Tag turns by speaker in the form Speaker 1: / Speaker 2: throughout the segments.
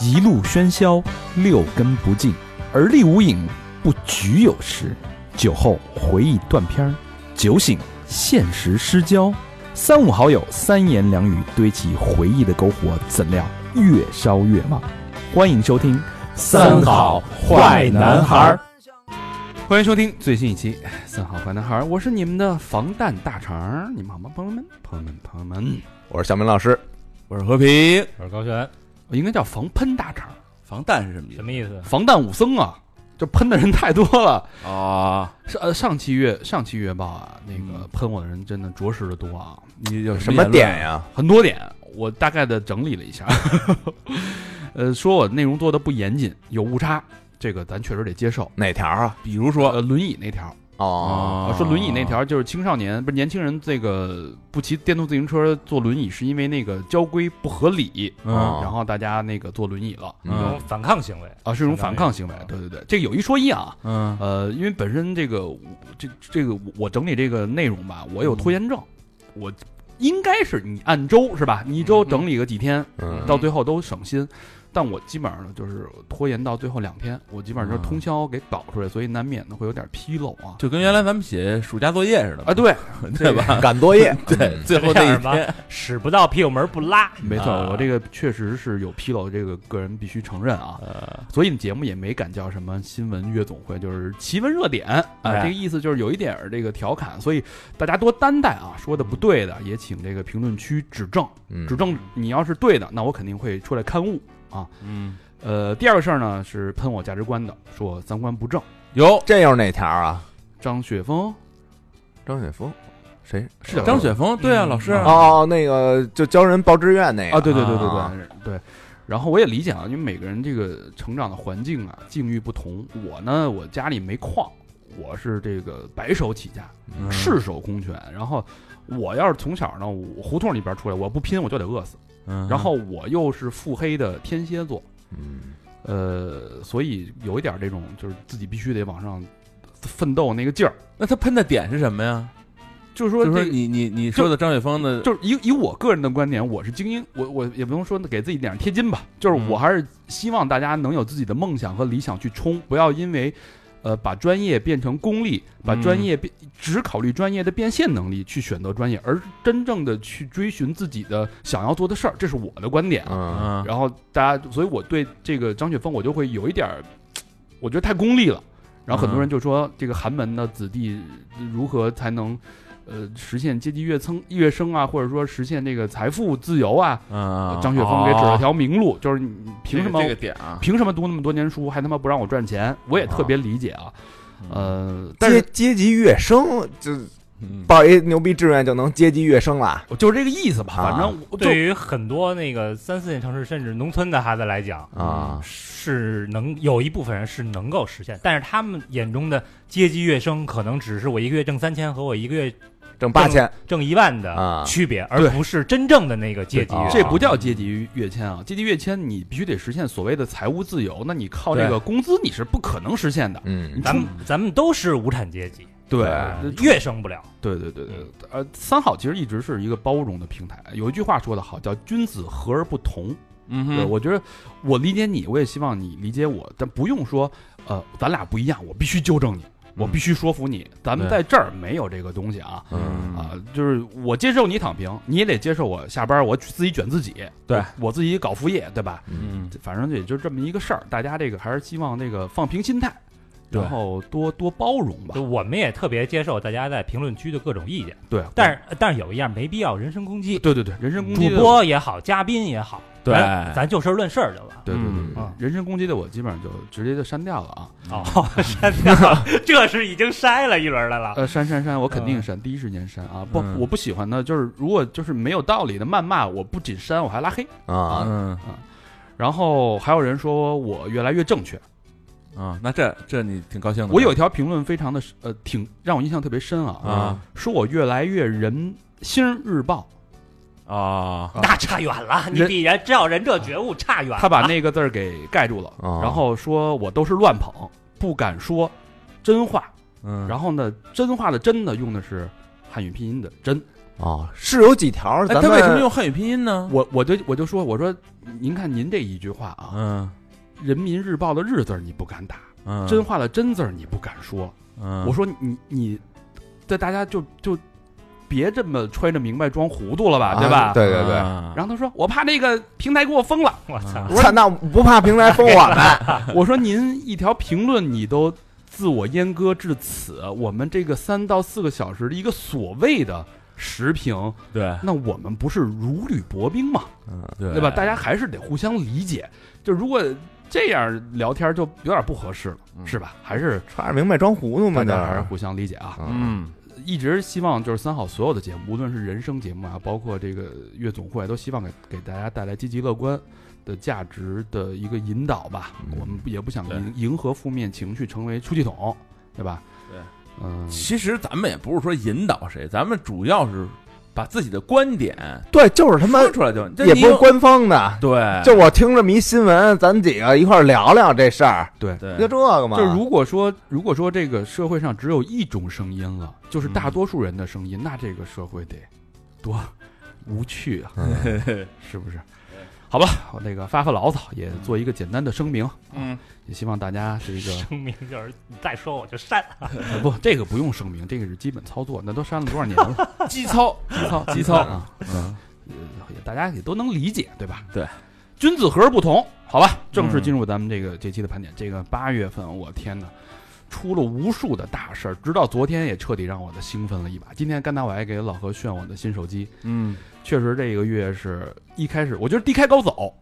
Speaker 1: 一路喧嚣，六根不净，而立无影，不局有时。酒后回忆断片儿，酒醒现实失焦。三五好友，三言两语堆起回忆的篝火，怎料越烧越旺。欢迎收听《
Speaker 2: 三好坏男孩儿》，
Speaker 3: 欢迎收听最新一期《三好坏男孩》，我是你们的防弹大肠儿，你们好吗，朋友们？朋友们，朋友们，
Speaker 4: 我是小明老师，
Speaker 5: 我是和平，
Speaker 2: 我是高璇，
Speaker 3: 我哦应该叫防喷大肠儿，
Speaker 5: 防弹是什么意
Speaker 2: 什么意思？
Speaker 3: 防弹武僧啊！这喷的人太多了。
Speaker 5: 思啊？
Speaker 3: 上呃上期月上期月报啊，那个喷我的人真的着实的多啊，
Speaker 5: 你有
Speaker 4: 什么啊
Speaker 5: 言论
Speaker 4: 点？呀？
Speaker 3: 很多点，我大概的整理了一下。 呃，说我内容做的不严谨，有误差，这个咱确实得接受。
Speaker 4: 哪条啊？
Speaker 3: 比如说呃轮椅那条，啊，
Speaker 4: 哦，
Speaker 3: 说轮椅那条就是青少年不是年轻人这个不骑电动自行车坐轮椅是因为那个交规不合理，啊
Speaker 4: 哦
Speaker 3: 然后大家那个坐轮椅了
Speaker 4: 嗯
Speaker 5: 嗯
Speaker 2: 一种反抗行为，
Speaker 3: 啊，是一种反抗行为
Speaker 2: 相。当
Speaker 3: 对对对，这个有一说一啊，
Speaker 5: 嗯
Speaker 3: 呃，因为本身这个我这这个我整理这个内容吧，我有拖延症，我应该是你按周是吧？你一周整理个几天，
Speaker 4: 嗯
Speaker 3: 到最后都省心。但我基本上呢，就是拖延到最后两天，我基本上就是通宵给搞出来，所以难免的会有点纰漏啊。
Speaker 5: 就跟原来咱们写暑假作业似的
Speaker 3: 啊，，对，
Speaker 5: 对吧？
Speaker 4: 赶作业，
Speaker 5: 对，最后那一
Speaker 2: 这样
Speaker 5: 天，
Speaker 2: 使不到屁股门不拉，
Speaker 3: 没错，
Speaker 5: 啊
Speaker 3: 我这个确实是有纰漏，这个个人必须承认啊。
Speaker 5: 呃，
Speaker 3: 所以节目也没敢叫什么新闻夜总会，就是奇闻热点啊，
Speaker 5: 哎
Speaker 3: 这个意思就是有一点儿这个调侃，所以大家多担待啊。说的不对的，也请这个评论区指正，
Speaker 4: 嗯
Speaker 3: 指正你要是对的，那我肯定会出来刊物。啊
Speaker 5: 嗯，
Speaker 3: 呃，第二个事儿呢是喷我价值观的，说我三观不正。
Speaker 5: 有
Speaker 4: 这又是哪条啊？
Speaker 3: 张雪峰
Speaker 4: 张雪峰，谁？
Speaker 3: 是叫
Speaker 5: 张雪峰，对啊，
Speaker 3: 嗯
Speaker 5: 老师啊，
Speaker 4: 哦，那个就教人报志愿那个
Speaker 3: 啊，对对对对对、
Speaker 4: 啊
Speaker 3: 对。然后我也理解啊，因为每个人这个成长的环境啊、境遇不同。我呢，我家里没矿，我是这个白手起家，
Speaker 5: 嗯
Speaker 3: 赤手空拳。然后我要是从小呢，我胡同里边出来，我不拼我就得饿死。
Speaker 5: 嗯
Speaker 3: 然后我又是腹黑的天蝎座，
Speaker 4: 嗯
Speaker 3: 呃，所以有一点这种就是自己必须得往上奋斗那个劲儿。
Speaker 5: 那他喷的点是什么呀？
Speaker 3: 就是说
Speaker 5: 就
Speaker 3: 这
Speaker 5: 是
Speaker 3: 个、
Speaker 5: 说你你你说的张雪峰的，
Speaker 3: 就是以以我个人的观点，我是精英，我我也不用说给自己脸上贴金吧，就是我还是希望大家能有自己的梦想和理想去冲，不要因为，呃，把专业变成功利，把专业变、只考虑专业的变现能力去选择专业，而真正的去追寻自己的想要做的事儿，这是我的观点。啊
Speaker 4: 嗯
Speaker 5: 嗯
Speaker 3: 然后大家，所以我对这个张雪峰，我就会有一点儿，我觉得太功利了。然后很多人就说，这个寒门的子弟如何才能，呃，实现阶级跃升跃升啊，或者说实现这个财富自由啊？
Speaker 5: 嗯，
Speaker 3: 张雪峰给指了
Speaker 5: 哦
Speaker 3: 条明路，就是你凭什么
Speaker 5: 这个这个点啊？
Speaker 3: 凭什么读那么多年书，还他妈不让我赚钱？我也特别理解啊，呃，但
Speaker 4: 阶
Speaker 3: 是
Speaker 4: 阶级跃升，就
Speaker 5: 嗯
Speaker 4: 报一牛逼志愿就能阶级跃升了。
Speaker 3: 就是这个意思吧，
Speaker 4: 啊
Speaker 3: 反正我就
Speaker 2: 对于很多那个三四线城市甚至农村的孩子来讲，
Speaker 4: 啊，
Speaker 2: 是能有一部分人是能够实现，但是他们眼中的阶级跃升，可能只是我一个月挣三千和我一个月
Speaker 4: 挣八千，
Speaker 2: 挣一万
Speaker 4: 啊
Speaker 2: 的区别，而
Speaker 3: 对
Speaker 2: 不是真正的那个阶级跃升。
Speaker 5: 啊
Speaker 3: 这不叫阶级跃迁啊！阶级跃迁，你必须得实现所谓的财务自由，那你靠这
Speaker 5: 对
Speaker 3: 个工资你是不可能实现的。
Speaker 4: 嗯，
Speaker 2: 咱们咱们都是无产阶级，
Speaker 3: 对
Speaker 4: 对
Speaker 2: 跃升不了。
Speaker 3: 对对对对，呃，三好其实一直是一个包容的平台。有一句话说得好，叫“君子和而不同”
Speaker 5: 嗯
Speaker 3: 对，
Speaker 5: 哼，
Speaker 3: 我觉得我理解你，我也希望你理解我，但不用说，呃，咱俩不一样，我必须纠正你，我必须说服你。咱们
Speaker 5: 对
Speaker 3: 在这儿没有这个东西啊。
Speaker 4: 嗯
Speaker 3: 啊，就是我接受你躺平，你也得接受我下班我自己卷自己，
Speaker 5: 对
Speaker 3: 我我自己搞副业，对吧？
Speaker 5: 嗯，
Speaker 3: 反正也就这么一个事儿，大家这个还是希望这个放平心态，
Speaker 5: 对
Speaker 3: 然后多多包容吧
Speaker 2: 就。我们也特别接受大家在评论区的各种意见，
Speaker 3: 对，
Speaker 2: 但是呃但是有一样没必要人身攻击，
Speaker 3: 对对对，人身攻击
Speaker 2: 主
Speaker 3: 的
Speaker 2: 播也好，嘉宾也好，哎
Speaker 5: 对
Speaker 2: 咱咱就事儿论事儿就完。
Speaker 3: 对对对
Speaker 5: 嗯
Speaker 3: 对
Speaker 2: 啊，
Speaker 3: 人身攻击的我基本上就直接就删掉了啊。
Speaker 2: 哦， 删掉了， 这是已经筛了一轮来了。
Speaker 3: 呃，删删删，我肯定删，第一时间删啊。不，
Speaker 5: 嗯
Speaker 3: 我不喜欢的就是如果就是没有道理的谩骂，我不仅删，我还拉黑。
Speaker 4: 啊，
Speaker 5: 嗯
Speaker 3: 然后还有人说我越来越正确。
Speaker 5: 啊，那这这你挺高兴的吧，
Speaker 3: 我有一条评论非常的呃，挺让我印象特别深啊，
Speaker 5: 啊
Speaker 3: 说我越来越人星日报，
Speaker 5: 啊，
Speaker 2: 那差远了，你
Speaker 3: 人
Speaker 2: 比人照人这觉悟差远了。
Speaker 3: 他把那个字儿给盖住了，
Speaker 5: 啊
Speaker 4: 哦
Speaker 3: 然后说我都是乱捧，不敢说真话。
Speaker 5: 嗯，
Speaker 3: 然后呢，真话的真呢，用的是汉语拼音的真。
Speaker 4: 哦，是有几条，
Speaker 5: 哎，
Speaker 4: 咱
Speaker 5: 他
Speaker 4: 们
Speaker 5: 为什么用汉语拼音呢？
Speaker 3: 我我就我就说，我说您看您这一句话啊，
Speaker 5: 嗯
Speaker 3: 人民日报》的“日”字儿你不敢打，
Speaker 5: 嗯，
Speaker 3: 真话的“真”字儿你不敢说。
Speaker 5: 嗯，
Speaker 3: 我说你你，这大家就就别这么揣着明白装糊涂了吧，对吧？
Speaker 4: 啊对对对，
Speaker 5: 啊
Speaker 3: 然后他说：“我怕那个平台给我封了。
Speaker 2: 我操
Speaker 5: 啊！
Speaker 3: 我说
Speaker 4: 操，那不怕平台封我们？”
Speaker 3: 我说：“您一条评论你都自我阉割至此，我们这个三到四个小时的一个所谓的时评，
Speaker 5: 对
Speaker 3: 那我们不是如履薄冰吗？
Speaker 5: 对
Speaker 3: 嗯对吧？大家还是得互相理解。就如果这样聊天，就有点不合适了，
Speaker 5: 嗯
Speaker 3: 是吧？还是
Speaker 4: 揣着明白装糊涂嘛，
Speaker 3: 大
Speaker 4: 这
Speaker 3: 家还是互相理解啊。
Speaker 4: 嗯，
Speaker 5: 嗯
Speaker 3: 一直希望就是三好所有的节目，无论是人生节目啊，包括这个乐总会，都希望给给大家带来积极乐观的价值的一个引导吧。
Speaker 4: 嗯
Speaker 3: 我们不也不想
Speaker 5: 对
Speaker 3: 迎迎合负面情绪，成为出气筒，对吧？
Speaker 5: 对，
Speaker 3: 嗯，
Speaker 5: 其实咱们也不是说引导谁，咱们主要是把自己的观点
Speaker 4: 对，就是他妈
Speaker 5: 说出来就，这
Speaker 4: 也
Speaker 5: 你
Speaker 4: 不是
Speaker 5: 有
Speaker 4: 官方的，
Speaker 5: 对，
Speaker 4: 就我听这么一新闻，咱几个一块儿聊聊这事儿，
Speaker 3: 对。
Speaker 5: 对
Speaker 4: 就这个嘛。
Speaker 3: 就如果说如果说这个社会上只有一种声音了，就是大多数人的声音，那这个社会得多无趣啊， 是不是？好吧，我那个发发牢骚，也做一个简单的声明，啊
Speaker 5: 嗯
Speaker 3: 也希望大家这个
Speaker 2: 声明就是你再说我就删。
Speaker 3: 啊不，这个不用声明，这个是基本操作，那都删了多少年了，
Speaker 5: 基操
Speaker 3: 基操
Speaker 5: 基操
Speaker 3: 啊，
Speaker 5: 嗯
Speaker 3: 呃大家也都能理解，对吧？
Speaker 5: 对，嗯
Speaker 3: 君子和而不同，好吧，正式进入咱们这个这期的盘点。这个八月份，我天哪，出了无数的大事儿，直到昨天也彻底让我的兴奋了一把。今天甘大我还给老何炫我的新手机，
Speaker 5: 嗯
Speaker 3: 确实这个月是一开始，我觉得低开高走，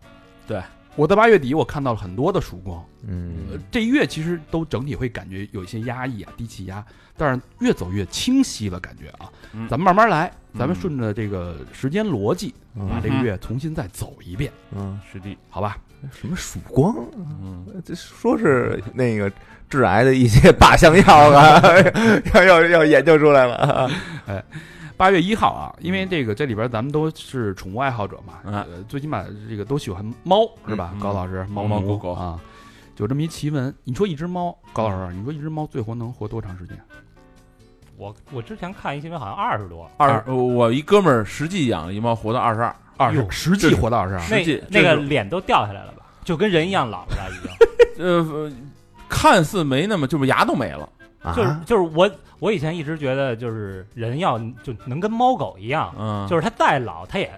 Speaker 5: 对。
Speaker 3: 我在八月底，我看到了很多的曙光，呃
Speaker 4: 嗯，
Speaker 3: 这一月其实都整体会感觉有一些压抑啊，低气压，但是越走越清晰了，感觉啊，
Speaker 5: 嗯
Speaker 3: 咱们慢慢来，咱们
Speaker 5: 嗯
Speaker 3: 顺着这个时间逻辑，把
Speaker 4: 嗯
Speaker 3: 这个月重新再走一遍，
Speaker 4: 嗯，
Speaker 5: 师弟，
Speaker 3: 好吧？
Speaker 4: 什么曙光？
Speaker 5: 嗯
Speaker 4: 这说是那个致癌的一些靶向药啊， 要要要研究出来了。啊
Speaker 3: 八月一号啊，因为这个这里边咱们都是宠物爱好者嘛，
Speaker 5: 嗯
Speaker 3: 呃，最起码这个都喜欢猫是吧？
Speaker 5: 嗯
Speaker 3: 高老师，猫
Speaker 5: 猫
Speaker 3: 奴
Speaker 5: 狗狗
Speaker 3: 啊，有这么一奇闻，你说一只猫，高老师，你说一只猫最活能活多长时间？
Speaker 2: 我我之前看一新闻，好像二十多，
Speaker 5: 二我我一哥们儿实际养了一猫活到二十二，
Speaker 3: 二
Speaker 2: 哟
Speaker 3: 十，实际活到二十二，
Speaker 2: 那
Speaker 5: 实际
Speaker 2: 那
Speaker 5: 这
Speaker 2: 个
Speaker 5: 是
Speaker 2: 脸都掉下来了吧？就跟人一样老了，已经。
Speaker 5: 呃，看似没那么，就是牙都没了，
Speaker 2: 就是
Speaker 4: 啊，
Speaker 2: 就是我我以前一直觉得，就是人要就能跟猫狗一样，
Speaker 5: 嗯，
Speaker 2: 就是他再老，他也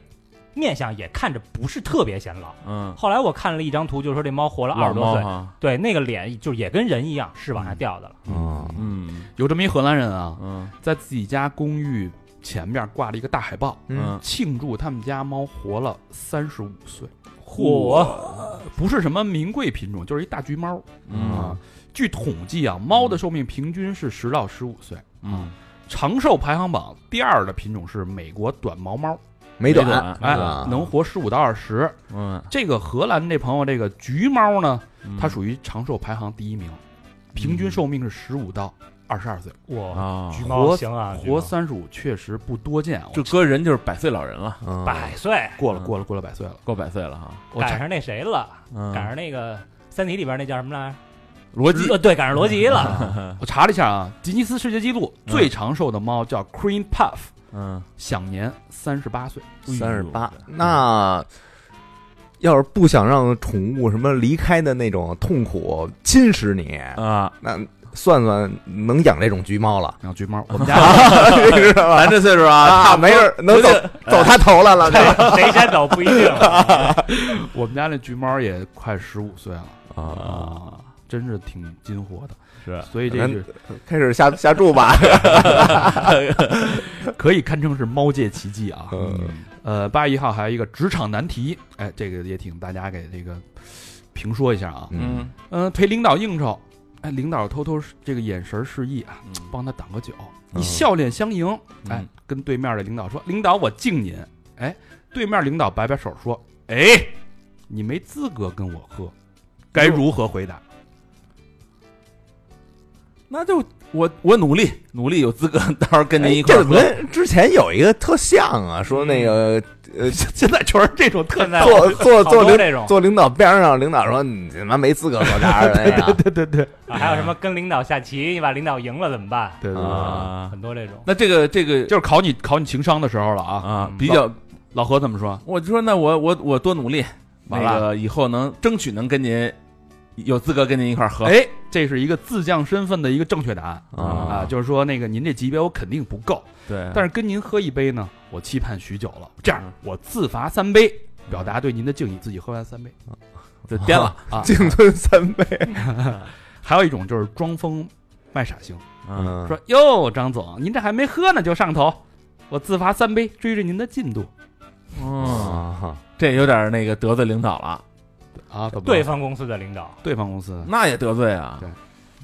Speaker 2: 面相也看着不是特别显老。
Speaker 5: 嗯，
Speaker 2: 后来我看了一张图，就是说这猫活了二
Speaker 5: 老
Speaker 2: 十多
Speaker 5: 猫
Speaker 2: 岁，
Speaker 5: 哈，
Speaker 2: 对，那个脸就也跟人一样是往下掉的了。
Speaker 4: 嗯
Speaker 5: 嗯
Speaker 3: 有这么一荷兰人啊，
Speaker 5: 嗯
Speaker 3: 在自己家公寓前面挂了一个大海报，
Speaker 4: 嗯
Speaker 5: 嗯，
Speaker 3: 庆祝他们家猫活了三十五岁，
Speaker 2: 嚯，
Speaker 3: 不是什么名贵品种，就是一大橘猫
Speaker 5: 嗯
Speaker 3: 啊。据统计啊，猫的寿命平均是十到十五岁。
Speaker 5: 嗯，
Speaker 3: 长寿排行榜第二的品种是美国短毛猫，
Speaker 4: 没准
Speaker 5: 没准
Speaker 3: 哎
Speaker 4: 啊，
Speaker 3: 能活十五到二十。
Speaker 5: 嗯，
Speaker 3: 这个荷兰这朋友这个橘猫呢，
Speaker 5: 嗯
Speaker 3: 它属于长寿排行第一名，平均寿命是十五到二十二岁，
Speaker 2: 我
Speaker 5: 啊，
Speaker 2: 橘
Speaker 3: 活
Speaker 2: 猫行啊，橘猫
Speaker 3: 活三十五确实不多见。啊我
Speaker 5: 这哥人就是百岁老人了，
Speaker 4: 嗯
Speaker 2: 百岁，
Speaker 3: 过了过了过了百岁了，
Speaker 5: 够百岁了哈，
Speaker 3: 我
Speaker 2: 赶
Speaker 3: 差
Speaker 2: 上那谁了，
Speaker 5: 嗯，
Speaker 2: 赶上那个《三体》里边那叫什么来着？
Speaker 5: 逻辑
Speaker 2: 呃对，赶上罗辑了。
Speaker 3: 我查了一下啊，吉尼斯世界纪录
Speaker 5: 嗯
Speaker 3: 最长寿的猫叫 Cream Puff，
Speaker 5: 嗯，
Speaker 3: 享年三十八岁。，
Speaker 2: 哎
Speaker 4: 三十八，那要是不想让宠物什么离开的那种痛苦侵蚀你，
Speaker 5: 啊，
Speaker 4: 那算算能养这种橘猫了
Speaker 3: 然后橘猫，我们 家
Speaker 4: 知道
Speaker 2: 哎
Speaker 4: 吧
Speaker 5: 咱？这岁数啊，
Speaker 4: 啊，
Speaker 5: 差不多
Speaker 4: 没准能走走它头来了，这
Speaker 2: 谁先走不一定。
Speaker 3: 我们家那橘猫也快十五岁了
Speaker 4: 啊，
Speaker 3: 啊，真是挺金活的。
Speaker 5: 是
Speaker 3: 所以这是
Speaker 4: 开始下下注吧。
Speaker 3: 可以堪称是猫界奇迹啊。
Speaker 4: 嗯
Speaker 3: 呃，八月一号还有一个职场难题，哎，这个也请大家给这个评说一下啊。
Speaker 4: 嗯，
Speaker 3: 嗯、陪领导应酬，哎，领导偷偷这个眼神示意啊，帮他挡个酒，你
Speaker 4: 嗯
Speaker 3: 笑脸相迎，哎
Speaker 5: 嗯，
Speaker 3: 跟对面的领导说，领导我敬您，哎，对面领导摆摆手说，哎，你没资格跟我喝，该如何回答？
Speaker 5: 那就我我努
Speaker 2: 哎
Speaker 5: 力努力，有资格到时候跟您一块
Speaker 4: 这
Speaker 5: 儿喝，
Speaker 4: 跟之前有一个特像啊，说那个呃
Speaker 3: 现在全是这种特
Speaker 2: 现在
Speaker 4: 做做
Speaker 2: 好多
Speaker 4: 做领
Speaker 2: 这种，
Speaker 4: 做领导边上，领导说你他妈没资格做这样的呀。
Speaker 3: 对对对
Speaker 2: 啊还有什么跟领导下棋，你把领导赢了怎么办？
Speaker 3: 对对，
Speaker 4: 啊
Speaker 5: 啊，
Speaker 2: 很多这种，
Speaker 5: 那这个这个
Speaker 3: 就是考你考你情商的时候了啊！
Speaker 5: 啊
Speaker 2: 嗯
Speaker 5: 比较，
Speaker 3: 老何怎么说？
Speaker 5: 我就说那我我我多努力，
Speaker 3: 完
Speaker 5: 那
Speaker 3: 了
Speaker 5: 个以后能争取能跟您有资格跟您一块儿喝。
Speaker 3: 哎，这是一个自降身份的一个正确答案
Speaker 4: 啊
Speaker 3: 啊，嗯就是说那个您这级别我肯定不够，
Speaker 5: 对，
Speaker 3: 但是跟您喝一杯呢，我期盼许久了。这样
Speaker 5: 嗯，
Speaker 3: 我自罚三杯，表达对您的敬意，自己喝完三杯。
Speaker 5: 就颠 了
Speaker 3: 啊
Speaker 4: 净吞三杯，
Speaker 3: 还有一种就是装疯卖傻型，
Speaker 5: 嗯，
Speaker 3: 说哟，张总，您这还没喝呢就上头，我自罚三杯，追着您的进度
Speaker 5: 嗯，
Speaker 4: 啊，
Speaker 5: 这有点那个得罪领导了，
Speaker 3: 啊，怎么
Speaker 2: 对
Speaker 3: 了
Speaker 2: 方公司的领导，
Speaker 3: 对方公司。
Speaker 5: 那也得罪啊。
Speaker 3: 对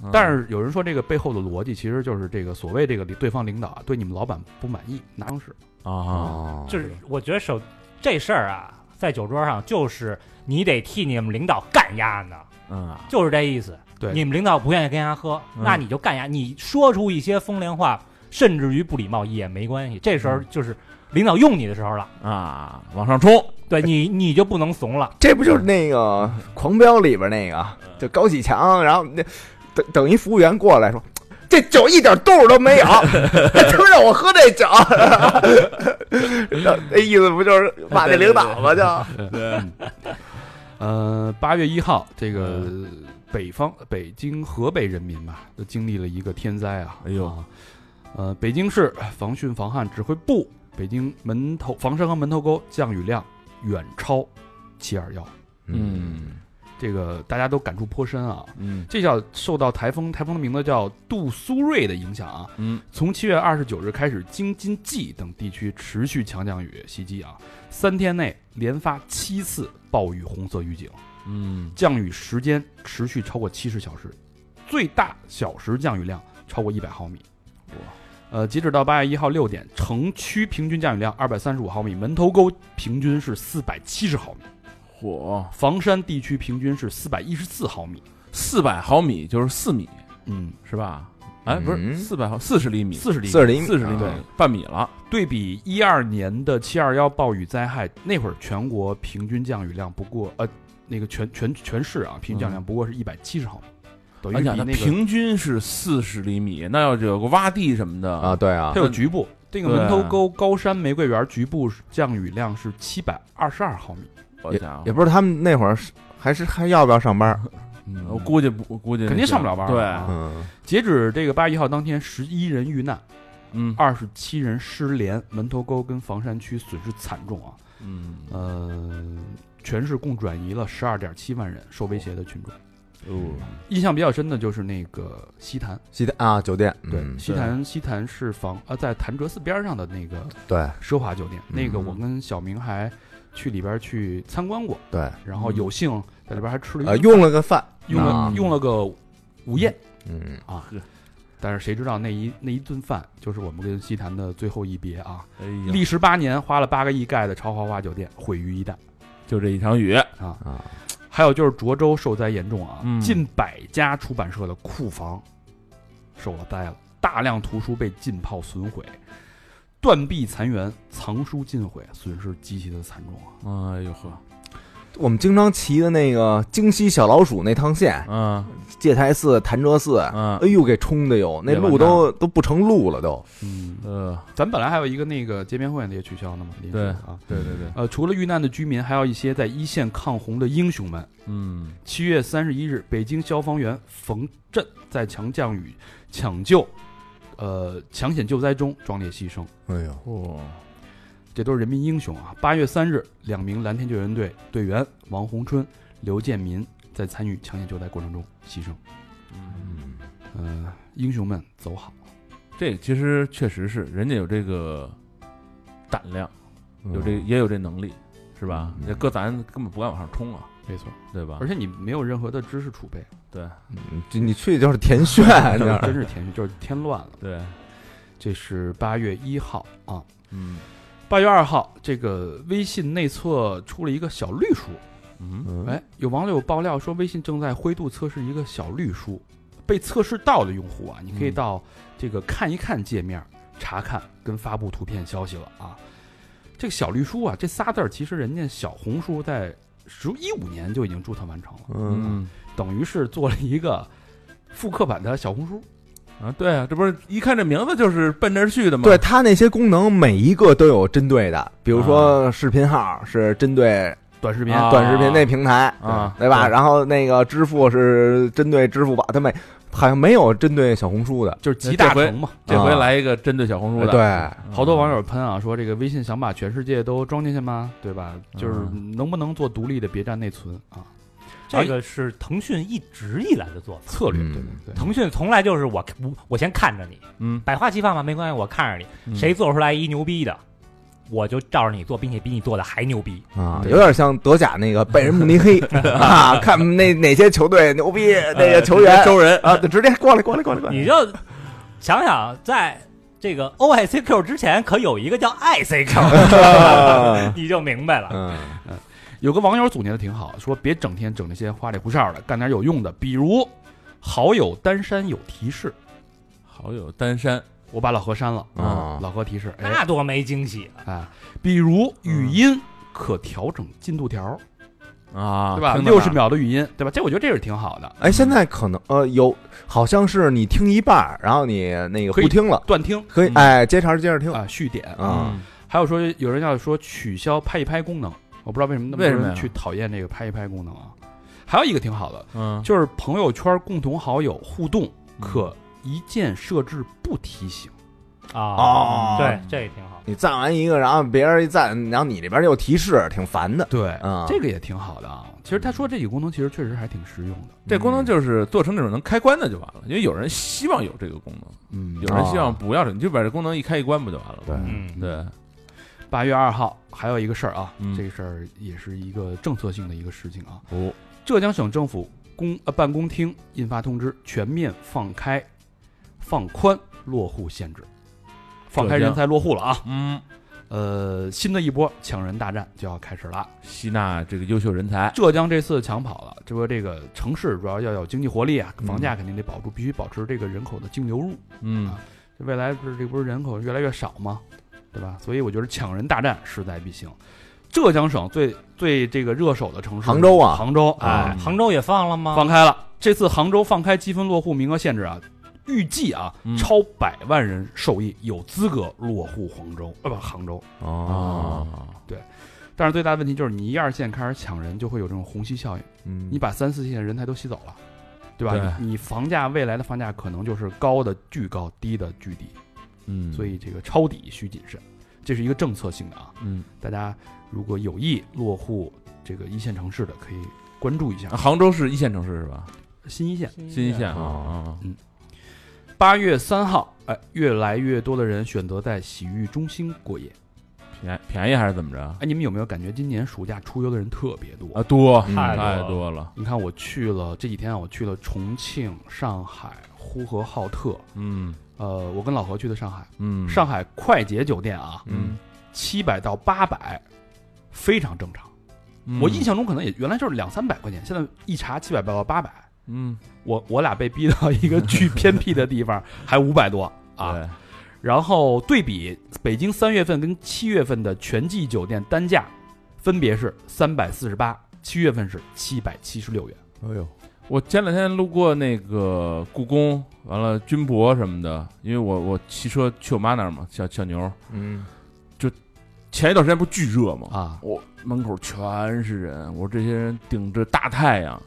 Speaker 5: 嗯，
Speaker 3: 但是有人说这个背后的逻辑其实就是这个所谓这个对方领导啊对你们老板不满意，拿方式
Speaker 5: 啊，
Speaker 4: 哦
Speaker 2: 就是我觉得手这事儿啊，在酒桌上就是你得替你们领导干压呢，
Speaker 5: 嗯啊，
Speaker 2: 就是这意思。
Speaker 3: 对
Speaker 2: 你们领导不愿意跟人家喝，
Speaker 5: 嗯
Speaker 2: 那你就干压，你说出一些风凉话，甚至于不礼貌也没关系。这时候就是领导用你的时候了，
Speaker 5: 啊，往上冲，
Speaker 2: 对你你就不能怂了。
Speaker 4: 这不就是那个《狂飙》里边那个，就高启强，然后那等等一服务员过来说。这酒一点度儿都没有， 就让我喝这酒， 那意思不就是骂那领导吗？就
Speaker 3: 呃，八月一号，这个北方北京河北人民吧，都经历了一个天灾啊！
Speaker 5: 哎呦
Speaker 3: 啊，呃，北京市防汛防旱指挥部、北京门头房山和门头沟降雨量远超七二幺，
Speaker 5: 嗯
Speaker 3: 这个大家都感触颇深啊。
Speaker 5: 嗯
Speaker 3: 这叫受到台风，台风的名字叫杜苏芮的影响啊。
Speaker 5: 嗯，
Speaker 3: 从七月二十九日开始，京津冀等地区持续强降雨袭击啊，三天内连发七次暴雨红色预警。
Speaker 5: 嗯
Speaker 3: 降雨时间持续超过七十小时，最大小时降雨量超过一百毫米。哇！呃，截止到八月一号六点，城区平均降雨量二百三十五毫米，门头沟平均是四百七十毫米，
Speaker 5: 火
Speaker 3: 房山地区平均是四百一十四毫米。
Speaker 5: 四百毫米就是四米
Speaker 3: 嗯，
Speaker 5: 是吧？哎，不是
Speaker 4: 嗯
Speaker 5: 四百毫四十厘米，
Speaker 3: 四十厘米。
Speaker 4: 四十厘米，
Speaker 5: 四十厘米
Speaker 4: 啊，
Speaker 5: 半米了。
Speaker 3: 对比一二年的七二幺暴雨灾害，那会儿全国平均降雨量不过呃，那个全全全市啊，平均降雨量不过是一百七十毫米，等于
Speaker 5: 哎
Speaker 3: 比
Speaker 5: 呀，
Speaker 3: 那
Speaker 5: 那
Speaker 3: 个
Speaker 5: 平均是四十厘米，那要是有个洼地什么的
Speaker 4: 啊，，对啊
Speaker 3: 它，有局部。这个
Speaker 5: 对
Speaker 3: 门头沟高山玫瑰园局部降雨量是七百二十二毫米，
Speaker 5: 好家伙
Speaker 4: 也不是他们那会儿是还是还要不要上班？
Speaker 5: 嗯我估计不，我估计
Speaker 3: 肯定上不了班儿
Speaker 5: 对，
Speaker 3: 啊
Speaker 4: 嗯，
Speaker 3: 截止这个八月一号当天，十一人遇难，
Speaker 5: 嗯
Speaker 3: 二十七人失联，门头沟跟房山区损失惨重啊，
Speaker 5: 嗯，
Speaker 3: 呃，全市共转移了十二点七万人受威胁的群众。
Speaker 5: 哦
Speaker 3: 印象比较深的就是那个西坛，
Speaker 4: 西单啊，酒店，
Speaker 3: 对，
Speaker 4: 嗯
Speaker 3: 西坛西坛是房呃，在潭柘寺边上的那个
Speaker 4: 对
Speaker 3: 奢华酒店，
Speaker 4: 嗯
Speaker 3: 那个我跟小明还去里边去参观过，
Speaker 4: 对，
Speaker 3: 然后有幸在里边还吃了一
Speaker 4: 呃，
Speaker 3: 顿
Speaker 4: 用了个饭，
Speaker 3: 用了
Speaker 4: 啊
Speaker 3: 用了个午宴
Speaker 4: 嗯，
Speaker 3: 啊
Speaker 5: 呵，
Speaker 3: 但是谁知道那一那一顿饭就是我们跟西坛的最后一别啊！
Speaker 5: 哎呀，
Speaker 3: 历时八年，花了八个亿盖的超豪华酒店毁于一旦
Speaker 5: 就这一场雨，
Speaker 3: 啊！
Speaker 4: 啊
Speaker 3: 还有就是涿州受灾严重啊，
Speaker 5: 嗯
Speaker 3: 近百家出版社的库房受了灾了，大量图书被浸泡损毁，断壁残垣，藏书尽毁，损失极其的惨重啊！
Speaker 5: 哎呦呵，
Speaker 4: 我们经常骑的那个京西小老鼠那趟线，
Speaker 5: 嗯
Speaker 4: 戒台寺、潭柘寺，
Speaker 5: 嗯
Speaker 4: 哎呦，给冲的哟，那
Speaker 5: 也完
Speaker 4: 路都都不成路了，都。
Speaker 3: 嗯，
Speaker 5: 呃，
Speaker 3: 咱本来还有一个那个街边会也取消了嘛，临时
Speaker 5: 对
Speaker 3: 啊，
Speaker 5: 对对对，
Speaker 3: 呃，除了遇难的居民，还有一些在一线抗洪的英雄们。
Speaker 5: 嗯
Speaker 3: 七月三十一日，北京消防员冯震在强降雨抢救，呃，抢险救灾中壮烈牺牲，
Speaker 4: 哎呦，
Speaker 5: 哦，
Speaker 3: 这都是人民英雄啊！八月三日，两名蓝天救援队队员王洪春、刘建民在参与抢险救灾过程中牺牲。
Speaker 5: 嗯，
Speaker 3: 呃，英雄们走好，
Speaker 5: 这其实确实是人家有这个胆量，有这也有这能力，是吧？
Speaker 4: 嗯
Speaker 5: 这搁咱根本不敢往上冲啊，
Speaker 3: 没错，
Speaker 5: 对吧
Speaker 3: 而？且你没有任何的知识储备，
Speaker 5: 对
Speaker 4: 嗯，这你去就是田炫， 就是
Speaker 3: 真是天就是添乱了。
Speaker 5: 对，
Speaker 3: 这是八月一号啊，
Speaker 5: 嗯
Speaker 3: 八月二号，这个微信内测出了一个小绿书。
Speaker 5: 嗯，
Speaker 4: 嗯
Speaker 3: 哎，有网友爆料说，微信正在灰度测试一个小绿书，被测试到的用户啊，你可以
Speaker 5: 嗯
Speaker 3: 到这个看一看界面查看跟发布图片消息了啊。这个小绿书啊，这仨字儿其实人家小红书在十一五年就已经注册完成了，
Speaker 4: 嗯，
Speaker 5: 哎
Speaker 3: 等于是做了一个复刻版的小红书。
Speaker 5: 啊，对啊，这不是一看这名字就是奔这儿去的吗？
Speaker 4: 对，它那些功能每一个都有针对的，比如说视频号是针对
Speaker 3: 短视频，
Speaker 5: 啊
Speaker 4: 短视频那平台，
Speaker 5: 啊
Speaker 4: 对吧？
Speaker 5: 对
Speaker 4: 然后那个支付是针对支付宝，它没好像没有针对小红书的，
Speaker 3: 就是集大
Speaker 5: 这回
Speaker 3: 成嘛。
Speaker 5: 这回
Speaker 4: 啊
Speaker 5: 来一个针哎对小红书的，嗯
Speaker 4: 对，
Speaker 3: 好多网友喷啊，说这个微信想把全世界都装进去吗？对吧？就是
Speaker 4: 啊
Speaker 3: 能不能做独立的别站内存啊？
Speaker 2: 这个是腾讯一直以来的做法。
Speaker 3: 策略
Speaker 4: 嗯
Speaker 3: 对对对，
Speaker 2: 腾讯从来就是我我我先看着你，
Speaker 5: 嗯，
Speaker 2: 百花齐放嘛，没关系，我看着你，
Speaker 5: 嗯
Speaker 2: 谁做出来一牛逼的，我就照着你做，并且比你做的还牛逼。
Speaker 4: 啊，
Speaker 3: 对
Speaker 4: 有点像德甲那个拜仁慕尼 黑啊，看那哪些球队牛逼，哎那
Speaker 2: 呃
Speaker 4: 个球员
Speaker 5: 周人
Speaker 4: 啊，直接过来过来过 来过来
Speaker 2: 你就想想，在这个 OICQ 之前，可有一个叫 ICQ，
Speaker 4: 啊，
Speaker 2: 你就明白了。
Speaker 4: 嗯
Speaker 3: 有个网友总结的挺好，说别整天整那些花里胡哨的，干点有用的，比如好友单删有提示，
Speaker 5: 好友单山
Speaker 3: 我把老何删了
Speaker 4: 啊
Speaker 3: 老何提示，哎
Speaker 2: 那多没惊喜啊！
Speaker 3: 哎，比如
Speaker 5: 嗯
Speaker 3: 语音可调整进度条，
Speaker 5: 啊，
Speaker 3: 对吧？
Speaker 5: 听到
Speaker 3: 六十
Speaker 5: 哪
Speaker 3: 秒的语音，对吧？这我觉得这是挺好的，
Speaker 4: 哎，现在可能呃有，好像是你听一半儿，然后你那个
Speaker 3: 可以
Speaker 4: 不听了，
Speaker 3: 断听
Speaker 4: 可以
Speaker 5: 嗯
Speaker 4: 哎接茬儿接着听
Speaker 3: 啊，续点。
Speaker 4: 啊，
Speaker 5: 嗯
Speaker 3: 还有说有人要说取消拍一拍功能，我不知道为什么那么
Speaker 5: 为什
Speaker 3: 多
Speaker 5: 么
Speaker 3: 人
Speaker 5: 呀
Speaker 3: 去讨厌这个拍一拍功能啊。还有一个挺好的，
Speaker 5: 嗯，
Speaker 3: 就是朋友圈共同好友互动可一键设置不提醒。
Speaker 5: 嗯
Speaker 4: 哦
Speaker 2: 啊对，这也挺好。
Speaker 4: 你赞完一个，然后别人一赞，然后你这边又提示，挺烦的。
Speaker 3: 对
Speaker 4: 啊
Speaker 3: 这个也挺好的啊。其实他说这几个功能其实确实还挺实用的。
Speaker 5: 这功能就是做成那种能开关的就完了，因为有人希望有这个功能，
Speaker 3: 嗯
Speaker 5: 有人希望
Speaker 4: 啊
Speaker 5: 不要这，你就把这功能一开一关不就完了吗？
Speaker 2: 嗯，
Speaker 5: 对，
Speaker 3: 八月二号还有一个事儿啊，
Speaker 5: 嗯
Speaker 3: 这个事儿也是一个政策性的一个事情啊。
Speaker 5: 哦，
Speaker 3: 浙江省政府公呃办公厅印发通知，全面放开、放宽落户限制，放开
Speaker 5: 浙江
Speaker 3: 人才落户了啊。
Speaker 5: 嗯，
Speaker 3: 呃，新的一波抢人大战就要开始了。
Speaker 5: 吸纳这个优秀人才，
Speaker 3: 浙江这次抢跑了，这不这个城市主要要有经济活力啊，房价肯定得保住，必须保持这个人口的净流入。
Speaker 5: 嗯
Speaker 3: 这未来不是这不是人口越来越少吗？对吧？所以我觉得抢人大战势在必行。浙江省最最这个热手的城市，
Speaker 4: 杭州啊
Speaker 3: 杭州，哎
Speaker 5: 啊，
Speaker 2: 杭州也放了吗？
Speaker 3: 放开了。这次杭州放开积分落户名额限制啊，预计啊
Speaker 5: 嗯
Speaker 3: 超百万人受益，有资格落户杭州，呃不杭州。
Speaker 4: 哦，
Speaker 5: 啊，
Speaker 3: 但是最大的问题就是，你一二线开始抢人，就会有这种虹吸效应，
Speaker 4: 嗯
Speaker 3: 你把三四线人才都吸走了，对吧？
Speaker 5: 对
Speaker 3: 你你房价未来的房价可能就是高的巨高，低的巨低，
Speaker 5: 嗯，
Speaker 3: 所以这个抄底需谨慎，这是一个政策性的啊。
Speaker 5: 嗯，
Speaker 3: 大家如果有意落户这个一线城市的，可以关注一下
Speaker 5: 啊
Speaker 3: 啊
Speaker 5: 杭州是一线城市是吧？
Speaker 3: 新一线。
Speaker 5: 新一线啊
Speaker 4: 哦
Speaker 5: 啊，
Speaker 3: 八月三号，哎，越来越多的人选择在洗浴中心过夜。
Speaker 5: 便宜便宜还是怎么着？
Speaker 3: 哎，你们有没有感觉今年暑假出游的人特别多？呃
Speaker 5: 啊，多
Speaker 4: 嗯
Speaker 5: 太
Speaker 2: 太
Speaker 5: 多了，
Speaker 3: 你看我去了这几天啊，我去了重庆、上海、呼和浩特。
Speaker 5: 嗯
Speaker 3: 呃，我跟老何去的上海，
Speaker 5: 嗯，
Speaker 3: 上海快捷酒店啊，
Speaker 5: 嗯，
Speaker 3: 七百到八百，非常正常。
Speaker 5: 嗯，
Speaker 3: 我印象中可能也原来就是两三百块钱，现在一查七百到八百，
Speaker 5: 嗯
Speaker 3: 我我俩被逼到一个巨偏僻的地方，还五百多啊。
Speaker 5: 对
Speaker 3: 然后对比北京三月份跟七月份的全季酒店单价，分别是三百四十八，七月份是七百七十六元。
Speaker 4: 哎呦，
Speaker 5: 我前两天路过那个故宫，完了军博什么的，因为我我骑车去我妈那儿嘛，小小牛。
Speaker 4: 嗯，
Speaker 5: 前一段时间不是巨热吗？
Speaker 3: 啊
Speaker 5: 我门口全是人，我说这些人顶着大太阳，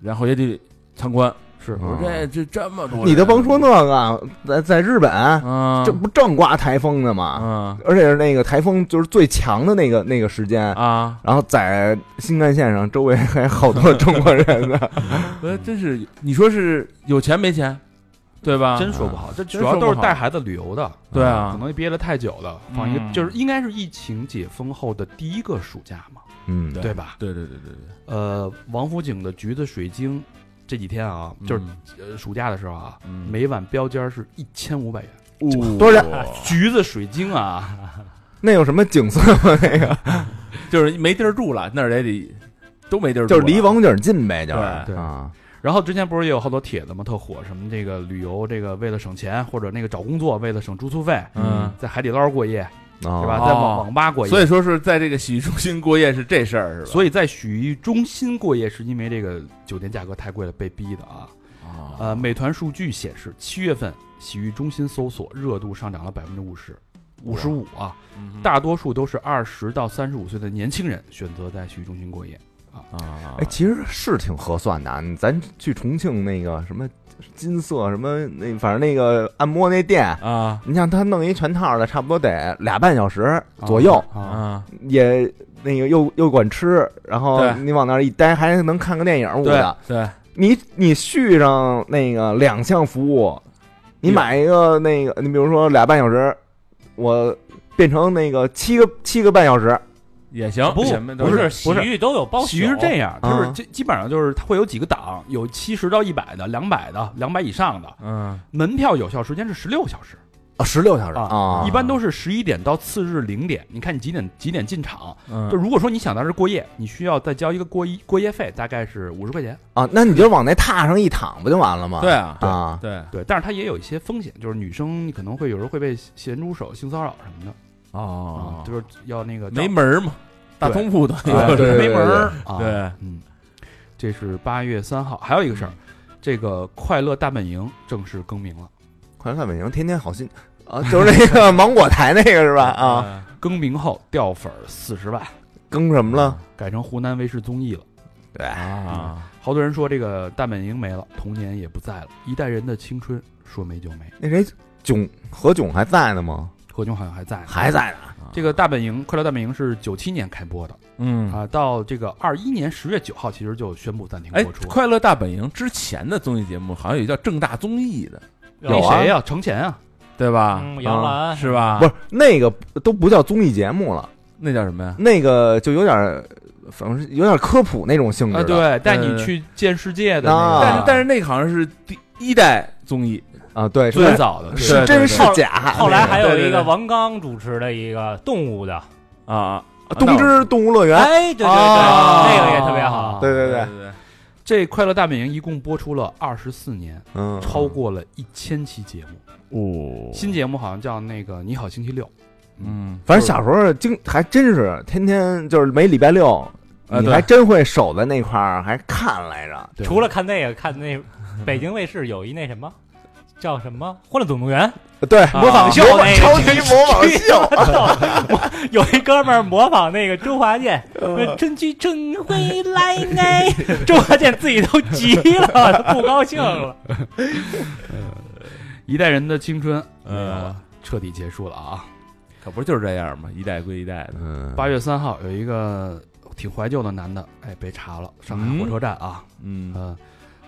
Speaker 5: 然后也得参观。
Speaker 3: 是
Speaker 5: 我说这这这么多
Speaker 4: 嗯
Speaker 5: 人，
Speaker 4: 你都甭说那个，在在日本，
Speaker 5: 啊，
Speaker 4: 这不正刮台风呢吗？
Speaker 5: 啊
Speaker 4: 而且是那个台风就是最强的那个那个时间，
Speaker 5: 啊，
Speaker 4: 然后在新干线上周围还有好多中国人呢。
Speaker 5: 我说呃真是，你说是有钱没钱，对吧？
Speaker 3: 真说不好，这啊
Speaker 5: 真
Speaker 3: 主要
Speaker 5: 说
Speaker 3: 都
Speaker 5: 不
Speaker 3: 是带
Speaker 5: 好
Speaker 3: 孩子旅游的，
Speaker 5: 对
Speaker 4: 嗯
Speaker 5: 啊
Speaker 3: 可能憋了太久了，放一个
Speaker 5: 嗯
Speaker 3: 就是应该是疫情解封后的第一个暑假嘛，
Speaker 4: 嗯，
Speaker 5: 对
Speaker 3: 对吧？
Speaker 5: 对对对对对，
Speaker 3: 呃，王府井的橘子水晶这几天啊，就是呃暑假的时候啊，
Speaker 5: 嗯哦
Speaker 3: 每碗标间是一千五百元。
Speaker 4: 多少
Speaker 3: 橘子水晶啊，
Speaker 4: 那有什么景色吗？那 个
Speaker 5: 就是没地儿住了，那儿也得都没地儿住
Speaker 4: 就
Speaker 5: 了，
Speaker 4: 是离王府井近呗，就是
Speaker 3: 对对
Speaker 4: 啊，
Speaker 3: 然后之前不是也有好多帖子嘛，特火，什么这个旅游这个为了省钱，或者那个找工作为了省住宿费，
Speaker 5: 嗯
Speaker 3: 在海底捞过夜，
Speaker 4: 对
Speaker 3: 对吧？
Speaker 5: 哦
Speaker 3: 在网网吧过夜，
Speaker 5: 所以说是在这个洗浴中心过夜是这事儿是吧？
Speaker 3: 所以在洗浴中心过夜是因为这个酒店价格太贵了被逼的啊。
Speaker 5: 啊，
Speaker 3: 呃，美团数据显示，七月份洗浴中心搜索热度上涨了百分之五十。五十五啊，
Speaker 5: 嗯
Speaker 3: 大多数都是二十到三十五岁的年轻人选择在洗浴中心过夜。
Speaker 5: 啊
Speaker 4: 哎，，其实是挺合算的啊。你咱去重庆那个什么金色什么那，反正那个按摩那店，
Speaker 5: 啊
Speaker 4: 你像他弄一全套的，差不多得俩半小时
Speaker 5: 哦
Speaker 4: 左右，
Speaker 3: 啊，
Speaker 5: 啊，
Speaker 4: 也那个又又管吃，然后
Speaker 5: 对
Speaker 4: 你往那儿一待，还能看个电影。我的，
Speaker 5: 对，啊
Speaker 4: 你你续上那个两项服务，你买一个那个，你比如说俩半小时，我变成那个七个七个半小时，
Speaker 5: 也行，
Speaker 3: 不
Speaker 5: 前面都
Speaker 2: 不
Speaker 3: 不
Speaker 2: 是
Speaker 3: 是
Speaker 2: 洗浴都有包宿
Speaker 3: 洗浴是这样，就
Speaker 4: 啊
Speaker 3: 是基基本上就是它会有几个档，有七十到一百的，两百的，两百以上的。
Speaker 5: 嗯
Speaker 3: 门票有效时间是十六小时
Speaker 4: 啊，十六小时
Speaker 3: 啊，
Speaker 4: 啊
Speaker 3: 一，般都是十一点到次日零点。你看你几点几点进场？
Speaker 5: 嗯，
Speaker 3: 就如果说你想在这儿过夜，你需要再交一个过一过夜费，大概是五十块钱。
Speaker 4: 啊，那你就往那榻上一躺不就完了吗？
Speaker 5: 对啊，
Speaker 4: 啊，
Speaker 5: 对
Speaker 3: 对，但是它也有一些风险，就是女生你可能会有时候会被咸猪手、性骚扰什么的啊，
Speaker 5: 哦，
Speaker 3: 就是要那个
Speaker 5: 没门儿嘛，大通铺的，
Speaker 4: 啊对对
Speaker 3: 没门儿啊。
Speaker 5: 对，
Speaker 3: 嗯，这是八月三号，还有一个事儿，这个快乐大本营正式更名了。
Speaker 4: 快乐大本营天天好心啊，就是那 个芒果台那个是吧？啊，
Speaker 5: 啊，
Speaker 3: 更名后掉粉四十万，
Speaker 4: 更什么了？
Speaker 3: 改成湖南卫视综艺了。
Speaker 4: 对，
Speaker 5: 啊，
Speaker 3: 好多人说这个大本营没了，童年也不在了，一代人的青春说没就没。
Speaker 4: 那谁囧何囧还在呢吗？
Speaker 3: 何炅好像还在呢，
Speaker 4: 还在呢。
Speaker 3: 这个大本营《快乐大本营》是九七年开播的
Speaker 5: 嗯，
Speaker 3: 啊，到这个二一年十月九号其实就宣布暂停播
Speaker 5: 哎，
Speaker 3: 出。
Speaker 5: 快乐大本营之前的综艺节目好像有叫正大综艺的，
Speaker 3: 那
Speaker 4: 有啊
Speaker 3: 谁呀？程前啊，
Speaker 5: 对吧？
Speaker 2: 嗯，杨澜
Speaker 5: 啊是吧？
Speaker 4: 啊不是那个都不叫综艺节目了，
Speaker 5: 那叫什么呀？
Speaker 4: 那个就有点儿，反正是有点科普那种性质
Speaker 3: 啊，
Speaker 4: 的。
Speaker 3: 对，带你
Speaker 5: 呃
Speaker 3: 去见世界的
Speaker 4: 啊
Speaker 5: 但
Speaker 3: 那
Speaker 5: 是
Speaker 3: 个，
Speaker 5: 但是那个好像是第一代综艺，
Speaker 4: 啊，对，啊是
Speaker 3: 最早的
Speaker 4: 是
Speaker 5: 对
Speaker 4: 真
Speaker 5: 对
Speaker 4: 是
Speaker 2: 对
Speaker 4: 假？
Speaker 2: 后来还有
Speaker 5: 对对
Speaker 2: 一
Speaker 5: 对
Speaker 2: 个王刚主持的一个动物的，
Speaker 5: 啊啊，
Speaker 4: 啊东芝动物乐园，
Speaker 2: 哎，对对对，
Speaker 3: 哦
Speaker 4: 啊
Speaker 2: 那个也特别好。
Speaker 4: 对对
Speaker 5: 对
Speaker 4: 对，
Speaker 5: 对，
Speaker 3: 这《快乐大本营》一共播出了二十四年，
Speaker 4: 嗯，
Speaker 3: 超过了一千期节目。
Speaker 5: 哦，
Speaker 3: 新节目好像叫那个《你好星期六》，
Speaker 5: 嗯，
Speaker 4: 反正小时候经还真是天天就是每礼拜六，
Speaker 5: 啊
Speaker 4: 你
Speaker 5: 对
Speaker 4: 还真会守在那块儿还看来着。
Speaker 3: 对
Speaker 2: 除了看那个，看那北京卫视有一那什么。叫什么《欢乐总动员
Speaker 4: 对，
Speaker 5: 模仿
Speaker 2: 秀
Speaker 4: 模仿
Speaker 2: 那个
Speaker 4: 超级模仿秀，》
Speaker 2: 有一哥们儿模仿那个周华健，说春去春回来哎， 周华健自己都急了， 不高兴了。
Speaker 3: 一代人的青春，
Speaker 5: 呃
Speaker 3: 呃，彻底结束了啊！
Speaker 5: 嗯可不就是这样吗？一代归一代的，
Speaker 4: 嗯
Speaker 3: 八月三号有一个挺怀旧的男的，哎，被查了，上海火车站啊，
Speaker 5: 嗯
Speaker 3: 呃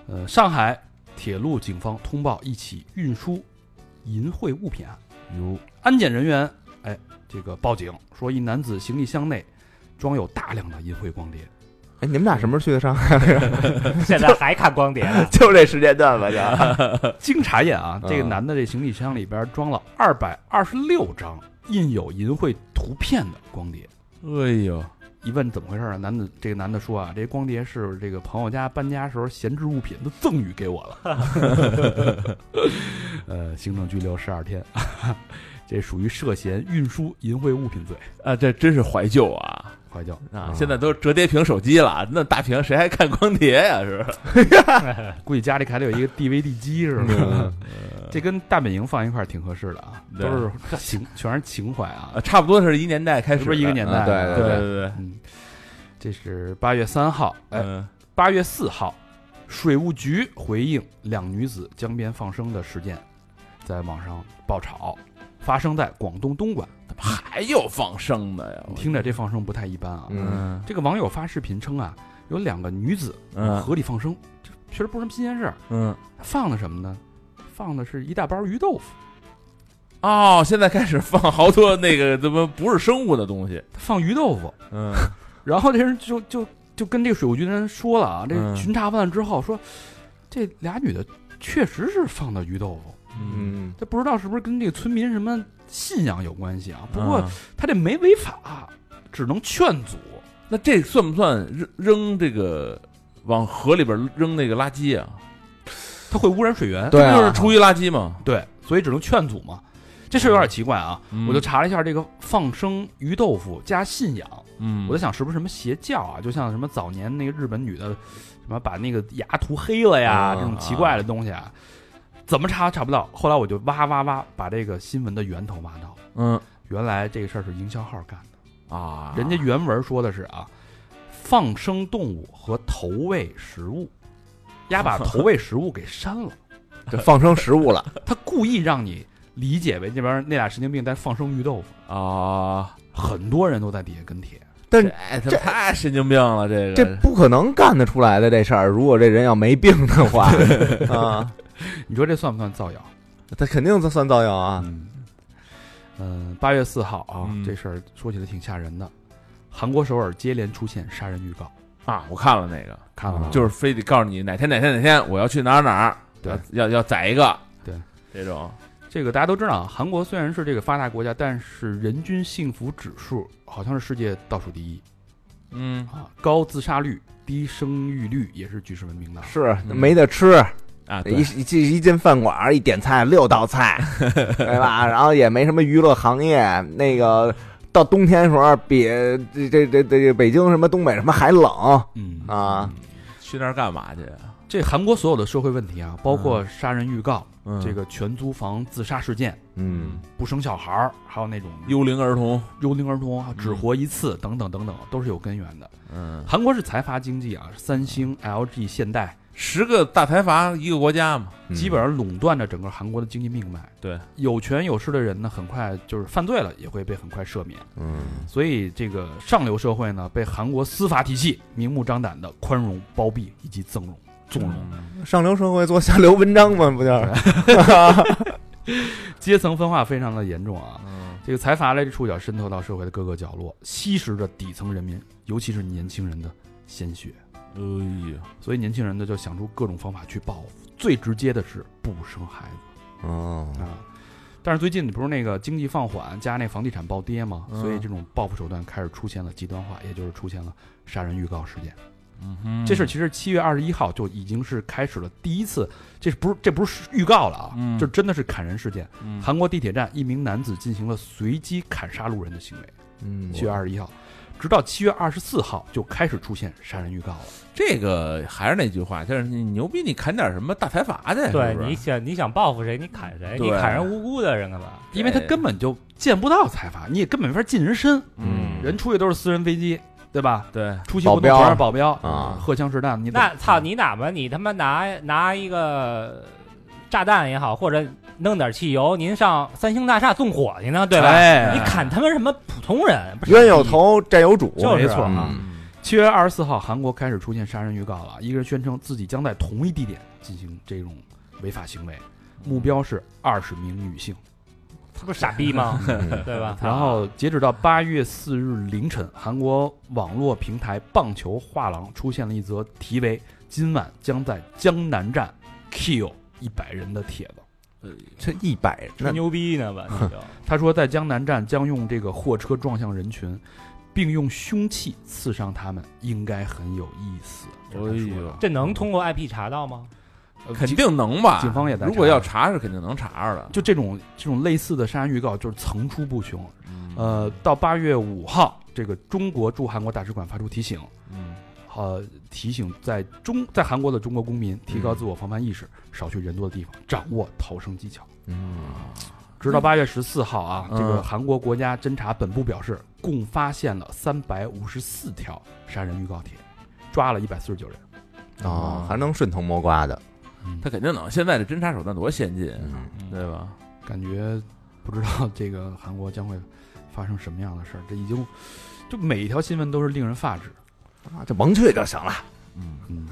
Speaker 3: 呃，上海铁路警方通报一起运输淫秽物品案，
Speaker 5: 哟，
Speaker 3: 安检人员哎这个报警说，一男子行李箱内装有大量的淫秽光碟。
Speaker 4: 哎，你们俩什么时候去的上海？
Speaker 2: 现在还看光碟呢
Speaker 4: 就这时间段 吧，就
Speaker 3: 经查验啊，
Speaker 4: 嗯
Speaker 3: 这个男的这行李箱里边装了二百二十六张印有淫秽图片的光碟。
Speaker 5: 哎呦，
Speaker 3: 一问怎么回事啊？男的这个男的说啊，这光碟是这个朋友家搬家时候闲置物品，都赠予给我了。 呃，行政拘留十二天， 这属于涉嫌运输淫秽物品罪，
Speaker 5: 啊，这真是怀旧啊！
Speaker 3: 怀旧。
Speaker 5: 啊，现在都是折叠屏手机了，那大屏谁还看光碟呀？是不是？
Speaker 3: 估计家里还得有一个 DVD 机是吧？
Speaker 4: 嗯
Speaker 3: 这跟大本营放一块儿挺合适的啊，
Speaker 5: 对
Speaker 3: 都是情，全是情怀啊
Speaker 5: 啊，。差不多是一年代开
Speaker 3: 是
Speaker 5: 始的，
Speaker 3: 不是一个年代？
Speaker 4: 啊对
Speaker 5: 呃对
Speaker 4: 对
Speaker 5: 对对，
Speaker 3: 嗯，这是八月三号，哎，
Speaker 5: 嗯，
Speaker 3: 八月四号，水务局回应两女子江边放生的事件，在网上爆炒，发生在广东东莞。
Speaker 5: 还有放生的呀？
Speaker 3: 你
Speaker 5: 我
Speaker 3: 听着，这放生不太一般啊。
Speaker 4: 嗯，
Speaker 5: 哦嗯
Speaker 3: 这个网友发视频称啊，有两个女子
Speaker 5: 嗯
Speaker 3: 河里放生，这确实不是什么新鲜事儿。
Speaker 5: 嗯，
Speaker 3: 放的什么呢？放的是一大包鱼豆腐，
Speaker 5: 哦，现在开始放好多那个怎么不是生物的东西？
Speaker 3: 放鱼豆腐。
Speaker 5: 嗯
Speaker 3: 然后这人就就就跟这个水务局的人说了啊，这
Speaker 5: 嗯
Speaker 3: 巡查完了之后说，这俩女的确实是放的鱼豆腐，
Speaker 5: 嗯，
Speaker 4: 嗯，
Speaker 3: 这不知道是不是跟这个村民什么信仰有关系啊？不
Speaker 5: 不
Speaker 3: 过
Speaker 5: 过
Speaker 3: 他这没违法，只能劝阻。
Speaker 5: 那这算不算扔扔这个往河里边扔那个垃圾啊？
Speaker 3: 他会污染水源，
Speaker 4: 对
Speaker 5: 这不就
Speaker 4: 啊
Speaker 5: 是，厨余垃圾吗？
Speaker 3: 对所以只能劝阻嘛。这这事儿有点奇怪啊。
Speaker 5: 嗯
Speaker 3: 我就查了一下这个放生鱼豆腐加信仰，
Speaker 5: 嗯，
Speaker 3: 我在想是不是什么邪教啊？就像什么早年那个日本女的，什么把那个牙涂黑了呀，
Speaker 5: 啊
Speaker 3: 这种奇怪的东西啊，怎么查查不到。后来我就挖挖挖，把这个新闻的源头挖到了，
Speaker 5: 嗯
Speaker 3: 原来这个事儿是营销号干的。
Speaker 5: 啊，
Speaker 3: 人家原文说的是啊，放生动物和投喂食 物，丫把投喂食物给删了，
Speaker 4: 就放生食物了，
Speaker 3: 他故意让你理解为那边那俩神经病在放生鱼豆腐，
Speaker 5: 啊，
Speaker 3: 很多人都在底下跟帖。
Speaker 5: 哎，他太神经病了，这个
Speaker 4: 这不可能干得出来的这事儿。如果这人要没病的话 啊，
Speaker 3: 你说这算不算造谣？
Speaker 4: 他肯定算造谣啊。
Speaker 3: 嗯，嗯，八月四号啊，
Speaker 5: 嗯
Speaker 3: 这事儿说起来挺吓人的。韩国首尔接连出现杀人预告，
Speaker 5: 啊，我看了那个，
Speaker 3: 看了吗？
Speaker 5: 就是非得告诉你哪天哪天哪天我要去哪儿哪儿，
Speaker 3: 对
Speaker 5: 要，要要宰一个，
Speaker 3: 对，
Speaker 5: 这种
Speaker 3: 这个大家都知道啊，韩国虽然是这个发达国家，但是人均幸福指数好像是世界倒数第一
Speaker 5: 嗯
Speaker 3: 啊，高自杀率、低生育率也是举世闻名的。
Speaker 4: 是
Speaker 5: 嗯
Speaker 4: 没得吃，
Speaker 5: 啊，对
Speaker 4: 哎一一进一进饭馆儿一点菜六道 菜，对吧？然后也没什么娱乐行业，那个到冬天时候比这这这这北京什么东北什么还冷
Speaker 3: 嗯
Speaker 4: 啊，
Speaker 5: 去那儿干嘛去？啊
Speaker 3: 这韩国所有的社会问题啊，包括杀人预告、
Speaker 5: 嗯
Speaker 3: 这个全租房自杀事件、
Speaker 4: 嗯，
Speaker 3: 不生小孩儿，还有那种
Speaker 5: 幽灵儿童，
Speaker 3: 幽灵儿童啊只活一次等等等等，都是有根源的。
Speaker 5: 嗯，
Speaker 3: 韩国是财阀经济啊，三星、LG、现代
Speaker 5: 十个大财阀一个国家嘛，
Speaker 4: 嗯
Speaker 3: 基本上垄断着整个韩国的经济命脉。
Speaker 5: 嗯对，
Speaker 3: 有权有势的人呢，很快就是犯罪了，也会被很快赦免。
Speaker 4: 嗯
Speaker 3: 所以这个上流社会呢，被韩国司法体系明目张胆的宽容、包庇以及纵容、纵容。
Speaker 5: 嗯
Speaker 4: 上流社会做下流文章嘛，不就是？
Speaker 3: 阶层分化非常的严重啊。
Speaker 5: 嗯
Speaker 3: 这个财阀的这触角渗透到社会的各个角落，吸食着底层人民，尤其是年轻人的鲜血。
Speaker 5: 哎呀，
Speaker 3: 所以年轻人呢，就想出各种方法去报复。最直接的是不生孩子。
Speaker 4: 哦，
Speaker 5: 嗯
Speaker 3: 啊。但是最近不是那个经济放缓加那房地产暴跌嘛，
Speaker 5: 嗯
Speaker 3: 所以这种报复手段开始出现了极端化，也就是出现了杀人预告事件。
Speaker 5: 嗯哼
Speaker 3: 这事儿其实七月二十一号就已经是开始了第一次，这不是这不是预告了啊，
Speaker 5: 嗯
Speaker 3: 这真的是砍人事件。
Speaker 5: 嗯
Speaker 3: 韩国地铁站一名男子进行了随机砍杀路人的行为，
Speaker 4: 嗯，
Speaker 3: 七月二十一号。直到七月二十四号就开始出现杀人预告了，
Speaker 5: 这个还是那句话，就是你牛逼，你砍点什么大财阀去？
Speaker 2: 对，
Speaker 5: 是不是
Speaker 2: 你想你想报复谁，你砍谁，你
Speaker 5: 对
Speaker 2: 砍人无辜的人干嘛？
Speaker 3: 因为他根本就见不到财阀，你也根本没法近人身，
Speaker 5: 嗯
Speaker 3: 人出去都是私人飞机，对吧？
Speaker 5: 对
Speaker 3: 出席活动全是保镖
Speaker 4: 啊
Speaker 3: 荷枪实弹，你怎么
Speaker 2: 那操你哪嘛？你他妈拿拿一个炸弹也好，或者弄点汽油，您上三星大厦纵火去呢，对吧？
Speaker 3: 哎
Speaker 2: 你砍他们什么普通人？不是
Speaker 4: 冤有头债有主，
Speaker 2: 就是没错
Speaker 3: 啊
Speaker 4: 嗯
Speaker 3: 七月二十四号，韩国开始出现杀人预告了。一个人宣称自己将在同一地点进行这种违法行为，目标是二十名女性。
Speaker 2: 他不是傻逼吗？对吧？
Speaker 3: 然后截止到八月四日凌晨，韩国网络平台棒球画廊出现了一则题为“今晚将在江南站 kill 一百人”的帖子。
Speaker 4: 这一百
Speaker 2: 吹
Speaker 4: 那
Speaker 2: 牛逼呢吧？你就
Speaker 3: 他说，在江南站将用这个货车撞向人群，并用凶器刺伤他们，应该很有意思。这是他
Speaker 5: 哎
Speaker 3: 说
Speaker 5: 呦
Speaker 3: 的
Speaker 2: 这能通过 IP 查到吗？
Speaker 3: 呃
Speaker 5: 肯
Speaker 3: 警
Speaker 5: 定能吧？
Speaker 3: 警方也在查
Speaker 5: 如果要查是肯定能查的。
Speaker 3: 就这种这种类似的杀人预告就是层出不穷。
Speaker 5: 嗯
Speaker 3: 呃，到八月五号，这个中国驻韩国大使馆发出提醒，
Speaker 5: 嗯，
Speaker 3: 呃，提醒在中在韩国的中国公民提高自我防范意识，
Speaker 5: 嗯
Speaker 3: 少去人多的地方，掌握逃生技巧。
Speaker 4: 嗯
Speaker 3: 直到八月十四号啊，
Speaker 5: 嗯
Speaker 3: 这个韩国国家侦察本部表示，共发现了三百五十四条杀人预告帖，抓了一百四十九人。
Speaker 4: 哦，还能顺藤摸瓜的，
Speaker 5: 他肯定能。现在这侦查手段多先进，
Speaker 4: 嗯
Speaker 5: 对吧？
Speaker 3: 感觉不知道这个韩国将会发生什么样的事儿，这已经就每一条新闻都是令人发指。
Speaker 4: 啊这甭去就行了。
Speaker 3: 嗯，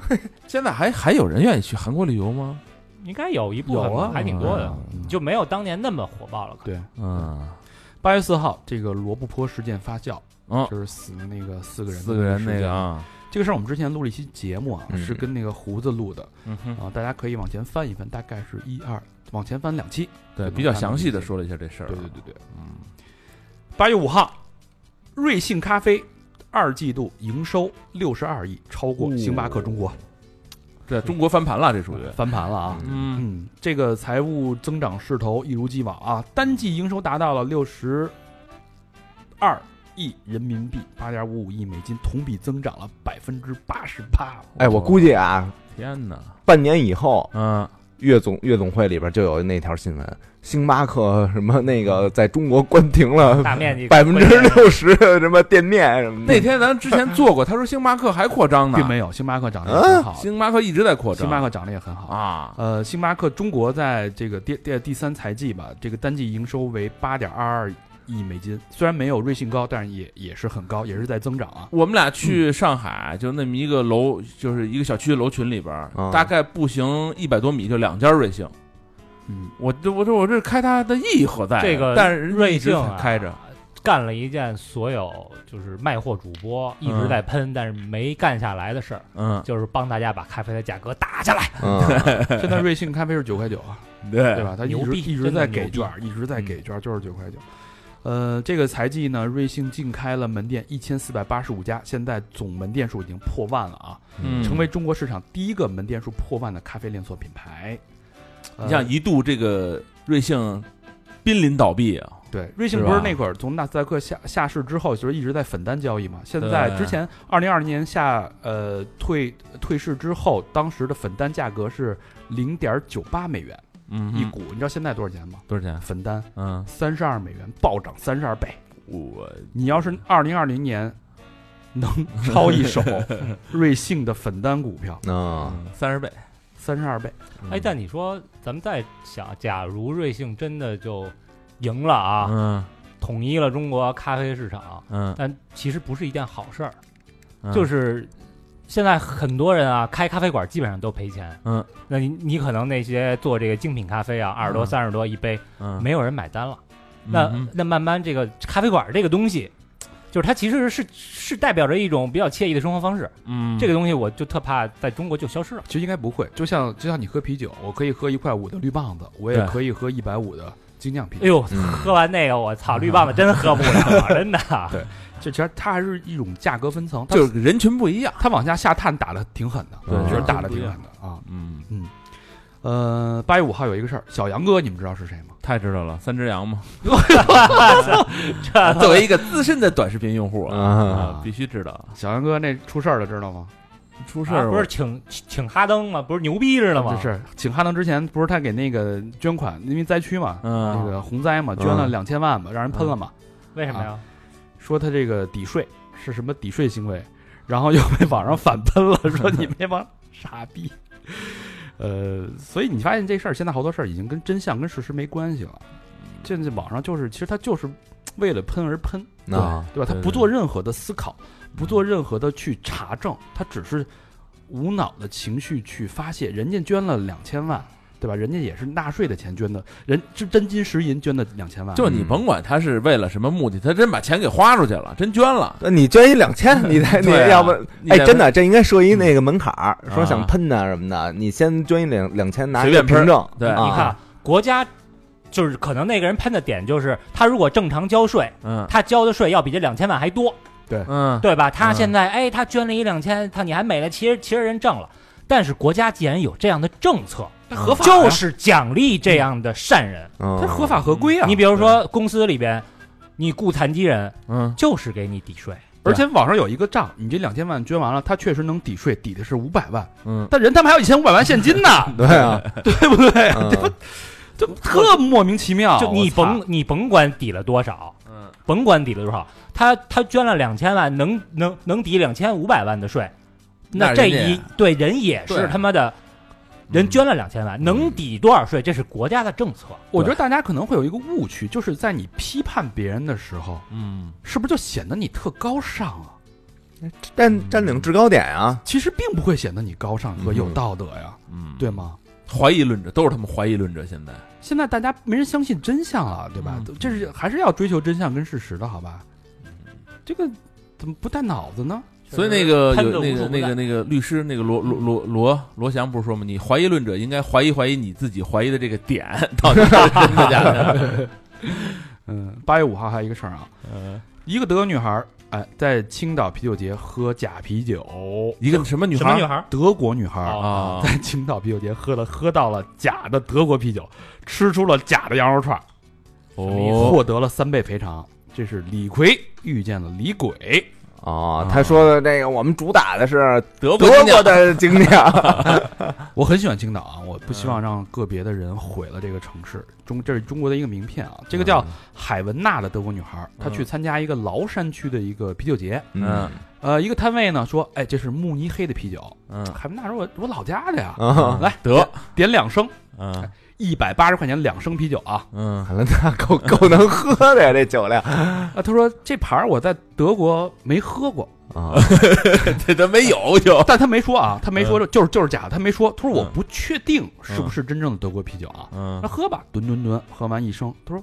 Speaker 5: 现在还还有人愿意去韩国旅游吗？
Speaker 2: 应该有一部分
Speaker 3: 有
Speaker 2: 吧
Speaker 3: 啊，
Speaker 2: 还挺多的
Speaker 5: 嗯，
Speaker 2: 就没有当年那么火爆了。
Speaker 3: 对。
Speaker 5: 嗯，
Speaker 3: 八月四号，这个罗布泊事件发酵，
Speaker 5: 哦，
Speaker 3: 就是死的那个四个人，
Speaker 5: 嗯四个人那个。啊，
Speaker 3: 这个事儿我们之前录了一期节目啊，
Speaker 4: 嗯
Speaker 3: 是跟那个胡子录的
Speaker 5: 嗯哼，
Speaker 3: 啊，大家可以往前翻一翻，大概是一二，往前翻两期。
Speaker 5: 对，
Speaker 3: 就能
Speaker 5: 比较详细的说了一下这事儿。
Speaker 3: 对对，对对，
Speaker 5: 嗯，
Speaker 3: 八月五号，瑞幸咖啡二季度营收六十二亿，超过星巴克中国。
Speaker 5: 对中国翻盘了，这属于
Speaker 3: 翻盘了啊！
Speaker 5: 嗯
Speaker 3: 嗯，这个财务增长势头一如既往啊，单季营收达到了六十二亿人民币，八点五五亿美金，同比增长了百分之八十八。
Speaker 4: 哎，我估计啊，
Speaker 5: 天哪，
Speaker 4: 半年以后，
Speaker 5: 嗯
Speaker 4: 月总月总会里边就有那条新闻，星巴克什么那个在中国关停了
Speaker 2: 大面积
Speaker 4: 百分之六十什么店面什么的
Speaker 5: 那。天咱之前做过，他说星巴克还扩张呢
Speaker 3: 并，没有，星巴克涨得也很好，
Speaker 5: 星巴克一直在扩张，
Speaker 3: 星巴克涨得也很好。
Speaker 5: 啊，
Speaker 3: 呃，星巴克中国在这个第第第三财季吧，这个单季营收为八点二二亿美金，虽然没有瑞幸高，但是也也是很高，也是在增长 啊。
Speaker 5: 我们俩去上海，就那么一个楼，就是一个小区的楼群里边儿
Speaker 4: 嗯，
Speaker 5: 大概步行一百多米就两家瑞幸。
Speaker 3: 嗯，
Speaker 5: 我这我这我这开它的意义何在啊？
Speaker 2: 这个
Speaker 5: 但是
Speaker 2: 瑞
Speaker 5: 一直
Speaker 2: 幸啊
Speaker 5: 开着，
Speaker 2: 干了一件所有就是卖货主播一直在喷，但是没干下来的事儿，
Speaker 5: 嗯，
Speaker 2: 就是帮大家把咖啡的价格打下来。
Speaker 4: 嗯，
Speaker 3: 现在瑞幸咖啡是九块九 啊，对
Speaker 5: 对
Speaker 3: 吧？它一
Speaker 2: 牛
Speaker 3: 直
Speaker 2: 逼
Speaker 3: 一直
Speaker 2: 真的
Speaker 3: 在
Speaker 2: 牛
Speaker 3: 给
Speaker 2: 逼嗯
Speaker 3: 券儿，一直在给券儿，就是九块九。呃，这个财季呢，瑞幸净开了门店一千四百八十五家，现在总门店数已经破万了啊，
Speaker 5: 嗯
Speaker 3: 成为中国市场第一个门店数破万的咖啡连锁品牌。呃
Speaker 5: 你像一度这个瑞幸濒临倒闭啊，
Speaker 3: 对，瑞幸
Speaker 5: 是
Speaker 3: 不是
Speaker 5: 吧
Speaker 3: 那会儿从纳斯达克下下市之后，就是一直在粉单交易嘛。现在
Speaker 5: 对
Speaker 3: 之前二零二零年下呃退退市之后，当时的粉单价格是零点九八美元
Speaker 5: 嗯
Speaker 3: 一股，你知道现在多少钱吗？
Speaker 5: 多少钱？
Speaker 3: 粉单
Speaker 5: 嗯，
Speaker 3: 三十二美元，暴涨三十二倍。
Speaker 5: 我
Speaker 3: 你要是二零二零年能抄一 手瑞幸的粉单股票，
Speaker 4: 嗯，
Speaker 5: 三十倍，
Speaker 3: 三十二倍，
Speaker 2: 哎，但你说咱们再想，假如瑞幸真的就赢了啊，
Speaker 5: 嗯
Speaker 2: 统一了中国咖啡市场，
Speaker 5: 嗯，
Speaker 2: 但其实不是一件好事儿，
Speaker 5: 嗯
Speaker 2: 就是。现在很多人啊，开咖啡馆基本上都赔钱。
Speaker 5: 嗯，
Speaker 2: 那你你可能那些做这个精品咖啡啊，二十多、
Speaker 5: 嗯
Speaker 2: 三十多一杯，
Speaker 5: 嗯
Speaker 2: 没有人买单了。那
Speaker 5: 嗯
Speaker 2: 那慢慢这个咖啡馆这个东西，就是它其实是是代表着一种比较惬意的生活方式。
Speaker 5: 嗯
Speaker 2: 这个东西我就特怕在中国就消失了。
Speaker 3: 其实应该不会。就像就像你喝啤酒，我可以喝一块五的绿棒子，我也
Speaker 5: 对
Speaker 3: 可以喝一百五的精酿啤酒
Speaker 2: 哎。呦，
Speaker 4: 嗯
Speaker 2: 喝完那个我操，绿棒子真喝不了，
Speaker 5: 嗯
Speaker 2: 真的。
Speaker 3: 对这其实它还是一种价格分层，它
Speaker 5: 就是人群不一样，
Speaker 3: 它往下下探打的挺狠的，
Speaker 4: 对
Speaker 3: 我觉得
Speaker 4: 嗯
Speaker 3: 打的挺狠的啊。
Speaker 5: 嗯，
Speaker 3: 呃，八月五号有一个事儿，小杨哥，你们知道是谁吗？
Speaker 5: 太知道了，三只羊 嘛，作为一个资深的短视频用户啊，
Speaker 4: 啊，
Speaker 5: 啊必须知道，
Speaker 3: 小杨哥那出事儿了，知道吗？
Speaker 5: 出事
Speaker 2: 啊
Speaker 5: 儿
Speaker 2: 不是
Speaker 5: 我
Speaker 2: 请请请哈登吗？不是牛逼着呢吗
Speaker 3: 这？是请哈登之前，不是他给那个捐款，因为灾区嘛，
Speaker 5: 嗯
Speaker 3: 那个洪灾嘛，捐了
Speaker 4: 嗯
Speaker 3: 两千万嘛，让人喷了嘛，
Speaker 2: 为什么呀？
Speaker 3: 说他这个抵税是什么抵税行为，然后又被网上反喷 了，说你们那帮傻逼。呃，所以你发现这事儿现在好多事儿已经跟真相跟事实没关系了，现在网上就是其实他就是为了喷而喷，
Speaker 4: 那
Speaker 3: 对吧？他
Speaker 5: 对
Speaker 3: 不
Speaker 5: 对
Speaker 3: 做任何的思考，不做任何的去查证，他只是无脑的情绪去发泄。人家捐了两千万，对吧？人家也是纳税的钱捐的，人是真金实银捐的两千万。
Speaker 5: 就你甭管他是为了什么目的，他真把钱给花出去了，真捐了，
Speaker 4: 那你捐一两千，你再你
Speaker 5: 对啊
Speaker 4: 要不
Speaker 5: 你
Speaker 4: 哎，
Speaker 5: 得
Speaker 4: 真的，这应该设一那个门槛儿，
Speaker 5: 嗯
Speaker 4: 说想喷呐什么的，你先捐一两两千，拿
Speaker 5: 随
Speaker 4: 一
Speaker 5: 便
Speaker 4: 个凭
Speaker 5: 喷
Speaker 4: 证。
Speaker 5: 对
Speaker 4: 啊
Speaker 2: 你看啊国家就是可能那个人喷的点就是他如果正常交税，
Speaker 3: 啊
Speaker 5: 嗯
Speaker 2: 他交的税要比这两千万还多。
Speaker 5: 嗯，
Speaker 2: 对吧？
Speaker 3: 啊
Speaker 2: 他
Speaker 5: 嗯
Speaker 2: 现在、哎，他捐了一两千，他你还美了其实其实人挣了。但是国家既然有这样的政策，
Speaker 3: 合法呀
Speaker 2: 就是奖励这样的善人。
Speaker 4: 嗯
Speaker 3: 他合法合规啊！
Speaker 2: 你比如说公司里边，你雇残疾人
Speaker 5: 嗯
Speaker 2: 就是给你抵税，
Speaker 3: 而且网上有一个账，你这两千万捐完了，他确实能抵税，抵的是五百万，
Speaker 5: 嗯，
Speaker 3: 但人他们还有一千五百万现金呢，
Speaker 4: 对啊，
Speaker 3: 对不对？
Speaker 4: 嗯
Speaker 3: 这不这特莫名其妙。
Speaker 2: 就你
Speaker 3: 啊我操
Speaker 2: 甭你甭管抵了多少，
Speaker 5: 嗯，
Speaker 2: 甭管抵了多少，他他捐了两千万，能能能抵两千五百万的税，
Speaker 5: 那
Speaker 2: 那
Speaker 5: 人
Speaker 2: 这
Speaker 5: 家
Speaker 2: 一对人也
Speaker 5: 对啊嗯
Speaker 2: 是他妈的，人捐了两千万，能抵多少税？这是国家的政策。
Speaker 3: 我觉得大家可能会有一个误区，就是在你批判别人的时候，
Speaker 5: 嗯，
Speaker 3: 是不是就显得你特高尚啊？
Speaker 4: 占占领制高点啊，
Speaker 3: 其实并不会显得你高尚和有
Speaker 4: 嗯
Speaker 3: 道德呀，
Speaker 5: 嗯，
Speaker 3: 对吗？
Speaker 5: 怀疑论者都是他们怀疑论者，现在
Speaker 3: 现在大家没人相信真相了，对吧？
Speaker 5: 嗯
Speaker 3: 这是还是要追求真相跟事实的，好吧？这个怎么不带脑子 呢？
Speaker 5: 所以那个
Speaker 2: 喷
Speaker 5: 有
Speaker 2: 得
Speaker 5: 那
Speaker 2: 无所
Speaker 5: 个
Speaker 2: 不
Speaker 5: 那
Speaker 2: 在
Speaker 5: 个那个律师那个罗罗罗罗罗翔不是说吗？你怀疑论者应该怀疑怀疑你自己怀疑的这个点到 底是真的假的。
Speaker 3: 嗯，八月五号还有一个事儿啊，一个德国女孩哎，在青岛啤酒节喝假啤酒，
Speaker 5: 一个什么女
Speaker 2: 什
Speaker 5: 孩
Speaker 2: 么女
Speaker 5: 儿
Speaker 2: 孩儿？
Speaker 3: 德国女孩
Speaker 2: 哦
Speaker 3: 儿
Speaker 5: 啊？
Speaker 3: 在青岛啤酒节喝了喝到了假的德国啤酒，吃出了假的羊肉串儿，
Speaker 5: 哦，
Speaker 3: 获得了三倍赔偿。这是李逵遇见了李鬼，
Speaker 4: 哦，他说的这个我们主打的是德
Speaker 5: 德国姑
Speaker 4: 国
Speaker 5: 娘
Speaker 4: 的啊精酿，
Speaker 3: 我很喜欢青岛啊，我不
Speaker 5: 嗯
Speaker 3: 希望让个别的人毁了这个城市。中这是中国的一个名片啊，这个叫
Speaker 5: 嗯
Speaker 3: 海文娜的德国女孩儿，她去参加一个崂山区的一个啤酒节，
Speaker 5: 嗯
Speaker 3: 呃，一个摊位呢说，哎，这是慕尼黑的啤酒，
Speaker 5: 嗯
Speaker 3: 海文娜说我我老家的呀，
Speaker 4: 啊，
Speaker 3: 来
Speaker 5: 得
Speaker 3: 点两升，
Speaker 5: 嗯
Speaker 3: 一百八十块钱两升啤酒啊。
Speaker 5: 嗯
Speaker 4: 看来他够够能喝的呀，这酒量
Speaker 3: 啊，她说这牌儿我在德国没喝过，
Speaker 4: 啊，
Speaker 5: 这咱没有就
Speaker 3: 但她没说啊，她没说就是就是假的，她没说，她说我
Speaker 5: 哦嗯
Speaker 3: 不确定是不是真正的德国啤酒啊。
Speaker 5: 嗯
Speaker 3: 那喝吧，吨吨吨，喝完一升，她说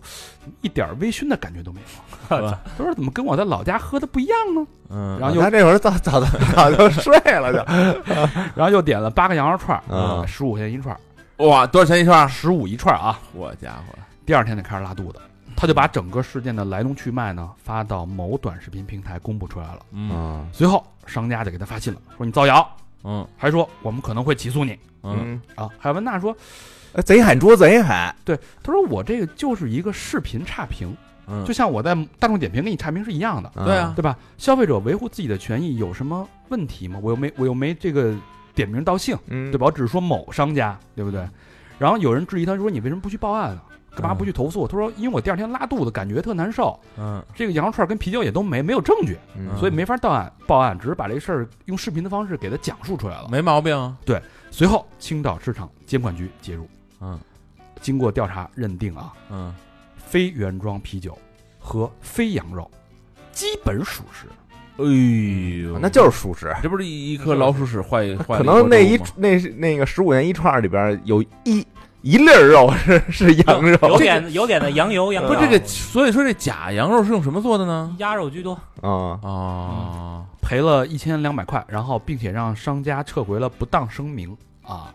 Speaker 3: 一点儿微醺的感觉都没有。 她说怎么跟我在老家喝的不一样呢？
Speaker 5: 嗯，
Speaker 3: 然后又
Speaker 4: 他这会儿早早早早就睡了就，
Speaker 3: 啊然后又点了八个羊肉串
Speaker 4: 嗯
Speaker 3: 儿，十五块钱一串儿，
Speaker 5: 哇，多少钱一串儿？
Speaker 3: 十五一串儿啊。
Speaker 5: 我家伙，
Speaker 3: 第二天就开始拉肚子，他就把整个事件的来龙去脉呢发到某短视频平台公布出来了。
Speaker 5: 嗯
Speaker 4: 嗯
Speaker 3: 随后商家就给他发信了，说你造谣，
Speaker 5: 嗯
Speaker 3: 还说我们可能会起诉你
Speaker 5: 嗯，，
Speaker 3: 啊。海文娜说，
Speaker 4: 呃贼喊捉贼喊，
Speaker 3: 他说我这个就是一个视频差评，
Speaker 5: 嗯
Speaker 3: 就像我在大众点评给你差评是一样的，
Speaker 5: 对啊
Speaker 3: 对吧？消费者维护自己的权益有什么问题吗？我又没我又没这个点名道姓，
Speaker 4: 嗯，
Speaker 3: 对吧？我只是说某商家，对不对？然后有人质疑他说你为什么不去报案啊？干
Speaker 4: 嗯
Speaker 3: 嘛不去投诉？他说因为我第二天拉肚子，感觉特难受，
Speaker 5: 嗯
Speaker 3: 这个羊肉串跟啤酒也都没没有证据，
Speaker 4: 嗯
Speaker 3: 所以没法到案报案，只是把这事儿用视频的方式给他讲述出来
Speaker 4: 嗯
Speaker 3: 了。
Speaker 5: 没毛病啊，
Speaker 3: 随后，青岛市场监管局介入，
Speaker 5: 嗯
Speaker 3: 经过调查认定啊，
Speaker 5: 嗯
Speaker 3: 非原装啤酒和非羊肉基本属实。
Speaker 4: 哦
Speaker 5: 哎呦，
Speaker 4: 嗯那就是熟食。
Speaker 5: 这不是一一颗老鼠屎坏一坏
Speaker 4: 可
Speaker 5: 了一锅粥吗，
Speaker 4: 能那一那是那个十五元一串里边有一一粒儿肉 是是羊肉
Speaker 2: 有点有点的羊油，羊
Speaker 5: 不
Speaker 2: 肉
Speaker 5: 是这个，所以说这假羊肉是用什么做的呢？
Speaker 2: 鸭肉居多，
Speaker 4: 啊，
Speaker 5: 啊，
Speaker 3: 赔了一千两百块，然后并且让商家撤回了不当声明啊。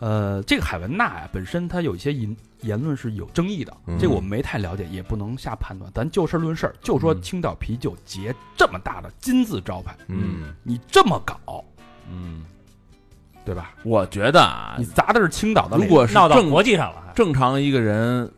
Speaker 3: 呃，这个海文娜呀、本身她有一些言言论是有争议的，
Speaker 4: 嗯
Speaker 3: 这个我们没太了解，也不能下判断。咱就事论事，就说
Speaker 5: 嗯
Speaker 3: 青岛啤酒节这么大的金字招牌，
Speaker 4: 嗯
Speaker 3: 你这么搞，
Speaker 5: 嗯，
Speaker 3: 对吧？
Speaker 5: 我觉得啊
Speaker 3: 你，砸的是青岛的
Speaker 5: 如
Speaker 3: 脸，
Speaker 5: 果是
Speaker 2: 闹到
Speaker 5: 正
Speaker 2: 国际上了还。
Speaker 5: 正常一个人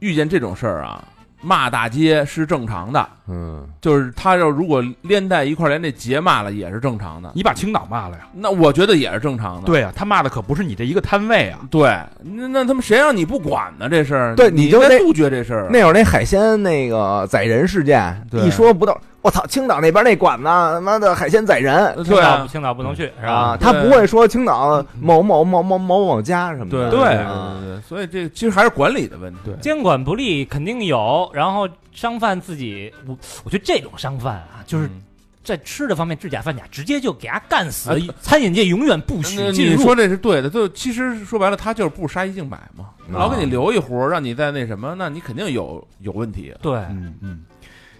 Speaker 5: 遇见这种事儿啊，骂大街是正常的，
Speaker 4: 嗯，
Speaker 5: 就是他要如果连带一块儿连这节骂了也是正常的，
Speaker 3: 你把青岛骂了呀？
Speaker 5: 那我觉得也是正常的。
Speaker 3: 对呀、他骂的可不是你这一个摊位啊。
Speaker 5: 对，那那他们谁让你不管呢？这事儿，
Speaker 4: 对
Speaker 5: 你
Speaker 4: 你就
Speaker 5: 应该
Speaker 4: 那
Speaker 5: 杜绝这事儿。
Speaker 4: 那会儿那海鲜那个宰人事件
Speaker 5: 对
Speaker 4: 一说不到，我操，青岛那边那馆子，他妈的海鲜宰人
Speaker 5: 对
Speaker 2: 青
Speaker 5: 啊
Speaker 2: 岛青岛不能去是
Speaker 4: 啊，
Speaker 2: 吧？
Speaker 4: 他
Speaker 5: 对
Speaker 4: 不会说青岛某某某某某某家什么
Speaker 5: 对
Speaker 4: 的，
Speaker 5: 对
Speaker 4: 啊
Speaker 5: 对，所以这个其实还是管理的问题。
Speaker 3: 对
Speaker 2: 监管不力肯定有，然后商贩自己，我我觉得这种商贩啊，就是
Speaker 5: 嗯
Speaker 2: 在吃的方面制假贩假，直接就给他干死，餐饮界永远不
Speaker 5: 啊那
Speaker 2: 许进
Speaker 5: 你
Speaker 2: 入。
Speaker 5: 说这是对的，就其实说白了，他就是不杀一儆百嘛，
Speaker 4: 啊
Speaker 5: 老给你留一活儿，让你在那什么，那你肯定有有问题。
Speaker 2: 对，
Speaker 3: 嗯嗯，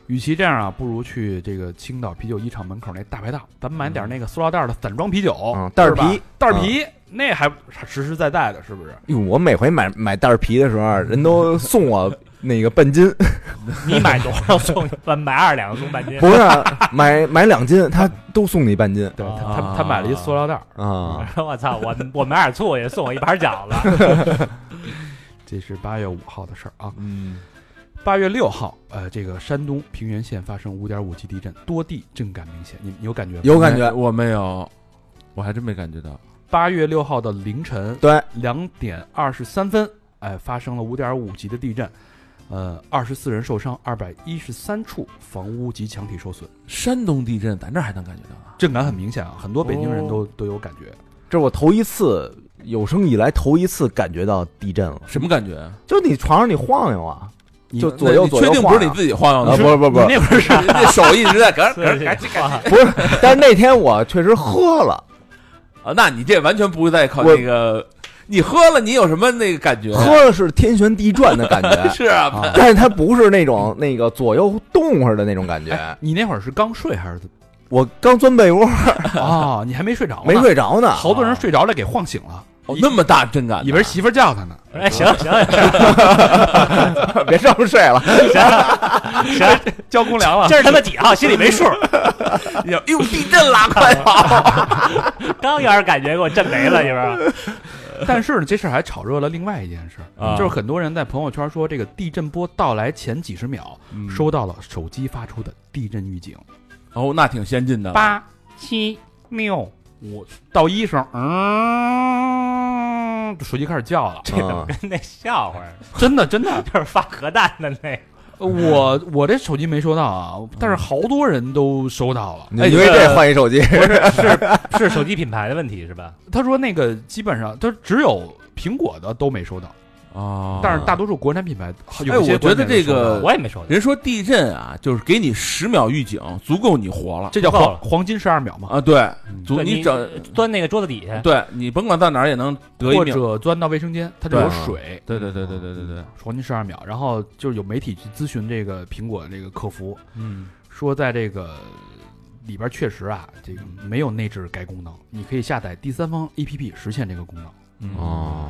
Speaker 3: 与其这样啊，不如去这个青岛啤酒一厂门口那大排档，咱们买点那个塑料袋的散装啤酒，
Speaker 4: 嗯袋儿
Speaker 3: 是吧
Speaker 4: 啤，
Speaker 3: 啊袋儿啤，那还实实在在的，是不是？
Speaker 4: 哟，我每回买买袋儿皮的时候，啊人都送我那个半斤，
Speaker 2: 你买多少送半买二两送半斤，
Speaker 4: 不是啊买买两斤，他都送你半斤
Speaker 3: 对他
Speaker 5: 啊
Speaker 3: 他他买了一塑料袋儿，
Speaker 4: 啊。
Speaker 2: 我操，我我买点醋也送我一盘饺 子，
Speaker 3: 这是八月五号的事儿啊。
Speaker 5: 嗯
Speaker 3: 八月六号，呃，这个山东平原县发生五点五级地震，多地震感明显，你你有感觉吗？
Speaker 4: 有感觉
Speaker 5: 哎我没有，我还真没感觉到。
Speaker 3: 八月六号的凌晨
Speaker 4: 对，
Speaker 3: 两点二十三分，哎，发生了五点五级的地震，呃，二十四人受伤，二百一十三处房屋及墙体受损，
Speaker 5: 山东地震，咱这儿还能感觉到啊？
Speaker 3: 震感很明显啊，很多北京人
Speaker 5: 哦
Speaker 3: 都、都有感觉。
Speaker 4: 这是我头一次有生以来头一次感觉到地震了，
Speaker 5: 什么感觉啊？
Speaker 4: 就你床上你晃悠啊，
Speaker 3: 你
Speaker 4: 就左右
Speaker 5: 那你
Speaker 4: 左右
Speaker 5: 确定
Speaker 4: 晃
Speaker 5: 不
Speaker 4: 啊
Speaker 5: 是你自己晃悠
Speaker 4: 啊，
Speaker 5: 的？
Speaker 4: 不是不是不
Speaker 3: 你那
Speaker 4: 是，
Speaker 3: 不是
Speaker 5: 是，那手一直在咯咯
Speaker 2: 对
Speaker 5: 咯
Speaker 2: 这话
Speaker 4: 但是那天我确实喝了，
Speaker 5: 啊！那你这完全不在靠
Speaker 4: 我
Speaker 5: 那个，你喝了你有什么那个感觉？
Speaker 4: 喝了是天旋地转的感觉，
Speaker 5: 是啊，
Speaker 3: 啊
Speaker 4: 但是它不是那种那个左右动会儿的那种感觉
Speaker 3: 哎。你那会儿是刚睡还是怎
Speaker 4: 我刚钻被 窝
Speaker 3: 么？哦，你还没睡着呢，啊
Speaker 4: 没。睡着呢，
Speaker 3: 好多人睡着了给晃醒了，
Speaker 5: 哦，那么大震感呢，
Speaker 3: 以为媳妇儿叫他 呢。
Speaker 2: 哎，行行行
Speaker 4: 别上睡 了，
Speaker 2: 行，
Speaker 3: 交公粮了，
Speaker 2: 今儿他妈几 号，心里没数。
Speaker 4: 哟，地震了，快跑！
Speaker 2: 刚有点感觉，给我震没了，一会 儿。
Speaker 3: 但是呢，这事儿还炒热了另外一件事儿，
Speaker 5: 啊
Speaker 3: 就是很多人在朋友圈说，这个地震波到来前几十秒，
Speaker 5: 嗯
Speaker 3: 收到了手机发出的地震预警，
Speaker 5: 哦，那挺先进的，
Speaker 3: 八七六五到一声，嗯，手机开始叫了，
Speaker 2: 这怎
Speaker 4: 啊
Speaker 2: 么跟那笑话似
Speaker 3: 真的真的，
Speaker 2: 的？就是发核弹的那
Speaker 3: 我我这手机没收到啊，但是好多人都收到了。
Speaker 5: 哎
Speaker 4: 你因为这换一手机，
Speaker 2: 个，是手机品牌的问题是吧？
Speaker 3: 他说那个基本上，他只有苹果的都没收到，
Speaker 5: 啊，
Speaker 3: 但是大多数国产品牌
Speaker 5: 哎
Speaker 3: 有
Speaker 5: 我
Speaker 3: 一些国产
Speaker 5: 觉得
Speaker 3: 品牌
Speaker 5: 这个
Speaker 3: 收到了
Speaker 2: 呃我也没收到。
Speaker 5: 人说地震啊，就是给你十秒预警，足够你活了
Speaker 3: 这叫
Speaker 2: 够
Speaker 3: 黄
Speaker 2: 了
Speaker 3: 黄金十二秒嘛，
Speaker 5: 啊，对，足
Speaker 2: 对你
Speaker 5: 整，
Speaker 2: 钻那个桌子底下，
Speaker 5: 对你甭管到哪儿也能得一
Speaker 3: 或
Speaker 5: 命，
Speaker 3: 者钻到卫生间，它就
Speaker 5: 对
Speaker 3: 有水。
Speaker 5: 对对对对对对对，
Speaker 3: 黄金十二秒，然后就是有媒体去咨询这个苹果这个客服，
Speaker 5: 嗯，
Speaker 3: 说在这个里边确实啊，这个没有内置该功能，你可以下载第三方 APP 实现这个功能。
Speaker 5: 哦，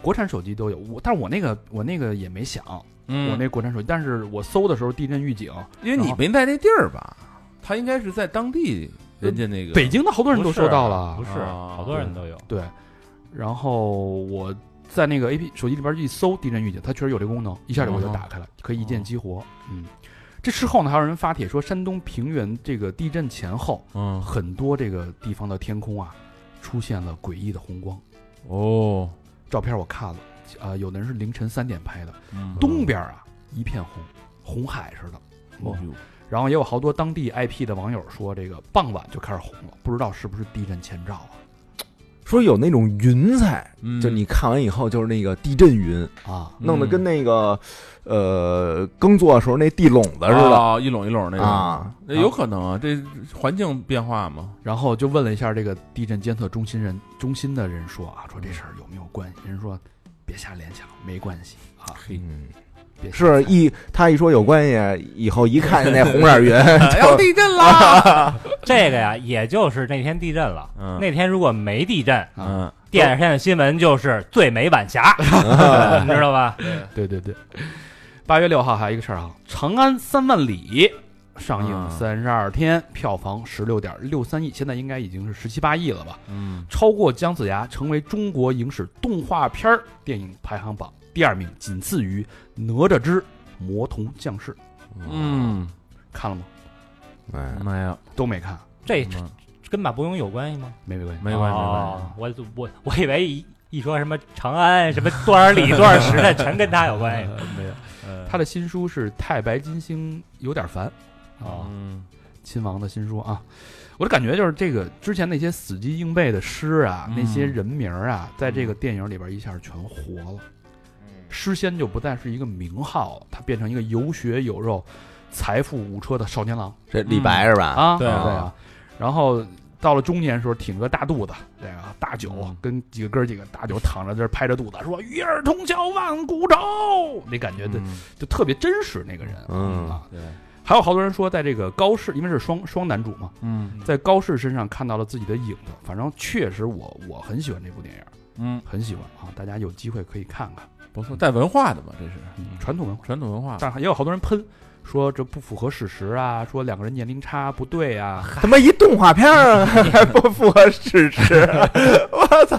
Speaker 3: 国产手机都有，我但是我那个我那个也没响，
Speaker 5: 嗯
Speaker 3: 我那国产手机，但是我搜的时候地震预警，
Speaker 5: 因为你没在那地儿吧，他应该是在当地人家那个
Speaker 3: 北京的好多人都收到了
Speaker 2: 不，是，
Speaker 5: 啊
Speaker 2: 好多人都有。
Speaker 3: 对，然后我在那个 A P 手机里边一搜地震预警，它确实有这功能，一下就我就打开了，可以一键激活。嗯，这事后呢，还有人发帖说，山东平原这个地震前后，
Speaker 5: 嗯
Speaker 3: 很多这个地方的天空啊，出现了诡异的红光。
Speaker 5: 哦，
Speaker 3: 照片我看了，啊、有的人是凌晨三点拍的，
Speaker 5: 嗯
Speaker 3: 东边啊一片红，红海似的。
Speaker 5: 哦呦
Speaker 3: 然后也有好多当地 IP 的网友说，这个傍晚就开始红了，不知道是不是地震前兆啊？
Speaker 4: 说有那种云彩，
Speaker 5: 嗯
Speaker 4: 就你看完以后就是那个地震云，
Speaker 3: 啊，
Speaker 4: 弄得跟那个呃耕作的时候那地垄子似的
Speaker 5: 啊一拢一拢那种，
Speaker 4: 啊。
Speaker 5: 那有可能啊，这环境变化嘛，
Speaker 3: 然后就问了一下这个地震监测中心人中心的人说啊，说这事儿有没有关系？人说嗯别瞎联想，没关系啊，
Speaker 4: 嗯，
Speaker 3: 别瞎
Speaker 4: 是
Speaker 3: 猜
Speaker 4: 一他一说有关系，以后一看见那红色云，
Speaker 5: 要地震啦，
Speaker 2: 这个呀，也就是那天地震了。
Speaker 5: 嗯
Speaker 2: 那天如果没地震，
Speaker 5: 嗯，
Speaker 2: 电视上的新闻就是最美晚 霞，你知道吧？
Speaker 3: 对对对。八月六号还有一个事儿啊，《长安三万里》上
Speaker 5: 啊
Speaker 3: 映三十二天，票房十六点六三亿，现在应该已经是十七八亿了吧？
Speaker 5: 嗯
Speaker 3: 超过《姜子牙》，成为中国影史动画片儿电影排行榜第二名，仅次于《哪吒之魔童降世》。
Speaker 5: 嗯，
Speaker 3: 看了吗？
Speaker 4: 哎，
Speaker 5: 妈呀，
Speaker 3: 都没看，
Speaker 2: 这
Speaker 5: 嗯
Speaker 2: 跟马伯庸有关系吗？
Speaker 3: 没没关系。
Speaker 5: 没关系，没关系
Speaker 2: 哦，我我我以为一一说什么长安什么多少里多少时的，全跟他有关 系。
Speaker 3: 没有。
Speaker 5: 呃
Speaker 3: 他的新书是《太白金星有点烦》啊，
Speaker 5: 嗯
Speaker 3: 亲王的新书啊。我的感觉就是，这个之前那些死记硬背的诗啊，
Speaker 5: 嗯
Speaker 3: 那些人名儿啊，在这个电影里边一下全活了。
Speaker 5: 嗯
Speaker 3: 诗仙就不再是一个名号了，他变成一个有血有肉、财富无车的少年郎
Speaker 4: 这李白是吧？
Speaker 3: 啊，
Speaker 5: 对啊
Speaker 3: 啊。然后到了中年时候，挺个大肚子，这个大酒
Speaker 5: 嗯
Speaker 3: 跟几个哥儿几个大酒躺着这儿拍着肚子说“与尔同销万古愁”，那感觉就
Speaker 5: 嗯
Speaker 3: 就特别真实那个人。
Speaker 4: 嗯
Speaker 3: 啊，
Speaker 5: 对，
Speaker 3: 还有好多人说，在这个高适，因为是双双男主嘛，
Speaker 5: 嗯
Speaker 3: 在高适身上看到了自己的影子。反正确实我我很喜欢这部电影，
Speaker 5: 嗯，
Speaker 3: 很喜欢啊！大家有机会可以看啊看、
Speaker 5: 不错，带文化的嘛，这是
Speaker 3: 嗯传统文化。
Speaker 5: 传统文化，
Speaker 3: 但也有好多人喷，说这不符合史实啊，说两个人年龄差不对 啊。
Speaker 4: 他妈一动画片儿啊 还不符合事实，我操！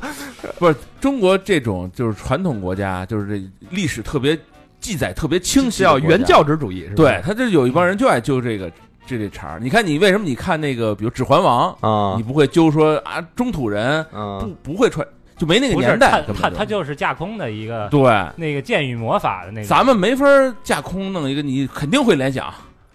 Speaker 5: 不是中国这种就是传统国家，就是这历史特别记载特别清晰的
Speaker 3: 叫
Speaker 5: 国家，
Speaker 3: 原教旨主义是吧？
Speaker 5: 对，他这有一帮人就爱揪这个这这茬儿。你看你为什么你看那个，比如《指环王》，
Speaker 4: 啊
Speaker 5: 你不会揪说啊中土人不
Speaker 4: 嗯，
Speaker 5: 不会穿，就没那个
Speaker 2: 不是
Speaker 5: 年
Speaker 2: 他
Speaker 5: 代，根
Speaker 2: 他
Speaker 5: 本
Speaker 2: 他就是架空的一个
Speaker 5: 对，
Speaker 2: 那个剑与魔法的那个。
Speaker 5: 咱们没法架空弄一个，你肯定会联想，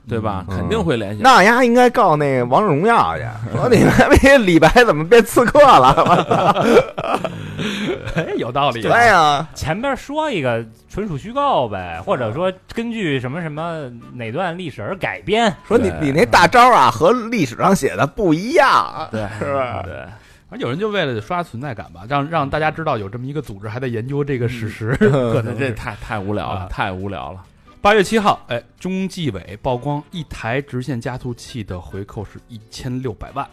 Speaker 5: 对吧？
Speaker 4: 嗯
Speaker 5: 肯定会联想。
Speaker 4: 那丫应该告那个王者荣耀去，说你他妈李白怎么变刺客了？
Speaker 3: 哎，有道理。
Speaker 4: 对呀，
Speaker 2: 前边说一个纯属虚构呗，或
Speaker 5: 嗯
Speaker 2: 者说根据什么什么哪段历史而改编，
Speaker 4: 说你你
Speaker 5: 对
Speaker 4: 那大招啊和历史上写的不一样，啊
Speaker 5: 对，
Speaker 4: 是吧？
Speaker 5: 对，
Speaker 3: 而有人就为了刷存在感吧，让让大家知道有这么一个组织还在研究这个史 实，可
Speaker 5: 那
Speaker 3: 能
Speaker 5: 这
Speaker 3: 是
Speaker 5: 太太无聊了，
Speaker 3: 啊
Speaker 5: 太无聊了。
Speaker 3: 八月七号，哎，中纪委曝光一台直线加速器的回扣是一千六百万，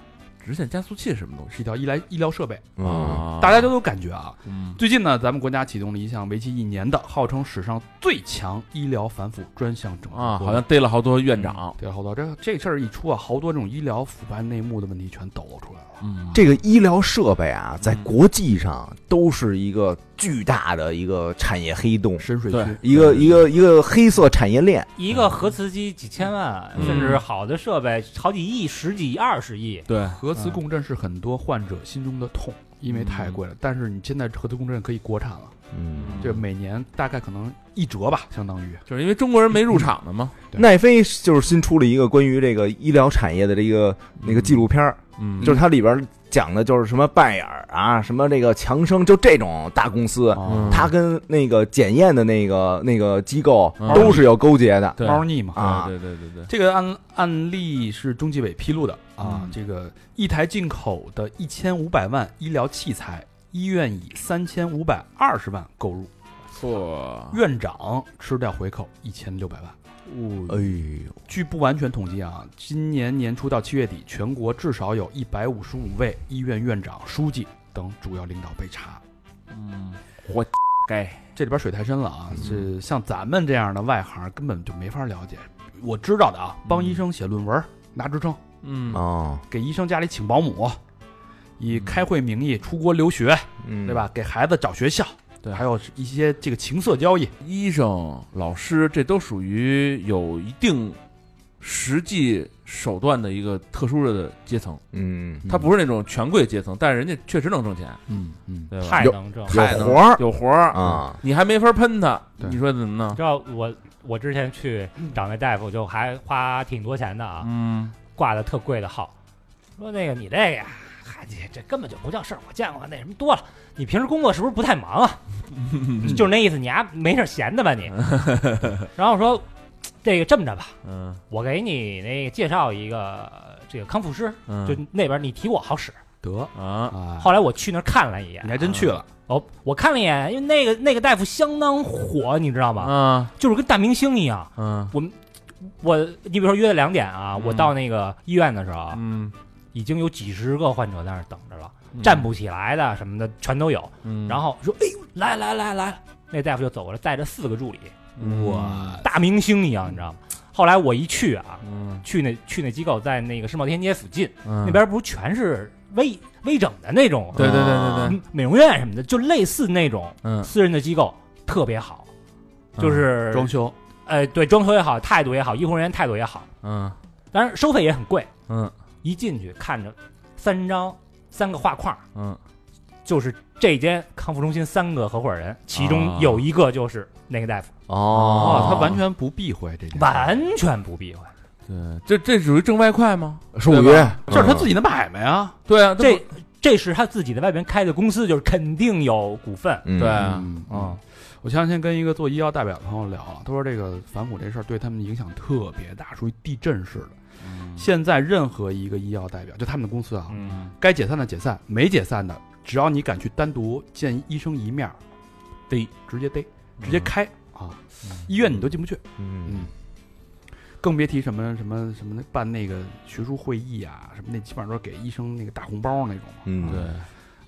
Speaker 5: 直线加速器是什么东西
Speaker 3: 是一条医疗医疗设备，
Speaker 4: 嗯，
Speaker 3: 大家都有感觉啊。
Speaker 5: 嗯
Speaker 3: 最近呢，咱们国家启动了一项为期一年的，号称史上最强医疗反腐专项整治
Speaker 5: 啊，
Speaker 3: 活动嗯
Speaker 5: 好像逮了好多院长，
Speaker 3: 对，好多这这事儿一出啊，好多这种医疗腐败内幕的问题全抖出来了。
Speaker 5: 嗯，
Speaker 4: 这个医疗设备啊，在
Speaker 5: 嗯
Speaker 4: 国际上都是一个巨大的一个产业黑洞，
Speaker 3: 深水
Speaker 5: 对
Speaker 3: 区，
Speaker 4: 一个一个一个黑色产业链。
Speaker 2: 一个核磁机几千万，
Speaker 5: 嗯
Speaker 2: 甚至好的设备好几亿、十几亿、二十亿，
Speaker 5: 对，
Speaker 3: 核磁共振是很多患者心中的
Speaker 5: 嗯
Speaker 3: 痛，因为太贵了。但是你现在核磁共振可以国产了，
Speaker 4: 嗯，
Speaker 3: 这每年大概可能一折吧，相当于。
Speaker 5: 就是因为中国人没入场的嘛，
Speaker 3: 对
Speaker 4: 奈飞就是新出了一个关于这个医疗产业的这个那个纪录片儿，
Speaker 5: 嗯，
Speaker 4: 就是它里边讲的就是什么拜耳啊，什么这个强生，就这种大公司，
Speaker 3: 啊
Speaker 5: 嗯
Speaker 4: 它跟那个检验的那个那个机构
Speaker 5: 嗯
Speaker 4: 都是有勾结的。
Speaker 5: 对
Speaker 3: 猫腻嘛。
Speaker 4: 啊
Speaker 5: 对对对对对，
Speaker 3: 这个案案例是中纪委披露的啊，
Speaker 5: 嗯
Speaker 3: 这个一台进口的一千五百万医疗器材，医院以三千五百二十万购入，
Speaker 5: 错，
Speaker 3: 院长吃掉回扣一千六百万。
Speaker 5: 哦
Speaker 4: 哎呦，
Speaker 3: 据不完全统计啊，今年年初到七月底，全国至少有一百五十五位医院院长、书记等主要领导被查。
Speaker 5: 嗯，活该，
Speaker 3: 这里边水太深了啊！
Speaker 5: 嗯
Speaker 3: 这像咱们这样的外行根本就没法了解。我知道的啊，帮医生写论文、拿职称，
Speaker 5: 嗯
Speaker 4: 哦，
Speaker 3: 给医生家里请保姆，以开会名义出国留学，
Speaker 4: 嗯
Speaker 3: 对？吧？给孩子找学校，
Speaker 5: 对
Speaker 3: 还有一些这个情色交易，
Speaker 5: 医生、老师，这都属于有一定实际手段的一个特殊的阶层，
Speaker 4: 嗯，
Speaker 5: 他不是那种权贵阶层，但是人家确实能挣钱，
Speaker 3: 嗯嗯，
Speaker 5: 对吧？
Speaker 2: 太
Speaker 4: 有
Speaker 2: 能挣。
Speaker 4: 有
Speaker 5: 太能
Speaker 4: 活儿
Speaker 5: 有活儿
Speaker 4: 啊，
Speaker 5: 你还没法喷他，
Speaker 3: 对
Speaker 5: 你说怎么呢
Speaker 2: 你？知道我我之前去找那大夫，就还花挺多钱的啊，
Speaker 5: 嗯，
Speaker 2: 挂的特贵的号，说那个你这个呀，嗨，这这根本就不叫事儿，我见过那什么多了。你平时工作是不是不太忙 啊？就是那意思，你丫没事儿闲的吧你？然后说这个这么着吧，
Speaker 5: 嗯
Speaker 2: 我给你那个介绍一个这个康复师，
Speaker 5: 嗯，
Speaker 2: 就那边你提我好使。
Speaker 3: 得
Speaker 5: 啊，
Speaker 3: 啊，
Speaker 2: 后来我去那儿看了一眼
Speaker 3: 你，还真去了，
Speaker 2: 哦，我看了一眼，因为那个那个大夫相当火，你知道吗？
Speaker 5: 啊
Speaker 2: 就是跟大明星一样。
Speaker 5: 嗯
Speaker 2: 我你比如说约两点啊，
Speaker 5: 嗯
Speaker 2: 我到那个医院的时候，
Speaker 5: 嗯，
Speaker 2: 已经有几十个患者在那儿等着了。站不起来的什么的全都有。
Speaker 5: 嗯，
Speaker 2: 然后说：“哎呦，来来来来！”那大夫就走过来，带着四个助理，
Speaker 5: 嗯
Speaker 3: 我
Speaker 2: 大明星一样，你知道吗？后来我一去啊，
Speaker 5: 嗯
Speaker 2: 去那去那机构，在那个世贸天阶附近，
Speaker 5: 那
Speaker 2: 那边不是全是微微整的那种
Speaker 5: 对对对对对，
Speaker 2: 嗯美容院什么的，就类似那种
Speaker 5: 嗯，
Speaker 2: 私人的机构，特别好，就是
Speaker 3: 装修
Speaker 2: 呃对装修也好，态度也好，医护人员态度也好，
Speaker 5: 嗯
Speaker 2: 当然收费也很贵。
Speaker 5: 嗯
Speaker 2: 一进去看着三张三个画框，
Speaker 5: 嗯
Speaker 2: 就是这间康复中心三个合伙人，其中有一个就是那个大夫，
Speaker 3: 哦
Speaker 2: 啊
Speaker 4: 哦，，
Speaker 3: 他完全不避讳这件事，
Speaker 2: 完全不避讳。
Speaker 5: 嗯，对，这这属于挣外快吗？
Speaker 4: 属于
Speaker 5: 对
Speaker 3: 这是他自己的买卖啊。
Speaker 5: 对啊，
Speaker 2: 这这是他自己在外边开的公司，就是肯定有股份。
Speaker 4: 嗯
Speaker 5: 对啊
Speaker 3: 嗯
Speaker 5: 嗯
Speaker 3: 嗯，我前两天跟一个做医药代表的朋友聊啊，他说这个反腐这事儿对他们影响特别大，属于地震式的。
Speaker 4: 嗯
Speaker 3: 现在任何一个医药代表，就他们的公司啊，
Speaker 5: 嗯
Speaker 3: 该解散的解散，没解散的，只要你敢去单独见医生一面儿，逮，直接逮，直接开啊！医院你都进不去，
Speaker 4: 嗯，
Speaker 3: 更别提什么什么什么那办那个学术会议啊，什么那基本上都是给医生那个大红包那种嘛。
Speaker 4: 嗯，
Speaker 5: 对，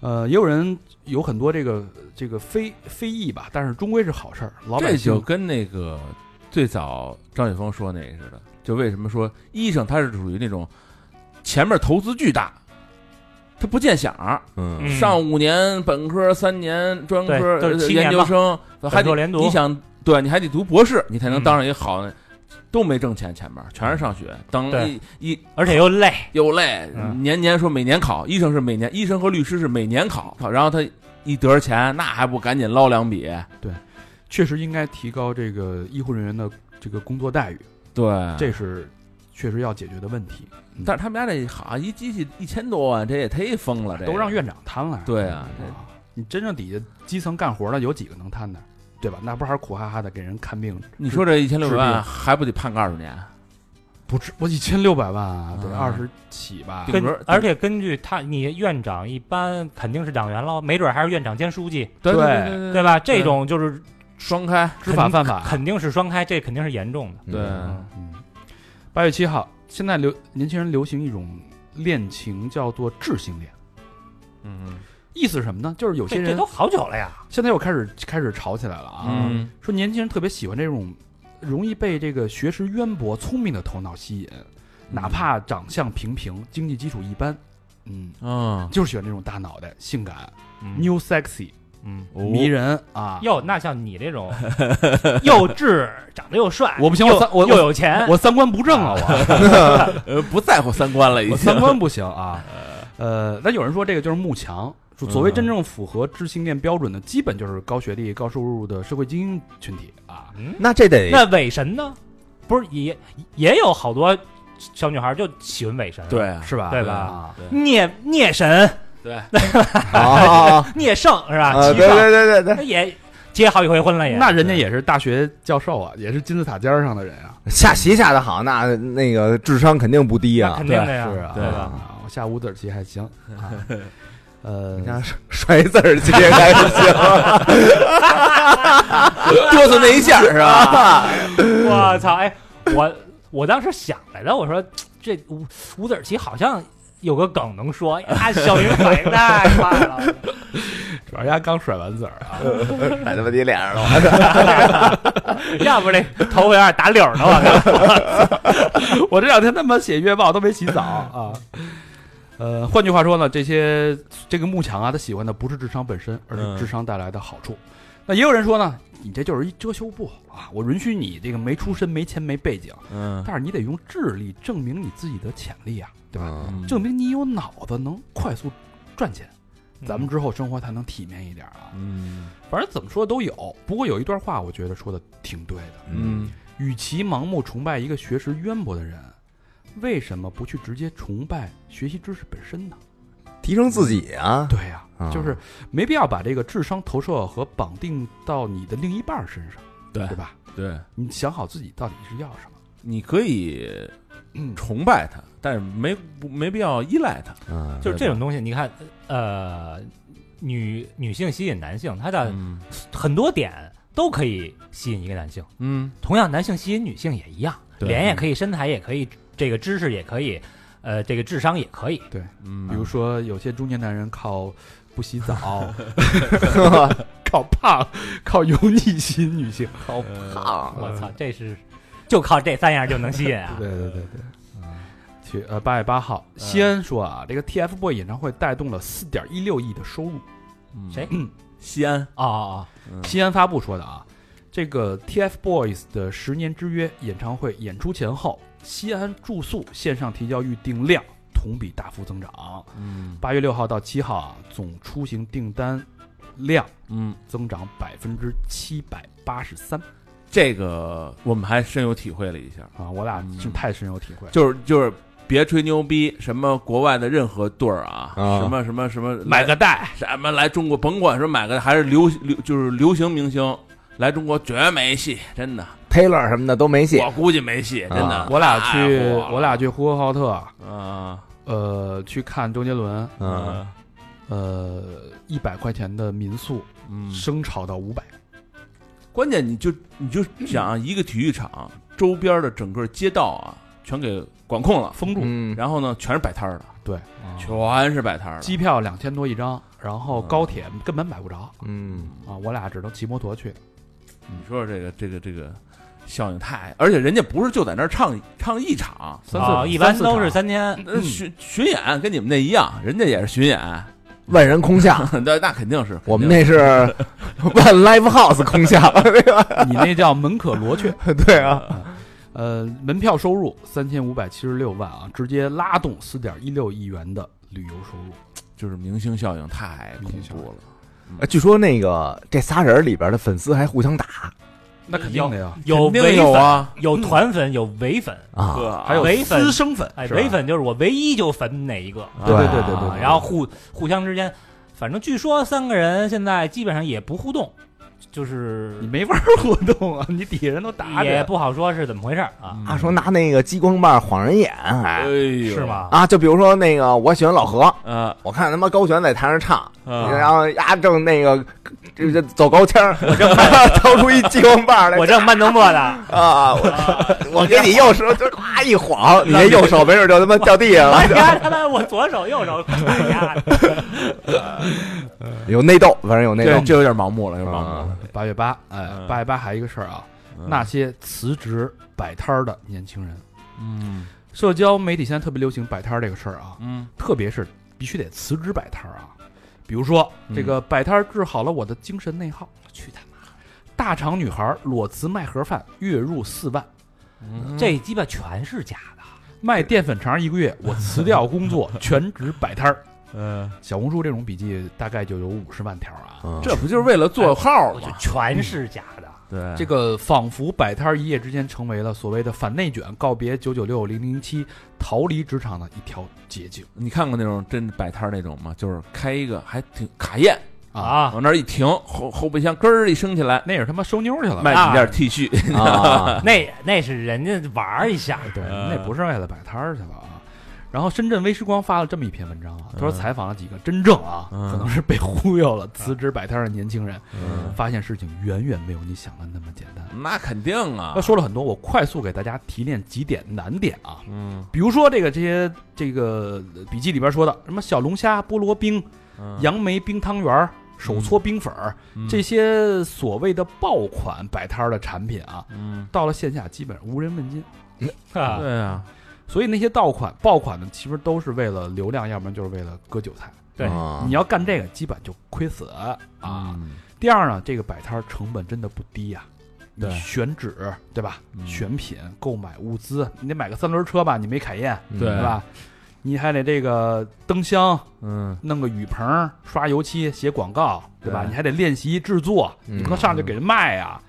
Speaker 3: 呃，也有人有很多这个这个非非议吧，但是终归是好事儿。老百
Speaker 5: 这就
Speaker 3: 姓
Speaker 5: 跟那个最早张雪峰说那个似的，就为什么说医生他是属于那种前面投资巨大，他不见响儿，
Speaker 4: 嗯
Speaker 2: 嗯
Speaker 5: 上五年本科三年专科
Speaker 2: 对都是
Speaker 5: 呃
Speaker 2: 七
Speaker 5: 研
Speaker 2: 年
Speaker 5: 究
Speaker 2: 嘛
Speaker 5: 生，还
Speaker 2: 本硕
Speaker 5: 得
Speaker 2: 连读
Speaker 5: 你想对，你还得读博士，你才能
Speaker 2: 嗯
Speaker 5: 当上一个好的。都没挣钱，前面全是上学，当
Speaker 2: 对
Speaker 5: 一一
Speaker 2: 而且又累，
Speaker 5: 又累，
Speaker 2: 嗯
Speaker 5: 年年说每年考，医生是每年，医生和律师是每年考，然后他一得着钱，那还不赶紧捞两笔？
Speaker 3: 确实应该提高这个医护人员的这个工作待遇，
Speaker 5: 对，
Speaker 3: 这是确实要解决的问题。嗯
Speaker 5: 但是他们家这好一机器一千多万，这也忒疯了，这
Speaker 3: 都让院长贪了。
Speaker 5: 对啊这
Speaker 3: 你真正底下基层干活的有几个能贪的，对吧？那不还是苦哈哈的给人看病？
Speaker 5: 你说这一千六百
Speaker 3: 治
Speaker 5: 万
Speaker 3: 病
Speaker 5: 还不得判个二十年？
Speaker 3: 不止我一千六百万啊，得
Speaker 5: 啊
Speaker 3: 二十起吧？
Speaker 5: 对
Speaker 2: 跟
Speaker 5: 顶格
Speaker 2: 而且根据他，你院长一般肯定是党员喽，没准还是院长兼书记，
Speaker 5: 对
Speaker 3: 对
Speaker 5: 对
Speaker 2: 对吧？这种就是
Speaker 5: 哎双开，
Speaker 3: 知法犯法。
Speaker 2: 肯定是双开，这肯定是严重的。
Speaker 5: 对，
Speaker 3: 嗯，八月七号，现在流年轻人流行一种恋情叫做智性恋，
Speaker 5: 嗯
Speaker 3: 意思是什么呢？就是有些
Speaker 2: 这这
Speaker 3: 人
Speaker 2: 都好久了呀，
Speaker 3: 现在又开始开始吵起来了啊，
Speaker 5: 嗯
Speaker 3: 说年轻人特别喜欢这种容易被这个学识渊博、聪明的头脑吸
Speaker 5: 嗯
Speaker 3: 引，哪怕长相平平、经济基础一般，嗯，
Speaker 5: 啊，
Speaker 3: 就是喜欢这种大脑袋、性感、
Speaker 2: 嗯
Speaker 3: new sexy、
Speaker 2: 嗯，
Speaker 5: 哦
Speaker 3: 迷人啊！
Speaker 2: 哟，那像你这种 又智，长得又帅，
Speaker 3: 我不行，我
Speaker 2: 又
Speaker 3: 三我
Speaker 2: 又
Speaker 3: 我
Speaker 2: 有钱，
Speaker 3: 我三观不正啊，
Speaker 5: 哎
Speaker 3: 我
Speaker 5: 呃，不在乎三观了，已
Speaker 3: 我
Speaker 5: 经
Speaker 3: 三观不行 啊。呃，但有人说这个就是慕强。说所
Speaker 5: 嗯
Speaker 3: 谓真正符合知性恋标准的，基本就是高学历、高收入的社会精英群体啊。
Speaker 2: 嗯，
Speaker 4: 那这得
Speaker 2: 那伪神呢？不是也也有好多小女孩就喜欢伪神，，
Speaker 5: 对啊，
Speaker 3: 是吧？
Speaker 2: 对吧
Speaker 3: 啊？
Speaker 2: 孽孽神、
Speaker 5: 对，
Speaker 4: 啊，
Speaker 2: 孽圣是 吧？
Speaker 4: 啊
Speaker 2: 七
Speaker 4: 对
Speaker 2: 圣
Speaker 4: 对对对对，
Speaker 2: 那也结好几回婚了也，
Speaker 3: 那人家也是大学教授啊，也是金字塔尖儿上的人啊。
Speaker 4: 下棋下的好，那那个智商肯定不低
Speaker 2: 那
Speaker 4: 啊
Speaker 2: 肯。定的呀，
Speaker 3: 是啊，
Speaker 5: 对
Speaker 2: 吧？
Speaker 3: 啊我下五子棋还 行。啊呃
Speaker 4: 你，看摔字儿接还行，
Speaker 5: 哆嗦那一下是吧？
Speaker 3: 啊
Speaker 2: 我操！哎，我我当时想来的，我说这五五子棋好像有个梗能说，哎呀，小明反 应太快了，
Speaker 3: 主要人家刚甩完子儿啊，
Speaker 4: 甩他妈你脸上了。
Speaker 2: 要不这头发有点打绺儿呢，我靠！
Speaker 3: 我这两天他妈写月报都没洗澡 啊。呃，换句话说呢，这些这个慕强啊，他喜欢的不是智商本身，而
Speaker 5: 嗯
Speaker 3: 是智商带来的好处。那也有人说呢，你这就是一遮羞布啊，我允许你这个没出身、没钱、没背景，
Speaker 5: 嗯，
Speaker 3: 但是你得用智力证明你自己的潜力啊，对吧？
Speaker 4: 嗯
Speaker 3: 证明你有脑子，能快速赚钱，咱们
Speaker 2: 这
Speaker 3: 之后生活才能体面一点啊。
Speaker 5: 嗯
Speaker 3: 反正怎么说都有。不过有一段话，我觉得说的挺对的：
Speaker 5: 嗯
Speaker 3: 与其盲目崇拜一个学识渊博的人，为什么不去直接崇拜学习知识本身呢？
Speaker 4: 提升自己啊，
Speaker 3: 对呀、
Speaker 4: 啊
Speaker 3: 就是没必要把这个智商投射和绑定到你的另一半身上，
Speaker 5: 对
Speaker 3: 对吧？
Speaker 5: 对，
Speaker 3: 你想好自己到底是要什么。
Speaker 5: 你可以
Speaker 3: 嗯，
Speaker 5: 崇拜他，但是没不没必要依赖他。
Speaker 4: 嗯
Speaker 2: 就是这种东西，你看，呃，女女性吸引男性，它的
Speaker 5: 嗯
Speaker 2: 很多点都可以吸引一个男性，
Speaker 5: 嗯
Speaker 2: 同样男性吸引女性也一样，
Speaker 5: 对
Speaker 2: 脸也可以，身材也可以，这个知识也可以，呃，这个智商也可以。
Speaker 5: 嗯，
Speaker 3: 比如说有些中年男人靠不洗澡， 靠胖，靠油腻吸引女性。
Speaker 5: 靠
Speaker 4: 好
Speaker 2: 我操，这是就靠这三样就能吸引啊！
Speaker 3: 对对对嗯对，去呃八月八号，西安说啊，这个 TFBOY 演唱会带动了四点一六亿的收入。
Speaker 2: 谁？
Speaker 5: 嗯西安
Speaker 2: 哦哦，
Speaker 3: 西安发布说的啊，这个 TFBOYS 的十年之约演唱会演出前后，西安住宿线上提交预订量同比大幅增长。
Speaker 5: 嗯
Speaker 3: 八月六号到七号啊，总出行订单量
Speaker 5: 嗯，
Speaker 3: 增长百分之七百八十三
Speaker 5: 这个我们还深有体会了一下，
Speaker 3: 啊！我俩是
Speaker 5: 嗯
Speaker 3: 太深有体会了。
Speaker 5: 就是就是。别吹牛逼，什么国外的任何队儿啊，
Speaker 4: 啊
Speaker 5: 什么什么什么，
Speaker 3: 买个袋，
Speaker 5: 什么来中国，甭管是买个还是流流，就是流行明星来中国绝没戏，真的，
Speaker 4: Taylor 什么的都没戏
Speaker 5: 我估计没戏，真的
Speaker 4: 啊。
Speaker 3: 我俩去
Speaker 5: 太火，了
Speaker 3: 我俩去呼和浩特，
Speaker 5: 啊，
Speaker 3: 呃，去看周杰伦，
Speaker 4: 嗯，
Speaker 3: 呃，一百块钱的民宿
Speaker 5: 嗯，
Speaker 3: 升炒到五百，
Speaker 5: 关键你就你就想啊一个体育场周边的整个街道啊，全给管控了，
Speaker 3: 封住。
Speaker 4: 嗯，
Speaker 5: 然后呢，全是摆摊儿的，啊
Speaker 2: 哦
Speaker 5: 全是摆摊儿的，
Speaker 3: 机票两千多一张，然
Speaker 2: 嗯
Speaker 3: 后高铁根本买不着
Speaker 4: 嗯，
Speaker 3: 啊！我俩只能骑摩托去。
Speaker 5: 你说这个这个这个效应太，而且人家不是就在那儿唱唱一场，
Speaker 3: 三四
Speaker 2: 哦，一般都是三天。
Speaker 5: 那巡巡演跟你们那一样，人家也是巡演，
Speaker 4: 万人空巷，
Speaker 5: 那那肯定是
Speaker 4: 我们
Speaker 5: 肯定
Speaker 4: 那是万 Live House 空巷，
Speaker 3: 场，你那叫门可罗雀。
Speaker 4: 对啊，
Speaker 3: 呃，门票收入三千五百七十六万啊，直接拉动四点一六亿元的旅游收入。
Speaker 5: 就是明星效应太
Speaker 3: 明
Speaker 5: 恐
Speaker 3: 星效应
Speaker 5: 怖了。
Speaker 4: 呃据说那个这仨人里边的粉丝还互相打
Speaker 3: 那肯定的呀，
Speaker 2: 有
Speaker 5: 肯定
Speaker 2: 唯
Speaker 5: 有
Speaker 2: 粉，
Speaker 5: 啊，
Speaker 2: 有团粉，有伪粉，
Speaker 4: 啊，
Speaker 5: 呵
Speaker 3: 还有
Speaker 2: 唯粉
Speaker 3: 私生粉，
Speaker 2: 哎，
Speaker 3: 是吧
Speaker 2: 唯粉就是我唯一就粉哪一个，
Speaker 4: 对
Speaker 5: 啊
Speaker 4: 对对对
Speaker 2: 啊然后互互相之间，反正据说三个人现在基本上也不互动，就是
Speaker 3: 你没法活动啊，你底下人都打你嗯
Speaker 2: 也。不好说是怎么回事儿啊，
Speaker 4: 啊说拿那个激光棒晃人眼，还
Speaker 5: 哎呦
Speaker 2: 是？吗？嗯
Speaker 4: 啊，就比如说那个我喜欢老何，
Speaker 5: 啊
Speaker 4: 我看他妈高璇在台上唱，
Speaker 5: 啊
Speaker 4: 然后呀正那个这这走高腔儿，我 这掏出一激光棒来
Speaker 2: 我这慢动作 的，
Speaker 4: 啊，我我给你右手就咵一晃，你这右手没准就他妈掉地上
Speaker 2: 哎
Speaker 4: 了，
Speaker 2: 呀，他妈我左手右手，哎呀，
Speaker 4: 有内斗，反正有内
Speaker 5: 这
Speaker 4: 斗。
Speaker 5: 这有点盲目了，有点盲目了。
Speaker 3: 八月八，哎
Speaker 5: 嗯，
Speaker 3: 八月八还有一个事儿啊，
Speaker 2: 嗯
Speaker 3: 那些辞职摆摊儿的年轻人，
Speaker 5: 嗯
Speaker 3: 社交媒体现在特别流行摆摊儿这个事儿啊，
Speaker 5: 嗯
Speaker 3: 特别是必须得辞职摆摊儿啊。比如说
Speaker 5: 嗯
Speaker 3: 这个摆摊儿治好了我的精神内耗，去他妈！大厂女孩裸辞卖盒饭，月入四万，
Speaker 5: 嗯
Speaker 2: 这鸡巴全是假的，
Speaker 3: 卖淀粉肠一个月，我辞掉工作，全职摆摊儿。
Speaker 5: 嗯，
Speaker 3: 小红书这种笔记大概就有五十万条啊。哎
Speaker 4: 嗯
Speaker 5: 这不就是为了做号
Speaker 2: 我就
Speaker 5: 吗？
Speaker 2: 全是假的。
Speaker 5: 对，
Speaker 3: 这个仿佛摆摊儿一夜之间成为了所谓的反内卷、告别九九六、零零七、逃离职场的一条捷径
Speaker 5: 你看过那种真摆摊儿那种吗？就是开一个还挺卡宴，
Speaker 3: 啊！
Speaker 2: 啊，
Speaker 5: 往那儿一停，后后备箱咯儿一升起来，
Speaker 3: 那也是他妈收妞去了，
Speaker 5: 卖你件 T 恤，
Speaker 4: 啊，
Speaker 2: 那那是人家玩儿一下，
Speaker 3: 对，
Speaker 5: 呃
Speaker 3: 那不是为了摆摊儿去了啊。然后深圳微时光发了这么一篇文章啊，他说
Speaker 5: 嗯
Speaker 3: 采访了几个真正啊，
Speaker 5: 嗯
Speaker 3: 可能是被忽悠了辞职摆摊儿的年轻人，
Speaker 5: 嗯
Speaker 3: 发现事情远远没有你想的那么简单。
Speaker 5: 那肯定啊
Speaker 3: 他。说了很多，我快速给大家提炼几点难点啊，
Speaker 5: 嗯，
Speaker 3: 比如说这个这些这个笔记里边说的什么小龙虾、菠萝冰、
Speaker 5: 嗯
Speaker 3: 杨梅冰汤圆儿、手搓冰粉儿、这，些所谓的爆款摆摊儿的产品啊，
Speaker 5: 嗯，
Speaker 3: 到了线下基本上无人问津。
Speaker 5: 嗯
Speaker 2: 啊，
Speaker 5: 对啊，
Speaker 3: 所以那些盗款、爆款呢，其实都是为了流量，要不然就是为了割韭菜。
Speaker 2: 对
Speaker 4: 啊
Speaker 3: 你要干这个，基本就亏死啊。
Speaker 5: 嗯，
Speaker 3: 第二呢，这个摆摊儿成本真的不低呀、你
Speaker 5: 对
Speaker 3: 选址对吧？
Speaker 5: 嗯
Speaker 3: 选品、购买物资，你得买个三轮车吧？你没凯宴
Speaker 5: 对
Speaker 3: 对吧？你还得这个灯箱，
Speaker 5: 嗯，
Speaker 3: 弄个雨棚，刷油漆，写广告，对吧？
Speaker 5: 对
Speaker 3: 你还得练习制作，
Speaker 4: 嗯
Speaker 3: 你不能上去给人卖啊。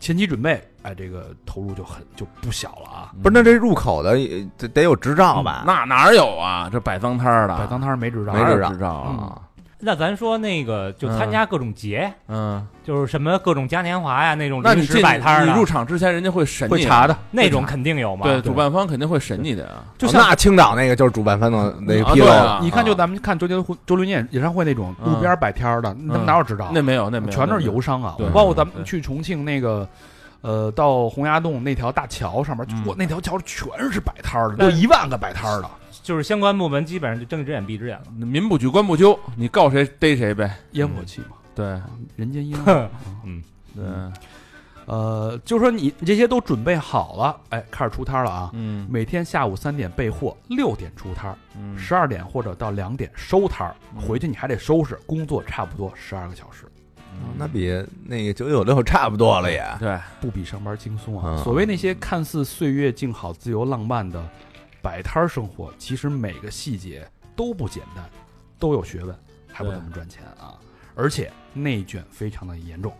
Speaker 3: 前期准备，哎，这个投入就很就不小了啊。
Speaker 4: 不是那这入口的也得得有执照吧？
Speaker 5: 嗯那哪儿有啊？这摆脏摊儿的，
Speaker 3: 摆脏摊儿没执照，
Speaker 5: 哪
Speaker 4: 没
Speaker 5: 儿
Speaker 4: 执照
Speaker 5: 有执照啊？
Speaker 4: 啊，
Speaker 2: 那咱说那个就参加各种节，
Speaker 5: 嗯，
Speaker 2: 就是什么各种嘉年华呀那种
Speaker 5: 那
Speaker 2: 临
Speaker 5: 你
Speaker 2: 时
Speaker 5: 进
Speaker 2: 摆摊儿
Speaker 5: 你入
Speaker 2: 的，
Speaker 5: 场之前人家会审
Speaker 3: 会
Speaker 5: 你
Speaker 3: 查的，
Speaker 2: 那种肯定有嘛。
Speaker 5: 对，主办方肯定会审你的啊。
Speaker 3: 就像
Speaker 4: 哦那青岛那个就是主办方的那个
Speaker 5: 啊
Speaker 4: 纰漏
Speaker 5: 对啊，
Speaker 3: 你看，就咱们看周杰伦周伦演演唱会那种
Speaker 5: 嗯
Speaker 3: 路边摆摊儿的，他们哪有执照？
Speaker 5: 那没有，那没有，
Speaker 3: 全都是
Speaker 5: 那没有
Speaker 3: 游商啊！
Speaker 5: 对
Speaker 3: 包括咱们
Speaker 5: 对
Speaker 3: 去重庆那个，呃，到洪崖洞那条大桥上面，
Speaker 5: 嗯
Speaker 3: 我那条桥全是摆摊儿的，
Speaker 2: 对
Speaker 3: 就一万个摆摊儿的，
Speaker 2: 就是相关部门基本上就睁一只眼闭一只眼了。
Speaker 5: 民不举，官不究，你告谁逮谁呗。嗯
Speaker 3: 烟火气嘛，
Speaker 5: 对嗯
Speaker 3: 人间
Speaker 2: 嗯
Speaker 3: 烟火。
Speaker 5: 对，
Speaker 3: 呃，就说你你这些都准备好了，哎，开始出摊了啊！
Speaker 5: 嗯
Speaker 3: 每天下午三点备货，六点出摊儿，
Speaker 5: 嗯
Speaker 3: 十二点或者到两点收摊儿，
Speaker 5: 嗯
Speaker 3: 回去你还得收拾，工作差不多十二个小时，
Speaker 4: 那比那个九九六 差不多了也。
Speaker 5: 对，
Speaker 3: 不比上班轻松啊！
Speaker 4: 嗯
Speaker 3: 所谓那些看似岁月静好、自由浪漫的摆摊儿生活，其实每个细节都不简单，都有学问，还不
Speaker 5: 对
Speaker 3: 怎么赚钱啊！而且内卷非常的严重，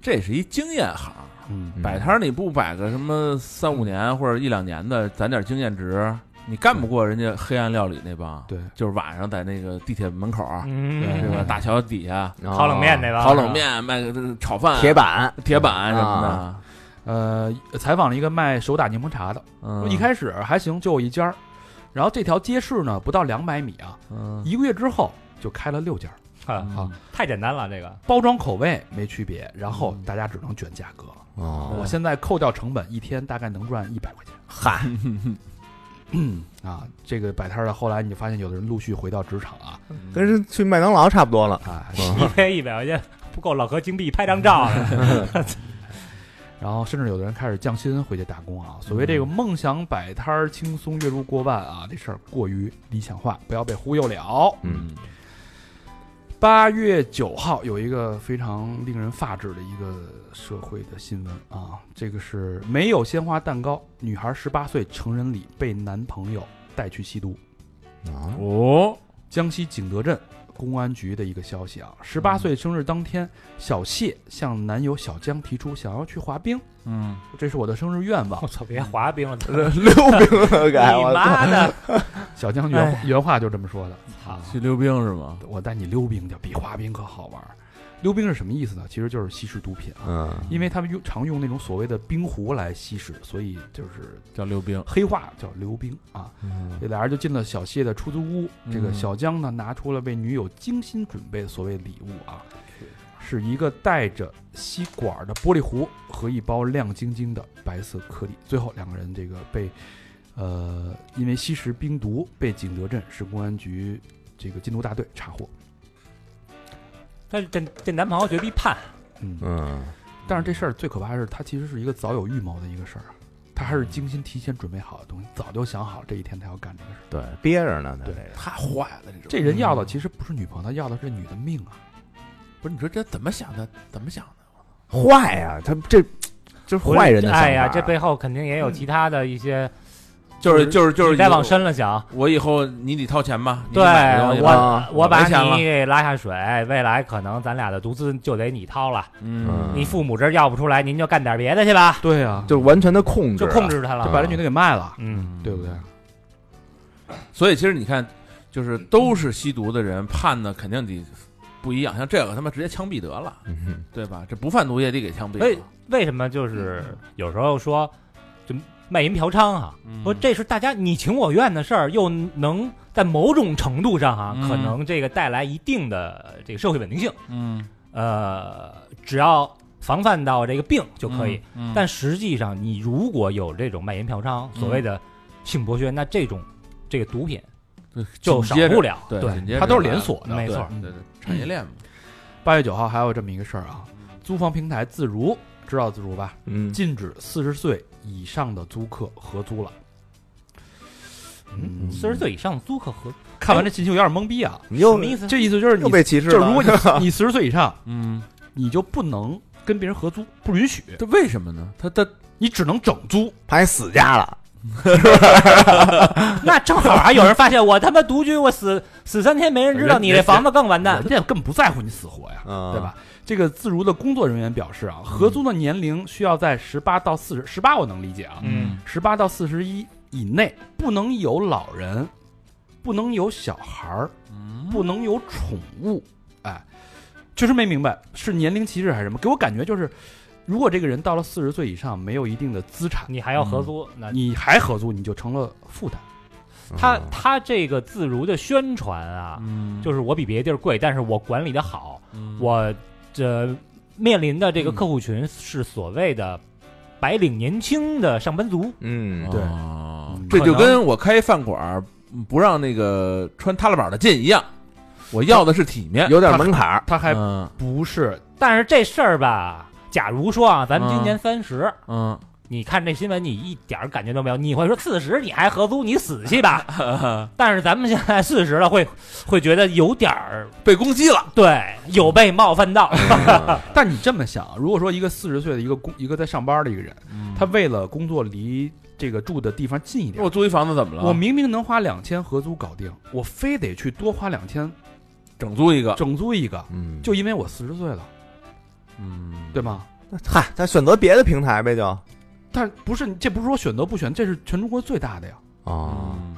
Speaker 5: 这是一经验行。
Speaker 3: 嗯
Speaker 5: 摆摊儿你不摆个什么三五年或者一两年的，攒点经验值，你干不过人家黑暗料理那帮。，
Speaker 3: 对，
Speaker 5: 就是晚上在那个地铁门口儿，
Speaker 2: 嗯
Speaker 5: 对吧？大桥底下
Speaker 4: 啊
Speaker 2: 烤冷面那个，
Speaker 5: 哦烤冷面，卖个呃炒饭、
Speaker 4: 铁板，
Speaker 5: 嗯铁板什么的
Speaker 4: 啊。
Speaker 3: 呃，采访了一个卖手打柠檬茶的。
Speaker 5: 嗯，
Speaker 3: 一开始还行，就我一家儿。然后这条街市呢，不到两百米啊，
Speaker 5: 嗯，
Speaker 3: 一个月之后就开了六家 儿，
Speaker 2: 啊，
Speaker 5: 好，
Speaker 2: 太简单了这个。
Speaker 3: 包装口味没区别，然后大家只能卷价格了。
Speaker 4: 哦
Speaker 3: 我现在扣掉成本，一天大概能赚一百块钱。
Speaker 4: 嗨，
Speaker 3: 啊，这个摆摊儿的，后来你就发现有的人陆续回到职场啊，
Speaker 4: 跟是去麦当劳差不多了。
Speaker 3: 啊，
Speaker 4: 嗯
Speaker 2: 一天一百块钱不够老何金币拍张照呢，
Speaker 3: 然后甚至有的人开始降薪回去打工啊。所谓这个梦想摆摊儿轻松月入过万啊，这事儿过于理想化，不要被忽悠了。
Speaker 5: 嗯
Speaker 3: 八月九号有一个非常令人发指的一个社会的新闻啊，这个是没有鲜花蛋糕，女孩十八岁成人礼被男朋友带去吸毒。
Speaker 4: 啊
Speaker 5: 哦，
Speaker 3: 江西景德镇公安局的一个消息啊，十八岁生日当天，小谢向男友小江提出想要去滑冰，
Speaker 5: 嗯，
Speaker 3: 这是我的生日愿望
Speaker 2: 我。操，别滑冰了，
Speaker 4: 溜冰了，
Speaker 2: 你
Speaker 4: 该我操
Speaker 2: 妈的！
Speaker 3: 小江原原话就这么说的。啊
Speaker 2: 操，
Speaker 5: 去溜冰是吗？
Speaker 3: 我带你溜冰去，比滑冰可好玩儿。溜冰是什么意思呢？其实就是吸食毒品啊。
Speaker 4: 嗯，
Speaker 3: 因为他们用常用那种所谓的冰壶来吸食，所以就是
Speaker 5: 叫溜冰。
Speaker 3: 黑话叫溜冰啊。
Speaker 4: 嗯
Speaker 3: 这俩人就进了小谢的出租屋，这个
Speaker 5: 嗯
Speaker 3: 小江呢拿出了为女友精心准备的所谓礼物啊，是一个带着吸管的玻璃壶和一包亮晶晶的白色颗粒。最后两个人这个被，呃，因为吸食冰毒被景德镇市公安局这个禁毒大队查获。
Speaker 2: 但是这这男朋友绝逼叛，
Speaker 3: 嗯，
Speaker 4: 嗯，
Speaker 3: 但是这事儿最可怕的是，它其实是一个早有预谋的一个事儿啊，他还是精心提前准备好的东西，早就想好这一天他要干这个事儿。
Speaker 4: 对，憋着呢，他这
Speaker 3: 对
Speaker 4: 个
Speaker 5: 太坏了，这种
Speaker 3: 这人要的其实不是女朋友，他要的是女的命啊。
Speaker 5: 不是你说这怎么想的？怎么想的？
Speaker 4: 坏呀、他这这是坏人的想法。
Speaker 2: 哎呀，这背后肯定也有其他的一些，
Speaker 5: 就是就是就是，
Speaker 2: 你再往深了想，
Speaker 5: 我以后你得掏钱吧？你
Speaker 2: 对
Speaker 5: 得买这东西吧
Speaker 4: 啊
Speaker 2: 我我把
Speaker 5: 没钱了
Speaker 2: 你给拉下水，未来可能咱俩的毒资就得你掏了，
Speaker 5: 嗯，
Speaker 2: 你父母这儿要不出来，您就干点别的去吧，
Speaker 3: 对啊，
Speaker 4: 就是完全的控制
Speaker 2: 就
Speaker 4: 啊，
Speaker 2: 控制他了
Speaker 3: 就。把这女的给卖了，
Speaker 2: 嗯，
Speaker 3: 对不对？
Speaker 5: 所以其实你看，就是都是吸毒的人，判的肯定得不一样。像这个他妈直接枪毙得了，
Speaker 4: 嗯哼。
Speaker 5: 对吧？这不贩毒也得给枪毙
Speaker 2: 所以
Speaker 5: 了。
Speaker 2: 为什么就是有时候说就卖淫嫖娼啊？
Speaker 5: 嗯
Speaker 2: 说这是大家你情我愿的事儿，又能在某种程度上哈、啊
Speaker 5: 嗯
Speaker 2: 可能这个带来一定的这个社会稳定性。
Speaker 5: 嗯
Speaker 2: 呃，只要防范到这个病就可以。，
Speaker 5: 嗯
Speaker 2: 但实际上，你如果有这种卖淫嫖娼，所谓的性剥削，那这种这个毒品
Speaker 5: 嗯
Speaker 2: 就
Speaker 5: 紧
Speaker 2: 少
Speaker 5: 接着
Speaker 2: 不了。
Speaker 5: 对，
Speaker 2: 对
Speaker 5: 紧接着嗯
Speaker 3: 它都是连锁
Speaker 2: 的没
Speaker 5: 对
Speaker 2: 错
Speaker 5: 对对，产业链嘛。
Speaker 3: 八月九号还有这么一个事儿啊，租房平台自如知道自如吧？
Speaker 4: 嗯，
Speaker 3: 禁止四十岁以上的租客合租了。嗯，
Speaker 2: 四十岁以上租客合
Speaker 3: 看完这信息我有点懵逼啊，
Speaker 4: 你
Speaker 2: 什
Speaker 4: 又
Speaker 2: 么意思？
Speaker 3: 这意思就是你
Speaker 4: 又被歧视
Speaker 3: 就是
Speaker 4: 了。
Speaker 3: 如果 你你四十岁以上，
Speaker 5: 嗯，
Speaker 3: 你就不能跟别人合租，不允许，
Speaker 5: 这为什么呢？他他
Speaker 3: 你只能整租。
Speaker 4: 还死家了，
Speaker 2: 那正好啊，有人发现我他妈独居，我死死三天没人知道，
Speaker 5: 人
Speaker 2: 你这房子更完蛋
Speaker 3: 人。家根本不在乎你死活呀，
Speaker 4: 嗯，
Speaker 5: 啊
Speaker 3: 对？吧？这个自如的工作人员表示
Speaker 5: 嗯
Speaker 3: 啊，合租的年龄需要在十八到四十，十八我能理解啊，
Speaker 2: 嗯，
Speaker 3: 十八到四十一以内不能有老人，不能有小孩儿，
Speaker 5: 嗯
Speaker 3: 不能有宠物。哎，确实没明白是年龄歧视还是什么，给我感觉就是，如果这个人到了四十岁以上没有一定的资产，
Speaker 2: 你还要
Speaker 5: 嗯
Speaker 2: 合租，那
Speaker 3: 你还合租，你就成了负担。
Speaker 4: 嗯
Speaker 2: 他他这个自如的宣传啊，
Speaker 5: 嗯
Speaker 2: 就是我比别的地儿贵，但是我管理的好，
Speaker 5: 嗯
Speaker 2: 我这面临的这个客户群是所谓的白领年轻的上班族，
Speaker 4: 嗯，
Speaker 3: 对
Speaker 5: 哦
Speaker 3: 嗯
Speaker 5: 这就
Speaker 2: 可能
Speaker 5: 跟我开饭馆儿嗯不让那个穿塌拉板的进一样，我要的是体面，
Speaker 4: 有点门槛儿。
Speaker 3: 他还
Speaker 5: 嗯
Speaker 3: 不是
Speaker 2: 但是这事儿吧，假如说啊，咱们今年
Speaker 5: 嗯
Speaker 2: 三十、
Speaker 5: 嗯，
Speaker 2: 你看这新闻，你一点儿感觉都没有，你会说四十你还合租，你死去吧。但是咱们现在四十了，会会觉得有点儿
Speaker 5: 被攻击了，
Speaker 2: 对，有被冒犯到。
Speaker 3: 但你这么想，啊如果说一个四十岁的一个工一个在上班的一个人，
Speaker 2: 嗯
Speaker 3: 他为了工作离这个住的地方近一点，
Speaker 5: 我租一房子怎么了？
Speaker 3: 我明明能花两千合租搞定，我非得去多花两千
Speaker 5: 整租一个，
Speaker 3: 整租一个，
Speaker 4: 嗯，
Speaker 3: 就因为我四十岁了，
Speaker 5: 嗯，
Speaker 3: 对吗？
Speaker 4: 嗨，他选择别的平台呗，就
Speaker 3: 但不是，这不是说选择不选，这是全中国最大的呀。
Speaker 4: 啊，
Speaker 5: 嗯，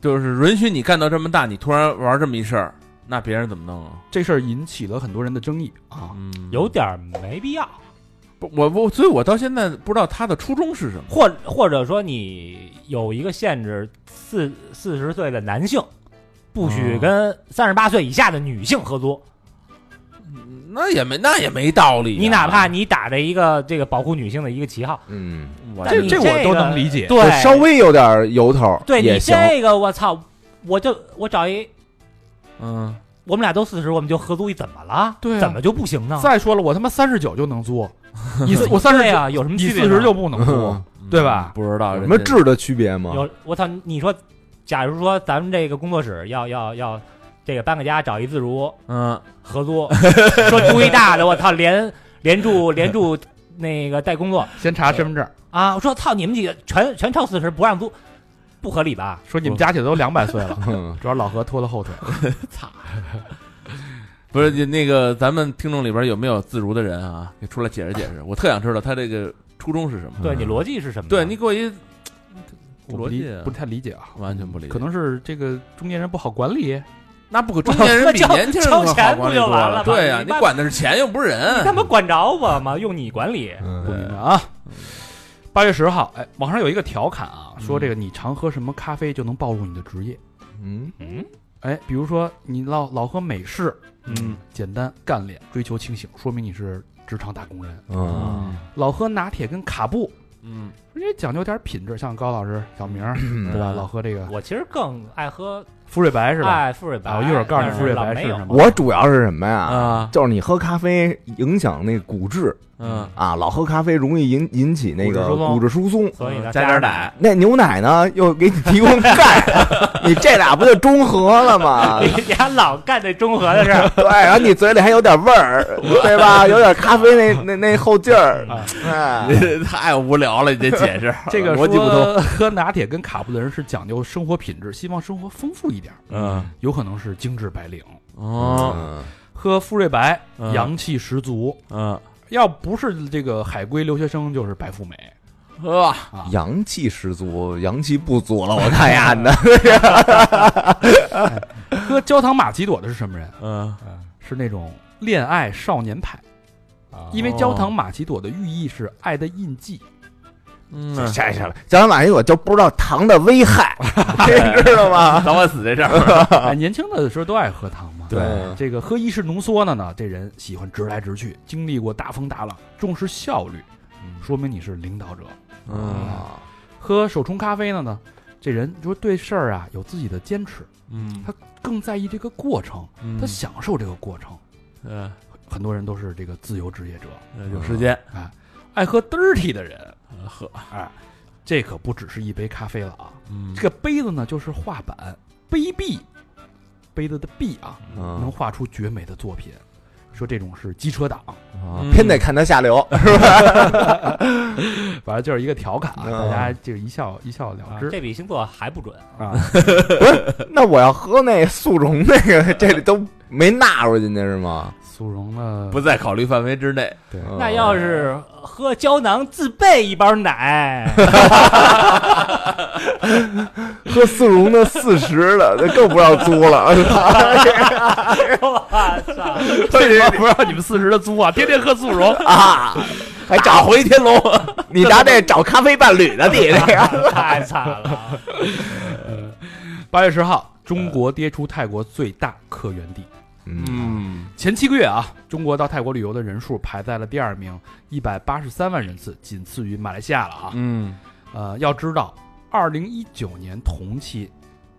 Speaker 5: 就是允许你干到这么大，你突然玩这么一事儿，那别人怎么弄啊？
Speaker 3: 这事儿引起了很多人的争议啊。
Speaker 5: 嗯，
Speaker 2: 有点儿没必要，
Speaker 5: 不我我，所以我到现在不知道他的初衷是什么。
Speaker 2: 或或者说你有一个限制，四四十岁的男性不许跟三十八岁以下的女性合租。
Speaker 5: 那也没那也没道理啊、
Speaker 2: 你哪怕你打着一个这个保护女性的一个旗号，
Speaker 4: 嗯，
Speaker 5: 我
Speaker 2: 但
Speaker 3: 这
Speaker 2: 你
Speaker 3: 这
Speaker 2: 这
Speaker 3: 我都
Speaker 2: 个
Speaker 3: 能理解，
Speaker 4: 就
Speaker 2: 对，
Speaker 4: 稍微有点由头，
Speaker 2: 对
Speaker 4: 也
Speaker 2: 你
Speaker 4: 行。
Speaker 2: 这个我操，我就我找一，
Speaker 5: 嗯，
Speaker 2: 我们俩都四十，我们就合租一，怎么了？
Speaker 3: 对啊
Speaker 2: 怎么就不行呢？
Speaker 3: 再说了，我他妈三十九就能 租，你我三
Speaker 2: 嗯对
Speaker 3: 十
Speaker 2: 呀，有什么
Speaker 3: 你
Speaker 2: 区别
Speaker 3: 四
Speaker 2: 呢？
Speaker 3: 十就不能租
Speaker 4: 嗯，
Speaker 3: 对吧
Speaker 5: 不知道
Speaker 4: 有什
Speaker 5: 人
Speaker 4: 么
Speaker 5: 家
Speaker 4: 质的区别吗？
Speaker 2: 有我操，你说，假如说咱们这个工作室要要要这个搬个家，找一自如
Speaker 5: 嗯
Speaker 2: 合租，说租一大的，我操，连 连住连住那个带工作
Speaker 3: 先查身份证，
Speaker 2: 啊！我说操，你们几个全全超四十不让租，不合理吧？
Speaker 3: 说你们加起来都两百岁 了，
Speaker 4: 嗯
Speaker 3: 主要老何拖了后腿。
Speaker 5: 不是你那个咱们听众里边有没有自如的人啊？给出来解释解释，我特想知道他这个初衷是什么。嗯
Speaker 2: 对你逻辑是什么呢？
Speaker 5: 对你给我一
Speaker 3: 我
Speaker 5: 逻
Speaker 3: 不理
Speaker 5: 辑啊
Speaker 3: 不太理解啊，
Speaker 5: 完全不理解
Speaker 3: 可能是这个中年人不好管理，
Speaker 5: 那不可中年人比年轻人
Speaker 2: 交
Speaker 5: 可
Speaker 2: 钱
Speaker 5: 好管
Speaker 2: 不
Speaker 5: 理
Speaker 2: 就
Speaker 5: 多
Speaker 2: 完
Speaker 5: 了
Speaker 2: 了吗
Speaker 5: 对呀、啊
Speaker 2: 你
Speaker 5: 你
Speaker 2: 把
Speaker 5: 管的是钱又不是人。
Speaker 2: 他妈管着我吗？用你管理？
Speaker 3: 不
Speaker 4: 嗯
Speaker 3: 明白啊。八月十号，哎，
Speaker 5: 嗯
Speaker 3: 网上有一个调侃啊，说这个你常喝什么咖啡就能暴露你的职业。
Speaker 4: 嗯，
Speaker 2: 嗯，
Speaker 3: 哎，比如说你老老喝美式，
Speaker 5: 嗯，
Speaker 3: 简单干练，追求清醒，说明你是职场打工人；
Speaker 4: 嗯
Speaker 3: 老喝拿铁跟卡布，
Speaker 5: 嗯，
Speaker 3: 这讲究点品质，像高老师、小明儿，对吧？
Speaker 5: 嗯
Speaker 3: 老喝这个
Speaker 2: 我其实更爱喝
Speaker 3: 馥瑞白是
Speaker 5: 哎
Speaker 3: 吧？
Speaker 2: 爱馥瑞白，
Speaker 3: 啊，我一会儿告诉你
Speaker 2: 但
Speaker 3: 馥瑞
Speaker 2: 老
Speaker 3: 白是
Speaker 2: 没有
Speaker 3: 什么。
Speaker 4: 我主要是什么呀？
Speaker 5: 啊，
Speaker 4: 就是你喝咖啡影响那骨质
Speaker 5: 嗯，
Speaker 4: 啊，老喝咖啡容易引引起那个
Speaker 3: 骨质疏松
Speaker 4: 骨质疏松。嗯
Speaker 2: 所以呢，
Speaker 5: 加
Speaker 2: 点
Speaker 5: 点奶，
Speaker 4: 那牛奶呢，又给你提供钙， 你这俩不就中和了 吗？
Speaker 2: 你家老干这中和的事儿，
Speaker 4: 对，然后你嘴里还有点味儿，对吧？有点咖啡那那那后劲儿，哎，
Speaker 5: 太无聊了，你这解释
Speaker 3: 这个
Speaker 5: 逻辑不通，
Speaker 3: 说 喝拿铁跟卡布的人是讲究生活品质，希望生活丰富一点，
Speaker 5: 嗯，
Speaker 3: 有可能是精致白领。
Speaker 5: 哦，
Speaker 4: 嗯
Speaker 3: 喝馥瑞白，
Speaker 5: 嗯
Speaker 3: 阳气十足。
Speaker 5: 嗯，
Speaker 3: 要不是这个海归留学生，就是白富美。
Speaker 5: 呵，
Speaker 4: 阳气十足，阳气不足了，我看呀， 你的
Speaker 3: 喝焦糖玛奇朵的是什么人？
Speaker 5: 嗯，
Speaker 3: 是那种恋爱少年派，
Speaker 5: 哦
Speaker 3: 因为焦糖玛奇朵的寓意是爱的印 记。
Speaker 5: 嗯，
Speaker 4: 下去了。讲完了，我就不知道糖的危害， 你知道吗？
Speaker 5: 早晚死这事儿，
Speaker 3: 哎年轻的时候都爱喝糖嘛。
Speaker 5: 对
Speaker 3: 这个喝一式浓缩呢呢，这人喜欢直来直去，经历过大风大浪，重视效率，说明你是领导者。
Speaker 5: 嗯
Speaker 3: 喝手冲咖啡呢呢，这人说对事儿啊有自己的坚持，
Speaker 5: 嗯，
Speaker 3: 更在意这个过程，
Speaker 5: 嗯
Speaker 3: 他享受这个过程。
Speaker 5: 嗯，
Speaker 3: 很多人都是这个自由职业者，
Speaker 5: 有时间
Speaker 3: 爱喝 dirty 的人，啊
Speaker 5: 喝，
Speaker 3: 这可不只是一杯咖啡了啊！
Speaker 5: 嗯
Speaker 3: 这个杯子呢，就是画板，杯壁，杯子的壁啊，能
Speaker 4: 嗯，
Speaker 3: 画出绝美的作品。说这种是机车党，
Speaker 4: 啊偏得看他下流，
Speaker 3: 反正就是一个调侃啊，大
Speaker 4: 嗯
Speaker 3: 家就一笑一笑了之。
Speaker 2: 啊这比星座还不准。
Speaker 4: 那我要喝那速溶那个，这里都没纳入进去是吗？嗯
Speaker 3: 苏荣呢，
Speaker 5: 不在考虑范围之内，
Speaker 2: 那要是喝胶囊自备一包奶，
Speaker 4: 喝速溶的四十了，那更不要租了。
Speaker 2: 我 操！
Speaker 5: 不知道你们四十的租啊，天天喝速溶，
Speaker 4: 啊，还
Speaker 5: 打
Speaker 4: 找
Speaker 5: 回天龙，
Speaker 4: 你答这找咖啡伴侣呢？你这个，
Speaker 2: 太惨了，
Speaker 3: 八月十号，中国跌出泰国最大客源地。
Speaker 5: 嗯，
Speaker 3: 前七个月啊，中国到泰国旅游的人数排在了第二名，一百八十三万人次，仅次于马来西亚了啊。
Speaker 5: 嗯，
Speaker 3: 呃，要知道，二零一九年同期，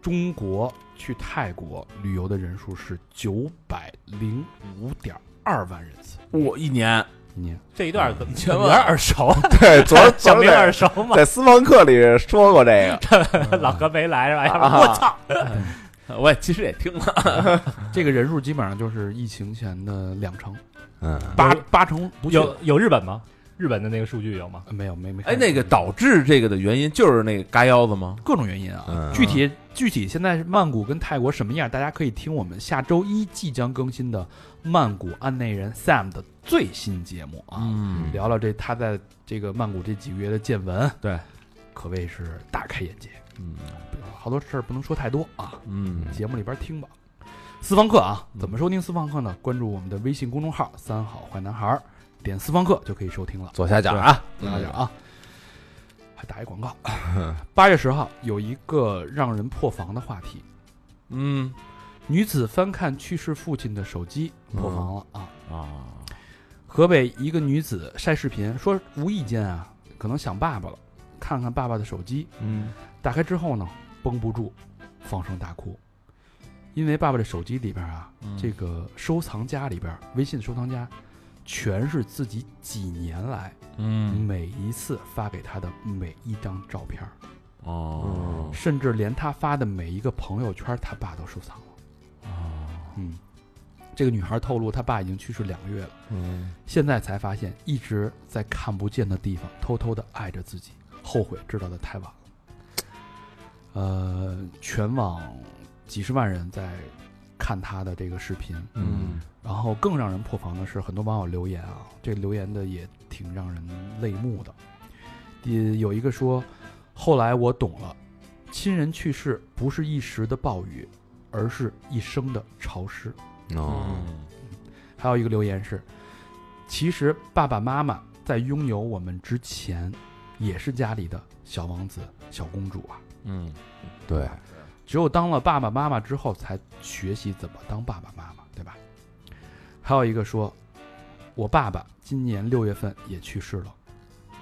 Speaker 3: 中国去泰国旅游的人数是九百零五点二万人次。
Speaker 5: 我一年
Speaker 3: 一年，
Speaker 2: 这一段怎么
Speaker 5: 千万
Speaker 2: 有点耳熟啊？
Speaker 4: 对，昨儿
Speaker 2: 小
Speaker 4: 昨
Speaker 2: 明耳
Speaker 4: 儿
Speaker 2: 熟吗
Speaker 4: 在？在私房课里说过这个，
Speaker 2: 老何没来是吧？要不然
Speaker 4: 啊
Speaker 2: 我操！
Speaker 5: 我也其实也听了，
Speaker 3: 这个人数基本上就是疫情前的两成，
Speaker 4: 嗯，
Speaker 3: 八八成不去
Speaker 2: 有有日本吗？日本的那个数据有吗？
Speaker 3: 呃没有没没看
Speaker 5: 哎，
Speaker 3: 见。
Speaker 5: 那个导致这个的原因就是那个嘎腰子吗？
Speaker 3: 各种原因啊，
Speaker 4: 嗯
Speaker 3: 具体具体现在是曼谷跟泰国什么样，大家可以听我们下周一即将更新的《曼谷案内人 Sam》的最新节目啊。
Speaker 5: 嗯
Speaker 3: 聊聊这他在这个曼谷这几个月的见闻，
Speaker 5: 对，
Speaker 3: 可谓是大开眼界。
Speaker 5: 嗯
Speaker 3: 好多事儿不能说太多啊，
Speaker 5: 嗯
Speaker 3: 节目里边听吧。私房课啊，
Speaker 5: 嗯
Speaker 3: 怎么收听私房课呢？关注我们的微信公众号“三好坏男孩儿”，点私房课就可以收听了。
Speaker 4: 左下角啊，
Speaker 3: 大家
Speaker 5: 嗯
Speaker 3: 啊，还打一广告。 八月十号有一个让人破防的话题：
Speaker 5: 嗯
Speaker 3: 女子翻看去世父亲的手机，
Speaker 5: 嗯
Speaker 3: 破防了啊！
Speaker 5: 啊，
Speaker 3: 河北一个女子晒视频，说无意间啊，可能想爸爸了，看看爸爸的手机，
Speaker 5: 嗯
Speaker 3: 打开之后呢，绷不住，放声大哭，因为爸爸的手机里边啊，
Speaker 5: 嗯
Speaker 3: 这个收藏夹里边，微信收藏夹，全是自己几年来
Speaker 5: 嗯
Speaker 3: 每一次发给他的每一张照片，
Speaker 5: 哦
Speaker 3: 甚至连他发的每一个朋友圈，他爸都收藏了。嗯，这个女孩透露，她爸已经去世两个月了。
Speaker 5: 嗯
Speaker 3: 现在才发现，一直在看不见的地方偷偷的爱着自己，后悔知道的太晚了。呃，全网几十万人在看他的这个视频，
Speaker 5: 嗯
Speaker 3: 然后更让人破防的是，很多网友留言啊，这留言的也挺让人泪目的。也有一个说，后来我懂了，亲人去世不是一时的暴雨，而是一生的潮湿。
Speaker 5: 嗯
Speaker 4: 哦嗯
Speaker 3: 还有一个留言是，其实爸爸妈妈在拥有我们之前，也是家里的小王子、小公主啊。
Speaker 5: 嗯
Speaker 4: 对，
Speaker 3: 只有当了爸爸妈妈之后，才学习怎么当爸爸妈妈，对吧？还有一个说，我爸爸今年六月份也去世了，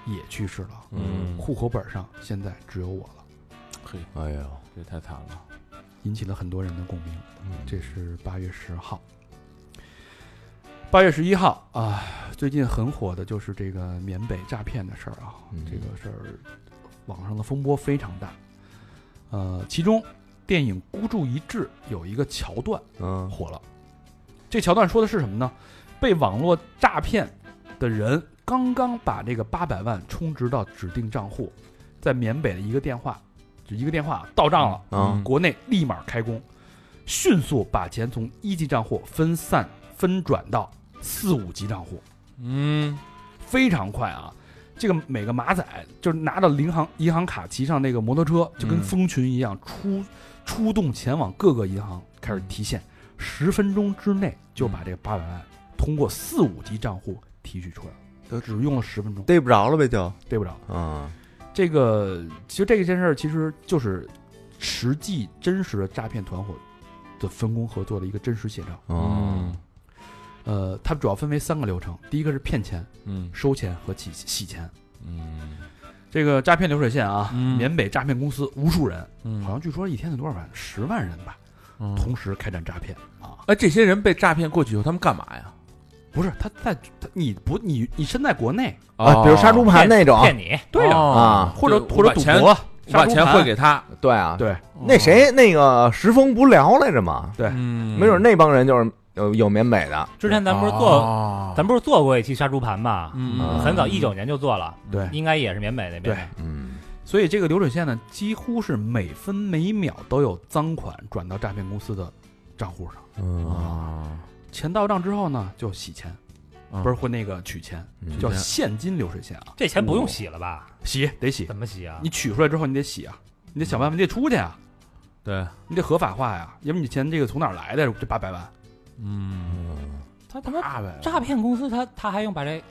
Speaker 3: 也去世了，
Speaker 5: 嗯
Speaker 3: 户口本上现在只有我了，
Speaker 6: 哎呦，
Speaker 5: 这太惨了。
Speaker 3: 引起了很多人的共鸣。
Speaker 6: 这
Speaker 3: 这是八月十号。八月十一号啊，最近很火的就是这个缅北诈骗的事儿啊，
Speaker 6: 嗯
Speaker 3: 这个事儿网上的风波非常大。呃，其中电影《孤注一掷》有一个桥段
Speaker 6: 嗯
Speaker 3: 火了，这桥段说的是什么呢？被网络诈骗的人刚刚把这个八百万充值到指定账户，在缅北的一个电话，就一个电话到账了，嗯
Speaker 6: 啊
Speaker 3: 国内立马开工，迅速把钱从一级账户分散分转到四五级账户，
Speaker 5: 嗯，
Speaker 3: 非常快啊！这个每个马仔就是拿到银行银行卡，骑上那个摩托车，就跟
Speaker 5: 嗯
Speaker 3: 蜂群一样出出动前往各个银行开始提
Speaker 5: 嗯
Speaker 3: 现，十分钟之内就把这个八百万通过四五级账户提取出来，只用了十分钟，
Speaker 6: 逮不着了呗就
Speaker 3: 对不着。
Speaker 6: 啊，
Speaker 3: 这个其实这件事儿其实就是实际真实的诈骗团伙的分工合作的一个真实写照。嗯
Speaker 6: 哦，
Speaker 3: 呃，它主要分为三个流程，第一个是骗钱、
Speaker 5: 嗯
Speaker 3: 收钱和洗洗钱。
Speaker 5: 嗯
Speaker 3: 这个诈骗流水线啊，
Speaker 5: 嗯
Speaker 3: 缅北诈骗公司无数人，
Speaker 5: 嗯
Speaker 3: 好像据说一天得多少万，十万人吧，
Speaker 5: 嗯
Speaker 3: 同时开展诈骗啊！
Speaker 5: 哎，这些人被诈骗过去以后，他们干嘛呀？
Speaker 3: 不是，他在他你不你你身在国内，
Speaker 4: 啊，比如杀猪盘那种，
Speaker 2: 骗你，
Speaker 3: 对呀、
Speaker 5: 啊
Speaker 3: 或者
Speaker 5: 哦就
Speaker 3: 或者
Speaker 5: 把
Speaker 3: 赌
Speaker 5: 钱嗯
Speaker 3: 博，
Speaker 5: 我把
Speaker 3: 杀猪
Speaker 5: 钱
Speaker 3: 盘
Speaker 5: 汇给他，
Speaker 4: 对啊，
Speaker 3: 对，
Speaker 4: 那谁那个石峰不聊来着吗？
Speaker 3: 对
Speaker 5: 嗯，
Speaker 4: 没准那帮人就是有有缅北的，
Speaker 2: 之前咱们不是做，
Speaker 5: 做
Speaker 2: 咱们不是做过一期杀猪盘吧？
Speaker 5: 嗯
Speaker 4: 嗯
Speaker 2: 很早一九年就做了，
Speaker 3: 对
Speaker 2: 应该也是缅北那边的。
Speaker 6: 嗯
Speaker 3: 所以这个流水线呢，几乎是每分每秒都有赃款转到诈骗公司的账户上。
Speaker 6: 嗯
Speaker 5: 啊，
Speaker 3: 钱到账之后呢，就洗钱，
Speaker 5: 嗯
Speaker 3: 不是或那个取钱，
Speaker 6: 嗯
Speaker 3: 叫现金流水线啊，
Speaker 2: 这钱不用洗了吧？
Speaker 3: 洗得洗
Speaker 2: 怎，么洗啊
Speaker 3: 你？取出来之后你得洗啊，你得想办法，你得出去啊，
Speaker 5: 对，
Speaker 3: 你得合法化呀，要不你钱这个从哪儿来的？这八百万，
Speaker 5: 嗯，
Speaker 2: 他他妈
Speaker 5: 大呗，
Speaker 2: 诈骗公司他他还用把这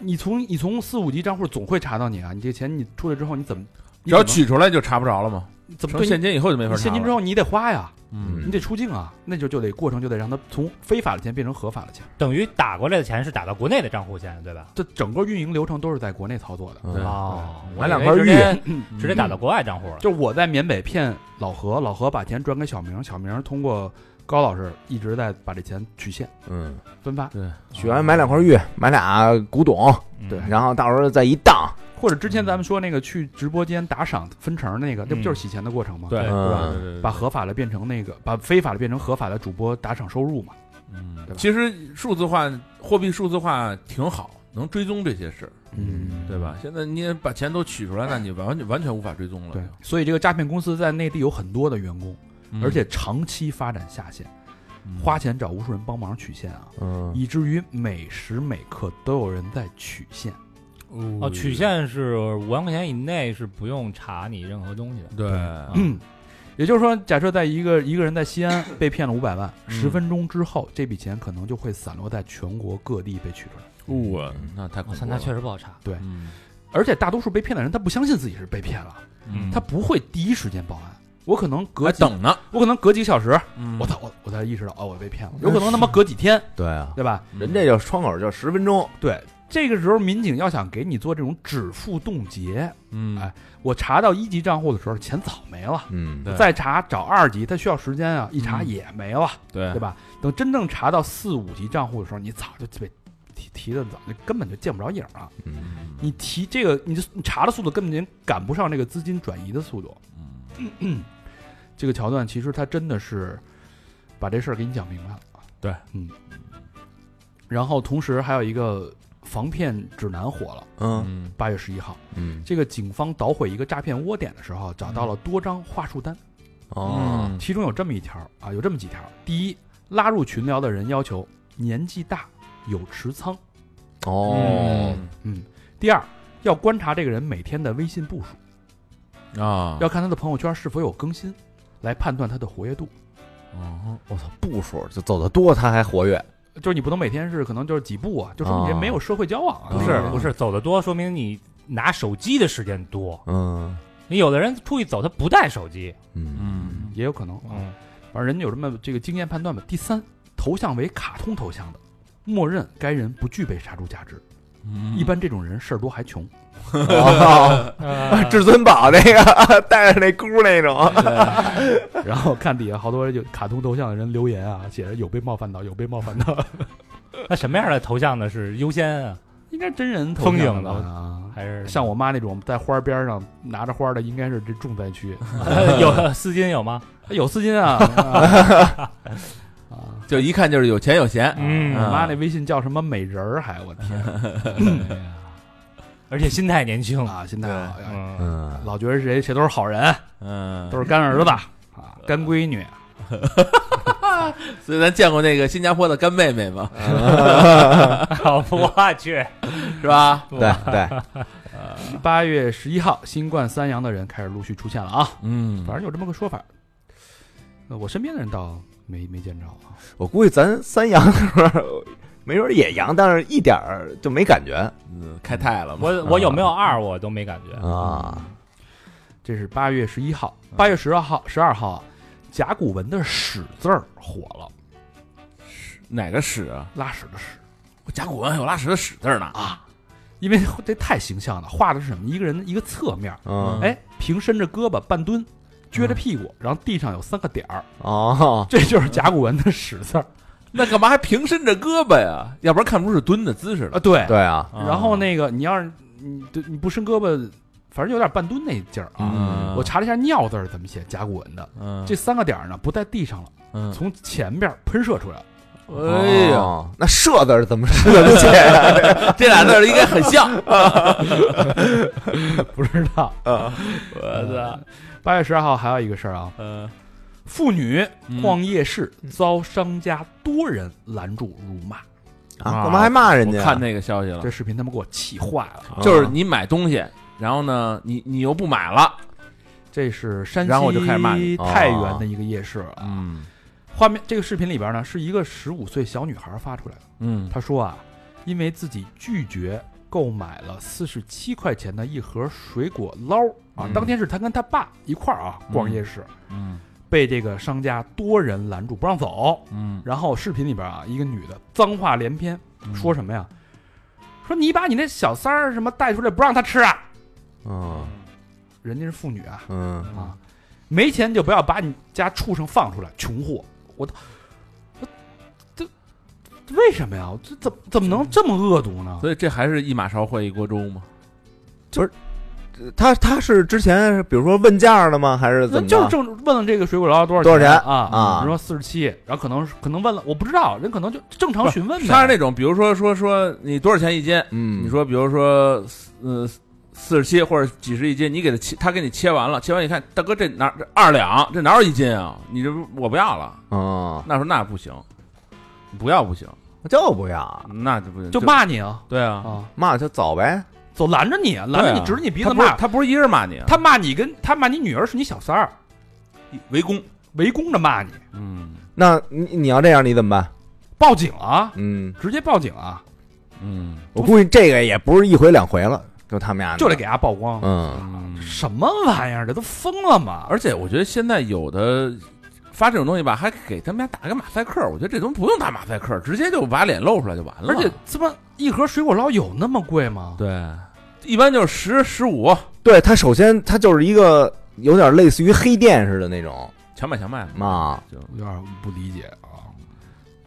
Speaker 3: 你从你从四五级账户总会查到你啊，你这钱你出来之后你怎么，
Speaker 5: 只要取出来就查不着了嘛，
Speaker 3: 你怎么
Speaker 5: 成
Speaker 3: 对
Speaker 5: 现
Speaker 3: 你
Speaker 5: 金以后就没法
Speaker 3: 你
Speaker 5: 查了。
Speaker 3: 现金之后你得花呀，
Speaker 5: 嗯，
Speaker 3: 你得出境啊，那就就得过程就得让他从非法的钱变成合法的钱。
Speaker 2: 等于打过来的钱是打到国内的账户去，对吧？
Speaker 3: 这整个运营流程都是在国内操作的。
Speaker 6: 嗯
Speaker 2: 哦，
Speaker 4: 拿两
Speaker 2: 块
Speaker 4: 块
Speaker 2: 直
Speaker 4: 玉
Speaker 2: 接 直接打到国外账户了。
Speaker 3: 就我在缅北骗老何，老何把钱转给小明，小明通过高老师一直在把这钱取现
Speaker 6: 嗯
Speaker 3: 分发，
Speaker 5: 对，
Speaker 4: 取完买两块玉，买俩古董，
Speaker 2: 嗯
Speaker 3: 对
Speaker 4: 然后到时候再一当，
Speaker 3: 或者之前咱
Speaker 5: 嗯
Speaker 3: 们说那个去直播间打赏分成那个，那
Speaker 2: 嗯
Speaker 3: 不就是洗钱的过程吗？
Speaker 5: 对，
Speaker 2: 对
Speaker 5: 对
Speaker 6: 嗯
Speaker 5: 对对，
Speaker 3: 把合法的变成那个，把非法的变成合法的主播打赏收入嘛。
Speaker 5: 嗯
Speaker 3: 对吧
Speaker 5: 其实数字化货币数字化挺好，能追踪这些事儿，
Speaker 3: 嗯，
Speaker 5: 对吧？现在你也把钱都取出来，那你完完全无法追踪了。
Speaker 3: 对，所以这个诈骗公司在内地有很多的员工，
Speaker 5: 嗯
Speaker 3: 而且长期发展下线，花钱找无数人帮忙取现啊，
Speaker 6: 嗯
Speaker 3: 以至于每时每刻都有人在取现。
Speaker 2: 哦，曲线是五万块钱以内是不用查你任何东西的。
Speaker 5: 对，
Speaker 3: 嗯，也就是说，假设在一个一个人在西安 被骗了五百万，
Speaker 5: 嗯
Speaker 3: 十分钟之后，这笔钱可能就会散落在全国各地被取出来。
Speaker 5: 哇，嗯那太
Speaker 2: 我
Speaker 5: 恐怖
Speaker 2: 操，
Speaker 5: 了
Speaker 2: 那。确实不好查。
Speaker 5: 嗯
Speaker 3: 而且大多数被骗的人，他不相信自己是被骗了，
Speaker 5: 嗯
Speaker 3: 他不会第一时间报案。我可能隔
Speaker 5: 还
Speaker 3: 几，
Speaker 5: 等呢，
Speaker 3: 我可能隔几个小时，
Speaker 5: 嗯
Speaker 3: 我才我我才意识到哦，我被骗了。 有可能他妈隔几天，
Speaker 6: 对啊，
Speaker 3: 对吧？
Speaker 5: 嗯
Speaker 4: 人这就窗口就十分钟，
Speaker 3: 对，这个时候民警要想给你做这种止付冻结，
Speaker 5: 嗯
Speaker 3: 哎我查到一级账户的时候，钱早没了。
Speaker 6: 嗯
Speaker 5: 对
Speaker 3: 再查找二级，它需要时间啊，一查
Speaker 5: 嗯
Speaker 3: 也没了。
Speaker 5: 对
Speaker 3: 对？吧？等真正查到四五级账户的时候，你早就被提提的早，就根本就见不着影儿了。
Speaker 6: 嗯
Speaker 3: 你提这个，你就你查的速度根本就赶不上这个资金转移的速度。
Speaker 5: 嗯
Speaker 3: 这个桥段其实它真的是把这事儿给你讲明白了。
Speaker 5: 对，
Speaker 3: 嗯。然后同时还有一个防骗指南火了，
Speaker 6: 嗯
Speaker 5: 嗯
Speaker 3: 八月十一号，
Speaker 6: 嗯
Speaker 3: 这个警方捣毁一个诈骗窝点的时候，找到了
Speaker 5: 嗯
Speaker 3: 多张话术单。
Speaker 6: 哦，
Speaker 3: 其中有这么一条啊，有这么几条。第一，拉入群聊的人要求年纪大，有持仓。
Speaker 6: 哦，
Speaker 3: 嗯。第二，要观察这个人每天的微信步数，
Speaker 5: 啊，
Speaker 3: 要看他的朋友圈是否有更新，来判断他的活跃度。
Speaker 5: 哦
Speaker 6: 我操，步数就走得多，他还活跃，
Speaker 3: 就是你不能每天是可能就是几步啊，就说你这
Speaker 6: 哦
Speaker 3: 没有社会交往啊。
Speaker 2: 不是
Speaker 6: 嗯
Speaker 2: 不是，走的多说明你拿手机的时间多，
Speaker 6: 嗯
Speaker 2: 你有的人出去走他不带手机，
Speaker 6: 嗯
Speaker 5: 嗯
Speaker 3: 也有可能啊。
Speaker 2: 嗯，
Speaker 3: 反正人家有这么这个经验判断吧。第三，头像为卡通头像的，默认该人不具备杀猪价值。
Speaker 5: 嗯
Speaker 3: 一般这种人事儿多还穷，
Speaker 4: 哦
Speaker 2: 呃
Speaker 4: 至尊宝那个带着那箍那种，
Speaker 3: 然后看底下好多人就卡通头像的人留言啊，写着有被冒犯到，有被冒犯到，
Speaker 2: 那什么样的头像呢？是优先啊，
Speaker 3: 应该是真人头
Speaker 2: 风
Speaker 3: 像
Speaker 2: 景的
Speaker 3: 啊。
Speaker 2: 还是
Speaker 3: 像我妈那种在花边上拿着花的，应该是这重灾区。
Speaker 2: 有丝巾有吗？
Speaker 3: 有丝巾 啊，啊，啊
Speaker 5: 就一看就是有钱有闲，
Speaker 2: 嗯
Speaker 3: 我妈那微信叫什么美人儿，还我 天
Speaker 2: 而且心态年 轻，
Speaker 3: 啊！心态好呀，
Speaker 2: 嗯，
Speaker 6: 嗯，
Speaker 3: 老觉得谁谁都是好人，
Speaker 5: 嗯，
Speaker 3: 都是干儿子啊，干闺女，
Speaker 5: 所以咱见过那个新加坡的干妹妹嘛，
Speaker 2: 我去，
Speaker 5: 是吧？
Speaker 6: 对对，
Speaker 3: 八月十一号，新冠三阳的人开始陆续出现了啊，
Speaker 5: 嗯
Speaker 3: 反正有这么个说法。呃我身边的人倒没没见着啊，
Speaker 6: 我估计咱三阳的时候没准也阳，但是一点儿就没感觉
Speaker 5: 嗯，开泰了嘛，
Speaker 2: 我我有没有二我都没感觉，
Speaker 5: 嗯
Speaker 6: 啊。
Speaker 3: 这是八月十一号，八月十二号、十二号啊，甲骨文的“屎”字儿火了，
Speaker 5: 哪个屎啊？
Speaker 3: 拉屎的屎，
Speaker 5: 我甲骨文还有拉屎的屎字儿呢啊！
Speaker 3: 因为这太形象了，画的是什么？一个人的一个侧面，
Speaker 6: 嗯
Speaker 3: 哎，平伸着胳膊半蹲，撅
Speaker 5: 嗯
Speaker 3: 着屁股，然后地上有三个点儿，
Speaker 6: 哦，
Speaker 3: 这就是甲骨文的“屎”字儿
Speaker 5: 那干嘛还平伸着胳膊呀？要不然看不出是蹲的姿势
Speaker 3: 啊。
Speaker 5: 了。
Speaker 3: 对，
Speaker 6: 对啊，
Speaker 3: 然
Speaker 5: 嗯
Speaker 3: 后那个你要是你对你不伸胳膊，反正有点半蹲那劲儿啊。
Speaker 5: 嗯，
Speaker 3: 我查了一下“尿”字儿怎么写，甲骨文的
Speaker 5: 嗯，
Speaker 3: 这三个点儿呢不在地上了，
Speaker 5: 嗯，
Speaker 3: 从前边喷射出来了。
Speaker 5: 哎呀，
Speaker 6: 哦，那射字儿怎么怎么写 呀？
Speaker 5: 这俩字儿应该很 像。
Speaker 3: 不知道，
Speaker 5: 我
Speaker 3: 呃
Speaker 5: 操，
Speaker 3: 八月十二号还有一个事儿啊，嗯
Speaker 5: 嗯，
Speaker 3: 妇女
Speaker 5: 逛
Speaker 3: 逛夜市遭商家多人拦住辱骂，
Speaker 6: 啊，干嘛还骂人
Speaker 5: 我
Speaker 6: 家？
Speaker 5: 看那个消息了
Speaker 3: 这，视频他们给我气坏了。
Speaker 6: 啊
Speaker 5: 就是你买东西，然后呢，你你又不买了，
Speaker 3: 这是山
Speaker 5: 然后我就开始骂
Speaker 3: 西
Speaker 5: 你
Speaker 3: 太原的一个夜市啊，
Speaker 5: 嗯
Speaker 3: 画面这个视频里边呢，是一个十五岁小女孩发出来的。
Speaker 5: 嗯，
Speaker 3: 她说啊，因为自己拒绝购买了四十七块钱的一盒水果捞啊
Speaker 5: 嗯，
Speaker 3: 当天是她跟她爸一块儿啊逛夜市，
Speaker 5: 嗯
Speaker 3: 被这个商家多人拦住不让走。
Speaker 5: 嗯，
Speaker 3: 然后视频里边啊，一个女的脏话连篇，说什么呀？说你把你那小三儿什么带出来不让她吃啊？
Speaker 6: 嗯
Speaker 3: 人家是妇女啊
Speaker 6: 嗯
Speaker 3: 啊，没钱就不要把你家畜生放出来，穷货！我都，我这这为什么呀？这怎么怎么能这么恶毒呢？
Speaker 5: 所以这还是一马勺烩一锅粥嘛。
Speaker 6: 他他是之前比如说问价的吗？还是
Speaker 3: 那
Speaker 6: 怎么
Speaker 3: 就是
Speaker 6: 着？
Speaker 3: 正问问这个水果捞多少
Speaker 6: 多少
Speaker 3: 钱
Speaker 6: 钱
Speaker 3: 啊
Speaker 6: 啊
Speaker 3: 人说四十七，然后可能可能问了，我不知道，人可能就正常询问呗。
Speaker 5: 他是那种，比如说说说你多少钱一斤，
Speaker 6: 嗯，
Speaker 5: 你说比如说呃四十七或者几十一斤，你给他切，他给你切完了，切完一看，大哥这哪这二两，这哪有一斤啊？你这不我不要了。
Speaker 6: 嗯，
Speaker 5: 那说那不行，不要不行，
Speaker 6: 就不要
Speaker 5: 那就不行，
Speaker 3: 就骂你啊
Speaker 5: 对啊，
Speaker 3: 啊，
Speaker 6: 骂就走呗。
Speaker 3: 走拦着你，啊，拦着
Speaker 5: 对啊
Speaker 3: 你，指着你鼻
Speaker 5: 他
Speaker 3: 子
Speaker 5: 不是
Speaker 3: 骂。
Speaker 5: 他不是一人骂你啊，
Speaker 3: 他骂你跟他骂你女儿是你小三儿，
Speaker 5: 围攻，
Speaker 3: 围攻着骂你，
Speaker 5: 嗯
Speaker 6: 那你你要这样你怎么办？
Speaker 3: 报警啊，
Speaker 6: 嗯，
Speaker 3: 直接报警啊，
Speaker 5: 嗯，
Speaker 6: 我估计这个也不是一回两回了，就他们俩
Speaker 3: 就得给他曝光。
Speaker 6: 嗯
Speaker 3: 什么玩意儿？这都疯了吗？
Speaker 5: 而且我觉得现在有的发这种东西吧，还给他们家打个马赛克，我觉得这东西不用打马赛克，直接就把脸露出来就完了。
Speaker 3: 而且这么一盒水果捞有那么贵吗？
Speaker 5: 对，一般就是十十五，
Speaker 6: 对他首先他就是一个有点类似于黑店似的那种
Speaker 5: 强买强卖嘛。
Speaker 6: 啊，
Speaker 5: 就
Speaker 3: 有点不理解啊，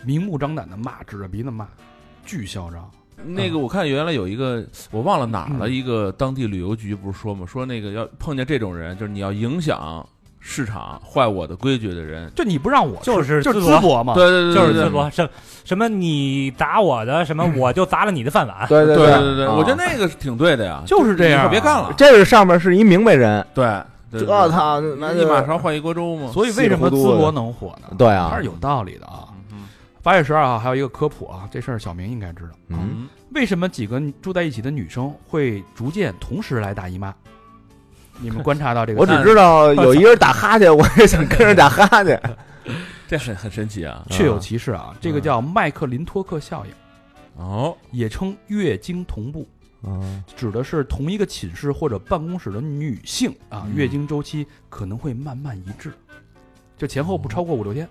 Speaker 3: 明目张胆的骂，指着鼻子骂，巨嚣张。
Speaker 5: 那个，我看原来有一个我忘了哪儿了，一个当地旅游局不是说嘛，说那个要碰见这种人，就是你要影响市场、坏我的规矩的人。
Speaker 3: 就你不让我吃，
Speaker 2: 就
Speaker 3: 就是是
Speaker 2: 淄博
Speaker 3: 淄博嘛。
Speaker 5: 对对对，
Speaker 2: 就是
Speaker 5: 对
Speaker 2: 淄博什什么你打我的，什么我就砸了你的饭碗，
Speaker 6: 对对对
Speaker 5: 对对
Speaker 4: 啊
Speaker 5: 对对，我觉得那个是挺对的呀，
Speaker 3: 就是这样
Speaker 5: 你可别干了。
Speaker 6: 这是上面是一明白人，
Speaker 5: 对，对
Speaker 6: 这
Speaker 5: 对
Speaker 4: 啊
Speaker 5: 对
Speaker 6: 操，那
Speaker 5: 一马勺换一锅粥嘛。
Speaker 3: 所以为什么淄博能火呢？
Speaker 6: 对
Speaker 3: 它
Speaker 6: 啊
Speaker 3: 是，有道理的啊。八月十二号还有一个科普啊，这事儿小明应该知道。
Speaker 6: 嗯，
Speaker 3: 为什么几个住在一起的女生会逐渐同时来大姨妈？你们观察到这个
Speaker 6: 我
Speaker 3: 现
Speaker 6: 只
Speaker 3: 象？
Speaker 6: 知道有一人打哈欠，我也想跟着打哈欠。
Speaker 5: 这很很神奇啊。
Speaker 3: 确有其事啊，这个叫麦克林托克效应，
Speaker 5: 哦，
Speaker 3: 也称月经同步。
Speaker 4: 嗯
Speaker 3: 指的是同一个寝室或者办公室的女性啊，
Speaker 5: 嗯
Speaker 3: 月经周期可能会慢慢一致，就前后不超过五六天，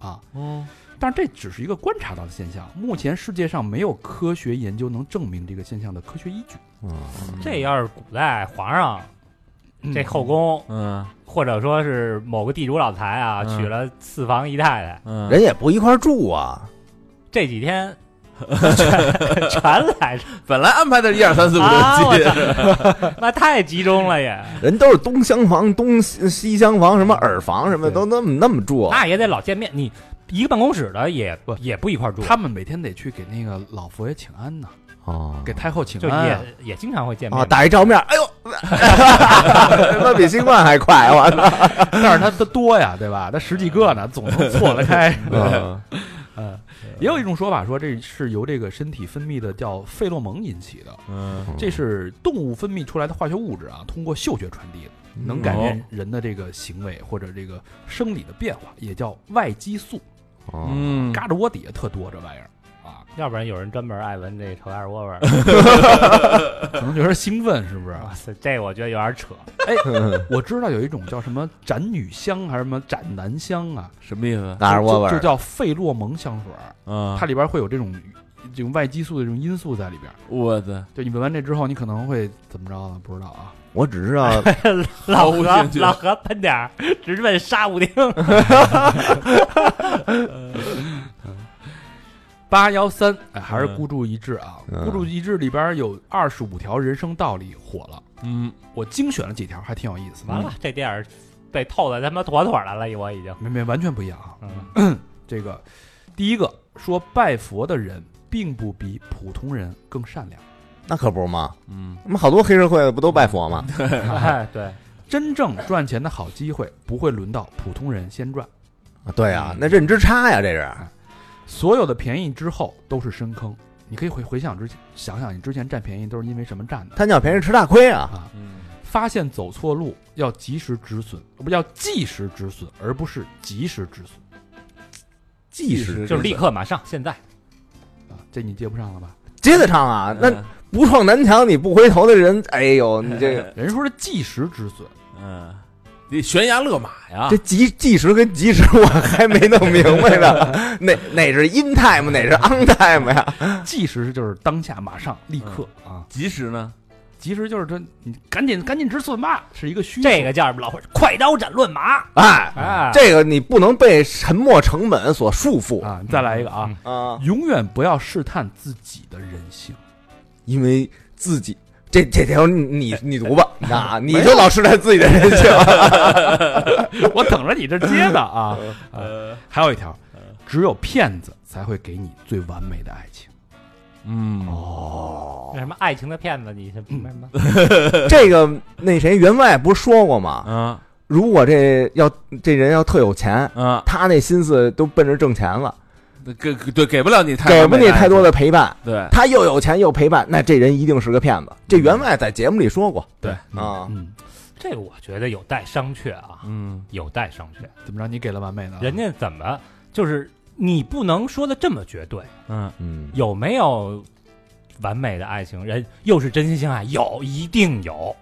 Speaker 3: 啊，
Speaker 5: 嗯
Speaker 3: 但是这只是一个观察到的现象，目前世界上没有科学研究能证明这个现象的科学依据。
Speaker 2: 这要是古代皇上
Speaker 3: 嗯
Speaker 2: 这后宫，
Speaker 5: 嗯
Speaker 2: 或者说是某个地主老财啊，
Speaker 5: 嗯
Speaker 2: 娶了四房一太太，
Speaker 5: 嗯，
Speaker 4: 人也不一块儿住啊，
Speaker 2: 这几 天全 全来着
Speaker 5: 本来安排的是一二三四五
Speaker 2: 啊！我
Speaker 5: 六七，
Speaker 2: 操， 那太集中了也，
Speaker 4: 人都是东厢房、东西西厢房，什么耳房什么的，
Speaker 3: 对
Speaker 4: 都那么那么住。啊
Speaker 2: 那也得老见面。你一个办公室的也
Speaker 3: 不
Speaker 2: 也不一块儿住，
Speaker 3: 他们每天得去给那个老佛爷请安呢，
Speaker 4: 哦
Speaker 3: 给太后请
Speaker 2: 就
Speaker 3: 安
Speaker 2: 也
Speaker 3: 啊。
Speaker 2: 也经常会见
Speaker 4: 啊，
Speaker 2: 面。
Speaker 4: 打一照面，哎呦，他妈比新冠还快，我 操！
Speaker 3: 但是他的多呀，对吧？他十几个呢，总能错得 开。嗯，也有一种说法说这是由这个身体分泌的叫费洛蒙引起的，
Speaker 5: 嗯
Speaker 3: 这是动物分泌出来的化学物质啊，通过嗅觉传递的，能改
Speaker 4: 嗯哦
Speaker 3: 变人的这个行为或者这个生理的变化，也叫外激素。
Speaker 4: 哦
Speaker 5: 嗯，
Speaker 3: 嘎着窝底下特多这玩意儿啊，
Speaker 2: 要不然有人专门爱闻这臭鸭窝味 儿，
Speaker 3: 可能就是兴奋，是不是？
Speaker 2: 哇塞，这我觉得有点扯。
Speaker 3: 我知道有一种叫什么斩女香还是什么斩男香啊，
Speaker 5: 什么意思？
Speaker 4: 哪是窝味
Speaker 3: 就就
Speaker 4: 儿？
Speaker 3: 叫费洛蒙香水儿，
Speaker 5: 啊
Speaker 3: 它，里边会有这种这种外激素的这种因素在里边。
Speaker 5: 我的
Speaker 3: 就你闻完这之后，你可能会怎么着呢？不知道啊。
Speaker 4: 我只知道
Speaker 2: 老
Speaker 5: 无
Speaker 2: 何
Speaker 5: 兴趣
Speaker 2: 老何喷点儿，直奔沙武町。
Speaker 3: 八幺三，哎，还是
Speaker 5: 嗯
Speaker 3: 孤注一掷啊！
Speaker 4: 嗯
Speaker 3: 孤注一掷里边有二十五条人生道理火了，
Speaker 5: 嗯，
Speaker 3: 我精选了几条，还挺有意思的。
Speaker 2: 完了，这电影被透的他妈妥妥的了，我已经。
Speaker 3: 没没完全不一样啊！
Speaker 2: 嗯，
Speaker 3: 这个第一个说拜佛的人并不比普通人更善良，
Speaker 4: 那可不是吗？
Speaker 5: 嗯
Speaker 4: 我们好多黑社会的不都拜佛吗？
Speaker 2: 哎，对，
Speaker 3: 真正赚钱的好机会不会轮到普通人先赚，
Speaker 4: 啊对啊，那认知差呀，这是。
Speaker 3: 所有的便宜之后都是深坑。你可以回回想之前，想想你之前占便宜都是因为什么占的
Speaker 4: 贪小便宜吃大亏啊！
Speaker 3: 啊？
Speaker 5: 嗯
Speaker 3: 发现走错路要及时止损，呃不要即时止损，而不是及时止损
Speaker 5: 即
Speaker 4: 时
Speaker 2: 就是立刻马上现在。
Speaker 3: 啊！这你接不上了吧？
Speaker 4: 接得上啊，
Speaker 5: 嗯
Speaker 4: 那不撞南墙你不回头的人，哎呦，你这个
Speaker 3: 人说是即时止 损，
Speaker 5: 嗯，你悬崖勒马呀
Speaker 4: 这，及计时跟及时我还没弄明白呢，哪哪是 in time，哪是 on time 呀？
Speaker 3: 即时就是当下、马上、立刻啊！
Speaker 5: 及时呢？
Speaker 3: 及时就是这，你赶紧赶紧止损吧，是一个虚
Speaker 2: 这个叫什么？老伙快刀斩乱麻。
Speaker 4: 哎，
Speaker 2: 哎，
Speaker 4: 这个你不能被沉没成本所束缚
Speaker 3: 啊！你再来一个啊！
Speaker 2: 嗯
Speaker 4: 啊，
Speaker 3: 永远不要试探自己的人性。
Speaker 4: 因为自己这这条你你读吧啊，你就老试探自己的人性，
Speaker 3: 我等着你这接呢啊！ 呃，还有一条，只有骗子才会给你最完美的爱情。
Speaker 5: 嗯
Speaker 2: 那什么爱情的骗子，你是明白吗？
Speaker 4: 这个那谁员外不是说过吗？
Speaker 5: 啊
Speaker 4: 如果这要这人要特有钱，
Speaker 5: 啊，
Speaker 4: 他那心思都奔着挣钱了，
Speaker 5: 给对给不了你太
Speaker 4: 给不你太多
Speaker 5: 的
Speaker 4: 的陪伴。
Speaker 5: 对，
Speaker 4: 他又有钱又陪伴，那这人一定是个骗子。这员外在节目里说过，
Speaker 5: 对
Speaker 4: 啊，
Speaker 3: 嗯，
Speaker 2: 这个我觉得有待商榷啊，
Speaker 5: 嗯
Speaker 2: 有待商榷。
Speaker 3: 怎么着？你给了完美的？啊
Speaker 2: 人家怎么就是你不能说的这么绝对，
Speaker 5: 嗯
Speaker 4: 嗯，
Speaker 2: 有没有完美的爱情？人又是真心相爱，有一定有，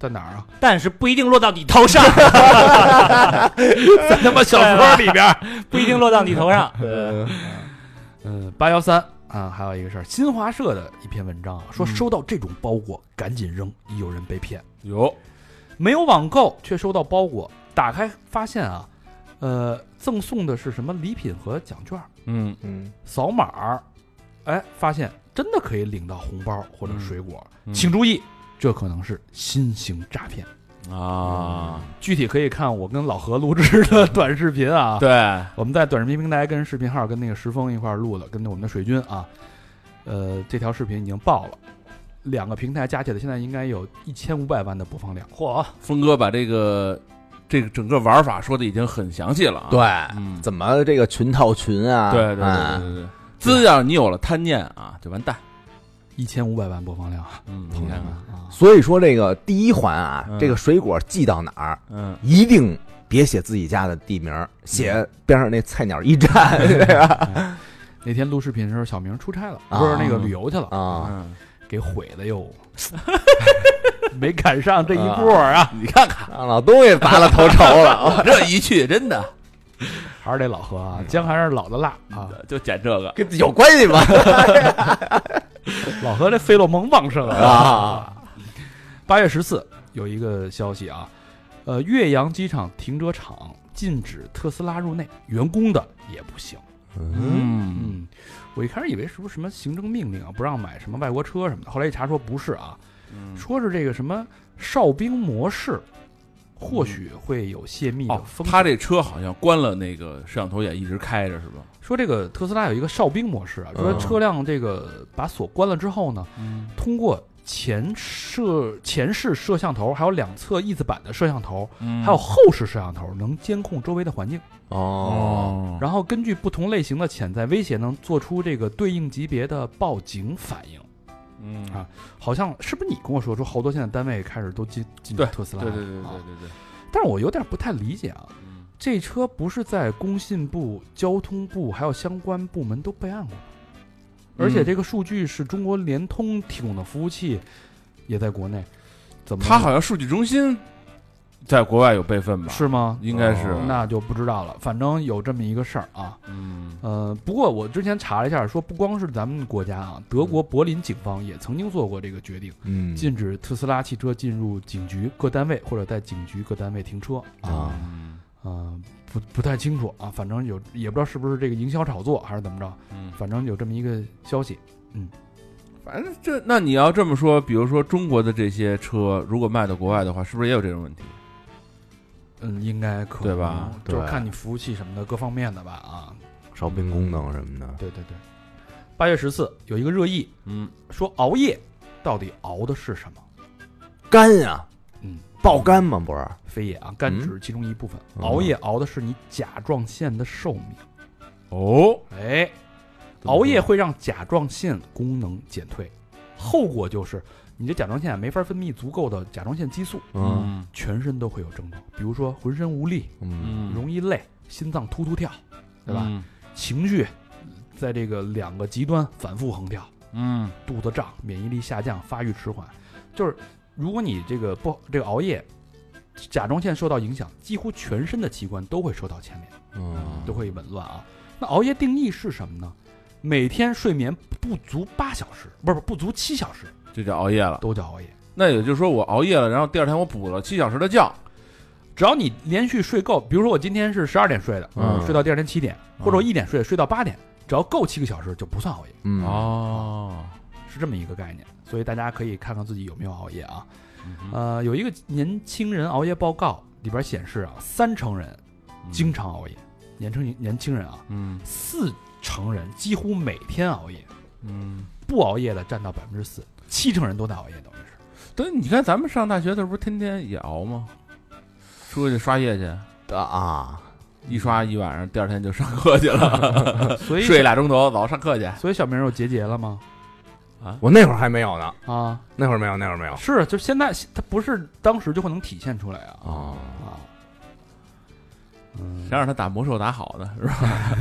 Speaker 3: 在哪儿啊？
Speaker 2: 但是不一定落到你头上，
Speaker 3: 在他妈小说里边。
Speaker 2: 不一定落到你头 上。
Speaker 3: 嗯，八幺三啊，还有一个事儿，新华社的一篇文章啊，说
Speaker 5: 嗯
Speaker 3: 收到这种包裹赶紧扔，已有人被骗。
Speaker 5: 有
Speaker 3: 没有网购却收到包裹，打开发现啊，呃，赠送的是什么礼品和奖券儿，
Speaker 5: 嗯
Speaker 4: 嗯，
Speaker 3: 扫码儿，哎，发现真的可以领到红包或者
Speaker 5: 嗯
Speaker 3: 水果，
Speaker 5: 嗯
Speaker 3: 请注意，这可能是新型诈骗。
Speaker 5: 啊，
Speaker 3: 具体可以看我跟老何录制的短视频啊，
Speaker 5: 对，
Speaker 3: 我们在短视频平台跟视频号跟那个石峰一块儿录的，跟着我们的水军啊，呃，这条视频已经爆了，两个平台加起来现在应该有一千五百万的播放量。
Speaker 2: 嚯，
Speaker 5: 峰哥把这个这个整个玩法说的已经很详细了啊，
Speaker 4: 对，
Speaker 5: 嗯，
Speaker 4: 怎么这个群套群啊？
Speaker 5: 对对
Speaker 4: 哎
Speaker 5: 对对对，只要你有了贪念啊，就完蛋，
Speaker 3: 一千五百万播放量，
Speaker 5: 嗯，
Speaker 3: 同
Speaker 5: 你
Speaker 3: 学
Speaker 5: 看
Speaker 3: 们
Speaker 5: 看，
Speaker 3: 啊，
Speaker 4: 所以说这个第一环啊
Speaker 5: 嗯，
Speaker 4: 这个水果寄到哪儿，
Speaker 5: 嗯，
Speaker 4: 一定别写自己家的地名儿，写边上那菜鸟驿站
Speaker 3: 那天录视频的时候，小明出差了，
Speaker 4: 啊
Speaker 3: 不是那个旅游去了。
Speaker 4: 啊，
Speaker 5: 嗯
Speaker 3: 给毁了哟，没赶上这一波儿啊，
Speaker 5: 你看看
Speaker 4: 让老东西拔了头筹了，
Speaker 5: 我这一去，真的
Speaker 3: 还是得老喝啊，姜还是老的辣啊，
Speaker 5: 就捡这个。
Speaker 4: 跟有关 系吗？
Speaker 3: 老何这费洛蒙旺盛啊！八月十四有一个消息啊，呃，岳阳机场停车场禁止特斯拉入内，员工的也不行。
Speaker 4: 哦
Speaker 5: 嗯，
Speaker 3: 嗯，我一开始以为是不是什么行政命令啊，不让买什么外国车什么的，后来一查说不是啊，
Speaker 5: 嗯
Speaker 3: 说是这个什么哨兵模式，或许会有泄密的
Speaker 5: 哦
Speaker 3: 风，险。
Speaker 5: 他这车好像关了那个摄像头也一直开着是吧？
Speaker 3: 说这个特斯拉有一个哨兵模式啊，说
Speaker 5: 嗯
Speaker 3: 车辆这个把锁关了之后呢，
Speaker 5: 嗯
Speaker 3: 通过前摄前视摄像头，还有两侧翼子板的摄像头，
Speaker 5: 嗯
Speaker 3: 还有后视摄像头，能监控周围的环境，
Speaker 4: 哦，
Speaker 5: 哦，
Speaker 3: 然后根据不同类型的潜在威胁，能做出这个对应级别的报警反应。
Speaker 5: 嗯
Speaker 3: 啊好像是不是你跟我说说，好多现在单位开始都禁禁止特斯
Speaker 5: 对
Speaker 3: 拉？
Speaker 5: 对对对对
Speaker 3: 啊。
Speaker 5: 对对，
Speaker 3: 但是我有点不太理解啊，
Speaker 5: 嗯
Speaker 3: 这车不是在工信部、交通部还有相关部门都备案过吗，
Speaker 5: 嗯
Speaker 3: 而且这个数据是中国联通提供的服务器，也在国内，怎么
Speaker 5: 他好像数据中心在国外有备份吧？，
Speaker 3: 是吗？
Speaker 5: 应该是。
Speaker 3: 那就不知道了，反正有这么一个事儿啊。
Speaker 5: 嗯
Speaker 3: 呃，不过我之前查了一下，说不光是咱们国家啊，德国柏林警方也曾经做过这个决定，
Speaker 4: 嗯
Speaker 3: 禁止特斯拉汽车进入警局各单位或者在警局各单位停车啊。
Speaker 4: 啊，
Speaker 5: 嗯
Speaker 3: 呃，不不太清楚啊，反正有也不知道是不是这个营销炒作还是怎么着，
Speaker 5: 嗯，
Speaker 3: 反正有这么一个消息。
Speaker 5: 反正这那你要这么说，比如说中国的这些车如果卖到国外的话，是不是也有这种问题？
Speaker 3: 嗯，应该可
Speaker 5: 对吧
Speaker 3: 能就是
Speaker 4: 对
Speaker 3: 看你服务器什么的各方面的吧啊。
Speaker 4: 哨兵功能什么的，
Speaker 3: 对对对，八月十四有一个热议，
Speaker 5: 嗯，
Speaker 3: 说熬夜到底熬的是什么？
Speaker 4: 肝呀，
Speaker 3: 嗯，
Speaker 4: 爆肝吗？不是，
Speaker 3: 非也啊，肝只是其中一部分。
Speaker 4: 嗯
Speaker 3: 熬夜熬的是你甲状腺的寿命，
Speaker 5: 哦，
Speaker 3: 哎，
Speaker 5: 怎么说
Speaker 3: 熬夜会让甲状腺功能减退，后果就是你这甲状腺没法分泌足够的甲状腺激素，
Speaker 4: 嗯
Speaker 3: 全身都会有症状，比如说浑身无力、
Speaker 4: 嗯，
Speaker 5: 嗯，
Speaker 3: 容易累、心脏突突跳，对吧？
Speaker 5: 嗯？
Speaker 3: 情绪呃在这个两个极端反复横跳，
Speaker 5: 嗯
Speaker 3: 肚子胀、免疫力下降、发育迟缓，就是如果你这个不这个熬夜，甲状腺受到影响，几乎全身的器官都会受到牵连。
Speaker 4: 嗯
Speaker 3: 都会紊乱啊。那熬夜定义是什么呢？每天睡眠不足八小时，不是不足七小时，
Speaker 5: 这叫熬夜了。
Speaker 3: 都叫熬夜。
Speaker 5: 那也就是说，我熬夜了，然后第二天我补了七小时的觉，
Speaker 3: 只要你连续睡够，比如说我今天是十二点睡的，
Speaker 5: 嗯
Speaker 3: 睡到第二天七点，或者我一点睡睡到八点，只要够七个小时就不算熬夜，
Speaker 4: 嗯，
Speaker 5: 哦，
Speaker 3: 是这么一个概念。所以大家可以看看自己有没有熬夜啊。呃，有一个年轻人熬夜报告里边显示啊，三成人经常熬夜，年轻年轻人啊，
Speaker 5: 嗯
Speaker 3: 四成人几乎每天熬夜，
Speaker 5: 嗯，
Speaker 3: 不熬夜的占到百分之四，七成人都在熬夜，等于是。
Speaker 5: 对，你看咱们上大学的时候不是天天也熬吗？出去刷夜去，
Speaker 4: 啊，
Speaker 5: 一刷一晚上，第二天就上课去 了，
Speaker 3: 所以，
Speaker 5: 睡俩钟头，早上课去。
Speaker 3: 所以小明有结节了吗？
Speaker 4: 我那会儿还没有呢，
Speaker 3: 啊，
Speaker 4: 那会儿没有，那会儿没有
Speaker 3: 是，就现在他不是当时就会能体现出来啊
Speaker 5: 哦
Speaker 3: 啊。
Speaker 4: 啊，
Speaker 3: 嗯
Speaker 5: 谁，让他打魔兽打好的，是吧？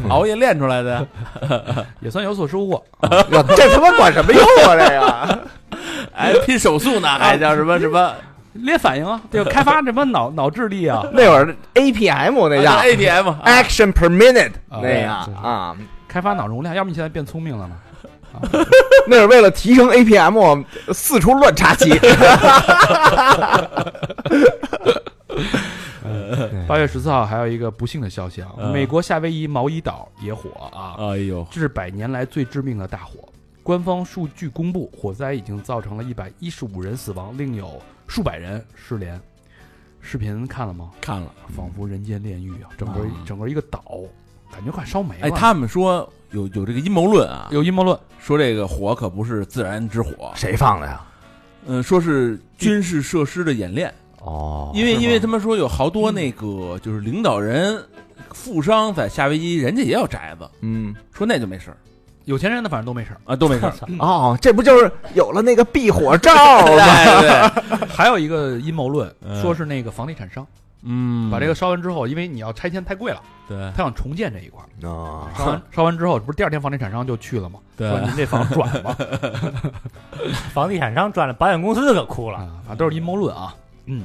Speaker 5: 熬夜练出来的。
Speaker 3: 也算有所收获。
Speaker 4: 我啊这他妈管什么用啊？这 个，
Speaker 5: 哎，拼手速呢，还叫什么什么
Speaker 3: 练反应啊，对，开发什么脑 脑智力啊，
Speaker 4: 那会儿 APM 那叫
Speaker 5: ATM 啊
Speaker 4: action per minute
Speaker 3: 啊
Speaker 4: 那样
Speaker 3: 对
Speaker 4: 啊，
Speaker 3: 开发脑容量，要不你现在变聪明了呢？
Speaker 4: 那是为了提升 APM，四处乱插 旗。
Speaker 3: 八月十四号还有一个不幸的消息啊，
Speaker 5: 嗯
Speaker 3: 美国夏威夷毛伊岛野火啊，
Speaker 5: 哎呦，
Speaker 3: 这是百年来最致命的大火。官方数据公布，火灾已经造成了一百一十五人死亡，另有数百人失联。视频看了吗？
Speaker 5: 看了。
Speaker 3: 仿佛人间炼狱啊！整个、
Speaker 5: 嗯
Speaker 3: 整个一个岛，感觉快烧没了。
Speaker 5: 哎，他们说有有这个阴谋论啊，
Speaker 3: 有阴谋论，
Speaker 5: 说这个火可不是自然之火，
Speaker 4: 谁放的呀？
Speaker 5: 嗯，说是军事设施的演练，
Speaker 4: 哦
Speaker 5: 因为
Speaker 3: 是吗
Speaker 5: 因为他们说有好多那个就是领导人、富商在夏威夷，人家也有宅子，
Speaker 4: 嗯
Speaker 5: 说那就没事儿
Speaker 3: 有钱人的反正都没事儿。
Speaker 5: 啊，都没事儿。
Speaker 4: 哦，这不就是有了那个 避火罩吗？
Speaker 5: 对对，
Speaker 3: 还有一个阴谋论
Speaker 5: 嗯，
Speaker 3: 说是那个房地产商
Speaker 5: 嗯，
Speaker 3: 把这个烧完之后，因为你要拆迁太贵了，
Speaker 5: 对
Speaker 3: 他想重建这一块儿。
Speaker 4: 啊，
Speaker 3: 烧完烧完之后，不是第二天房地产商就去了吗？说
Speaker 5: 对
Speaker 3: 您这房转 吧，
Speaker 2: 房地产商赚了，保险公司可哭了。
Speaker 3: 啊，反正都是阴谋论啊。嗯，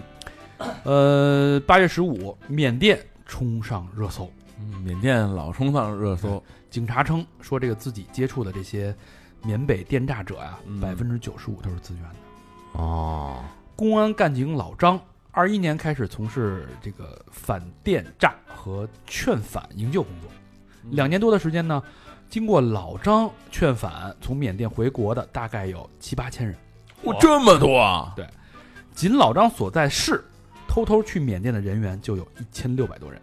Speaker 3: 呃，八月十五，缅甸冲上热搜，
Speaker 5: 嗯缅甸老冲上热搜，
Speaker 3: 警察称说这个自己接触的这些缅北电诈者呀、
Speaker 5: 嗯
Speaker 3: 百分之九十五都是自愿的。
Speaker 4: 哦，
Speaker 3: 公安干警老张，二一年开始从事这个反电诈和劝返营救工作，
Speaker 4: 嗯
Speaker 3: 两年多的时间呢，经过老张劝返从缅甸回国的大概有七八千人。
Speaker 5: 哇这么多啊，
Speaker 3: 仅老张所在市，偷偷去缅甸的人员就有一千六百多人。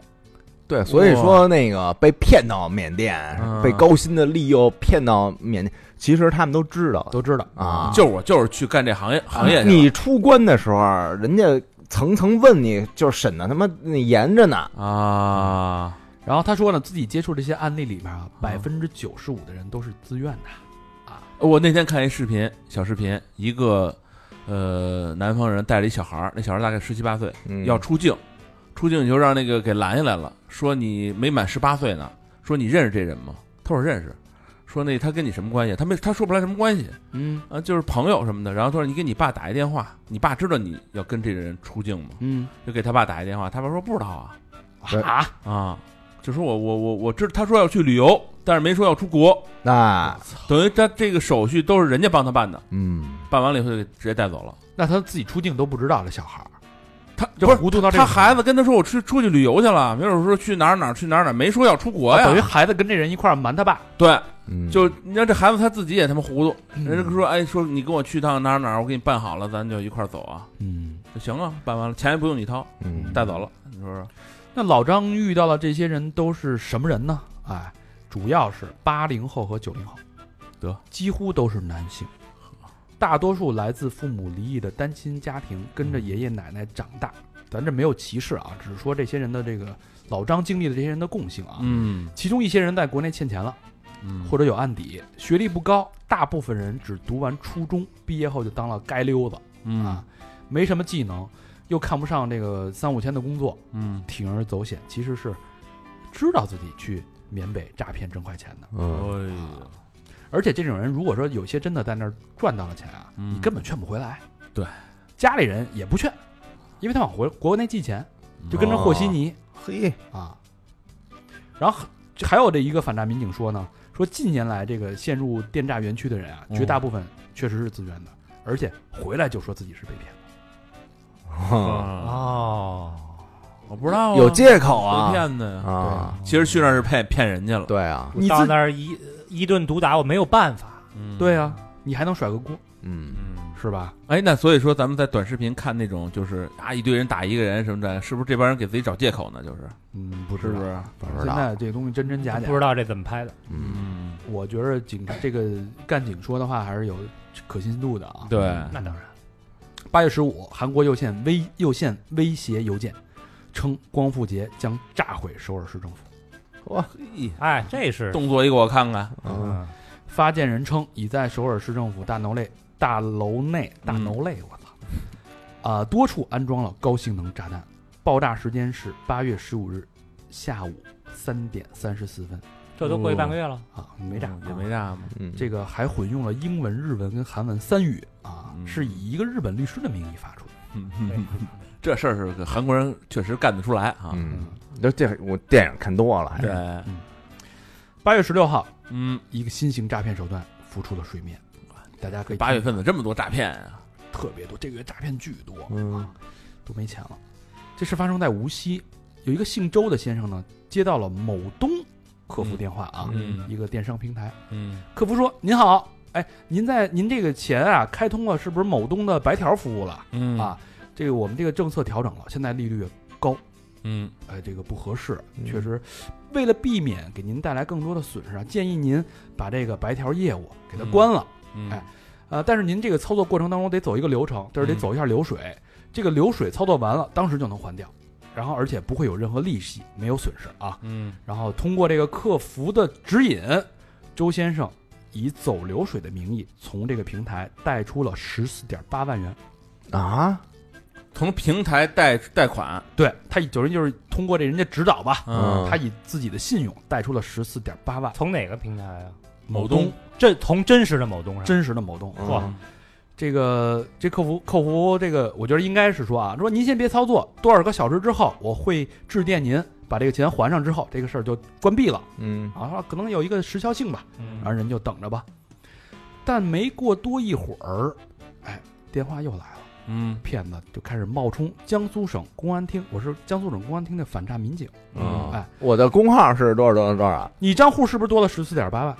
Speaker 4: 对，所以说那个被骗到缅甸，
Speaker 5: 嗯
Speaker 4: 被高薪的利诱骗到缅甸，其实他们都知道
Speaker 3: 都知道
Speaker 4: 啊。
Speaker 5: 就是我就是去干这行业行业去了
Speaker 4: 你出关的时候，人家层层问你，就是审的他妈那严着呢。
Speaker 5: 啊，
Speaker 3: 然后他说呢，自己接触这些案例里面啊，百
Speaker 5: 嗯
Speaker 3: 分之九十五的人都是自愿的。
Speaker 5: 我那天看一视频，小视频，一个呃南方人带着一小孩儿，那小孩儿大概十七八岁，
Speaker 4: 嗯
Speaker 5: 要出境，出境就让那个给拦下来了，说你没满十八岁呢，说你认识这人吗？他说认识，说那他跟你什么关系？他没他说不出来什么关系
Speaker 3: 嗯
Speaker 5: 啊，就是朋友什么的。然后他说你给你爸打一电话，你爸知道你要跟这个人出境吗？
Speaker 3: 嗯
Speaker 5: 就给他爸打一电话，他爸说不知道啊
Speaker 3: 呃
Speaker 2: 啊，
Speaker 5: 啊，就说我我我我知他说要去旅游，但是没说要出国，
Speaker 4: 那
Speaker 5: 等于他这个手续都是人家帮他办的，
Speaker 4: 嗯，
Speaker 5: 办完了以后就给直接带走了。
Speaker 3: 那他自己出境都不知道这小孩儿，
Speaker 5: 他
Speaker 3: 就
Speaker 5: 不是
Speaker 3: 糊涂到这
Speaker 5: 他
Speaker 3: 个
Speaker 5: 孩子跟他说我去出去旅游去了，没有说去哪儿哪儿去哪儿哪儿，没说要出国
Speaker 3: 啊
Speaker 5: 呀。
Speaker 3: 等于孩子跟这人一块儿瞒他爸。
Speaker 5: 对，
Speaker 4: 嗯
Speaker 5: 就你让这孩子他自己也他妈糊涂，
Speaker 3: 嗯
Speaker 5: 人家说哎说你跟我去趟哪儿哪儿，我给你办好了，咱就一块儿走啊，
Speaker 3: 嗯，
Speaker 5: 就行啊，办完了钱也不用你掏，
Speaker 4: 嗯
Speaker 5: 带走了，你说
Speaker 3: 啊
Speaker 5: 说？
Speaker 3: 那老张遇到的这些人都是什么人呢？哎，主要是八零后和九零后，
Speaker 5: 得
Speaker 3: 几乎都是男性，大多数来自父母离异的单亲家庭，跟着爷爷奶奶长大。咱这没有歧视啊，只是说这些人的这个老张经历的这些人的共性啊。
Speaker 5: 嗯
Speaker 3: 其中一些人在国内欠钱了，
Speaker 5: 嗯
Speaker 3: 或者有案底，学历不高，大部分人只读完初中，毕业后就当了街溜子
Speaker 5: 嗯
Speaker 3: 啊，没什么技能，又看不上这个三五千的工作，
Speaker 5: 嗯，
Speaker 3: 铤而走险，其实是知道自己去缅北诈骗挣快钱的。
Speaker 4: 嗯
Speaker 5: 哎呀，
Speaker 3: 而且这种人，如果说有些真的在那儿赚到了钱啊，
Speaker 5: 嗯
Speaker 3: 你根本劝不回来。
Speaker 5: 对，
Speaker 3: 家里人也不劝，因为他往回国内寄钱，就跟着和稀泥、
Speaker 4: 嘿，
Speaker 3: 啊。然后还还有这一个反诈民警说呢，说近年来这个陷入电诈园区的人啊，
Speaker 5: 嗯
Speaker 3: 绝大部分确实是自愿的，而且回来就说自己是被骗的。
Speaker 5: 啊，
Speaker 2: 哦，
Speaker 5: 我不知道啊
Speaker 4: 有借口
Speaker 5: 被
Speaker 4: 啊
Speaker 5: 骗的呀。
Speaker 4: 啊，
Speaker 5: 其实去那儿是骗骗人家了，
Speaker 4: 对啊，
Speaker 2: 我到那儿一一顿毒打，我没有办法。
Speaker 5: 嗯
Speaker 3: 对啊，你还能甩个锅
Speaker 4: 嗯，
Speaker 5: 嗯。
Speaker 3: 是吧？
Speaker 5: 哎，那所以说咱们在短视频看那种就是啊一堆人打一个人什么的，是不是这帮人给自己找借口呢？就是
Speaker 3: 嗯，不
Speaker 5: 是不
Speaker 3: 是？
Speaker 5: 是？
Speaker 4: 不知
Speaker 3: 现
Speaker 4: 道，
Speaker 3: 在这个东西真真假假
Speaker 2: 不，知道这怎么拍的，
Speaker 4: 嗯，
Speaker 5: 嗯，
Speaker 3: 我觉得警这个干警说的话还是有可信度的啊。
Speaker 5: 对，
Speaker 2: 那当然。
Speaker 3: 八月十五，韩国右线威右线威胁邮件，称光复节将炸毁首尔市政府。
Speaker 5: 嘿
Speaker 2: 哎，这是
Speaker 5: 动作一给我看看，
Speaker 4: 嗯
Speaker 3: 发件人称已在首尔市政府大楼内大楼内大楼内，我操，啊、多处安装了高性能炸弹，爆炸时间是八月十五日下午三点三十四分
Speaker 2: 这都过去半个月了，
Speaker 3: 啊，没炸，
Speaker 5: 也没炸嘛，
Speaker 4: 嗯
Speaker 3: 这个还混用了英文、日文跟韩文三语啊，
Speaker 5: 嗯
Speaker 3: 是以一个日本律师的名义发出的。
Speaker 5: 这事儿是个韩国人确实干得出来啊。
Speaker 4: 嗯，就这我电影看多了，还是
Speaker 5: 对，
Speaker 3: 八月十六号，
Speaker 5: 嗯，
Speaker 3: 一个新型诈骗手段浮出了水面，大家可以
Speaker 5: 八月份怎么这么多诈骗啊？
Speaker 3: 特别多，这个月诈骗巨多，
Speaker 4: 嗯
Speaker 3: 啊，都没钱了。这事发生在无锡，有一个姓周的先生呢，接到了某东客服电话啊，
Speaker 5: 嗯
Speaker 3: 一个电商平台
Speaker 5: 嗯
Speaker 3: 客服说：“您好，哎，您在您这个钱啊开通了，是不是某东的白条服务了、
Speaker 5: 嗯
Speaker 3: 啊？这个我们这个政策调整了，现在利率也高，
Speaker 5: 嗯
Speaker 3: 哎，这个不合适，
Speaker 4: 嗯
Speaker 3: 确实。”为了避免给您带来更多的损失啊，建议您把这个白条业务给它关了。
Speaker 5: 嗯
Speaker 3: 哎呃，但是您这个操作过程当中得走一个流程，就是得
Speaker 5: 嗯
Speaker 3: 走一下流水。这个流水操作完了，当时就能还掉，然后而且不会有任何利息，没有损失啊。
Speaker 5: 嗯
Speaker 3: 然后通过这个客服的指引，周先生以走流水的名义从这个平台贷出了十四点八万元，
Speaker 4: 啊，
Speaker 5: 从平台贷贷款，
Speaker 3: 对他以，就是就是通过这人家指导吧，
Speaker 5: 嗯
Speaker 3: 他以自己的信用贷出了十四点八万。
Speaker 2: 从哪个平台啊？
Speaker 5: 某东，嗯
Speaker 2: 这从真实的某东上，
Speaker 3: 真实的某东，
Speaker 2: 哇
Speaker 3: 这个这客服客服这个，我觉得应该是说啊，说您先别操作，多少个小时之后我会致电您，把这个钱还上之后，这个事儿就关闭了
Speaker 6: 嗯
Speaker 3: 啊，说可能有一个时效性吧，
Speaker 2: 嗯
Speaker 3: 然后人就等着吧。但没过多一会儿，哎，电话又来了，
Speaker 5: 嗯
Speaker 3: 骗子就开始冒充江苏省公安厅，我是江苏省公安厅的反诈民警，
Speaker 4: 啊
Speaker 5: 嗯
Speaker 3: 哎，
Speaker 6: 我的工号是多少多少多少？
Speaker 3: 你账户是不是多了十四点八万？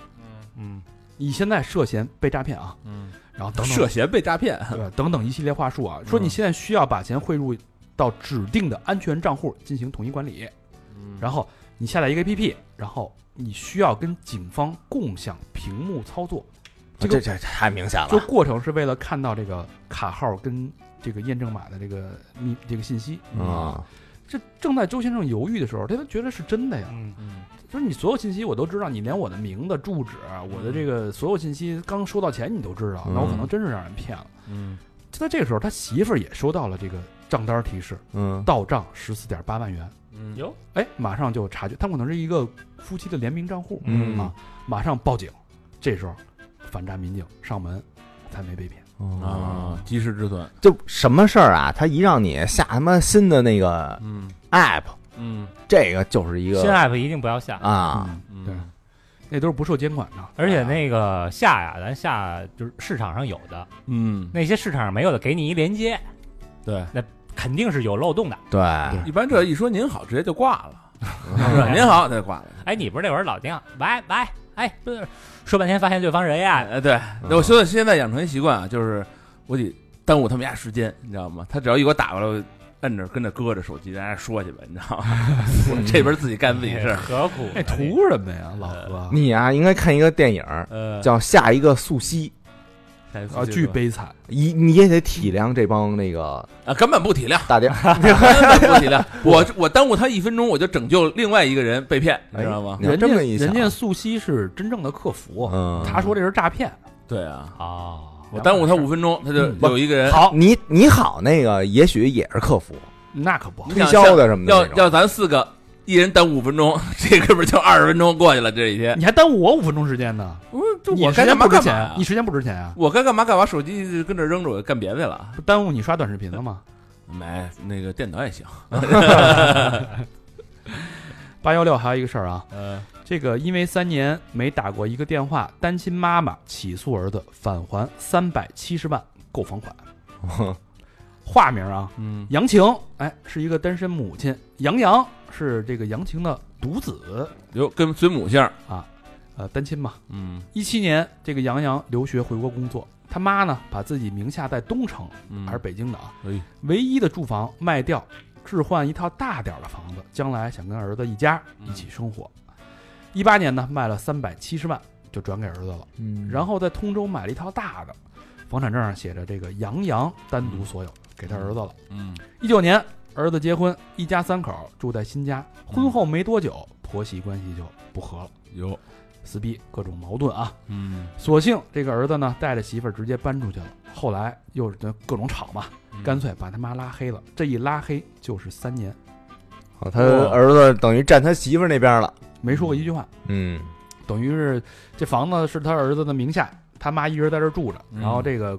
Speaker 2: 嗯，
Speaker 3: 你现在涉嫌被诈骗啊，
Speaker 5: 嗯，
Speaker 3: 然后等等
Speaker 5: 涉嫌被诈骗，
Speaker 3: 对，等等一系列话术
Speaker 6: 嗯
Speaker 3: 啊，说你现在需要把钱汇入到指定的安全账户进行统一管理，嗯然后你下载一个 APP，然后你需要跟警方共享屏幕操作，这个
Speaker 6: 这这太明显
Speaker 3: 就
Speaker 6: 了，
Speaker 3: 过程是为了看到这个卡号跟这个验证码的这个密这个信息。
Speaker 5: 嗯
Speaker 6: 啊
Speaker 3: 这正在周先生犹豫的时候，他觉得是真的呀，
Speaker 2: 嗯
Speaker 5: 嗯
Speaker 3: 就是你所有信息我都知道，你连我的名字、住址、啊我的这个所有信息，刚收到钱你都知道，那我可能真是让人骗了。
Speaker 5: 嗯
Speaker 3: 就在这个时候，他媳妇儿也收到了这个账单提示，
Speaker 6: 嗯
Speaker 3: 到账十四点八万元。
Speaker 5: 嗯
Speaker 2: 哟，
Speaker 3: 哎，马上就察觉，他们可能是一个夫妻的联名账户，
Speaker 6: 嗯
Speaker 3: 啊，马上报警。这时候，反诈民警上门，才没被骗。
Speaker 4: 嗯
Speaker 5: 啊，及时止损，
Speaker 6: 就什么事儿啊？他一让你下他妈新的那个
Speaker 5: 嗯
Speaker 6: app，
Speaker 5: 嗯
Speaker 6: 这个就是一
Speaker 2: 新
Speaker 6: 个
Speaker 2: app 一定不要下，
Speaker 6: 啊，
Speaker 5: 嗯，
Speaker 3: 对那都是不受监管的。
Speaker 2: 而且那个下呀，咱下就是市场上有的，
Speaker 5: 嗯，
Speaker 2: 那些市场上没有的，给你一连接，
Speaker 5: 对，
Speaker 2: 肯定是有漏洞的。
Speaker 6: 对，
Speaker 5: 一般这一说您好，直接就挂了，是吧您好，他就挂了，
Speaker 2: 哎，你不是那会儿老电话，喂喂，哎，不是说半天发现对方人呀，
Speaker 5: 哎，对，
Speaker 6: 嗯
Speaker 5: 我现在现在养成一习惯啊，就是我得耽误他们家时间，你知道吗？他只要一给我打过来，我摁着跟着搁着手机，在那说去吧，你知 道吗？我这边自己干自己事儿，
Speaker 2: 何苦呢？
Speaker 3: 那图什么呀，老何？
Speaker 6: 你啊应该看一个电影
Speaker 2: 呃，
Speaker 6: 叫《下一个素汐》，哎
Speaker 3: 啊，巨悲惨，
Speaker 6: 一你也得体谅这帮那个
Speaker 5: 啊，根本不体 谅，
Speaker 6: 大爹，
Speaker 5: 根本不体谅。我我耽误他一分钟，我就拯救另外一个人被骗，你知道吗？
Speaker 6: 你要
Speaker 3: 人家
Speaker 6: 这么一想
Speaker 3: 人，家素汐是真正的客服，
Speaker 6: 嗯，
Speaker 3: 他说这是诈骗，
Speaker 5: 对啊，
Speaker 2: 哦，
Speaker 5: 我耽误他五分钟，他就有一个人
Speaker 6: 嗯好，你你好，那个也许也是客服
Speaker 3: 那可不好。
Speaker 5: 你
Speaker 6: 推
Speaker 5: 想
Speaker 6: 销的什么的
Speaker 5: 要
Speaker 6: 那种，
Speaker 5: 要咱四个。一人耽误五分钟， 这哥们儿就二十分钟过去了。这一天，
Speaker 3: 你还耽误我五分钟时间呢，
Speaker 5: 我
Speaker 3: 你时
Speaker 5: 该
Speaker 3: 间
Speaker 5: 干
Speaker 3: 不
Speaker 5: 嘛
Speaker 3: 值
Speaker 5: 干
Speaker 3: 钱
Speaker 5: 嘛
Speaker 3: 啊
Speaker 5: 啊，
Speaker 3: 你时间不值钱啊，
Speaker 5: 我该干嘛干嘛，手机跟这儿扔着，我干别的了。
Speaker 3: 不耽误你刷短视频了吗？
Speaker 5: 买那个电脑也行。
Speaker 3: 八幺六还有一个事儿啊，
Speaker 5: 嗯
Speaker 3: 这个因为三年没打过一个电话，单亲妈妈起诉儿子返还三百七十万购房款。化名啊，
Speaker 5: 嗯
Speaker 3: 杨晴，哎，是一个单身母亲。杨洋是这个杨晴的独子，
Speaker 5: 哟，跟随母姓儿。
Speaker 3: 呃，单亲嘛。
Speaker 5: 嗯
Speaker 3: 一七年，这个杨洋留学回国工作，他妈呢把自己名下在东城
Speaker 5: 嗯
Speaker 3: 还是北京的啊
Speaker 5: 哎，
Speaker 3: 唯一的住房卖掉，置换一套大点儿的房子，将来想跟儿子一家
Speaker 5: 嗯
Speaker 3: 一起生活。一八年呢，卖了三百七十万，就转给儿子了。
Speaker 6: 嗯
Speaker 3: 然后在通州买了一套大的，房产证上写着这个杨洋单独所有，给他儿子了。
Speaker 5: 嗯
Speaker 3: 一九年，儿子结婚，一家三口住在新家。
Speaker 5: 嗯
Speaker 3: 婚后没多久，婆媳关系就不和了，
Speaker 5: 有
Speaker 3: 撕逼，各种矛盾啊。
Speaker 5: 嗯
Speaker 3: 索性这个儿子呢，带着媳妇儿直接搬出去了。后来又是各种吵嘛，
Speaker 5: 嗯
Speaker 3: 干脆把他妈拉黑了。这一拉黑就是三年，
Speaker 6: 哦他儿子等于站他媳妇儿那边了，
Speaker 3: 没说过一句话，
Speaker 6: 嗯
Speaker 3: 等于是这房子是他儿子的名下，他妈一人在这儿住着。
Speaker 5: 嗯
Speaker 3: 然后这个，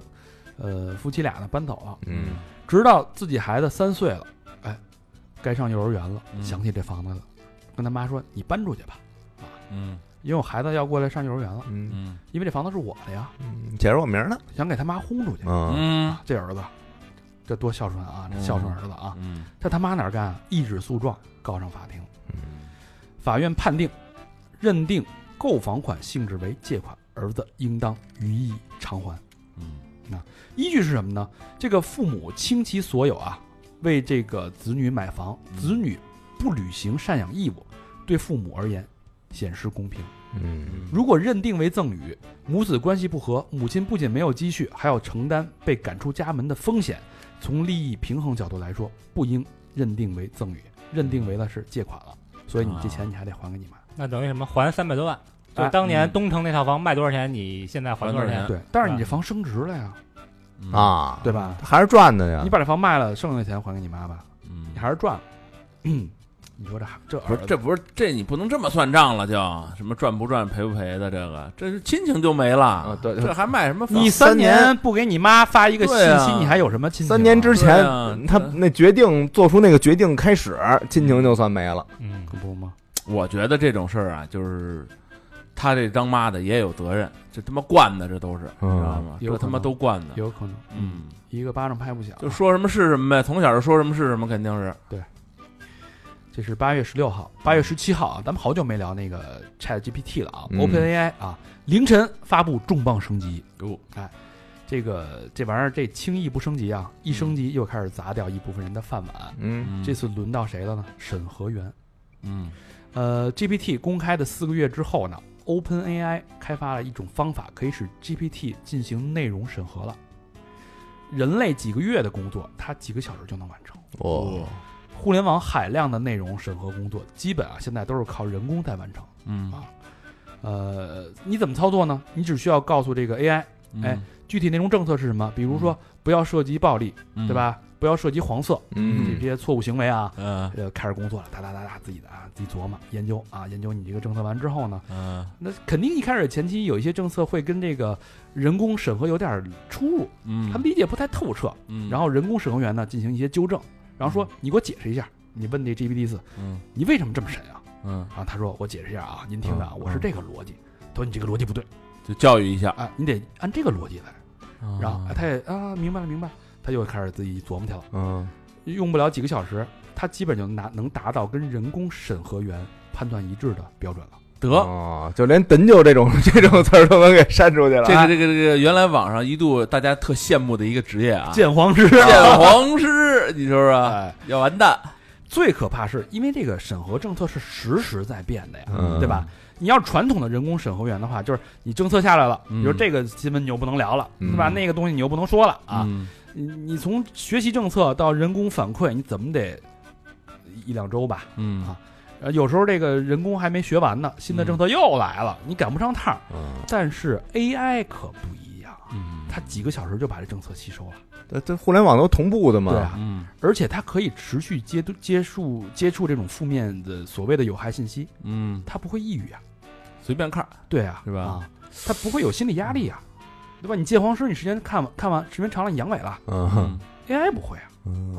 Speaker 3: 呃，夫妻俩呢搬走了。
Speaker 6: 嗯
Speaker 3: 直到自己孩子三岁了，哎，该上幼儿园了，
Speaker 5: 嗯
Speaker 3: 想起这房子了，跟他妈说：“你搬出去吧，
Speaker 5: 嗯
Speaker 3: 因为我孩子要过来上幼儿园了，
Speaker 6: 嗯，
Speaker 5: 嗯
Speaker 3: 因为这房子是我的呀，
Speaker 6: 嗯写着我名儿呢，
Speaker 3: 想给他妈轰出去。
Speaker 6: 嗯
Speaker 5: 嗯
Speaker 3: 这儿子，这多孝顺啊，这
Speaker 5: 嗯
Speaker 3: 孝顺儿子啊！
Speaker 5: 嗯
Speaker 3: 这他妈哪儿干啊？一纸诉状告上法庭，法院判定，认定购房款性质为借款，儿子应当予以偿还。
Speaker 5: 嗯
Speaker 3: 依据是什么呢？这个父母倾其所有啊，为这个子女买房，
Speaker 5: 嗯
Speaker 3: 子女不履行赡养义务，对父母而言显失公平。
Speaker 6: 嗯
Speaker 3: 如果认定为赠与，母子关系不和，母亲不仅没有积蓄，还要承担被赶出家门的风险。从利益平衡角度来说，不应认定为赠与，认定为了是借款了，所以你这钱你还得还给你妈。
Speaker 2: 那等于什么？还三百多万，就
Speaker 3: 哎
Speaker 2: 当年
Speaker 5: 嗯
Speaker 2: 东城那套房卖多少钱，你现在还多少
Speaker 5: 还多少
Speaker 2: 钱
Speaker 5: 钱？
Speaker 3: 对，但是你这房升值了呀，
Speaker 5: 嗯，
Speaker 4: 啊，
Speaker 3: 对吧？
Speaker 4: 还是赚的呀
Speaker 3: 你。把这房卖了，剩下的钱还给你妈吧，
Speaker 5: 嗯
Speaker 3: 你还是赚了。嗯你说这这
Speaker 5: 不
Speaker 3: 儿
Speaker 5: 是
Speaker 3: 子，
Speaker 5: 这不是这你不能这么算账了就，什么赚不赚赔不赔的这个，这是亲情就没了，
Speaker 3: 啊对
Speaker 5: 这还卖什么房？
Speaker 3: 你
Speaker 4: 三
Speaker 3: 三
Speaker 4: 年
Speaker 3: 年不给你妈发一个信
Speaker 5: 对啊
Speaker 3: 息，你还有什么亲戚？
Speaker 4: 三年之前
Speaker 5: 对啊，
Speaker 4: 他
Speaker 5: 对
Speaker 4: 那决定做出那个决定开始，亲情就算没了。
Speaker 2: 嗯，
Speaker 3: 可不吗？
Speaker 5: 我觉得这种事儿啊，就是他这当妈的也有责任，这他妈惯的，这都是，
Speaker 4: 嗯
Speaker 5: 你知道吗？
Speaker 3: 有
Speaker 5: 这
Speaker 3: 可
Speaker 5: 他妈
Speaker 3: 能
Speaker 5: 都惯的，
Speaker 3: 有可能，
Speaker 5: 嗯，
Speaker 3: 一个巴掌拍不响。
Speaker 5: 就说什么是什么呗，从小就说什么是什么，肯定是，
Speaker 3: 这是八月十六号，八月十七号啊，咱们好久没聊那个 Chat GPT 了啊、
Speaker 4: 嗯
Speaker 3: o p e n AI 啊，凌晨发布重磅升级。
Speaker 4: 哦
Speaker 5: 哟，
Speaker 3: 哎，这个这玩意儿这轻易不升级啊，一升级又开始砸掉一部分人的饭碗。
Speaker 4: 嗯
Speaker 5: 嗯
Speaker 3: 这次轮到谁了呢？审核员。
Speaker 5: 嗯
Speaker 3: 呃，GPT 公开的四个月之后呢，OpenAI 开发了一种方法，可以使 GPT 进行内容审核了。人类几个月的工作，它几个小时就能完成。
Speaker 4: 哦，
Speaker 3: 互联网海量的内容审核工作，基本啊现在都是靠人工在完成。
Speaker 5: 嗯
Speaker 3: 啊呃，你怎么操作呢？你只需要告诉这个 AI
Speaker 5: 嗯
Speaker 3: 哎，具体内容政策是什么，比如说不要涉及暴力，
Speaker 5: 嗯
Speaker 3: 对？吧？不要涉及黄色这
Speaker 4: 嗯
Speaker 3: 些错误行为啊。
Speaker 5: 嗯
Speaker 3: 呃，开始工作了，哒哒哒哒，自己的啊，自己琢磨研究啊，研究你这个政策完之后呢，
Speaker 5: 嗯
Speaker 3: 那肯定一开始前期有一些政策会跟这个人工审核有点出入，
Speaker 5: 嗯，
Speaker 3: 他们理解不太透彻，
Speaker 5: 嗯，
Speaker 3: 然后人工审核员呢进行一些纠正，然后说你给我解释一下，你问这 GPT 四，
Speaker 5: 嗯
Speaker 3: 你为什么这么审啊？
Speaker 5: 嗯，
Speaker 3: 然后他说我解释一下啊，您听着啊，
Speaker 5: 嗯
Speaker 3: 我是这个逻辑，他说你这个逻辑不对，
Speaker 5: 就教育一下，
Speaker 3: 啊，你得按这个逻辑来。然后
Speaker 5: 啊
Speaker 3: 哎他也啊明白了明白了，他又开始自己琢磨去了，
Speaker 4: 嗯，
Speaker 3: 用不了几个小时，他基本就拿能达到跟人工审核员判断一致的标准了。
Speaker 5: 得。
Speaker 4: 哦，就连“等就”这种 这种词儿都能给删出去了。
Speaker 5: 这个这个这个，原来网上一度大家特羡慕的一个职业 啊，
Speaker 3: 鉴黄师，
Speaker 5: 鉴黄师，你说说，
Speaker 3: 哎，
Speaker 5: 要完蛋，
Speaker 3: 最可怕是因为这个审核政策是实时在变的呀，
Speaker 4: 嗯
Speaker 3: 对吧？你要传统的人工审核员的话，就是你政策下来了，
Speaker 5: 嗯
Speaker 3: 比如这个新闻你又不能聊了，
Speaker 4: 嗯
Speaker 3: 对吧？那个东西你又不能说了啊。
Speaker 5: 嗯
Speaker 3: 你你从学习政策到人工反馈，你怎么得一两周吧？
Speaker 5: 嗯
Speaker 3: 啊呃，有时候这个人工还没学完呢，新的
Speaker 5: 嗯
Speaker 3: 政策又来了，你赶不上趟儿。
Speaker 4: 嗯，
Speaker 3: 但是 AI 可不一样，
Speaker 5: 嗯，
Speaker 3: 它几个小时就把这政策吸收了，
Speaker 4: 这啊这互联网都同步的嘛。
Speaker 3: 对啊，
Speaker 5: 嗯
Speaker 3: 而且它可以持续接触接触接触这种负面的所谓的有害信息，
Speaker 5: 嗯，
Speaker 3: 它不会抑郁啊，
Speaker 5: 随便看，
Speaker 3: 对啊，
Speaker 5: 是吧嗯
Speaker 3: 啊，它不会有心理压力啊，对吧？你鉴黄师，你时间看完看完时间长了，你阳痿了
Speaker 4: 嗯
Speaker 3: ，AI 不会啊，
Speaker 4: 嗯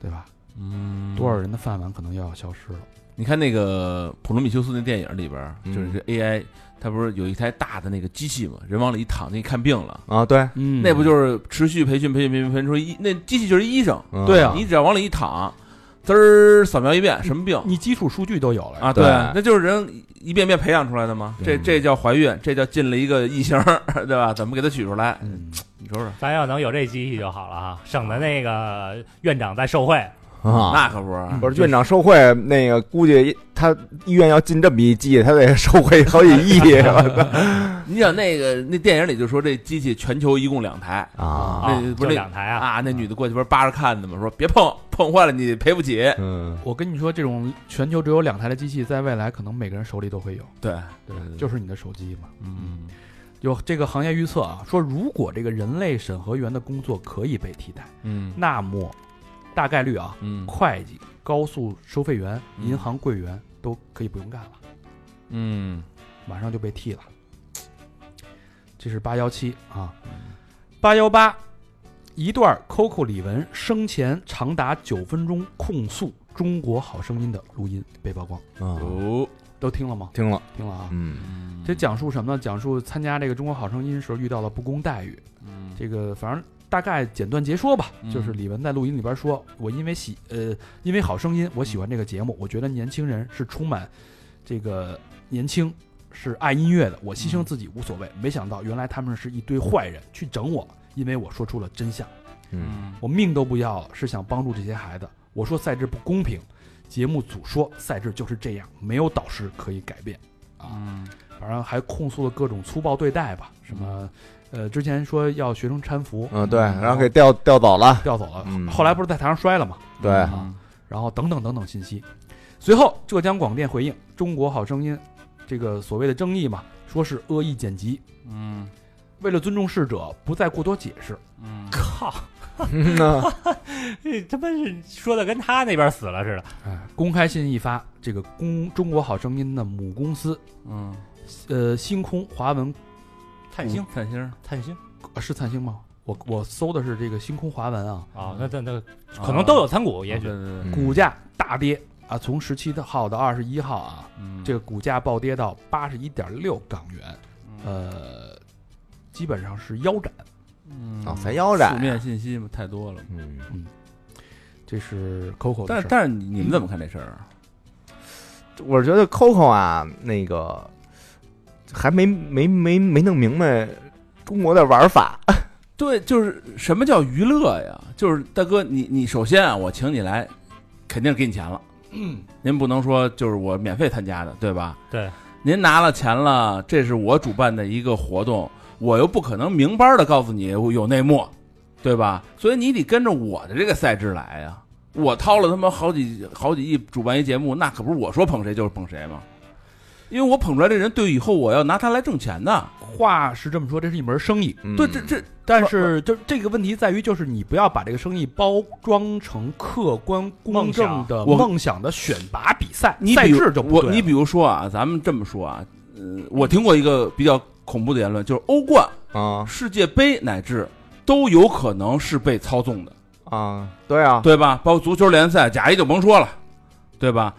Speaker 3: 对吧？
Speaker 5: 嗯，
Speaker 3: 多少人的饭碗可能又要消失了，
Speaker 5: 你看那个普罗米修斯那电影里边儿，
Speaker 4: 嗯
Speaker 5: 就是这 AI，它不是有一台大的那个机器嘛，人往里一躺，那看病了，
Speaker 4: 啊，对，
Speaker 3: 嗯
Speaker 5: 那不就是持续培训、培训、培训、培训出一那机器就是医生，
Speaker 4: 嗯
Speaker 3: 对啊
Speaker 5: 你只要往里一躺，滋儿扫描一遍什么病
Speaker 1: 嗯
Speaker 3: 你基础数据都有了呀
Speaker 5: 啊？
Speaker 4: 对
Speaker 5: 那就是人一遍遍培养出来的嘛。这
Speaker 4: 嗯
Speaker 5: 这叫怀孕，这叫进了一个异形儿， 对吧？怎么给它取出来？
Speaker 3: 嗯，
Speaker 5: 你说说，
Speaker 2: 咱要能有这机器就好了啊，省得那个院长在受贿。
Speaker 4: 啊。
Speaker 5: 那可不是。
Speaker 4: 不是院长受贿，那个估计他医院要进这么一季，他得受贿好几亿
Speaker 5: 你想那个那电影里就说这机器全球一共两台
Speaker 4: 啊！
Speaker 2: 啊
Speaker 5: 那，
Speaker 2: 就
Speaker 5: 不
Speaker 2: 是
Speaker 5: 那
Speaker 2: 两台啊，
Speaker 5: 啊，那女的过去不是扒着看的吗？说别碰，碰坏了你赔不起。
Speaker 4: 嗯，
Speaker 3: 我跟你说，这种全球只有两台的机器，在未来可能每个人手里都会有，
Speaker 5: 对，
Speaker 3: 对吧
Speaker 5: 对对
Speaker 3: 就是你的手机嘛。
Speaker 5: 嗯
Speaker 3: 有这个行业预测啊，说如果这个人类审核员的工作可以被替代，
Speaker 5: 嗯
Speaker 3: 那么大概率啊，
Speaker 5: 嗯
Speaker 3: 会计、高速收费员、
Speaker 5: 嗯
Speaker 3: 银行柜员都可以不用干了，
Speaker 5: 嗯
Speaker 3: 马上就被替了。这是八幺七啊，八幺八，一段 Coco 李玟生前长达九分钟控诉《中国好声音》的录音被曝光，
Speaker 4: 啊，
Speaker 5: 哦，
Speaker 3: 都听了吗？
Speaker 4: 听了，
Speaker 3: 听了啊。
Speaker 4: 嗯
Speaker 3: 这讲述什么呢？讲述讲述参加这个《中国好声音》时候遇到了不公待遇。
Speaker 5: 嗯
Speaker 3: 这个反正大概简短截说吧，
Speaker 5: 嗯
Speaker 3: 就是李玟在录音里边说：“我因为喜呃，因为好声音，我喜欢这个节目，我觉得年轻人是充满这个年轻，是爱音乐的，我牺牲自己无所谓。没想到原来他们是一堆坏人去整我，因为我说出了真相，
Speaker 4: 嗯
Speaker 5: 嗯
Speaker 3: 我命都不要了，是想帮助这些孩子。我说赛制不公平，节目组说赛制就是这样，没有导师可以改变。”
Speaker 5: 嗯
Speaker 3: 反正还控诉了各种粗暴对待吧，什么，呃，之前说要学生搀扶，
Speaker 4: 嗯，对，然后给调调走了，
Speaker 3: 调走了，
Speaker 4: 嗯
Speaker 3: 后来不是在台上摔了嘛，
Speaker 4: 对
Speaker 5: 嗯
Speaker 3: 然后等等等等信息。随后，浙江广电回应《中国好声音》这个所谓的争议嘛，说是恶意剪辑，
Speaker 5: 嗯
Speaker 3: 为了尊重逝者，不再过多解释。
Speaker 5: 嗯，
Speaker 2: 靠，
Speaker 4: 嗯呐，
Speaker 2: 这他妈是说的跟他那边死了似的。
Speaker 3: 哎，公开信一发，这个公中国好声音的母公司，
Speaker 5: 嗯，
Speaker 3: 呃，星空华文
Speaker 2: 灿星，
Speaker 5: 灿星
Speaker 2: 灿星
Speaker 3: 呃是灿星吗？我我搜的是这个星空华文啊，
Speaker 2: 啊，那那那可能都有参股，也许
Speaker 5: 啊对对对，
Speaker 3: 股价大跌啊，从十七号到二十一号啊，
Speaker 5: 嗯
Speaker 3: 这个股价暴跌到八十一点六港元，
Speaker 5: 嗯
Speaker 3: 呃，基本上是腰斩。
Speaker 5: 嗯
Speaker 3: 哦
Speaker 4: 脑残哦腰斩
Speaker 5: 负面信息嘛太多了。
Speaker 4: 嗯，
Speaker 3: 这是 Coco 的
Speaker 5: 但是
Speaker 3: 事儿。
Speaker 5: 但是你你们怎么看这事儿啊？
Speaker 4: 我觉得 Coco 啊，那个还没没没没弄明白中国的玩法，
Speaker 5: 对，就是什么叫娱乐呀？就是大哥，你你首先啊，我请你来，肯定是给你钱了。嗯，您不能说就是我免费参加的，对吧？
Speaker 2: 对，
Speaker 5: 您拿了钱了，这是我主办的一个活动，我又不可能明白的告诉你我有内幕，对吧？所以你得跟着我的这个赛制来呀。我掏了他妈好几好几亿主办一节目，那可不是我说捧谁就是捧谁嘛，因为我捧出来这人，对以后我要拿他来挣钱的。
Speaker 3: 嗯话是这么说，这是一门生意，
Speaker 5: 对，这这
Speaker 3: 但是就这个问题在于，就是你不要把这个生意包装成客观公正的
Speaker 5: 梦想我
Speaker 3: 梦想的选拔比赛，
Speaker 5: 你
Speaker 3: 赛
Speaker 5: 比如
Speaker 3: 制就不
Speaker 5: 我
Speaker 3: 对了
Speaker 5: 你比如说啊，咱们这么说啊，呃，我听过一个比较恐怖的言论，就是欧冠、
Speaker 4: 啊
Speaker 5: 世界杯乃至都有可能是被操纵的，
Speaker 4: 啊，对啊，
Speaker 5: 对吧？包括足球联赛，甲一就甭说了，对吧？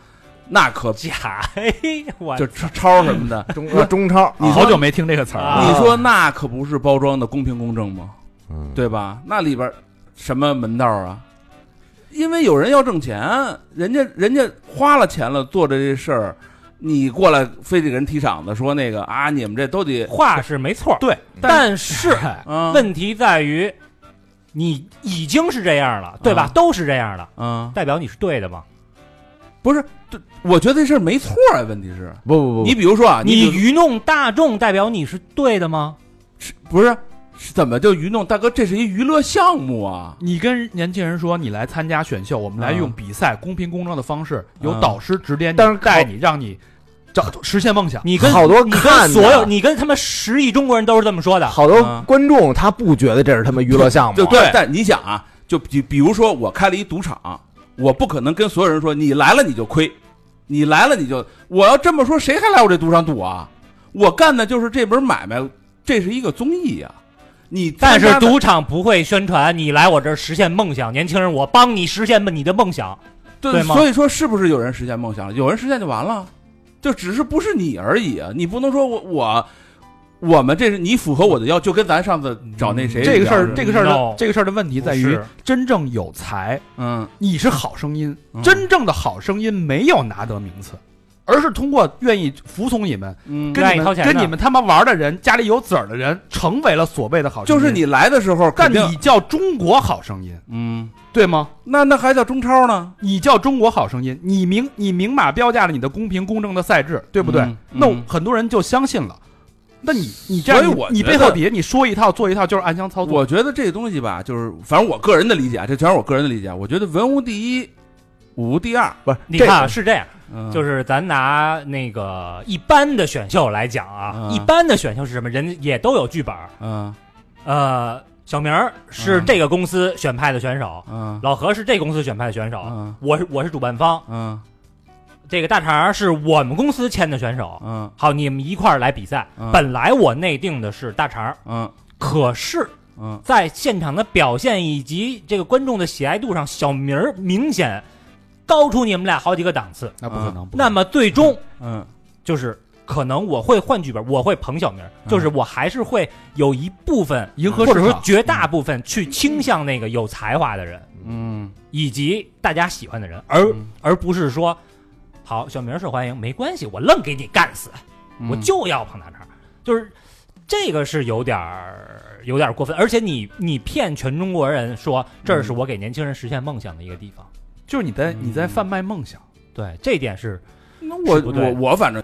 Speaker 5: 那可
Speaker 2: 假嘿，我
Speaker 5: 就超超什么的，
Speaker 4: 中呃中超，
Speaker 5: 你
Speaker 3: 好久没听这个词儿了。
Speaker 2: 啊
Speaker 5: 你说那可不是包装的公平公正吗？
Speaker 4: 嗯
Speaker 5: 对吧？那里边什么门道啊？因为有人要挣钱，人家人家花了钱了做这事儿，你过来非得给人踢场子，说那个啊，你们这都得
Speaker 2: 话是没错，
Speaker 3: 对，
Speaker 2: 但嗯是
Speaker 5: 啊
Speaker 2: 问题在于，你已经是这样了，对吧
Speaker 5: 啊？
Speaker 2: 都是这样了，
Speaker 5: 啊，
Speaker 2: 代表你是对的吗？
Speaker 5: 不是，对我觉得这事儿没错啊。问题是，
Speaker 4: 不不不
Speaker 5: 你比如说啊，你
Speaker 2: 你
Speaker 5: 比如
Speaker 2: 愚弄大众，代表你是对的吗？
Speaker 5: 是不是是怎么就愚弄大哥？这是一娱乐项目啊，
Speaker 3: 你跟年轻人说你来参加选秀，我们来
Speaker 5: 嗯
Speaker 3: 用比赛公平公正的方式，有
Speaker 5: 嗯
Speaker 3: 导师指点你
Speaker 4: 但是，
Speaker 3: 带你，让你找实现梦想。
Speaker 2: 你跟
Speaker 4: 好多
Speaker 2: 你
Speaker 4: 看
Speaker 2: 跟
Speaker 4: 的
Speaker 2: 所有，你跟他们十亿中国人都是这么说的。
Speaker 4: 好多观众他不觉得这是他们娱乐项目，
Speaker 5: 就但但你想啊，就比比如说我开了一赌场，我不可能跟所有人说你来了你就亏，你来了你就我要这么说，谁还来我这赌场赌啊？我干的就是这门买卖，这是一个综艺呀、你
Speaker 2: 但
Speaker 5: 参加
Speaker 2: 是
Speaker 5: 的
Speaker 2: 赌场不会宣传，你来我这儿实现梦想，年轻人，我帮你实现你的梦想。
Speaker 5: 对
Speaker 2: 对吗
Speaker 5: 所以说是不是有人实现梦想了？有人实现就完了，就只是不是你而已啊！你不能说我我我们这是你符合我的要，求，就跟咱上次找那谁
Speaker 3: 嗯这个事
Speaker 5: 聊
Speaker 3: 儿，
Speaker 5: 的
Speaker 3: 这个事儿
Speaker 2: No
Speaker 3: 的这个事儿的问题在
Speaker 2: 不
Speaker 3: 于
Speaker 2: 是，
Speaker 3: 真正有才，
Speaker 5: 嗯，
Speaker 3: 你是好声音，
Speaker 5: 嗯
Speaker 3: 真正的好声音没有拿得名次，而是通过愿意服从你们、
Speaker 5: 嗯
Speaker 3: 跟
Speaker 2: 愿
Speaker 3: 你
Speaker 2: 意掏
Speaker 3: 们、
Speaker 2: 钱的
Speaker 3: 跟你们他妈玩的人、家里有子儿的人，成为了所谓的好声
Speaker 5: 就
Speaker 3: 音。
Speaker 5: 是，你来的时候肯
Speaker 3: 但
Speaker 5: 定
Speaker 3: 你叫中国好声音，
Speaker 5: 嗯，
Speaker 3: 对吗？
Speaker 5: 那那还叫中超呢，
Speaker 3: 你叫中国好声音，你明你明码标价了你的公平公正的赛制，对不对？
Speaker 5: 嗯
Speaker 3: 那
Speaker 5: 嗯
Speaker 3: 很多人就相信了。那你你这样，
Speaker 5: 所以我
Speaker 3: 你你
Speaker 5: 觉得
Speaker 3: 背后底下你说一套做一套，就是暗箱操作。
Speaker 5: 我觉得这东西吧，就是反正我个人的理解，啊这全是我个人的理解。我觉得文无第一，武无第二，
Speaker 4: 不是
Speaker 2: 你
Speaker 4: 这
Speaker 2: 看啊，是这样，
Speaker 5: 嗯、
Speaker 2: 就是是咱拿那个一般的选秀来讲啊
Speaker 5: 嗯，
Speaker 2: 一般的选秀是什么？人家也都有剧本儿。
Speaker 5: 嗯
Speaker 2: 呃，小明儿是
Speaker 5: 嗯
Speaker 2: 这个公司选派的选手，
Speaker 5: 嗯
Speaker 2: 老何是这公司选派的选手，
Speaker 5: 嗯
Speaker 2: 我是我是主办方，
Speaker 5: 嗯
Speaker 2: 这个大肠儿是我们公司签的选手。
Speaker 5: 嗯
Speaker 2: 好，你们一块儿来比赛。
Speaker 5: 嗯
Speaker 2: 本来我内定的是大肠儿，
Speaker 5: 嗯
Speaker 2: 可是
Speaker 5: 嗯，
Speaker 2: 在现场的表现以及这个观众的喜爱度上，小明儿明显高出你们俩好几个档次。
Speaker 3: 啊那不可能。不可能
Speaker 2: 那么最终
Speaker 5: 嗯
Speaker 2: 就是可能我会换剧本，我会捧小明儿，
Speaker 5: 嗯
Speaker 2: 就是我还是会有一部分
Speaker 3: 迎合
Speaker 2: 或者
Speaker 3: 市
Speaker 2: 说
Speaker 3: 场
Speaker 2: 绝大部分去倾向那个有才华的人，
Speaker 5: 嗯，
Speaker 2: 以及大家喜欢的人，而
Speaker 5: 嗯
Speaker 2: 而不是说，好，小明受欢迎没关系，我愣给你干死，我就要捧大肠，就是这个是有点儿有点儿过分，而且你你骗全中国人说这是我给年轻人实现梦想的一个地方，
Speaker 3: 就是你在
Speaker 5: 嗯
Speaker 3: 你在贩卖梦想，
Speaker 2: 对，这点是
Speaker 5: 那我
Speaker 2: 是不对
Speaker 5: 我
Speaker 2: 的
Speaker 5: 我反正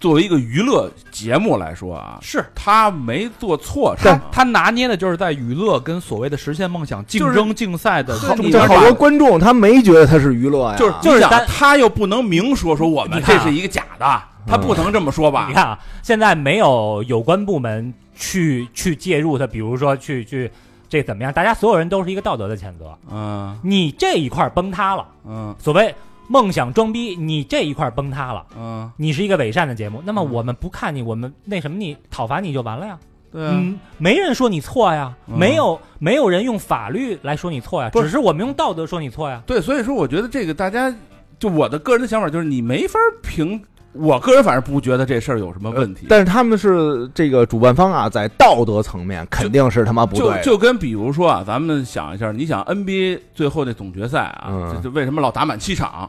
Speaker 5: 作为一个娱乐节目来说啊，
Speaker 2: 是
Speaker 5: 他没做错什
Speaker 3: 他
Speaker 5: 么，
Speaker 3: 他拿捏的就是在娱乐跟所谓的实现梦想、竞争、竞赛的
Speaker 5: 就是
Speaker 3: 中
Speaker 5: 你
Speaker 3: 间
Speaker 4: 这
Speaker 3: 儿
Speaker 5: 玩
Speaker 4: 好多
Speaker 5: 法
Speaker 4: 观众他没觉得他是娱乐呀，
Speaker 5: 就是
Speaker 2: 就是
Speaker 5: 你想
Speaker 2: 咱
Speaker 5: 他又不能明说说我们
Speaker 2: 你
Speaker 5: 这
Speaker 2: 看啊
Speaker 5: 是一个假的，他不能这么说吧
Speaker 2: 你？看啊，现在没有有关部门去去介入的，比如说去去这怎么样？大家所有人都是一个道德的谴
Speaker 3: 啊
Speaker 2: 责。
Speaker 5: 嗯
Speaker 2: 你这一块崩塌了，
Speaker 5: 嗯
Speaker 2: 所谓梦想装逼，你这一块崩塌了，
Speaker 5: 嗯，
Speaker 2: 你是一个伪善的节
Speaker 3: 嗯
Speaker 2: 目，那么我们不看你，我们那什么你讨伐你就完了呀。
Speaker 5: 对啊，
Speaker 2: 嗯，没人说你错呀，
Speaker 5: 嗯
Speaker 2: 没有没有人用法律来说你错呀，
Speaker 5: 不是
Speaker 2: 只是我们用道德说你错呀。
Speaker 5: 对，所以说我觉得这个大家，就我的个人的想法就是，你没法凭，我个人反正不觉得这事儿有什么问题。
Speaker 4: 但是他们是这个主办方啊，在道德层面肯定是他妈不对
Speaker 5: 就
Speaker 4: 的，
Speaker 5: 就跟比如说啊，咱们想一下，你想 NBA 最后那总决赛啊，
Speaker 4: 嗯
Speaker 5: 这这为什么老打满七场？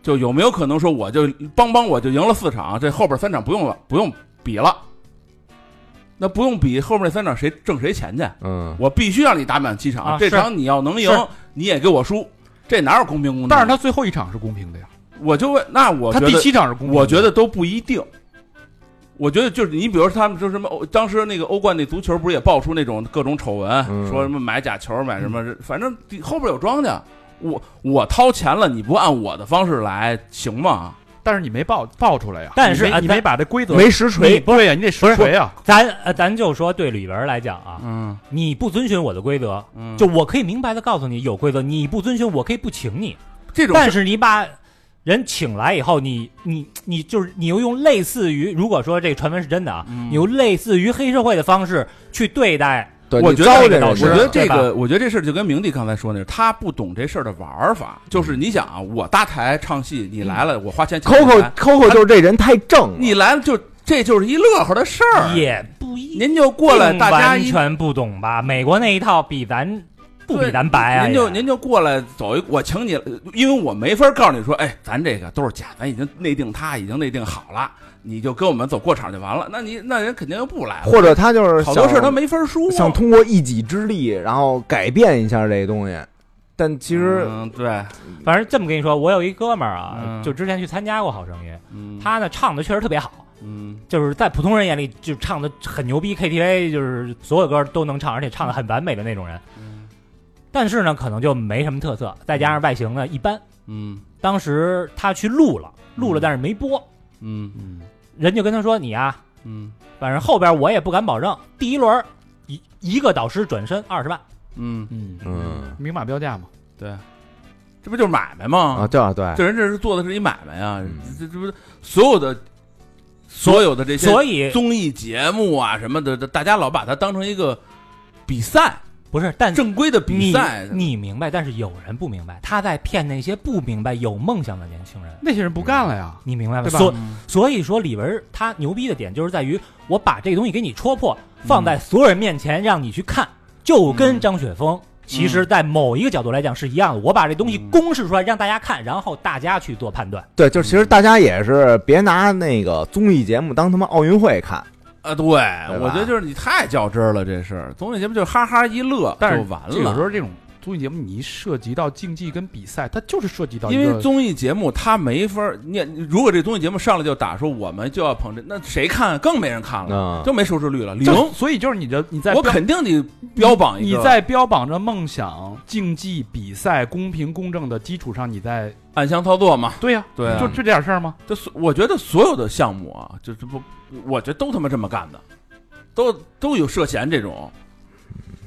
Speaker 5: 就有没有可能说我就邦邦我就赢了四场，这后边三场不用了，不用比了。那不用比，后面那三场谁挣谁钱去？
Speaker 4: 嗯，
Speaker 5: 我必须让你打满七场，
Speaker 2: 啊
Speaker 5: 这
Speaker 2: 是
Speaker 5: 场你要能赢
Speaker 2: 是，
Speaker 5: 你也给我输，这哪有公平公正？
Speaker 3: 但是他最后一场是公平的呀，
Speaker 5: 我就问，那我
Speaker 3: 他
Speaker 5: 觉
Speaker 3: 第
Speaker 5: 得
Speaker 3: 七场是公平的，
Speaker 5: 我觉得都不一定。我觉得就是你，比如说他们说什么，欧当时那个欧冠那足球不是也爆出那种各种丑闻，
Speaker 4: 嗯
Speaker 5: 说什么买假球买什么，反正后边有庄家。我我掏钱了，你不按我的方式来行吗？
Speaker 3: 但是你没报报出来呀，
Speaker 2: 但是
Speaker 3: 你没
Speaker 2: 啊
Speaker 3: 你没
Speaker 2: 但
Speaker 3: 把这规则
Speaker 4: 没实锤
Speaker 2: 你
Speaker 3: 对呀，你得实锤啊，
Speaker 2: 咱呃，咱就说对李文来讲啊，
Speaker 5: 嗯
Speaker 2: 你不遵循我的规则，
Speaker 5: 嗯，
Speaker 2: 就我可以明白的告诉你有规则，你不遵循我可以不请你，
Speaker 5: 这种
Speaker 2: 但是你把人请来以后，你你你就是你又用类似于，如果说这个传闻是真的啊，
Speaker 5: 嗯
Speaker 2: 你用类似于黑社会的方式去对待，
Speaker 4: 对
Speaker 5: 我
Speaker 4: 你
Speaker 5: 觉
Speaker 4: 糟
Speaker 5: 得
Speaker 4: 这种
Speaker 5: 我
Speaker 4: 事
Speaker 5: 觉
Speaker 4: 儿
Speaker 5: 得这
Speaker 2: 对吧
Speaker 5: 个，我觉得这事儿就跟明帝刚才说那，他不懂这事儿的玩儿法。就是你想
Speaker 2: 嗯
Speaker 5: 啊，我搭台唱戏，你来了，我花钱请你来
Speaker 4: Coco Coco 就是这人太正了，
Speaker 5: 你来了就这就是一乐呵的事儿。
Speaker 2: 也不一
Speaker 5: 您就过来，
Speaker 2: 定
Speaker 5: 大家
Speaker 2: 完
Speaker 5: 一
Speaker 2: 全不懂吧？美国那一套比咱不比
Speaker 5: 对
Speaker 2: 咱白啊！
Speaker 5: 您就
Speaker 2: 也
Speaker 5: 您就过来走一，我请你，呃因为我没法告诉你说，哎，咱这个都是假，咱已经内定他已经内定好了，你就跟我们走过场就完了。那你那人肯定就不来了，
Speaker 4: 或者他就是
Speaker 5: 好多
Speaker 4: 想
Speaker 5: 事儿他没法说。
Speaker 4: 想通过一己之力，然后改变一下这东西，但其实
Speaker 5: 嗯，对，
Speaker 2: 反正这么跟你说，我有一哥们儿啊
Speaker 5: 嗯，
Speaker 2: 就之前去参加过《好声音》，
Speaker 5: 嗯，
Speaker 2: 他呢唱的确实特别好，
Speaker 5: 嗯
Speaker 2: 就是在普通人眼里就唱的很牛逼，KTV 就是所有歌都能唱，而且唱
Speaker 5: 嗯
Speaker 2: 的很完美的那种人。但是呢，可能就没什么特色，再加上外形呢一般。
Speaker 5: 嗯
Speaker 2: 当时他去录了，录了，但是没播，
Speaker 5: 嗯
Speaker 2: 人就跟他说：“你啊，
Speaker 5: 嗯
Speaker 2: 反正后边我也不敢保证，第一轮儿一一个导师转身二十万，
Speaker 5: 嗯，
Speaker 3: 嗯，
Speaker 4: 嗯
Speaker 3: 明码标价嘛，
Speaker 5: 对，这不就是买卖吗？
Speaker 4: 啊，对啊对，
Speaker 5: 这人这是做的是一买卖啊
Speaker 4: 嗯，
Speaker 5: 这这不是所有的所有的这些
Speaker 2: 所以
Speaker 5: 综艺节目啊什么的，大家老把它当成一个比赛，
Speaker 2: 不是，但
Speaker 5: 正规的比
Speaker 2: 你
Speaker 5: 赛。
Speaker 2: 你明白，但是有人不明白，他在骗那些不明白、有梦想的年轻人。
Speaker 3: 那些人不干了
Speaker 5: 嗯
Speaker 3: 呀，
Speaker 2: 你明白吗？
Speaker 3: 对吧
Speaker 2: 所所以说，李文他牛逼的点就是在于，我把这个东西给你戳破，放
Speaker 5: 嗯
Speaker 2: 在所有人面前让你去看，就跟张雪
Speaker 5: 嗯
Speaker 2: 峰。其实，在某一个角度来讲是一样的。我把这东西公示出来，让大家看，然后大家去做判断。
Speaker 4: 对，就是其实大家也是别拿那个综艺节目当他妈奥运会看，
Speaker 5: 啊，对，我觉得就是你太较真儿了，这事儿。综艺节目就是哈哈一乐，
Speaker 3: 但是
Speaker 5: 就完
Speaker 3: 这有时
Speaker 5: 了。
Speaker 3: 候这种综艺节目，你一涉及到竞技跟比赛，它就是涉及到一
Speaker 5: 因
Speaker 3: 个
Speaker 5: 为综艺节目它没法儿，你如果这综艺节目上来就打说我们就要捧这，那谁看更没人看了，
Speaker 4: 嗯，
Speaker 5: 就没收视率了，零
Speaker 3: 就。所以就是你的你在
Speaker 5: 我
Speaker 3: 标
Speaker 5: 肯定得标榜一
Speaker 3: 你
Speaker 5: 个，
Speaker 3: 在标榜着梦想、竞技、比赛、公平公正的基础上，你在
Speaker 5: 暗箱操作嘛。
Speaker 3: 对呀、
Speaker 5: 对啊
Speaker 3: 就就这点事儿吗？
Speaker 5: 这所我觉得所有的项目啊，就是不，我觉得都他妈这么干的，都都有涉嫌这种。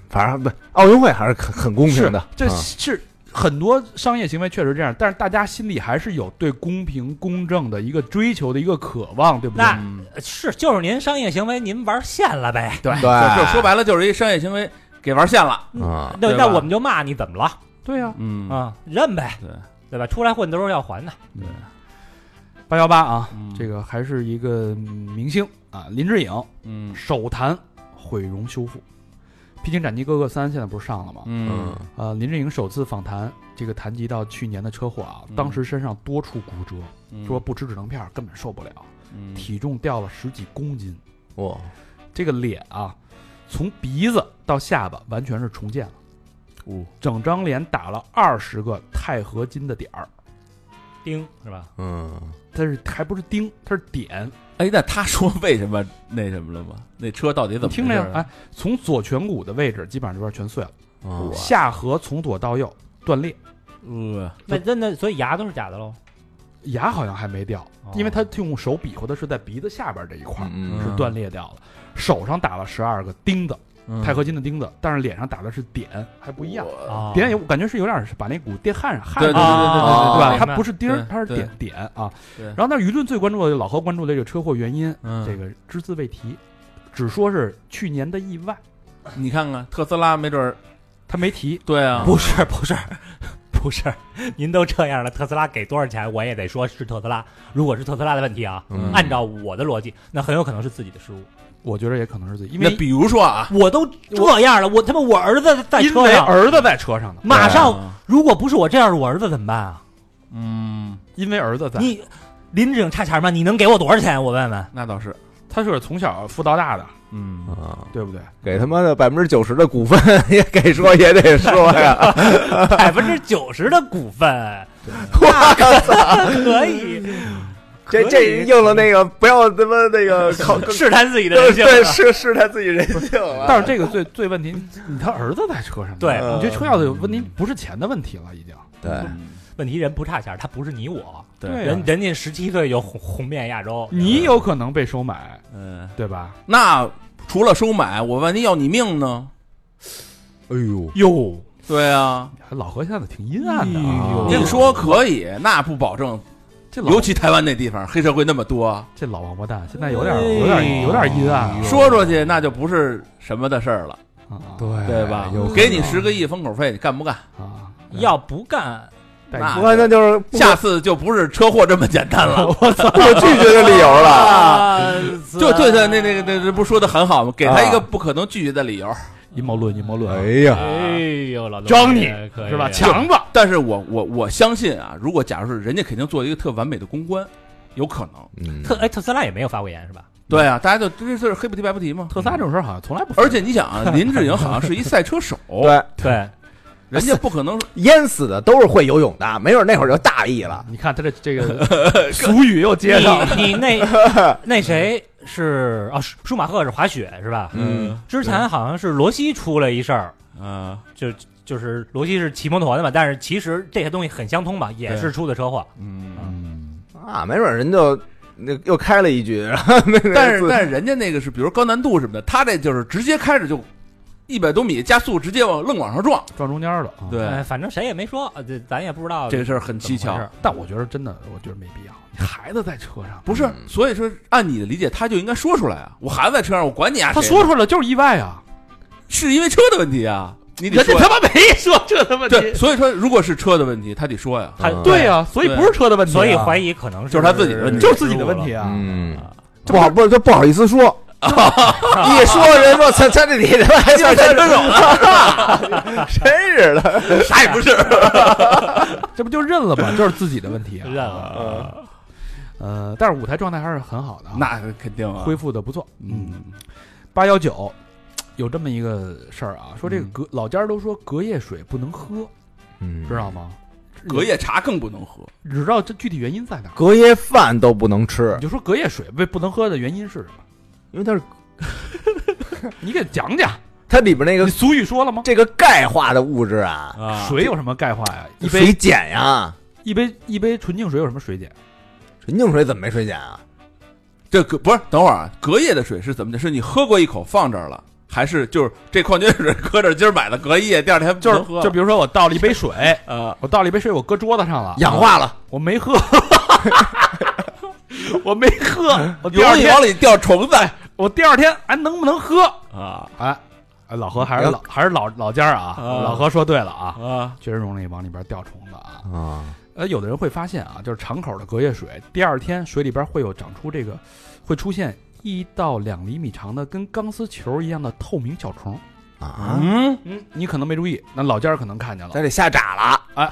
Speaker 4: 反正不奥运会还是很很公平的
Speaker 3: 是，这
Speaker 4: 嗯
Speaker 3: 是、很多商业行为确实这样，但是大家心里还是有对公平公正的一个追求的一个渴望，
Speaker 5: 嗯
Speaker 3: 对不对？
Speaker 2: 那呃是就是您商业行为，您玩线了呗？
Speaker 5: 对
Speaker 4: 对
Speaker 5: 就
Speaker 3: 哎
Speaker 5: 就说白了就是一商业行为给玩线了。
Speaker 4: 啊，
Speaker 2: 那
Speaker 5: 对
Speaker 2: 那
Speaker 5: 吧
Speaker 2: 我们就骂你怎么了
Speaker 3: 对呀、
Speaker 5: 嗯
Speaker 2: 啊？认呗，
Speaker 5: 对
Speaker 2: 对吧？出来混的时候要还的。
Speaker 3: 八幺八啊，
Speaker 5: 嗯
Speaker 3: 这个还是一个明星啊，林志颖
Speaker 5: 嗯
Speaker 3: 首弹毁容修复，《披荆斩棘哥哥三》现在不是上了吗？
Speaker 5: 嗯
Speaker 3: 呃，林志颖首次访谈，这个谈及到去年的车祸啊，
Speaker 5: 嗯
Speaker 3: 当时身上多处骨折，
Speaker 5: 嗯
Speaker 3: 说不吃止疼片儿根本受不了，
Speaker 5: 嗯
Speaker 3: 体重掉了十几公斤。
Speaker 4: 哇，
Speaker 3: 这个脸啊，从鼻子到下巴完全是重建了，
Speaker 5: 哦
Speaker 3: 整张脸打了二十个钛合金的点儿，
Speaker 2: 丁是吧？
Speaker 4: 嗯，
Speaker 3: 但是还不是钉，它是点。
Speaker 5: 哎，那他说 为什么那什么了吗？那车到底怎
Speaker 3: 你
Speaker 5: 么
Speaker 3: 听着
Speaker 5: 回事
Speaker 3: 呀
Speaker 5: 啊儿，
Speaker 3: 哎，从左颧骨的位置基本上这边全碎了，
Speaker 4: 哇
Speaker 3: 下颌从左到右断裂，
Speaker 5: 呃，
Speaker 2: 那真的，所以牙都是假的喽。
Speaker 3: 牙好像还没掉，因为他用手比划的是在鼻子下边这一块儿
Speaker 4: 嗯
Speaker 5: 哦嗯
Speaker 3: 是断裂掉了，手上打了十二个钉子，
Speaker 1: 嗯
Speaker 3: 钛合金的钉子，但是脸上打的是点，还不一样。
Speaker 5: 呃
Speaker 2: 啊
Speaker 3: 点也我感觉是有点是把那骨电焊上，焊
Speaker 5: 对对对对
Speaker 3: 上
Speaker 5: 对
Speaker 3: 了
Speaker 2: 啊
Speaker 3: 对
Speaker 2: 明
Speaker 3: 吧？
Speaker 2: 白
Speaker 3: 它不是钉儿
Speaker 5: 对，
Speaker 3: 它是
Speaker 5: 对
Speaker 3: 点点啊。
Speaker 5: 对
Speaker 3: 然后那舆论最关注的，老何关注的这个车祸原因，
Speaker 1: 嗯
Speaker 3: 这个只字未提，只说是去年的意外，
Speaker 5: 你看看特斯拉，没准儿
Speaker 3: 他没提。
Speaker 5: 对啊，
Speaker 2: 不是不是不是，您都这样了，特斯拉给多少钱我也得说是特斯拉。如果是特斯拉的问题啊，
Speaker 4: 嗯
Speaker 2: 按照我的逻辑，那很有可能是自己的失误。
Speaker 3: 我觉得也可能是自己，因
Speaker 5: 那
Speaker 3: 为
Speaker 5: 比如说啊，
Speaker 2: 我都这样了，我他妈我儿子在
Speaker 3: 因
Speaker 2: 车
Speaker 3: 为
Speaker 2: 上，嗯
Speaker 3: 儿子在车上呢，
Speaker 2: 马上
Speaker 5: 啊
Speaker 2: 如果不是我这样，我儿子怎么办啊？
Speaker 5: 嗯，
Speaker 3: 因为儿子在，
Speaker 2: 你林志颖差钱吗？你能给我多少钱？我问问。
Speaker 5: 那倒是，
Speaker 3: 他是从小富到大的，
Speaker 5: 嗯，
Speaker 4: 啊，
Speaker 3: 对不对？
Speaker 4: 给他妈的百分之九十的股份 也给说也得说呀，
Speaker 2: 百分之九十的股份，我可以
Speaker 4: 这这应了那个不要他妈那个考
Speaker 2: 试探自己的人性
Speaker 4: 对
Speaker 2: 啊。
Speaker 4: 是是他自己人性了。
Speaker 3: 但是这个最最问题，你他儿子在车上呢，
Speaker 2: 对
Speaker 3: 你这车钥匙有问题，不是钱的问题了，已经。
Speaker 4: 对
Speaker 2: 问题人不差钱，他不是你我，
Speaker 3: 对啊嗯
Speaker 2: 人人家十七岁就红红遍亚洲，
Speaker 3: 你有可能被收买，
Speaker 5: 嗯，
Speaker 3: 对吧？
Speaker 5: 那除了收买，我万一要你命呢？
Speaker 4: 哎呦，
Speaker 2: 哟，
Speaker 5: 对啊，
Speaker 3: 老何现在挺阴暗的
Speaker 4: 哎
Speaker 3: 啊
Speaker 4: 呦。
Speaker 5: 你说可以，那不保证，
Speaker 3: 这老
Speaker 5: 尤其台湾那地方黑社会那么多，
Speaker 3: 这老王八蛋现在有点有点有点阴暗啊，
Speaker 5: 说出去那就不是什么的事儿了，
Speaker 3: 啊
Speaker 4: 对嗯
Speaker 5: 对吧
Speaker 4: 哎有可能？
Speaker 5: 给你十个亿封口费，你干不干？
Speaker 3: 啊，
Speaker 5: 嗯
Speaker 2: 要不
Speaker 5: 啊
Speaker 2: 干，
Speaker 5: 那
Speaker 4: 我那就是不
Speaker 5: 下次就不是车祸这么简单了。
Speaker 4: 不拒绝的理由 了。
Speaker 2: 啊，
Speaker 5: 就对对，那那个那那不说的很好吗？给他一个不可能拒绝的理由。
Speaker 3: 阴谋论阴谋论，
Speaker 4: 哎呀，
Speaker 2: 哎呦，老
Speaker 3: 装你
Speaker 2: 可以
Speaker 3: 是吧？
Speaker 2: 啊
Speaker 3: 强子，
Speaker 5: 但是我我我相信啊，如果假如是人家肯定做一个特完美的公关，有可能。
Speaker 4: 嗯
Speaker 2: 特哎，特斯拉也没有发过言 是吧？
Speaker 5: 对啊，大家就这事儿黑不提白不提嘛。
Speaker 3: 特斯拉这种事儿好像从来不
Speaker 5: 而且你想啊，林志颖好像是一赛车手，
Speaker 3: 哦
Speaker 4: 对，
Speaker 2: 对，
Speaker 5: 人家不可能
Speaker 4: 淹死的都是会游泳的，没准那会儿就大意了。
Speaker 3: 你看他这这个俗语又接上了，
Speaker 2: 你你那 那谁是啊？舒舒马赫是滑雪是吧？
Speaker 4: 嗯，
Speaker 2: 之前好像是罗西出了一事儿，
Speaker 5: 啊，
Speaker 2: 就就是罗西是骑摩托的嘛，但是其实这些东西很相通嘛，也是出的车祸。
Speaker 5: 嗯。
Speaker 4: 啊，没准人就那又开了一句，然后那
Speaker 5: 但是但是人家那个是比如高难度什么的，他这就是直接开着就一百多米加速，直接往愣往上撞。
Speaker 3: 撞中间了。啊，
Speaker 2: 哎，，反正谁也没说，呃这咱也不知道
Speaker 5: 这个事儿很蹊
Speaker 2: 怎么
Speaker 5: 跷
Speaker 2: 回。事
Speaker 3: 但我觉得真的，我觉得没必要。你孩子在车上，
Speaker 5: 不是，所以说按你的理解，他就应该说出来啊！我孩子在车上，我管你啊！
Speaker 3: 他
Speaker 5: 谁
Speaker 3: 说出来了就是意外啊，
Speaker 5: 是因为车的问题啊，你得
Speaker 3: 人家
Speaker 5: 说
Speaker 3: 他
Speaker 5: 呀。
Speaker 3: 妈没说这他妈
Speaker 5: 对，所以说如果是车的问题，他得说呀。
Speaker 2: 他
Speaker 4: 嗯
Speaker 3: 对呀，所以
Speaker 5: 对啊
Speaker 3: 不是车的问题啊，
Speaker 2: 所以怀疑可能
Speaker 5: 就是他自己的问题
Speaker 3: 就是自己的问题啊。
Speaker 4: 嗯， 不好不就不好意 思说，一说人说他他这你他妈还算真手， 真是的，
Speaker 5: 啥也不是，
Speaker 3: 这不就认了吗？这是自己的问题啊。
Speaker 2: 认了。
Speaker 3: 呃，但是舞台状态还是很好的啊，
Speaker 5: 那肯定啊。
Speaker 3: 恢复的不错。嗯，
Speaker 5: 嗯，
Speaker 3: 八幺九有这么一个事儿啊，说这个隔老家儿都说隔夜水不能喝，
Speaker 4: 嗯
Speaker 3: 知道吗？
Speaker 5: 隔夜茶更不能喝。
Speaker 3: 你知道这具体原因在哪儿？
Speaker 4: 隔夜饭都不能吃
Speaker 3: 你，就说隔夜水为不能喝的原因是什么？
Speaker 4: 因为它是
Speaker 3: 你给讲讲。
Speaker 4: 它里边那
Speaker 3: 你
Speaker 4: 个
Speaker 3: 俗语说了吗？
Speaker 4: 这个钙化的物质啊，
Speaker 5: 啊
Speaker 3: 水有什么钙化呀？一
Speaker 4: 水
Speaker 3: 杯
Speaker 4: 碱呀，
Speaker 3: 一杯一杯纯净水有什么水碱？
Speaker 4: 纯净水怎么没水碱啊？
Speaker 5: 这隔不是等会儿啊，隔夜的水是怎么的？是你喝过一口放这儿了，还是就是这矿泉水搁这儿今儿买的隔夜，第二天不
Speaker 3: 就是
Speaker 5: 能喝
Speaker 3: 就比如说我倒了一杯水，
Speaker 5: 啊？
Speaker 3: 我倒了一杯水，我搁桌子上了，
Speaker 4: 氧化了，
Speaker 3: 我没 喝，我没喝，我第二
Speaker 5: 容易
Speaker 3: 天
Speaker 5: 往里掉虫子
Speaker 3: 我第二天还能不能喝？
Speaker 5: 啊
Speaker 3: 哎，哎老何还是老还是老老家儿啊，
Speaker 5: 啊
Speaker 3: 老何说对了啊，
Speaker 5: 啊！
Speaker 3: 确实容易往里边掉虫子啊。
Speaker 4: 啊，
Speaker 3: 呃，有的人会发现啊，就是敞口的隔夜水，第二天水里边会有长出这个，会出现一到两厘米长的跟钢丝球一样的透明小虫。
Speaker 4: 啊，
Speaker 5: 嗯，
Speaker 3: 嗯，哎你可能没注意，那老家儿可能看见了
Speaker 4: 咱。得下闸了，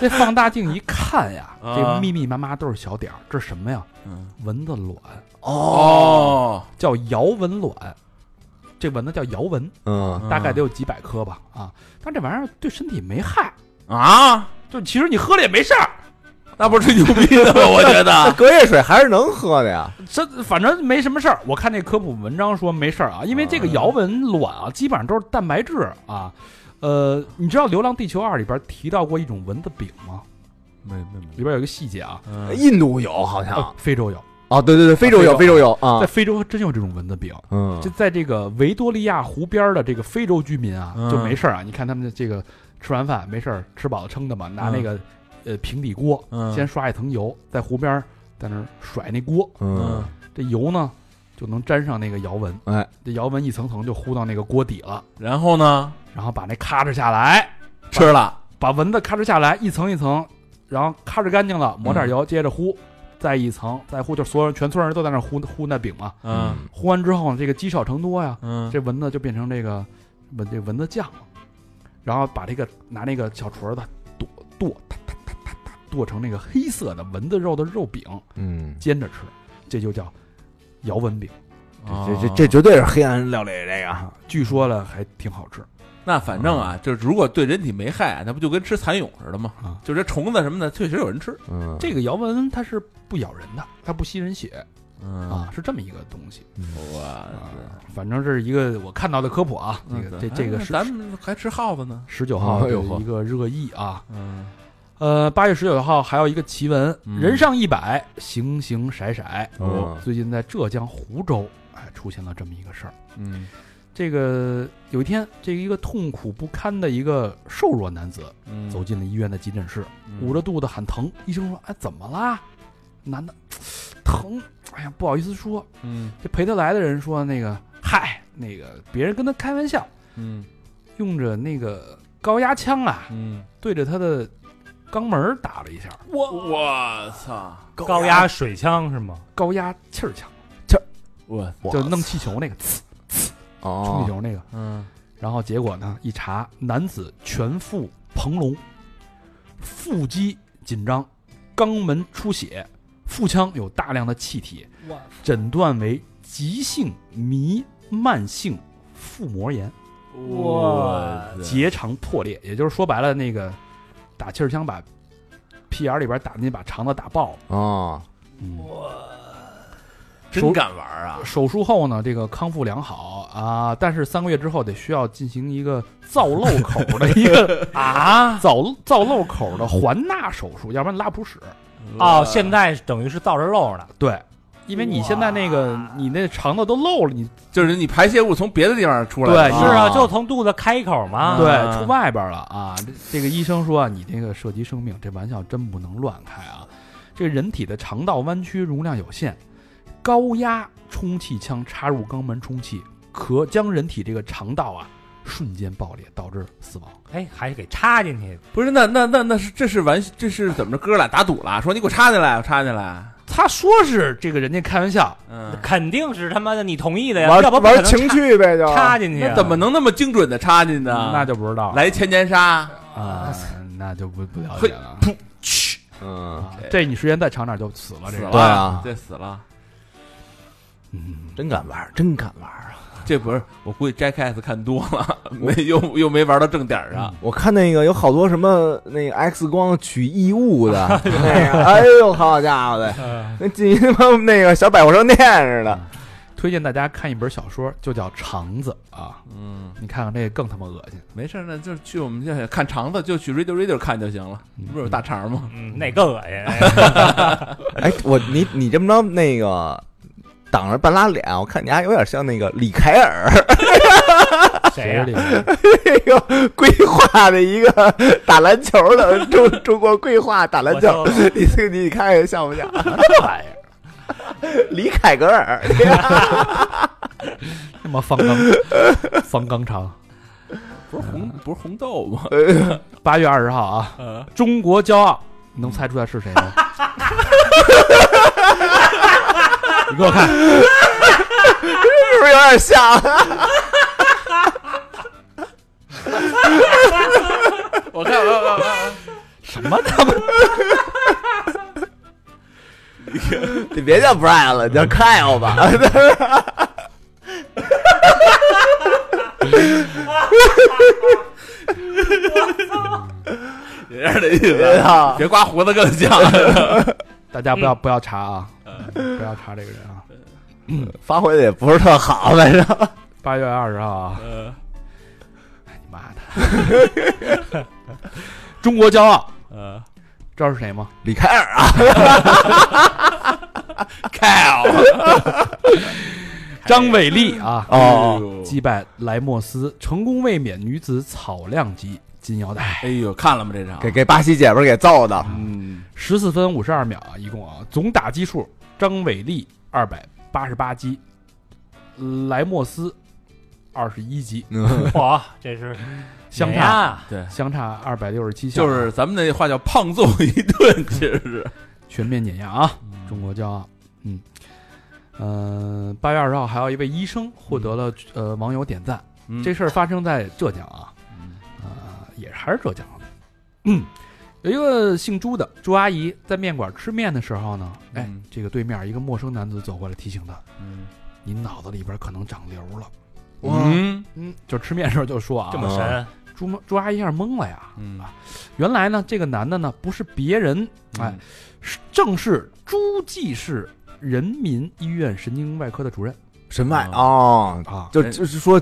Speaker 3: 这放大镜一看呀，
Speaker 5: 啊
Speaker 3: 这密密麻麻都是小点儿，这是什么呀？
Speaker 5: 嗯
Speaker 3: 蚊子卵，
Speaker 5: 哦，
Speaker 3: 叫摇蚊卵，这蚊子叫摇蚊，
Speaker 4: 嗯，
Speaker 5: 嗯
Speaker 3: 大概得有几百颗吧啊。但这玩意儿对身体没害，
Speaker 5: 啊，
Speaker 3: 就其实你喝了也没事儿，
Speaker 5: 那不是吹牛逼的 吗？我觉
Speaker 4: 啊那
Speaker 5: 得
Speaker 4: 隔夜水还是能喝的呀，
Speaker 3: 这反正没什么事儿。我看那科普文章说没事儿啊，因为这个摇蚊卵啊，基本上都是蛋白质啊。呃，你知道《流浪地球二》里边提到过一种蚊子饼吗？
Speaker 5: 没没没
Speaker 3: 里边有一个细节啊，
Speaker 5: 嗯，
Speaker 4: 印度有好像
Speaker 3: 啊非洲有，
Speaker 4: 哦，对对对，非洲有，
Speaker 3: 非
Speaker 4: 非洲有啊
Speaker 3: 在，非洲真有这种蚊子病。
Speaker 4: 嗯
Speaker 3: 就在这个维多利亚湖边的这个非洲居民啊，
Speaker 5: 嗯
Speaker 3: 就没事儿啊。你看他们的这个吃完饭没事儿吃饱了撑的嘛，拿那个呃平底锅
Speaker 5: 嗯
Speaker 3: 先刷一层油，在湖边儿在那儿甩那锅，
Speaker 5: 嗯
Speaker 4: 嗯，
Speaker 3: 这油呢就能沾上那个摇纹，
Speaker 4: 哎，
Speaker 3: 这摇纹一层层就糊到那个锅底了，
Speaker 5: 然后呢，
Speaker 3: 然后把那咔哧下来，
Speaker 5: 吃了，
Speaker 3: 把蚊子咔哧下来一层一层，然后咔哧干净了，抹
Speaker 5: 嗯
Speaker 3: 点油，接着糊，再一层再糊，就所有人全村人都在那儿糊糊那饼嘛。
Speaker 5: 嗯
Speaker 3: 糊完之后呢，这个积少成多呀，
Speaker 5: 嗯，
Speaker 3: 这蚊子就变成这个蚊这蚊子酱了，然后把这个拿那个小锤子剁剁哒哒哒哒哒剁成那个黑色的蚊子肉的肉饼，
Speaker 4: 嗯，
Speaker 3: 煎着吃，这就叫摇蚊饼。
Speaker 4: 这
Speaker 5: 哦
Speaker 4: 这这绝对是黑暗料理这个，
Speaker 3: 据说了还挺好吃，
Speaker 5: 那反正啊，就是如果对人体没害啊，那不就跟吃蚕蛹似的吗
Speaker 3: 啊？
Speaker 5: 就这虫子什么的，确实有人吃。
Speaker 4: 嗯，
Speaker 3: 这个摇蚊它是不咬人的，它不吸人血
Speaker 5: 嗯，
Speaker 3: 啊，是这么一个东西
Speaker 5: 哇
Speaker 3: 啊。反正这是一个我看到的科普啊，这个这这个是
Speaker 5: 嗯哎咱们还吃耗子呢。
Speaker 3: 十九号
Speaker 4: 哎
Speaker 3: 的
Speaker 4: 呦呵
Speaker 3: 一个热议啊。
Speaker 5: 嗯，
Speaker 3: 呃，八月十九号还有一个奇闻，
Speaker 5: 嗯
Speaker 3: 人上一百，形形色色。
Speaker 4: 嗯
Speaker 3: 最近在浙江湖州，哎，出现了这么一个事儿。
Speaker 5: 嗯
Speaker 3: 这个有一天，这一个痛苦不堪的一个瘦弱男子
Speaker 5: 嗯
Speaker 3: 走进了医院的急诊室，捂着肚子喊疼。医生说：“哎，怎么啦？”男的疼，哎呀，不好意思说。
Speaker 5: 嗯
Speaker 3: 这陪他来的人说：“那个，嗨，那个别人跟他开玩笑，
Speaker 5: 嗯
Speaker 3: 用着那个高压枪啊，
Speaker 5: 嗯，
Speaker 3: 对着他的肛门儿打了一下，
Speaker 5: 我我操，
Speaker 2: 高压水枪是吗？
Speaker 3: 高压气儿枪，
Speaker 5: 我
Speaker 3: 就弄气球那个，呲冲气
Speaker 4: 哦，
Speaker 3: 球那个。
Speaker 5: 嗯
Speaker 3: 然后结果呢，一查男子全腹膨隆，腹肌紧张，肛门出血，腹腔有大量的气体，
Speaker 2: 我
Speaker 3: 诊断为急性糜慢性腹膜炎，
Speaker 2: 哇
Speaker 3: 结肠破裂，也就是说白了，那个打气儿枪把屁眼儿里边打那把肠子打爆了。
Speaker 4: 哦，
Speaker 5: 真敢玩啊！
Speaker 3: 手术后呢，这个康复良好啊，但是三个月之后得需要进行一个造漏口的一个 啊，造造漏口的环纳手术，要不然拉不出屎。啊
Speaker 2: 哦，现在等于是造着肉呢。
Speaker 3: 对，因为你现在那个你那肠子都漏了，你
Speaker 5: 就是你排泄物从别的地方出来
Speaker 3: 对
Speaker 5: 的，
Speaker 2: 是
Speaker 3: 啊
Speaker 2: 啊，就从肚子开一口嘛。
Speaker 5: 啊
Speaker 3: 对出外边了啊。这这个医生说啊，你这个涉及生命，这玩笑真不能乱开啊。这个人体的肠道弯曲容量有限，高压充气枪插入肛门充气，可将人体这个肠道啊瞬间爆裂，导致死亡。
Speaker 2: 哎，还给插进去，
Speaker 5: 不是那那那那是这是玩这是怎么着？哥俩打赌了，说你给我插进来，我插进来。
Speaker 3: 他说是这个人家开玩笑，
Speaker 5: 嗯，
Speaker 2: 肯定是他妈的你同意的呀，
Speaker 4: 玩
Speaker 2: 啊要不
Speaker 4: 玩情趣呗，就
Speaker 2: 插进去啊。
Speaker 5: 那怎么能那么精准的插进呢？
Speaker 3: 那就不知道了
Speaker 5: 啊来前年杀，
Speaker 3: 啊，那就不不了解了。
Speaker 4: 嗯，
Speaker 3: 啊这你时间再长点就死了，这
Speaker 5: 死
Speaker 3: 个
Speaker 5: 了，
Speaker 4: 对啊
Speaker 5: 这死了。
Speaker 3: 嗯，
Speaker 4: 真敢玩，真敢玩啊！
Speaker 5: 这不是我估计 Jackass 看多了， 没又又没玩到正点儿上。
Speaker 4: 我看那个有好多什么那个 X 光取异物的，那个哎呦，好家伙的，
Speaker 2: 呃？
Speaker 4: 跟进他妈那个小百货商店似的。
Speaker 3: 推荐大家看一本小说，就叫《肠子》啊，
Speaker 5: 嗯，
Speaker 3: 你看看这更他妈恶心，
Speaker 5: 没事儿，那就去我们这看肠子，就去 Radio Radio 看就行了。不是有大肠吗？
Speaker 2: 嗯，那更恶心。哎
Speaker 4: 哎，我你你这么着那个挡着半拉脸，我看你还有点像那个李凯尔
Speaker 5: 哎
Speaker 2: 谁
Speaker 3: 谁
Speaker 2: 呀
Speaker 3: 这？个
Speaker 4: 那个规划的一个打篮球的中中国规划打篮球
Speaker 2: 我就，
Speaker 4: 你这你看看像不像
Speaker 3: 玩意儿
Speaker 4: 李凯格尔？
Speaker 3: 他妈方刚方刚肠。
Speaker 5: 不是红 哎不是红豆吗？
Speaker 3: 八月二十号啊，中国骄傲，你能猜出来是谁吗？你给我看，
Speaker 4: 是不是有点像？
Speaker 5: 我看我看我看，
Speaker 3: 什么他妈
Speaker 4: 你别叫 Brian 了，你叫 Kyle 吧。
Speaker 5: 别人的意思，啊
Speaker 4: 啊
Speaker 5: 别刮胡子更 像。
Speaker 3: 大家不要不要查啊，不要查这个人啊。
Speaker 4: 发挥的也不是特好，反正
Speaker 3: 八月二十号啊，哎
Speaker 5: 嗯
Speaker 3: 你妈的！中国骄傲，
Speaker 2: 呃
Speaker 5: 嗯
Speaker 3: 知道是谁吗？
Speaker 4: 李凯尔啊，
Speaker 3: 张伟丽啊，
Speaker 4: 嗯
Speaker 5: 哦，
Speaker 3: 击败莱莫斯，成功卫冕女子草量级金腰带，
Speaker 5: 哎呦，看了吗这场？
Speaker 4: 给给巴西姐们儿给揍的，
Speaker 5: 嗯，
Speaker 3: 十四分五十二秒啊，一共啊，总打击数张伟丽二百八十八击，莱莫斯二十一击，
Speaker 5: 嗯
Speaker 2: 嚯，这是
Speaker 3: 相
Speaker 2: 碾
Speaker 3: 差
Speaker 2: 压啊
Speaker 5: 对，
Speaker 3: 相差二百六十七下，啊
Speaker 5: 就是咱们那话叫胖揍一顿，其实是
Speaker 3: 全面碾压啊，中国骄傲。嗯，呃，八月二十号，还有一位医生获得了呃网友点赞。
Speaker 5: 嗯
Speaker 3: 这事儿发生在浙江啊，啊、也还是浙江。嗯，有一个姓朱的朱阿姨在面馆吃面的时候呢，哎，
Speaker 5: 嗯
Speaker 3: 这个对面一个陌生男子走过来提醒她，
Speaker 5: 嗯
Speaker 3: 你脑子里边可能长瘤了。
Speaker 5: 嗯
Speaker 3: 嗯，就吃面的时候就说啊，
Speaker 2: 这么神，
Speaker 3: 朱朱阿姨一下懵了呀。
Speaker 5: 嗯
Speaker 3: 原来呢，这个男的呢不是别人，哎，是正是诸暨市人民医院神经外科的主任
Speaker 4: 神外
Speaker 5: 嗯
Speaker 4: 哦，
Speaker 3: 啊。
Speaker 4: 就
Speaker 5: 哎
Speaker 4: 就是说，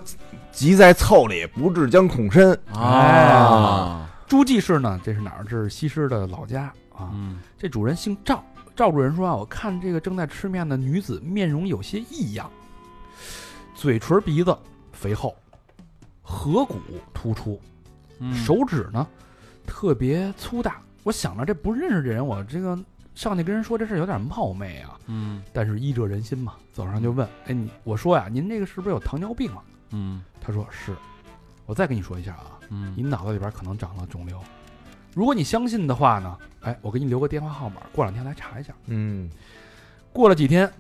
Speaker 4: 急在凑里，不至将恐深。
Speaker 5: 嗯哎啊，
Speaker 3: 诸暨市呢，这是哪儿？这是西施的老家啊。
Speaker 5: 嗯
Speaker 3: 这主人姓赵，赵主人说啊，我看这个正在吃面的女子面容有些异样，嘴唇、鼻子肥厚，颌骨突出，
Speaker 5: 嗯
Speaker 3: 手指呢特别粗大。我想着这不认识这人，我这个上去跟人说这事儿有点冒昧啊。
Speaker 5: 嗯
Speaker 3: 但是医者仁心嘛，走上就问，哎，你我说呀，您这个是不是有糖尿病啊？
Speaker 5: 嗯
Speaker 3: 他说是。我再跟你说一下啊，你
Speaker 5: 嗯
Speaker 3: 脑子里边可能长了肿瘤。如果你相信的话呢，哎，我给你留个电话号码，过两天来查一下。
Speaker 4: 嗯，
Speaker 3: 过了几天，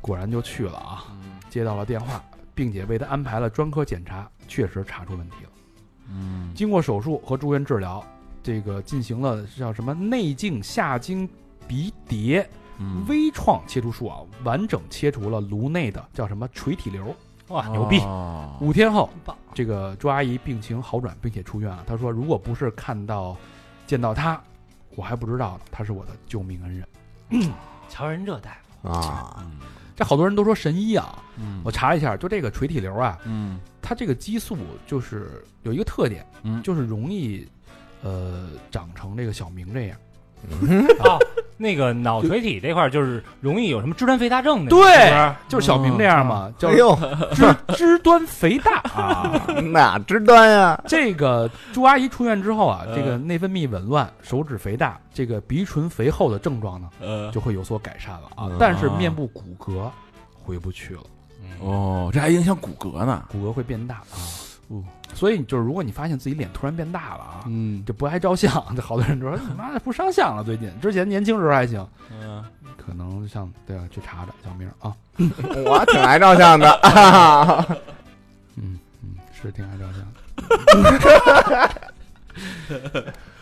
Speaker 3: 果然就去了啊，
Speaker 5: 嗯
Speaker 3: 接到了电话，并且为他安排了专科检查，确实查出问题了。
Speaker 5: 嗯
Speaker 3: 经过手术和住院治疗，这个进行了叫什么内镜下经鼻叠
Speaker 5: 嗯
Speaker 3: 微创切除术啊，完整切除了颅内的叫什么垂体瘤。
Speaker 2: 哇，牛逼，
Speaker 5: 哦
Speaker 3: 五天后，
Speaker 2: 棒，
Speaker 3: 这个朱阿姨病情好转，并且出院啊了。她说，如果不是看到见到他，我还不知道呢，他是我的救命恩人。
Speaker 2: 瞧人这大夫，
Speaker 4: 啊，
Speaker 3: 这好多人都说神医啊，
Speaker 5: 嗯
Speaker 3: 我查了一下，就这个垂体瘤啊，
Speaker 5: 嗯
Speaker 3: 它这个激素就是有一个特点，
Speaker 5: 嗯
Speaker 3: 就是容易，呃，长成这个小明这样。
Speaker 2: 哦，那个脑垂体这块儿就是容易有什么支端肥大症那种，
Speaker 3: 对
Speaker 2: 是不是
Speaker 3: 哦就是小明这样嘛，叫
Speaker 4: 哎呦，
Speaker 3: 肢肢端肥大啊。
Speaker 4: 哪知端呀？
Speaker 3: 这个朱阿姨出院之后啊，
Speaker 5: 呃
Speaker 3: 这个内分泌紊乱、手指肥大、这个鼻唇肥厚的症状呢，
Speaker 5: 呃
Speaker 3: 就会有所改善了啊
Speaker 4: 嗯。
Speaker 3: 但是面部骨骼回不去了，
Speaker 5: 哦，这还影响骨骼呢，
Speaker 3: 骨骼会变大啊。所以就是如果你发现自己脸突然变大了啊，
Speaker 5: 嗯
Speaker 3: 就不爱照相，这好多人就说你妈的不上相了，最近之前年轻时候还行，
Speaker 5: 嗯
Speaker 3: 可能像对啊去查查小明啊，
Speaker 4: 我挺爱照相的 啊。
Speaker 3: 嗯嗯，是挺爱照相的。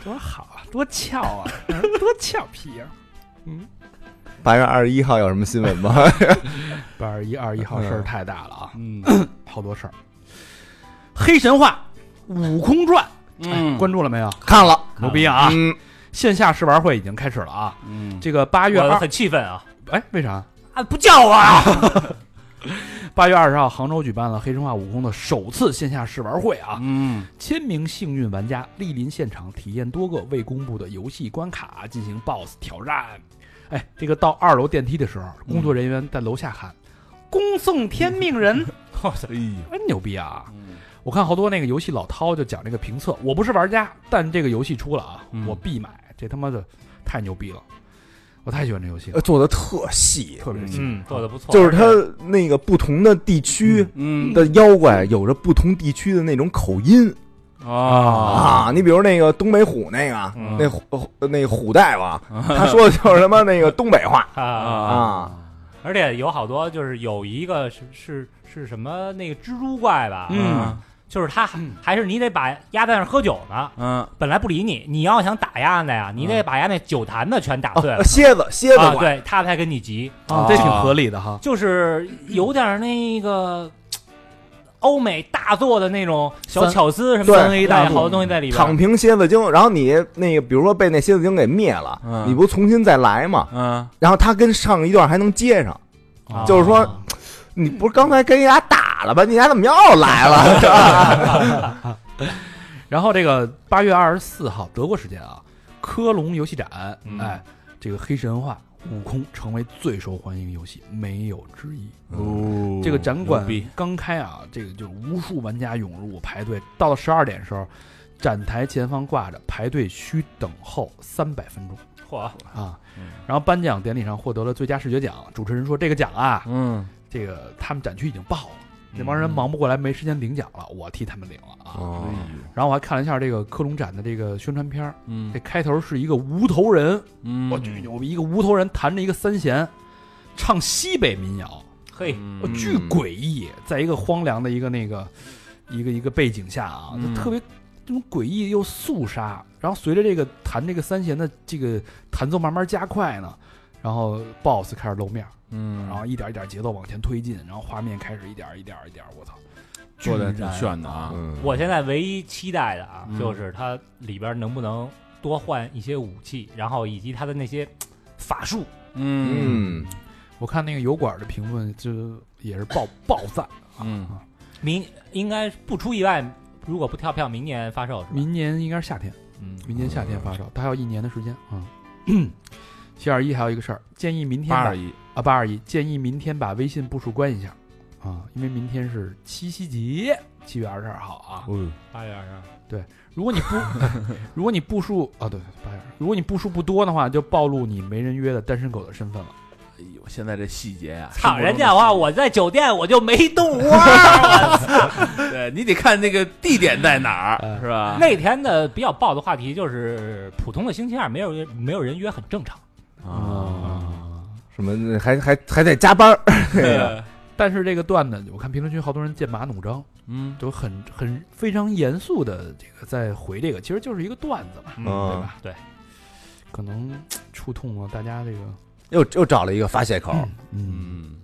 Speaker 3: 多好啊，多俏啊， 多俏皮啊！
Speaker 4: 八月二十一号有什么新闻吗？
Speaker 3: 八二一二一号事儿太大了啊，
Speaker 5: 嗯
Speaker 3: 好多事儿。黑神话《悟空传》哎
Speaker 5: 嗯
Speaker 3: 关注了没有？
Speaker 4: 看了
Speaker 3: 牛逼啊！
Speaker 4: 嗯，
Speaker 3: 线下试玩会已经开始了啊！
Speaker 5: 嗯
Speaker 3: 这个八月
Speaker 2: 我
Speaker 3: 二，
Speaker 2: 很气愤啊，
Speaker 3: 哎，为啥？
Speaker 2: 啊，不叫我啊，
Speaker 3: 八月二十号，杭州举办了《黑神话：悟空》的首次线下试玩会啊，
Speaker 5: 嗯
Speaker 3: 千名幸运玩家莅临现场，体验多个未公布的游戏关卡，进行 BOSS 挑战。哎，这个到二楼电梯的时候，工作人员在楼下喊：“恭送天命人
Speaker 2: 哇塞！
Speaker 5: 哎呦！”
Speaker 3: 哎，牛逼啊！
Speaker 5: 嗯
Speaker 3: 我看好多那个游戏老饕就讲这个评测，我不是玩家，但这个游戏出了啊，
Speaker 5: 嗯
Speaker 3: 我必买，这他妈的太牛逼了！我太喜欢这游戏了
Speaker 4: 呃，做的特细，
Speaker 3: 特别喜欢。
Speaker 2: 嗯，做的不错，
Speaker 4: 就是它那个不同的地区
Speaker 5: 嗯
Speaker 4: 的妖怪有着不同地区的那种口音
Speaker 5: 啊
Speaker 4: 啊。你比如那个东北虎那个
Speaker 2: 嗯
Speaker 4: 那虎那虎大王，他说的就是什么那个东北话
Speaker 2: 啊，
Speaker 4: 啊，
Speaker 2: 而且有好多就是有一个是是是什么那个蜘蛛怪吧，啊
Speaker 3: 嗯
Speaker 2: 就是他还是你得把鸭在那儿喝酒呢，
Speaker 5: 嗯
Speaker 2: 本来不理你，你要想打鸭子呀，你得把鸭那酒坛子全打
Speaker 4: 啊
Speaker 2: 碎了
Speaker 4: 啊，蝎子嗯蝎子
Speaker 2: 啊，
Speaker 4: 怪，
Speaker 2: 对他才跟你急，
Speaker 3: 啊，这挺合理的哈。
Speaker 2: 就是有点那个欧美大作的那种小
Speaker 3: 三
Speaker 2: 巧思什么
Speaker 4: 对
Speaker 2: 三 A
Speaker 3: 大作
Speaker 2: 好多东西在里边
Speaker 4: 躺
Speaker 2: 儿。
Speaker 4: 平蝎子精，然后你那个比如说被那蝎子精给灭了，
Speaker 5: 嗯
Speaker 4: 你不重新再来嘛？
Speaker 5: 嗯
Speaker 4: 然后他跟上一段还能接上，
Speaker 2: 啊
Speaker 4: 就是说你不是刚才跟人家打了吧？你俩怎么又来了？是吧
Speaker 3: 然后这个八月二十四号，德国时间啊，科隆游戏展，
Speaker 5: 嗯
Speaker 3: 哎，这个黑神话。悟空成为最受欢迎游戏，没有之一。
Speaker 5: 哦
Speaker 3: 这个展馆
Speaker 5: 牛逼
Speaker 3: 刚开啊，这个就无数玩家涌入排队，到了十二点的时候，展台前方挂着“排队需等候三百分钟
Speaker 2: 嚯，”
Speaker 3: 啊
Speaker 5: 嗯。
Speaker 3: 然后颁奖典礼上获得了最佳视觉奖，主持人说：“这个奖啊，
Speaker 5: 嗯，
Speaker 3: 这个他们展区已经爆了，那帮人忙不过来，没时间领奖了，我替他们领了啊。
Speaker 5: 哎
Speaker 6: 哦，
Speaker 5: 呦
Speaker 3: 然后我还看了一下这个科隆展的这个宣传片儿，
Speaker 5: 嗯
Speaker 3: 这开头是一个无头人，
Speaker 5: 嗯
Speaker 3: 我巨牛逼，一个无头人弹着一个三弦，唱西北民谣。
Speaker 2: 嘿，
Speaker 5: 嗯
Speaker 3: 我巨诡异，在一个荒凉的一个那个一个一个背景下啊，
Speaker 5: 嗯
Speaker 3: 就特别这种诡异又肃杀。然后随着这个弹这个三弦的这个弹奏慢慢加快呢，然后 BOSS 开始露面，
Speaker 5: 嗯，
Speaker 3: 然后一点一点节奏往前推进，然后画面开始一点一点一点，我操，
Speaker 5: 做的
Speaker 3: 巨
Speaker 5: 挺
Speaker 3: 燃
Speaker 5: 炫的啊，
Speaker 6: 嗯
Speaker 2: 我现在唯一期待的啊
Speaker 5: 嗯，
Speaker 2: 就是它里边能不能多换一些武器，然后以及它的那些嘖法术。
Speaker 5: 嗯
Speaker 6: 嗯，
Speaker 3: 我看那个油管的评论就也是爆爆赞，
Speaker 5: 嗯
Speaker 2: 明应该不出意外，如果不跳票，明年发售是吧？
Speaker 3: 明年应该是夏天。
Speaker 5: 嗯，
Speaker 3: 明年夏天发售，它还有一年的时间啊。 七二一还有一个事儿，建议明天
Speaker 5: 八
Speaker 3: 把
Speaker 5: 二一，
Speaker 3: 啊八二一建议明天把微信步数关一下啊，因为明天是七夕节，七月二十二号啊。
Speaker 5: 嗯
Speaker 2: 八月二十二，
Speaker 3: 如果你 不如果你步数啊，对对八月二，如果你步数不多的话，就暴露你没人约的单身狗的身份了。
Speaker 5: 哎呦，现在这细节啊，
Speaker 2: 操
Speaker 5: 生活中的
Speaker 2: 人家的话，
Speaker 5: 细
Speaker 2: 我在酒店我就没动窝 儿。我
Speaker 5: 节，对你得看那个地点在哪
Speaker 3: 呃
Speaker 5: 儿，是吧？
Speaker 2: 那天的比较爆的话题就是普通的星期二没有人没有人约很 正常。
Speaker 3: 啊。
Speaker 6: 嗯什么还还还得加班儿，对
Speaker 5: 个，
Speaker 3: 但是这个段子，我看评论区好多人剑拔弩张，
Speaker 5: 嗯
Speaker 3: 都很很非常严肃的这个在回这个，其实就是一个段子嘛，
Speaker 6: 嗯
Speaker 3: 对吧？
Speaker 2: 对，
Speaker 3: 可能触痛了大家 这个，
Speaker 6: 又又找了一个发泄口，
Speaker 3: 嗯。
Speaker 5: 嗯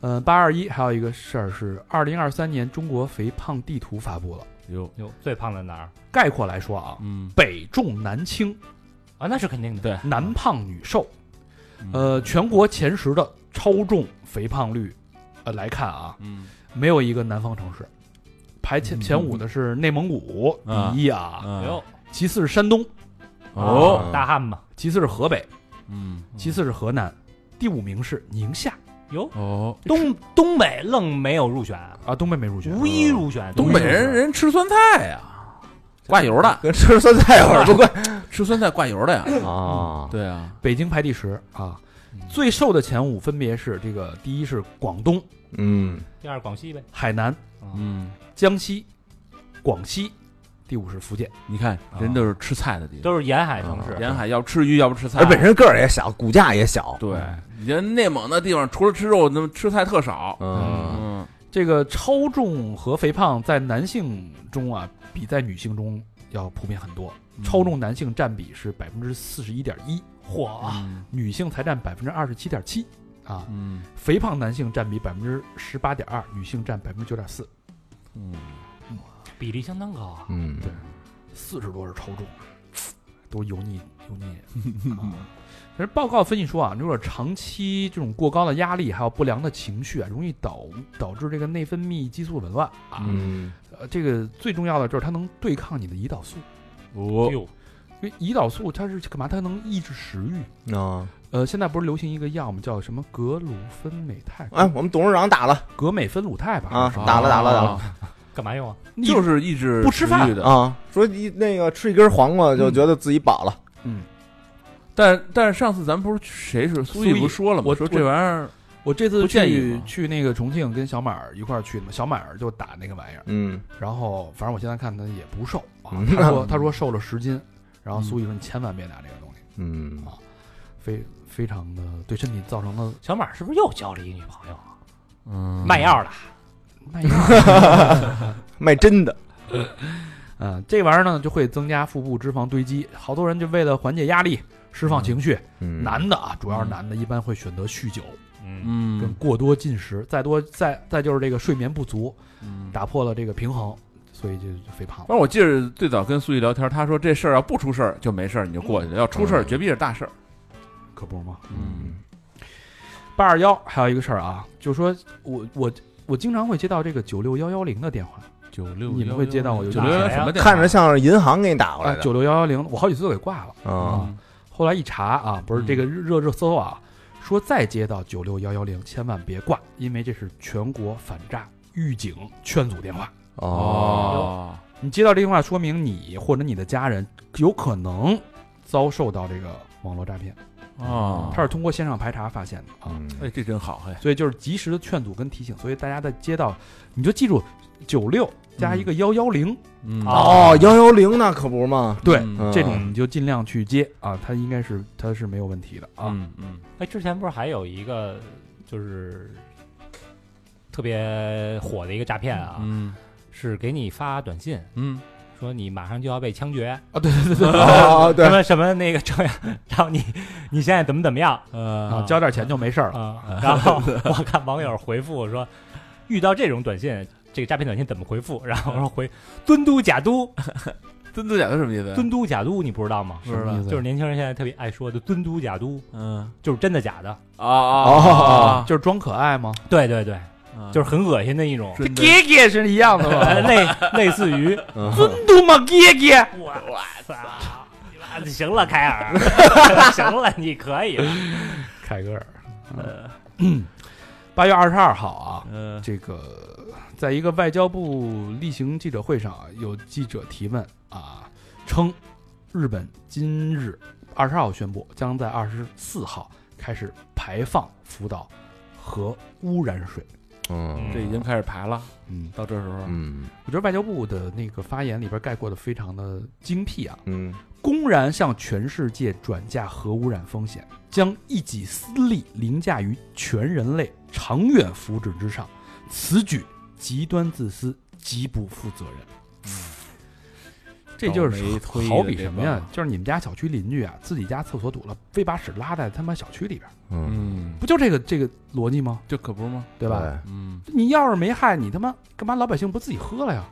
Speaker 3: 呃，八二一还有一个事儿是，二零二三年中国肥胖地图发布了。
Speaker 5: 哟，
Speaker 2: 哟，最胖的哪儿
Speaker 3: 概括来说啊，
Speaker 5: 嗯
Speaker 3: 北重南轻，
Speaker 2: 啊？那是肯定的。
Speaker 5: 对
Speaker 3: 男胖女瘦。
Speaker 5: 嗯
Speaker 3: 呃，全国前十的超重肥胖率，呃来看啊，
Speaker 5: 嗯
Speaker 3: 没有一个南方城市。排前前五的是内蒙古
Speaker 5: 啊
Speaker 3: 第一啊，
Speaker 5: 啊
Speaker 2: 哟，啊
Speaker 3: 其次是山东，
Speaker 5: 哦，
Speaker 2: 大汉嘛，
Speaker 3: 其次是河北，
Speaker 5: 嗯
Speaker 3: 其次是河南，第五名是宁夏
Speaker 2: 哟，
Speaker 5: 哦，
Speaker 2: 东东北愣没有入选，
Speaker 3: 啊，东北没入选。
Speaker 2: 无一入选。
Speaker 5: 东北人人吃酸菜呀，挂油的，
Speaker 6: 跟吃酸菜有点不关
Speaker 5: 吃酸菜挂油的呀，
Speaker 6: 啊，
Speaker 5: 对啊，
Speaker 3: 北京排第十啊，最瘦的前五分别是这个第一是广东、
Speaker 6: 嗯
Speaker 2: 第二广西呗。
Speaker 3: 海南、
Speaker 5: 嗯，
Speaker 3: 江西、广西，第五是福建。
Speaker 5: 你看人都是吃菜的地方，
Speaker 2: 都是沿海城市，
Speaker 5: 嗯沿海要吃鱼，要不吃菜
Speaker 6: 而，哎本身个儿也小，骨架也小，
Speaker 5: 对，你这内蒙那地方除了吃肉，那么吃菜特少，
Speaker 6: 嗯
Speaker 5: 嗯
Speaker 3: 这个超重和肥胖在男性中啊，比在女性中要普遍很多。超重男性占比是百分之四十一点一，
Speaker 2: 嚯，
Speaker 5: 嗯
Speaker 3: 女性才占百分之二十七点七啊。
Speaker 5: 嗯
Speaker 3: 肥胖男性占比百分之十八点二，女性占百分之九点四，
Speaker 5: 嗯，
Speaker 2: 比例相当高啊！
Speaker 6: 嗯，
Speaker 3: 对四十多是超重， 都油腻油腻。啊其实报告分析说啊，如果长期这种过高的压力，还有不良的情绪啊，容易导导致这个内分泌激素紊乱啊。
Speaker 6: 嗯
Speaker 3: 呃，这个最重要的就是它能对抗你的胰岛素，
Speaker 5: 哦，
Speaker 2: 哟，
Speaker 3: 因为胰岛素它是干嘛？它能抑制食欲。
Speaker 6: 啊，
Speaker 3: 呃，现在不是流行一个药吗？叫什么格鲁芬美肽？
Speaker 6: 哎，我们董事长打了
Speaker 3: 格美芬鲁肽吧？
Speaker 6: 啊
Speaker 3: 好像，
Speaker 6: 打了打了打了
Speaker 5: 了，
Speaker 2: 干嘛用啊？
Speaker 3: 是
Speaker 5: 就
Speaker 3: 就是
Speaker 5: 是抑制
Speaker 3: 不吃饭
Speaker 5: 食欲的
Speaker 6: 啊，说一那个吃一根黄瓜就觉得自己饱了，
Speaker 5: 但但是上次咱们不是谁是苏毅
Speaker 3: 苏毅
Speaker 5: 不是说了吗？
Speaker 3: 我
Speaker 5: 说这玩意儿
Speaker 3: 我这次
Speaker 5: 不建议
Speaker 3: 去
Speaker 5: 吗
Speaker 3: 去那个重庆跟小马儿一块儿去的嘛，小马儿就打那个玩意儿，
Speaker 6: 嗯
Speaker 3: 然后反正我现在看他也不瘦啊
Speaker 6: 嗯，
Speaker 3: 他说他说瘦了十斤，然后苏毅说你千万别打这个东西，
Speaker 6: 嗯
Speaker 3: 非非常的对身体造成了
Speaker 2: 小马是不是又交了一女朋友啊？
Speaker 5: 嗯
Speaker 2: 卖药的，
Speaker 3: 卖药。
Speaker 6: 卖真的，
Speaker 3: 嗯，这玩意儿呢就会增加腹部脂肪堆积，好多人就为了缓解压力、释放情绪，
Speaker 6: 嗯
Speaker 3: 男的啊，主要是男的，一般会选择酗酒
Speaker 2: 嗯，
Speaker 3: 跟
Speaker 5: 嗯
Speaker 3: 过多进食，再多再再就是这个睡眠不足，
Speaker 5: 嗯。
Speaker 3: 打破了这个平衡，所以就就肥胖了。
Speaker 5: 反正我记得最早跟苏毅聊天，他说这事儿要不出事儿就没事儿，你就过去了；要出事儿，
Speaker 6: 嗯
Speaker 5: 绝逼是大事儿。
Speaker 3: 可不是吗？
Speaker 5: 嗯
Speaker 3: 八二幺还有一个事儿啊，就说我我我经常会接到这个九六幺幺零的电话，
Speaker 5: 九六
Speaker 3: 你们会接到我邮
Speaker 5: 九
Speaker 3: 件
Speaker 5: 六幺嗯什么电话
Speaker 6: 看着像是银行给你打过来
Speaker 3: 啊，
Speaker 6: 的
Speaker 3: 九六幺幺零，我好几次都给挂了。
Speaker 6: 啊，
Speaker 5: 嗯
Speaker 3: 后来一查啊，不是
Speaker 5: 嗯
Speaker 3: 这个热热搜啊，说再接到九六幺幺零，千万别挂，因为这是全国反诈预警劝阻电话。
Speaker 5: 哦，
Speaker 3: 你接到这电话，说明你或者你的家人有可能遭受到这个网络诈骗，
Speaker 5: 哦，
Speaker 3: 它是通过线上排查发现的啊。
Speaker 6: 啊嗯
Speaker 5: 哎，这真好嘿，
Speaker 3: 所以就是及时的劝阻跟提醒，所以大家在接到，你就记住九六加一个幺幺零，
Speaker 5: 嗯
Speaker 2: 啊
Speaker 6: 哦，幺幺零那可不嘛，
Speaker 3: 对，
Speaker 5: 嗯
Speaker 3: 这种你就尽量去接啊，它应该是它是没有问题的啊。
Speaker 5: 嗯嗯
Speaker 2: 哎，之前不是还有一个就是特别火的一个诈骗啊，
Speaker 5: 嗯
Speaker 2: 是给你发短信
Speaker 5: 嗯，啊
Speaker 2: 说你马上就要被枪决，
Speaker 6: 哦，对
Speaker 2: 什，么什么那个这样，然后你你现在怎么怎么样
Speaker 5: 呃
Speaker 6: 嗯
Speaker 3: 啊，交点钱就没事儿了。
Speaker 2: 啊、然后我看网友回复说，遇到这种短信。这个诈骗短信怎么回复？ 然后我说回蹲督假督，
Speaker 5: 蹲蹲假的什么意思？
Speaker 2: 蹲督假督，你不知道吗？
Speaker 5: 不知道
Speaker 3: 什么意思
Speaker 2: 就是年轻人现在特别爱说的蹲督假督，
Speaker 5: 嗯
Speaker 2: 就是真的假的。
Speaker 5: 啊啊
Speaker 3: 就是装可爱吗？
Speaker 2: 对对对，
Speaker 5: 啊，
Speaker 2: 就是很恶心的一种，
Speaker 5: 蹲的
Speaker 3: 给给是一样的
Speaker 2: 呃类类似于
Speaker 6: 嗯
Speaker 2: 尊嘟嘛给给，我我操！你妈的行了，凯尔，行了，你可以了。
Speaker 3: 凯格尔。八月二十二号啊，
Speaker 5: 嗯
Speaker 3: 这个在一个外交部例行记者会上啊，有记者提问啊，称日本今日二十号宣布将在二十四号开始排放福岛核污染水。
Speaker 6: 嗯
Speaker 5: 这已经开始排了，
Speaker 3: 嗯，
Speaker 5: 到这时候
Speaker 6: 嗯
Speaker 3: 我觉得外交部的那个发言里边概括的非常的精辟啊，
Speaker 6: 嗯
Speaker 3: 公然向全世界转嫁核污染风险，将一己私利凌驾于全人类长远福祉之上，此举极端自私，极不负责任。这就是
Speaker 5: 嗯倒霉催的
Speaker 3: 好比什么
Speaker 5: 这
Speaker 3: 呀
Speaker 5: 帮？
Speaker 3: 就是你们家小区邻居啊，自己家厕所堵了，非把屎拉在他妈小区里边，
Speaker 6: 嗯，
Speaker 5: 嗯，
Speaker 3: 不就这个这个逻辑吗？
Speaker 5: 这可不是吗？
Speaker 3: 对吧？
Speaker 5: 嗯，
Speaker 3: 你要是没害，你他妈干嘛老百姓不自己喝了呀？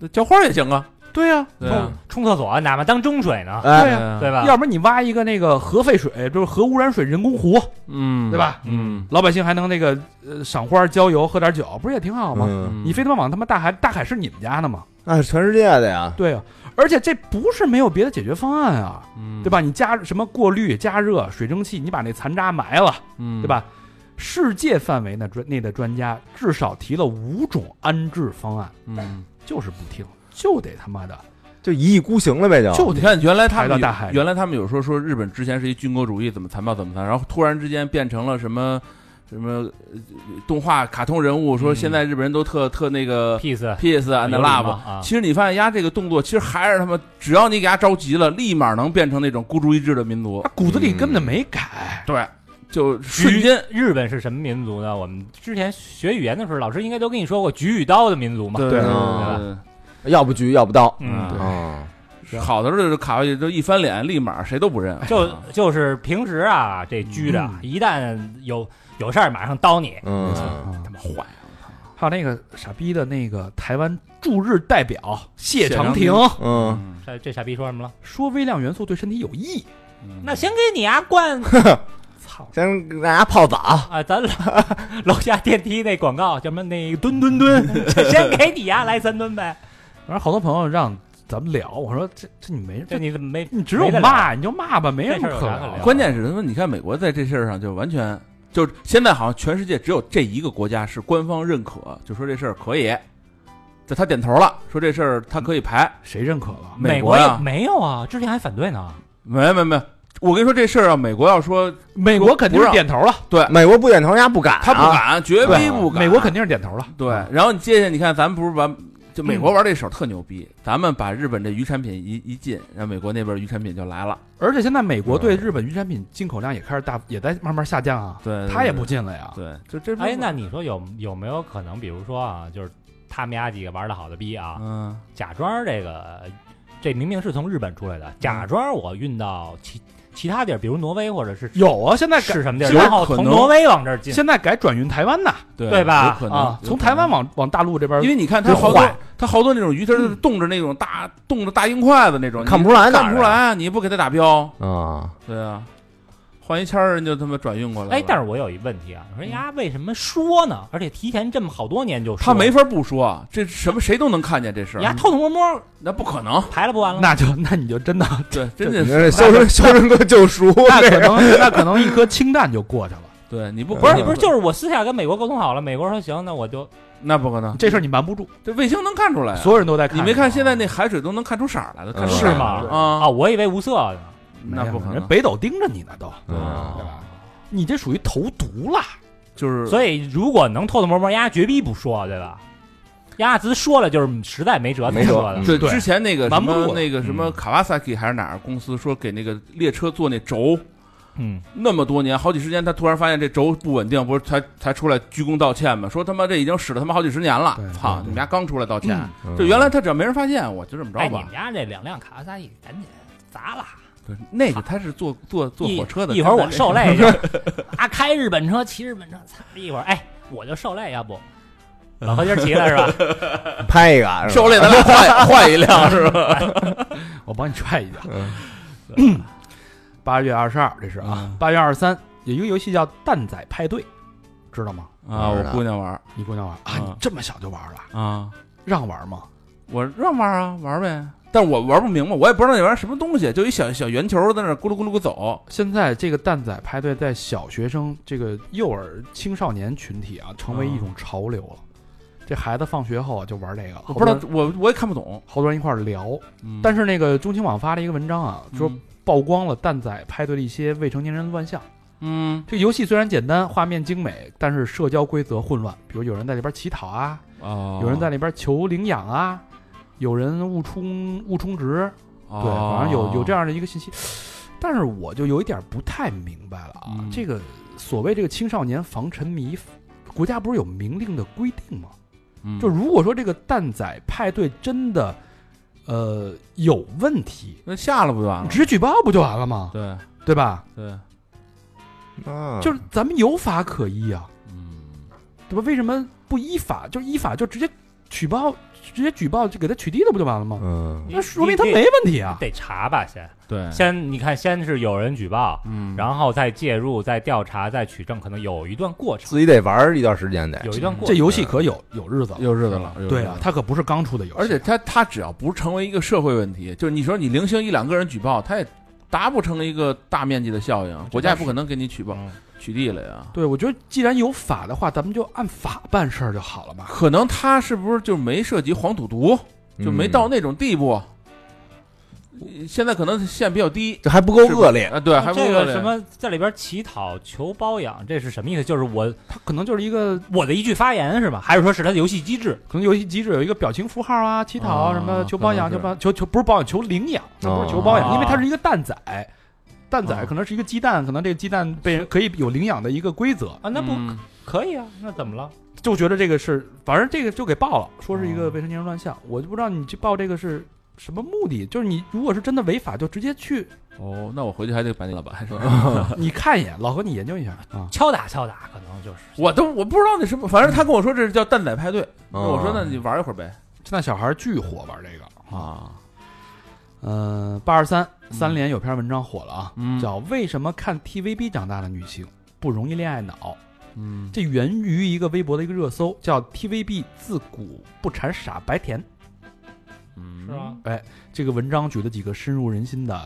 Speaker 5: 那浇花也行啊，
Speaker 3: 对呀、
Speaker 5: 对啊
Speaker 2: 冲厕所哪怕当中水呢，
Speaker 6: 哎
Speaker 3: 对呀、
Speaker 5: 啊
Speaker 2: 对吧？
Speaker 3: 要不然你挖一个那个核废水，就是核污染水人工湖，
Speaker 5: 嗯，
Speaker 3: 对吧？
Speaker 5: 嗯
Speaker 3: 老百姓还能那个呃赏花、郊游、喝点酒，不是也挺好吗？
Speaker 6: 嗯，
Speaker 3: 你非他妈往他妈大海，大海是你们家的吗？
Speaker 6: 那是全世界的呀，
Speaker 3: 对啊，而且这不是没有别的解决方案啊，
Speaker 5: 嗯
Speaker 3: 对？吧？你加什么过滤、加热、水蒸气，你把那残渣埋了，
Speaker 5: 嗯，
Speaker 3: 对？吧？世界范围内专内的专家至少提了五种安置方案，
Speaker 5: 嗯，
Speaker 3: 就是不听，就得他妈的
Speaker 6: 就一意孤行了呗，就
Speaker 3: 就得
Speaker 5: 你看，原来他
Speaker 3: 排到
Speaker 5: 们
Speaker 3: 大海
Speaker 5: 有
Speaker 3: 里
Speaker 5: 原来他们有时候说日本之前是一军国主义，怎么残暴怎么残，然后突然之间变成了什么什么呃动画卡通人物，说
Speaker 2: 嗯
Speaker 5: 现在日本人都特特那个
Speaker 2: peace
Speaker 5: peace and
Speaker 2: 有礼貌
Speaker 5: love。
Speaker 2: 啊，
Speaker 5: 其实你发现丫这个动作，其实还是他妈，只要你给丫着急了，立马能变成那种孤注一掷的 民族
Speaker 3: 他。骨子里根本没
Speaker 5: 嗯
Speaker 3: 改，
Speaker 5: 对，就瞬间，
Speaker 2: 日本是什么民族呢？我们之前学语言的时候，老师应该都跟你说过“举与刀”的民族嘛。
Speaker 5: 对
Speaker 3: 啊
Speaker 2: 啊
Speaker 6: 嗯要不举要不刀，
Speaker 2: 嗯，
Speaker 5: 对
Speaker 6: 嗯
Speaker 5: 对好的时候就卡哇伊就一翻脸，立马谁都不认。
Speaker 2: 就就是平时啊，这拘着，一旦有有事儿，马上刀你。
Speaker 6: 嗯，
Speaker 3: 嗯
Speaker 5: 他妈坏，
Speaker 3: 还有那个傻逼的那个台湾驻日代表谢长廷
Speaker 5: 谢
Speaker 6: 嗯，
Speaker 2: 这这傻逼说什么了？
Speaker 3: 说微量元素对身体有益，
Speaker 2: 那先给你啊灌
Speaker 3: 操！
Speaker 6: 先给大家泡澡，
Speaker 2: 啊，咱楼楼下电梯那广告叫什么？那蹲蹲蹲，这先给你呀，来三吨呗。
Speaker 3: 然后好多朋友让咱们聊，我说这这你没
Speaker 2: 这
Speaker 3: 这
Speaker 2: 你怎么没？
Speaker 3: 你只有
Speaker 2: 没得
Speaker 3: 骂你就骂吧，没
Speaker 2: 这
Speaker 3: 什么
Speaker 2: 事儿有
Speaker 3: 可
Speaker 2: 啥可
Speaker 3: 聊
Speaker 2: 聊
Speaker 3: 的。
Speaker 5: 关键是他妈，你看美国在这事儿上就完全就是现在好像全世界只有这一个国家是官方认可，就说这事儿可以，在他点头了，说这事儿他可以排，
Speaker 3: 谁认可了？
Speaker 5: 美
Speaker 2: 国
Speaker 5: 国
Speaker 2: 也
Speaker 5: 呀
Speaker 2: 没有啊，之前还反对呢。
Speaker 5: 没没没，我跟你说这事儿啊，美国要说
Speaker 3: 美国肯定
Speaker 5: 不
Speaker 3: 是
Speaker 5: 让
Speaker 3: 点头了，
Speaker 6: 美国不点头，人家不敢啊，
Speaker 5: 他不敢，绝
Speaker 3: 对
Speaker 5: 逼不敢，
Speaker 3: 美国肯定是点头了。
Speaker 5: 对。然后你接下来你看，咱们不是玩。就美国玩这手特牛逼，咱们把日本这渔产品一一进，然后美国那边渔产品就来了。
Speaker 3: 而且现在美国对日本渔产品进口量也开始大，也在慢慢下降啊。
Speaker 5: 对
Speaker 3: 他也不进了呀。
Speaker 5: 对，就这不
Speaker 2: 哎，那你说有有没有可能，比如说啊，就是他们家几个玩的好的逼啊，
Speaker 5: 嗯
Speaker 2: 假装这个这明明是从日本出来
Speaker 5: 嗯
Speaker 2: 的，假装我运到其其他地儿，比如挪威或者是
Speaker 3: 有啊，现在改
Speaker 2: 是什么地儿，
Speaker 5: 有
Speaker 2: 然后
Speaker 5: 可
Speaker 2: 从
Speaker 5: 能
Speaker 2: 挪威往这儿进。
Speaker 3: 现在改转运台湾呢
Speaker 5: 对
Speaker 2: 对吧
Speaker 5: 有可能
Speaker 3: 啊，从台湾往往大陆这边
Speaker 5: 因为你看它
Speaker 3: 就
Speaker 5: 好多
Speaker 3: 坏，
Speaker 5: 它好多那种鱼，它是冻着那种大冻着大硬块子那种，
Speaker 6: 看
Speaker 5: 你
Speaker 6: 不出来哪儿
Speaker 5: 看不出来啊，你不给它打标，
Speaker 6: 啊，
Speaker 5: 对啊，换一签儿人就他妈转运过来了。
Speaker 2: 哎，但是我有一问题啊，
Speaker 5: 嗯
Speaker 2: 我说呀，为什么说呢？而且提前这么好多年就说
Speaker 5: 他没法不说，啊，这什么谁都能看见这事
Speaker 2: 呀，
Speaker 5: 儿，
Speaker 2: 偷偷摸摸
Speaker 5: 那不可能。
Speaker 2: 排了不完了吗？
Speaker 3: 那就那你就真 的，
Speaker 5: 对，真
Speaker 4: 你
Speaker 5: 的
Speaker 4: 这修 身修身哥救赎，
Speaker 3: 那可能那可能一颗氢弹就过去了，
Speaker 5: 对你不
Speaker 2: 不是
Speaker 5: 可
Speaker 2: 你
Speaker 5: 能
Speaker 2: 不是就是我私下跟美国沟通好了，美国说行，那我就
Speaker 5: 那不可能，
Speaker 3: 这事儿你瞒不住，
Speaker 5: 这卫星能看出来啊。呃
Speaker 3: 所有人都在看。
Speaker 5: 你没看现在那海水都能看出色儿来了，看出
Speaker 2: 是
Speaker 5: 来
Speaker 2: 吗
Speaker 5: 了？
Speaker 2: 啊，
Speaker 5: 啊，
Speaker 2: 我以为无色呢。
Speaker 5: 那不可
Speaker 3: 哎人
Speaker 5: 能，
Speaker 3: 北斗盯着你呢，都，
Speaker 4: 嗯
Speaker 3: 对吧？你这属于投毒了，
Speaker 5: 就是
Speaker 2: 所以如果能偷偷摸摸，丫绝逼不说，对吧？丫只说了就是实在没辙才
Speaker 4: 没辙
Speaker 2: 说的
Speaker 4: 嗯。
Speaker 5: 对
Speaker 3: 对
Speaker 5: 之前那个什
Speaker 3: 瞒不
Speaker 5: 么
Speaker 3: 住
Speaker 5: 那个什么卡瓦萨基还是哪儿公司说给那个列车做那轴，
Speaker 2: 嗯，
Speaker 5: 那么多年好几十年，他突然发现这轴不稳定，不是才才出来鞠躬道歉吗？说他妈这已经使了他妈好几十年了
Speaker 3: 对，
Speaker 5: 操
Speaker 3: 对
Speaker 5: 你们家刚出来道歉，
Speaker 4: 嗯
Speaker 5: 就原来他只要没人发现，我就这么
Speaker 2: 哎，
Speaker 5: 着
Speaker 2: 你们
Speaker 5: 吧。
Speaker 2: 家这两辆卡瓦萨基赶紧砸了，
Speaker 5: 对那个他是坐坐坐
Speaker 2: 一
Speaker 5: 火车的，
Speaker 2: 一会儿我
Speaker 5: 真的
Speaker 2: 受 累去，啊，开日本车，骑日本车，操！一会儿哎，我就受累，要不
Speaker 5: 嗯
Speaker 2: 老何今儿骑了是 吧？
Speaker 4: 拍一个是吧
Speaker 5: 受累咱俩换换一辆是吧？
Speaker 3: 我帮你踹一脚
Speaker 4: 嗯。
Speaker 3: 八月二十二，这是啊，八月二十三有一个游戏叫蛋仔派对，知道吗？
Speaker 5: 啊，我姑娘玩儿
Speaker 3: 你姑娘玩啊？
Speaker 5: 嗯
Speaker 3: 你这么小就玩了？
Speaker 5: 啊，
Speaker 3: 让玩吗？
Speaker 5: 我让玩儿啊玩儿呗，但是我玩不明白，我也不知道那玩意儿什么东西，就一小小圆球在那儿咕噜咕噜咕走，
Speaker 3: 现在这个蛋仔派对在小学生这个幼儿青少年群体啊，成为一种潮流了。这孩子放学后啊就玩这个，
Speaker 5: 我
Speaker 3: 好
Speaker 5: 不
Speaker 3: 多
Speaker 5: 知道
Speaker 3: 人
Speaker 5: 我我也看不懂，
Speaker 3: 好多人一块儿聊。
Speaker 5: 嗯
Speaker 3: 但是那个中新网发了一个文章啊，说
Speaker 5: 嗯
Speaker 3: 曝光了蛋仔派对的一些未成年人的乱象。
Speaker 5: 嗯
Speaker 3: 这个游戏虽然简单，画面精美，但是社交规则混乱，比如有人在里边乞讨啊，
Speaker 5: 哦
Speaker 3: 有人在里边求领养啊，有人误充误充值，
Speaker 5: 哦
Speaker 3: 对，反正有有这
Speaker 5: 样
Speaker 3: 样的一个信息。但是我就有一点不太明白了啊，
Speaker 5: 嗯
Speaker 3: 这个所谓这个青少年防沉迷，国家不是有明令的规定吗？
Speaker 5: 嗯
Speaker 3: 就如果说这个蛋仔派对真的，呃，有问题，
Speaker 5: 那下了不就完
Speaker 3: 你
Speaker 5: 了？
Speaker 3: 直接举报不就完了吗？
Speaker 5: 啊对
Speaker 3: 对吧？
Speaker 5: 对，
Speaker 4: 嗯
Speaker 3: 就是咱们有法可依啊，
Speaker 5: 嗯
Speaker 3: 对吧？为什么不依法？就依法就直接举报，直接举报就给他取缔了不就完了吗？
Speaker 4: 嗯
Speaker 3: 那说明他没问题啊。
Speaker 2: 得查吧，先
Speaker 5: 对，
Speaker 2: 先你看，先是有人举报，
Speaker 5: 嗯
Speaker 2: 然后再介入、再调查、再取证，可能有一段过程，
Speaker 4: 自己得玩儿一段时间
Speaker 5: 哎
Speaker 4: 得，
Speaker 2: 有一段过
Speaker 3: 这
Speaker 2: 程。
Speaker 3: 游戏可有有日子了，
Speaker 5: 有日子了，有日子了
Speaker 3: 对啊，。它可不是刚出的游戏，
Speaker 5: 而且他他只要不成为一个社会问题，就是你说你零星一两个人举报，他也达不成一个大面积的效应，国家也不可能给你举报取缔了呀。
Speaker 3: 对，我觉得既然有法的话，咱们就按法办事儿就好了嘛。
Speaker 5: 可能他是不是就没涉及黄赌毒，就没
Speaker 4: 嗯
Speaker 5: 到那种地步？呃现在可能线比较低
Speaker 4: 这还不够恶劣，
Speaker 5: 啊，对，还
Speaker 2: 那
Speaker 5: 不
Speaker 2: 这
Speaker 5: 恶
Speaker 2: 个
Speaker 5: 劣
Speaker 2: 什么在里边乞讨求包养，这是什么意思？就是我
Speaker 3: 它可能就是一个，
Speaker 2: 我的一句发言是吧？还是说是他的游戏机制？
Speaker 3: 可能游戏机制有一个表情符号啊，乞讨啊，
Speaker 5: 啊
Speaker 3: 什么求
Speaker 5: 可能
Speaker 3: 包养、
Speaker 5: 是
Speaker 3: 求包求求不是包养，求领养，那不是求包养，
Speaker 2: 哦
Speaker 3: 因为它是一个蛋仔，蛋仔
Speaker 5: 哦
Speaker 3: 可能是一个鸡蛋，可能这个鸡蛋被人可以有领养的一个规则，
Speaker 2: 啊，那不、
Speaker 5: 嗯
Speaker 2: 可以啊？那怎么了？
Speaker 3: 就觉得这个是，反正这个就给报了，说是一个未成年人乱象，我就不知道你去报这个是什么目的，就是你如果是真的违法，就直接 去，
Speaker 5: 哦，那我回去还得把那老 板，还是
Speaker 3: 你看一眼，老何你研究一下啊。
Speaker 2: 敲打敲打，可能就是
Speaker 5: 我都我不知道那什么，反正他跟我说这是叫蛋仔派对，那
Speaker 4: 哦
Speaker 5: 我说那你玩一会儿呗
Speaker 3: 现在小孩儿巨火玩这个，
Speaker 5: 啊，
Speaker 3: 嗯，八二三三联有篇文章火了啊，
Speaker 5: 嗯
Speaker 3: 叫《为什么看 TVB 长大的女性不容易恋爱脑》。
Speaker 5: 嗯
Speaker 3: 这源于一个微博的一个热搜，叫 “TVB 自古不产傻白甜
Speaker 5: 嗯
Speaker 2: 是吧？”。
Speaker 3: 这个文章举了几个深入人心的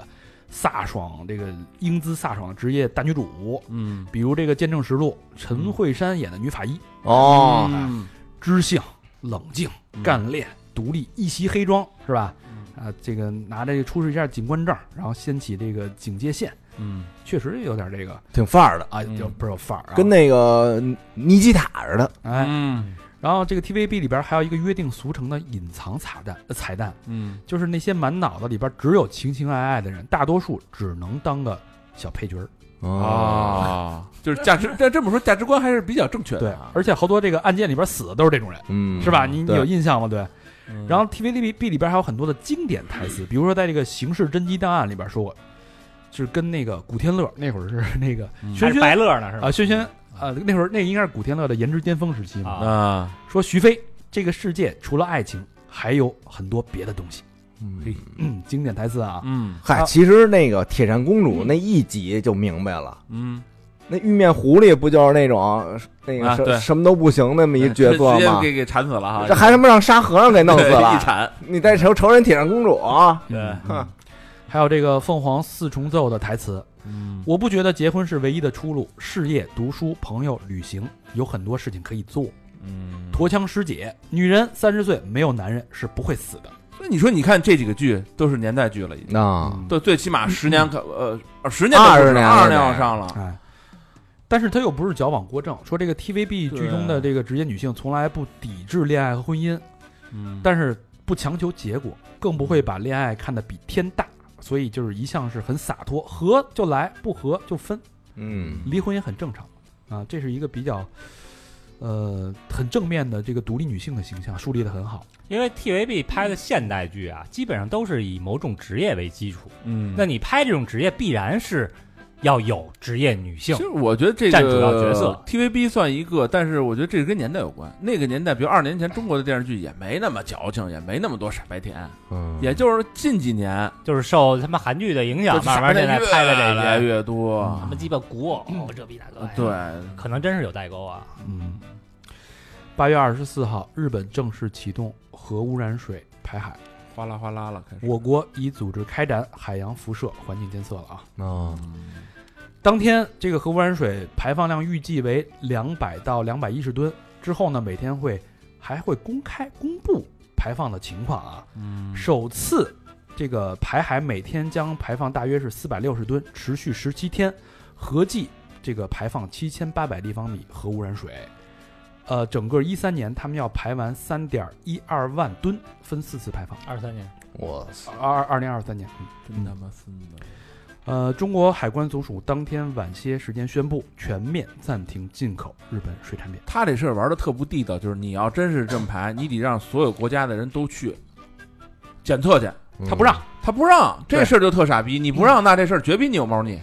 Speaker 3: 飒爽、这个英姿飒爽的职业大女主，
Speaker 5: 嗯
Speaker 3: 比如这个《见证实录》，陈慧珊演的女法医，
Speaker 4: 哦，
Speaker 5: 嗯
Speaker 3: 知性、冷静、
Speaker 4: 嗯
Speaker 3: 干练、独立，一袭黑装是吧？啊，这个拿这个出示一下警官证，然后掀起这个警戒线，
Speaker 5: 嗯
Speaker 3: 确实有点这个
Speaker 4: 挺范儿的，
Speaker 3: 啊，
Speaker 5: 嗯
Speaker 3: 就不是有范儿啊。
Speaker 4: 跟那个尼基塔似的，
Speaker 3: 哎，
Speaker 5: 嗯
Speaker 3: 然后这个 TVB 里边还有一个约定俗成的隐藏彩蛋，呃彩蛋
Speaker 5: 嗯
Speaker 3: 就是那些满脑子里边只有情情爱爱的人，大多数只能当个小配角儿。
Speaker 4: 哦
Speaker 5: 啊，就是价值，但这么说价值观还是比较正确
Speaker 3: 对
Speaker 5: 的啊，。
Speaker 3: 而且好多这个案件里边死的都是这种人，
Speaker 4: 嗯，
Speaker 3: 是吧？你你
Speaker 4: 对
Speaker 3: 有印象吗？对。
Speaker 5: 嗯
Speaker 3: 然后 TVB 里边还有很多的经典台词，比如说在这个《刑事侦缉档案》里边说过，就是跟那个古天乐那会儿是那个
Speaker 5: 嗯
Speaker 3: 轩
Speaker 2: 还是
Speaker 3: 轩
Speaker 2: 白乐呢是吧？
Speaker 3: 啊，轩轩啊，那会儿那应该是古天乐的颜值巅峰时期嘛。
Speaker 2: 啊
Speaker 5: 啊
Speaker 3: 说徐飞，这个世界除了爱情，还有很多别的东西。
Speaker 4: 嗯
Speaker 3: 嗯，经典台词啊，
Speaker 5: 嗯
Speaker 4: 嗨，其实那个铁扇公主那一集就明白了，
Speaker 5: 嗯，
Speaker 4: 那玉面狐狸不就是那种那个
Speaker 5: 啊
Speaker 4: 什
Speaker 5: 对
Speaker 4: 什么都不行那么一角色
Speaker 5: 直接
Speaker 4: 吗？
Speaker 5: 给给缠死了哈，
Speaker 4: 这还他妈让沙和尚给弄死
Speaker 5: 一
Speaker 4: 了！
Speaker 5: 缠，
Speaker 4: 你再瞅瞅人铁扇公主，啊
Speaker 5: 对，
Speaker 3: 嗯还有这个凤凰四重奏的台词，
Speaker 5: 嗯
Speaker 3: 我不觉得结婚是唯一的出路，事业、读书、朋友、旅行，有很多事情可以做。
Speaker 5: 嗯，
Speaker 3: 驼枪师姐，女人三十岁没有男人是不会死的。
Speaker 5: 所以你说你看这几个剧都是年代剧了，已经，
Speaker 4: 啊，
Speaker 5: 对，最起
Speaker 2: 嗯
Speaker 5: 码十年可呃呃十年都
Speaker 4: 二
Speaker 5: 不
Speaker 4: 十
Speaker 5: 是
Speaker 4: 年
Speaker 5: 二
Speaker 4: 了
Speaker 5: 十年
Speaker 4: 得
Speaker 5: 往上了，
Speaker 3: 哎，但是他又不是矫枉过正，说这个 TVB 剧中的这个职业女性从来不抵制恋爱和婚姻，
Speaker 5: 嗯
Speaker 3: 但是不强求结果，更不会把恋爱看得比天大，所以就是一向是很洒脱，合就来，不合就分，
Speaker 4: 嗯
Speaker 3: 离婚也很正常啊。这是一个比较，呃，很正面的这个独立女性的形象，树立的很好。
Speaker 2: 因为 TVB
Speaker 5: 嗯
Speaker 2: 拍的现代剧啊，基本上都是以某种职业为基础。
Speaker 5: 嗯
Speaker 2: 那你拍这种职业，必然是要有职业女性
Speaker 5: 其。实我觉得这个
Speaker 2: 占主要角色
Speaker 5: TVB 算一个，但是我觉得这是跟年代有关。那个年代，比如二十年前中国的电视剧也没那么矫情，也没那么多傻白甜，
Speaker 4: 嗯
Speaker 5: 也就是近几年
Speaker 2: 就是受他妈韩剧的影响
Speaker 5: 就，
Speaker 2: 嗯慢
Speaker 5: 傻
Speaker 2: 慢
Speaker 5: 白
Speaker 2: 现
Speaker 5: 甜
Speaker 2: 在拍的
Speaker 5: 越
Speaker 2: 这
Speaker 5: 来
Speaker 2: 些，嗯哎
Speaker 5: 越多
Speaker 2: 什。么鸡巴古偶、这逼大哥，
Speaker 5: 对，，
Speaker 2: 可能真是有代沟啊。
Speaker 3: 嗯，八月二十四号，日本正式启动核污染水排海，
Speaker 5: 哗啦哗啦了，开始。
Speaker 3: 我国已组织开展海洋辐射环境监测了啊。
Speaker 4: 啊，
Speaker 3: 当天这个核污染水排放量预计为两百到两百一十吨，之后呢，每天会还会公开公布排放的情况啊。
Speaker 5: 嗯
Speaker 3: 首次这个排海每天将排放大约是四百六十吨，持续十七天，合计这个排放七千八百立方米核污染水。呃，整个一三年他们要排完三点一二万吨，分四次排放。
Speaker 2: 二三年，
Speaker 4: 我操，
Speaker 3: 二二零二三年，嗯
Speaker 5: 真他妈孙子！
Speaker 3: 呃，中国海关总署当天晚些时间宣布全面暂停进口日本水产品。
Speaker 5: 他这事儿玩的特不地道，就是你要真是这么排，你得让所有国家的人都去检测去，
Speaker 4: 嗯
Speaker 3: 他不让，
Speaker 5: 他不让，这
Speaker 3: 对
Speaker 5: 事儿就特傻逼。你不让，那这事儿绝逼你有猫腻。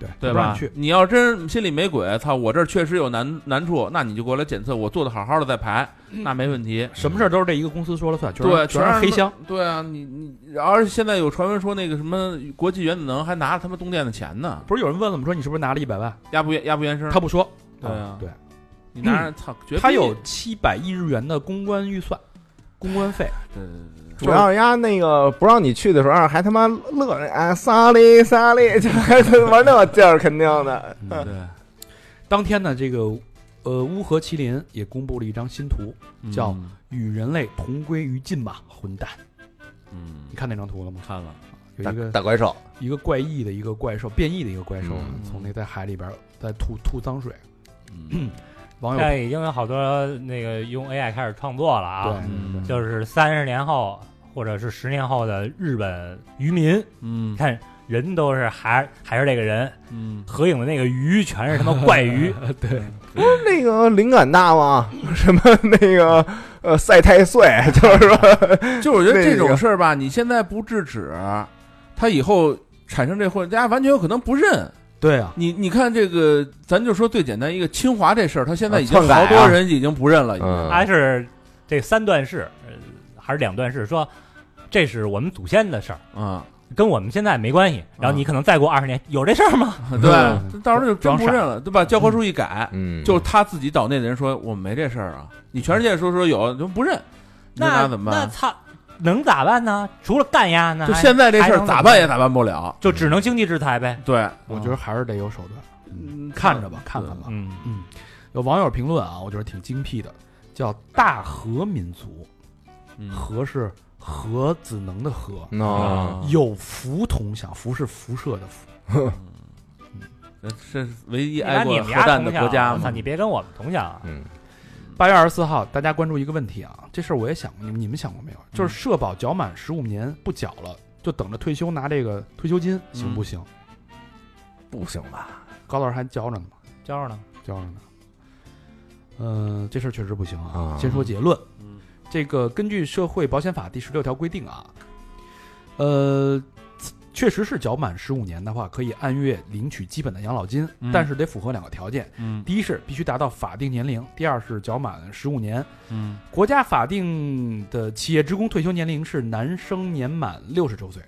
Speaker 3: 对
Speaker 5: 对
Speaker 3: 不让
Speaker 5: 吧？
Speaker 3: 你去，
Speaker 5: 你要真心里没鬼，操，我这儿确实有难难处，那你就过来检测，我做的好好的再排，那没问题。
Speaker 3: 什么事儿都是这一个公司说了算，全是
Speaker 5: 对
Speaker 3: 全是
Speaker 5: 全是
Speaker 3: 黑箱。
Speaker 5: 对啊，你你，而且现在有传闻说那个什么国际原子能还拿了他们东电的钱呢，
Speaker 3: 不是有人问了吗？说你是不是拿了一百万？
Speaker 5: 压不压不原声？
Speaker 3: 他不说。
Speaker 5: 对啊
Speaker 3: 对，
Speaker 5: 你拿着，操，绝逼
Speaker 3: 他有七百亿日元的公关预算，公关费。
Speaker 5: 对对对
Speaker 4: 主要人家那个不让你去的时候，还他妈乐啊，萨利萨利，就还玩那劲儿，肯定的。
Speaker 5: 对对
Speaker 3: 当天呢，这个呃乌合麒麟也公布了一张新图，
Speaker 5: 嗯，
Speaker 3: 叫与人类同归于尽吧，混蛋！
Speaker 5: 嗯
Speaker 3: 你，看那张图了吗？
Speaker 5: 看了，
Speaker 3: 有
Speaker 4: 大
Speaker 3: 一个
Speaker 4: 大怪兽，
Speaker 3: 一个怪异的一个怪兽，变异的一个怪兽啊，
Speaker 4: 嗯
Speaker 3: 从那在海里边儿在吐吐脏水。
Speaker 5: 嗯
Speaker 3: 网
Speaker 2: 现
Speaker 3: 友
Speaker 2: 在已经有好多那个用 AI 开始创作了啊，
Speaker 5: 嗯
Speaker 2: 就是三十年后或者是十年后的日本渔民，你
Speaker 5: 嗯
Speaker 2: 看人都是还还是这个人，
Speaker 5: 嗯，
Speaker 2: 合影的那个鱼全是他 妈怪鱼，
Speaker 4: 不是那个灵感大吗？什么那个呃赛太岁，就是说，
Speaker 5: 就我觉得这
Speaker 4: 那
Speaker 5: 种
Speaker 4: 个
Speaker 5: 事儿吧，你现在不制止，他以后产生这混，大家完全有可能不认。
Speaker 3: 对啊，
Speaker 5: 你你看这个，咱就说最简单一个侵华这事儿，他现在已经
Speaker 4: 啊篡改
Speaker 5: 好
Speaker 4: 啊
Speaker 5: 多人已经不认了，已经
Speaker 2: 还
Speaker 4: 嗯
Speaker 2: 是这三段式呃还是两段式说。这是我们祖先的事儿，
Speaker 4: 嗯
Speaker 5: 啊，
Speaker 2: 跟我们现在没关系。然后你可能再过二十年，有这事儿
Speaker 5: 嗯
Speaker 2: 吗？
Speaker 5: 对，到时候就真不认了，对吧？教科书一改，
Speaker 4: 嗯
Speaker 5: 就他自己岛内的人说我们没这事儿啊，你全世界说说有，你就不认，你说
Speaker 2: 那
Speaker 5: 怎么
Speaker 2: 那
Speaker 5: 办？
Speaker 2: 操，能咋办呢？除了干呀，那
Speaker 5: 就
Speaker 2: 还
Speaker 5: 现在这事
Speaker 2: 还
Speaker 5: 儿
Speaker 2: 能怎
Speaker 5: 咋
Speaker 2: 么
Speaker 5: 办
Speaker 2: 办
Speaker 5: 也咋办不了，
Speaker 2: 就只能经济制裁呗。
Speaker 5: 对，
Speaker 3: 我觉得还是得有手段，
Speaker 5: 嗯
Speaker 3: 看着吧，看看吧。
Speaker 2: 嗯，
Speaker 3: 有网友评论啊，我觉得挺精辟的，叫“大和民族”，
Speaker 5: 嗯
Speaker 3: 和是核子能的核，
Speaker 4: 啊，
Speaker 3: 有福同享，福是辐射的福。
Speaker 5: 这是唯一
Speaker 2: 你
Speaker 5: 挨
Speaker 2: 把
Speaker 5: 过
Speaker 2: 你们
Speaker 5: 核
Speaker 2: 家
Speaker 5: 弹的
Speaker 2: 同
Speaker 5: 国家
Speaker 2: 享我操
Speaker 5: 嘛，
Speaker 2: 你别跟我们同享啊！
Speaker 4: 嗯
Speaker 3: 八月二十四号，大家关注一个问题啊，这事儿我也想过，你们你们想过没有？就是社保缴满十五年不缴了，就等着退休拿这个退休金，行不行？
Speaker 4: 不行吧？
Speaker 3: 高老师还交着呢嘛，
Speaker 2: 交着呢，
Speaker 3: 交着呢。嗯、这事儿确实不行啊。
Speaker 4: 啊
Speaker 3: 先说结论，
Speaker 5: 嗯
Speaker 3: 这个根据《社会保险法》第十六条规定啊，呃，确实是缴满十五年的话，可以按月领取基本的养老金，
Speaker 5: 嗯
Speaker 3: 但是得符合两个条件：
Speaker 5: 嗯
Speaker 3: 第一是必须达到法定年龄；第二是缴满十五年。
Speaker 5: 嗯
Speaker 3: 国家法定的企业职工退休年龄是男生年满六十周岁，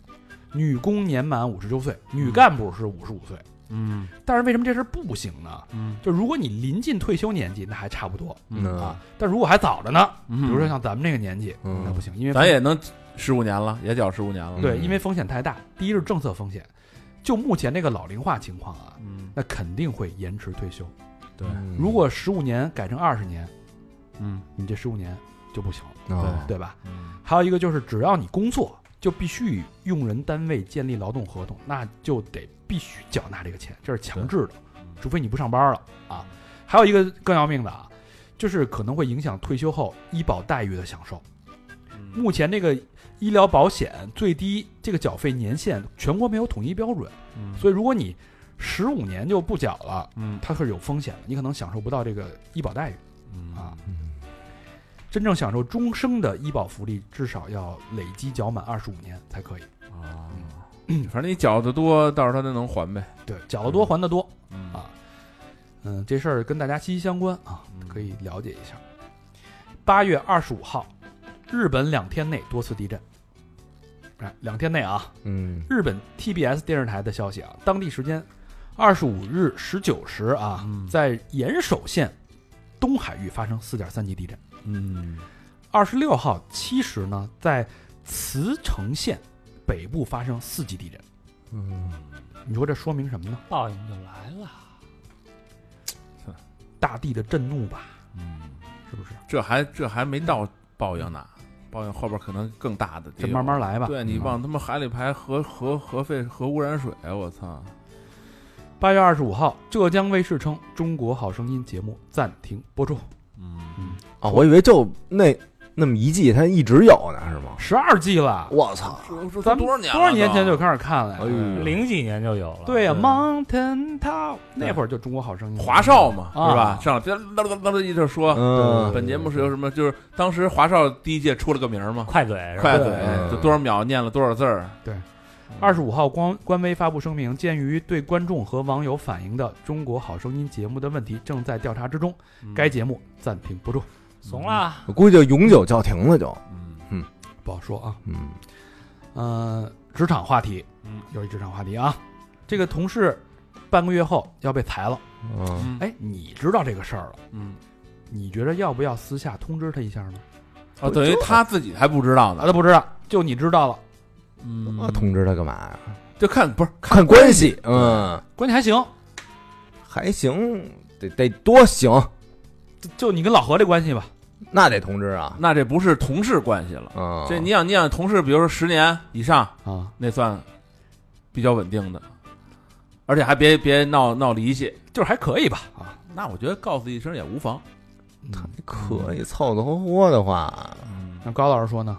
Speaker 3: 女工年满五十周岁，女干部是五十五岁。
Speaker 5: 嗯
Speaker 3: 但是为什么这事儿不行呢？
Speaker 5: 嗯
Speaker 3: 就如果你临近退休年纪，那还差不多
Speaker 5: 嗯，
Speaker 3: 啊；但如果还早着呢，
Speaker 5: 比
Speaker 3: 比如说像咱们这个年纪，
Speaker 4: 嗯
Speaker 3: 那不行，因为
Speaker 5: 咱也能十五年了，也缴十五年了，
Speaker 3: 对，
Speaker 4: 嗯
Speaker 3: 因为风险太大。第一是政策风险，就目前这个老龄化情况啊，
Speaker 5: 嗯
Speaker 3: 那肯定会延迟退休。
Speaker 4: 嗯
Speaker 5: 对，
Speaker 3: 如果十五年改成二十年，
Speaker 5: 嗯
Speaker 3: 你这十五年就不行，
Speaker 4: 哦
Speaker 3: 对吧？
Speaker 5: 嗯
Speaker 3: 还有一个就是，只要你工作，就必须与用人单位建立劳动合同，那就得必须缴纳这个钱，这是强制的
Speaker 5: 对，
Speaker 3: 除非你不上班了啊。还有一个更要命的啊，就是可能会影响退休后医保待遇的享受。
Speaker 5: 嗯
Speaker 3: 目前这个医疗保险最低这个缴费年限，全国没有统一标准，
Speaker 5: 嗯
Speaker 3: 所以如果你十五年就不缴了，
Speaker 5: 嗯
Speaker 3: 它是有风险的，你可能享受不到这个医保待遇。
Speaker 5: 嗯
Speaker 3: 啊
Speaker 4: 嗯
Speaker 3: 真正享受终生的医保福利，至少要累积缴满二十五年才可以。
Speaker 4: 嗯
Speaker 5: 啊，反正你缴的多，到时候他就能还呗。
Speaker 3: 对，缴得多还得多。
Speaker 5: 嗯
Speaker 3: 啊嗯，这事儿跟大家息息相关啊，
Speaker 5: 嗯
Speaker 3: 可以了解一下。八月二十五号，日本两天内多次地震。哎，两天内啊，
Speaker 4: 嗯
Speaker 3: 日本 TBS 电视台的消息啊，当地时间二十五日十九时啊，
Speaker 5: 嗯
Speaker 3: 在岩手县东海域发生四点三级地震。
Speaker 5: 嗯
Speaker 3: 二十六号七时呢，在茨城县北部发生四级地震。
Speaker 4: 嗯
Speaker 3: 你说这说明什么呢？
Speaker 2: 报应就来了。
Speaker 3: 大地的震怒吧，
Speaker 5: 嗯，
Speaker 3: 是不是？
Speaker 5: 这还这还
Speaker 3: 嗯
Speaker 5: 没到报应呢，报应后边可能更大的。
Speaker 3: 这慢慢。来吧。嗯
Speaker 5: 对你往他妈海里排核核核废核污染水，我操！
Speaker 3: 八月二十五号，浙江卫视称《中国好声音》节目暂停播出，
Speaker 5: 嗯
Speaker 4: 啊，我以为就那那么一季，它一直有呢，是吗？
Speaker 3: 十二季了。
Speaker 4: 我操！
Speaker 5: 说
Speaker 3: 咱们
Speaker 5: 多少年
Speaker 3: 多少年前就开始看了
Speaker 4: 哎
Speaker 3: 呀？
Speaker 5: 嗯
Speaker 2: 零几年就有了，
Speaker 3: 对呀
Speaker 5: 对
Speaker 3: ，Mountain Top 那会儿就《中国好声音》
Speaker 5: 华少嘛，
Speaker 3: 啊
Speaker 5: 是吧？上来哒哒哒哒一就说，
Speaker 4: 嗯
Speaker 5: 本节目是由什么？就是当时华少第一届出了个名儿嘛，
Speaker 2: 快嘴是吧？
Speaker 5: 快嘴
Speaker 4: 嗯
Speaker 5: 就多少秒念了多少字儿。
Speaker 3: 对，二十五号官官微发布声明，鉴于对观众和网友反映的《中国好声音》节目的问题正在调查之中，
Speaker 5: 嗯
Speaker 3: 嗯该节目暂停播出，
Speaker 2: 怂了，
Speaker 4: 我估计就永久叫停了，就
Speaker 5: 嗯
Speaker 3: 不好说啊。
Speaker 4: 嗯
Speaker 3: 呃，职场话题，
Speaker 5: 嗯，
Speaker 3: 又一职场话题啊，这个同事半个月后要被裁了，
Speaker 4: 嗯
Speaker 5: 嗯
Speaker 3: 哎，你知道这个事儿了，
Speaker 5: 嗯，
Speaker 3: 你觉得要不要私下通知他一下呢？
Speaker 5: 啊，等于他自己还不知道
Speaker 3: 哦啊，
Speaker 5: 呢。
Speaker 3: 他不知道，就你知道了，
Speaker 5: 嗯
Speaker 4: 那通知他干嘛呀？
Speaker 5: 就看不是
Speaker 4: 看关系，嗯，
Speaker 3: 关键还行，
Speaker 4: 还行，得得多行，
Speaker 3: 就就你跟老何这关系吧，
Speaker 4: 那得通知啊，
Speaker 5: 那这不是同事关系了。
Speaker 4: 嗯，
Speaker 5: 这你想，你想同事，比如说十年以上，
Speaker 3: 啊，
Speaker 5: 那算比较稳定的，而且还别别闹闹离系。
Speaker 3: 就是还可以吧，啊，
Speaker 5: 那我觉得告诉一声也无妨。
Speaker 4: 可以凑凑合合的话，
Speaker 5: 嗯
Speaker 3: 那高老师说呢？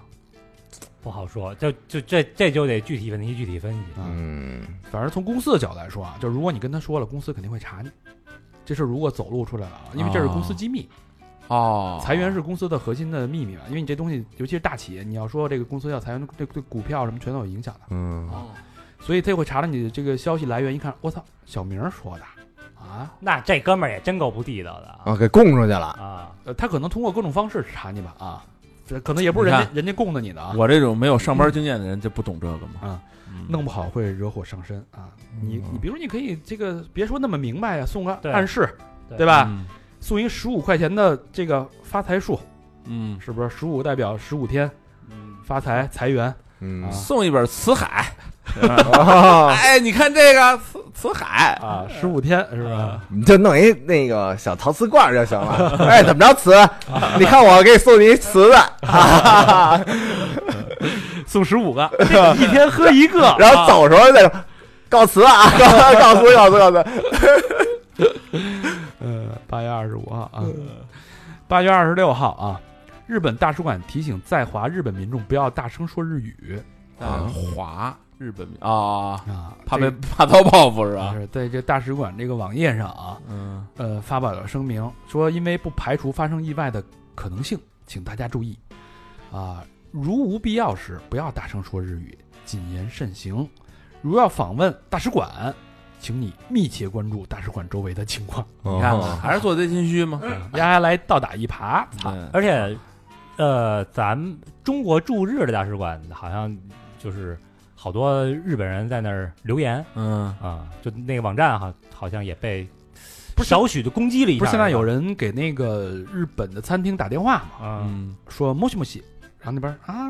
Speaker 2: 不好说，就就这这就得具体问题具体分析。
Speaker 3: 啊，
Speaker 4: 嗯
Speaker 3: 反正从公司的角度来说啊，就如果你跟他说了，公司肯定会查你。这事儿如果走露出来了啊，因为这是公司机密，
Speaker 5: 哦，
Speaker 3: 裁员是公司的核心的秘密嘛。因为你这东西，尤其是大企业，你要说这个公司要裁员，对对股票什么全都有影响的。
Speaker 4: 嗯
Speaker 5: 哦
Speaker 3: 所以他就会查查你这个消息来源，一看，我操，小明说的啊，
Speaker 2: 那这哥们儿也真够不地道的啊
Speaker 5: 哦
Speaker 4: 啊，给供出去了，
Speaker 2: 啊！
Speaker 3: 呃，他可能通过各种方式查你吧啊，这可能也不是人
Speaker 5: 你
Speaker 3: 家人家供的你的啊，
Speaker 5: 我这种没有上班经验的人就不懂这个嘛。
Speaker 3: 啊，
Speaker 5: 嗯
Speaker 3: 弄不好会惹火上身啊。你
Speaker 4: 嗯
Speaker 3: 你比如你可以这个别说那么明白呀、啊送个
Speaker 2: 对
Speaker 3: 暗示，
Speaker 2: 对
Speaker 3: 对吧？
Speaker 5: 嗯
Speaker 3: 送一十五块钱的这个发财树，
Speaker 5: 嗯
Speaker 3: 是不是十五代表十五天
Speaker 5: 嗯，
Speaker 3: 发财财源？
Speaker 4: 嗯
Speaker 3: 啊
Speaker 5: 送一本《辞海》
Speaker 4: 啊，
Speaker 5: 哎，你看这个《辞辞海》
Speaker 3: 啊，十五天是
Speaker 2: 啊
Speaker 3: 吧？
Speaker 4: 你就弄一那个小陶瓷罐儿就行了。哎，怎么着瓷？你看我给你送你一瓷的，啊，
Speaker 3: 送十五个， 一天喝一 个啊
Speaker 4: 然后走时候再说告辞啊， 告辞，告辞，告辞。
Speaker 3: 呃，八月二十五号啊，八月二十六号啊，日本大使馆提醒在华日本民众不要大声说日语
Speaker 5: 啊，华日本民啊，
Speaker 3: 啊，
Speaker 5: 怕被
Speaker 3: 这
Speaker 5: 怕遭报复是
Speaker 3: 啊
Speaker 5: 吧？
Speaker 3: 是在这大使馆这个网页上啊，
Speaker 5: 嗯
Speaker 3: 呃，发表了声明说，因为不排除发生意外的可能性，请大家注意啊，如无必要时不要大声说日语，谨言慎行。如要访问大使馆，请你密切关注大使馆周围的情况。
Speaker 5: 你看
Speaker 4: 哦
Speaker 5: 吧，还是做贼心虚 吗？
Speaker 3: 丫来倒打一耙，操！
Speaker 5: 嗯
Speaker 2: 而且，呃，咱们中国驻日的大使馆好像就是好多日本人在那儿留言
Speaker 5: 嗯，
Speaker 2: 啊、就那个网站哈，好像也被
Speaker 3: 不是
Speaker 2: 少许的攻击了一下。
Speaker 3: 不是现在有
Speaker 2: 吧
Speaker 3: 人给那个日本的餐厅打电话吗？
Speaker 2: 啊，
Speaker 5: 嗯
Speaker 3: 说莫西莫西，然后那边啊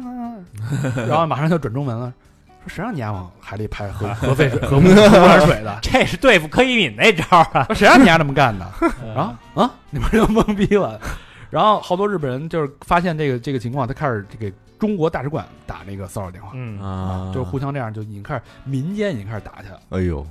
Speaker 3: 啊，啊然后马上就转中文了，说谁让你丫往海里拍核 核废水、核污染水 的？
Speaker 2: 这是对付柯以敏那招儿啊。
Speaker 3: 说谁让你丫这么干的？ 然
Speaker 2: 啊，
Speaker 3: 后 啊，那边就懵逼了。然后好多日本人就是发现这个这个情况，他开始给中国大使馆打那个骚扰电话，
Speaker 2: 嗯，
Speaker 5: 啊
Speaker 3: 就是互相这样就已经开始民间已经开始打起来了，
Speaker 6: 哎呦，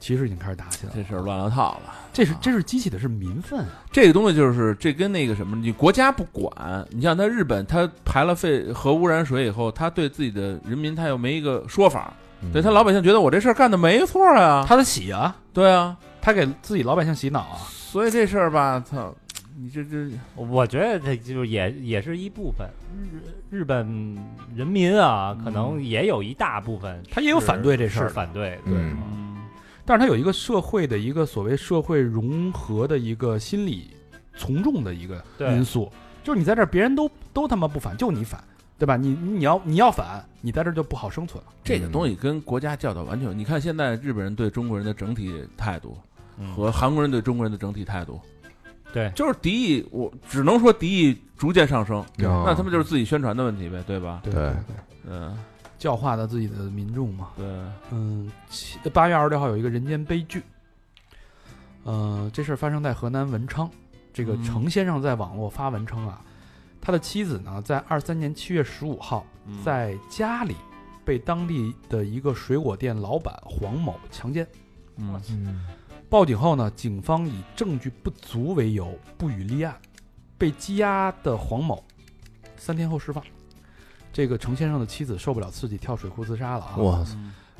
Speaker 3: 其实已经开始打起来了。
Speaker 5: 这事儿乱了套了。
Speaker 3: 这是这是激起的是民愤啊！
Speaker 5: 这个东西就是这跟那个什么，你国家不管，你像他日本，他排了废核污染水以后，他对自己的人民他又没一个说法，对他老百姓觉得我这事儿干的没错啊，
Speaker 3: 他的洗啊，
Speaker 5: 对啊，
Speaker 3: 他给自己老百姓洗脑啊。
Speaker 5: 所以这事儿吧，操，你这这
Speaker 2: 嗯我觉得这就是也也是一部分日日本人民啊，可能也有一大部分
Speaker 3: 嗯他也有
Speaker 2: 是
Speaker 3: 反对这事
Speaker 2: 是
Speaker 3: 儿的
Speaker 2: 反对，对，
Speaker 6: 嗯
Speaker 3: 但是他有一个社会的一个所谓社会融合的一个心理从众的一个
Speaker 2: 对
Speaker 3: 因素，就是你在这儿别人都都他妈不反，就你反，对吧？你你要你要反，你在这儿就不好生存了。
Speaker 5: 这个东西跟国家教导完全，你看现在日本人对中国人的整体态度和韩国人对中国人的整体态度，
Speaker 2: 对
Speaker 3: 嗯
Speaker 5: 就是敌意，我只能说敌意逐渐上升，那
Speaker 6: 那
Speaker 5: 他们就是自己宣传的问题呗，对吧？
Speaker 3: 对
Speaker 6: 对
Speaker 3: 对，
Speaker 5: 嗯，
Speaker 3: 教化的自己的民众嘛。
Speaker 5: 对，
Speaker 3: 嗯，七八月二十六号有一个人间悲剧，呃，这事儿发生在河南文昌。这个
Speaker 5: 嗯
Speaker 3: 程先生在网络发文称啊，他的妻子呢，在二三年七月十五号
Speaker 5: 嗯
Speaker 3: 在家里被当地的一个水果店老板黄某强奸。
Speaker 5: 嗯
Speaker 3: 报警后呢，警方以证据不足为由不予立案，被羁押的黄某三天后释放。这个程先生的妻子受不了刺激，跳水库自杀了啊！
Speaker 6: 哇，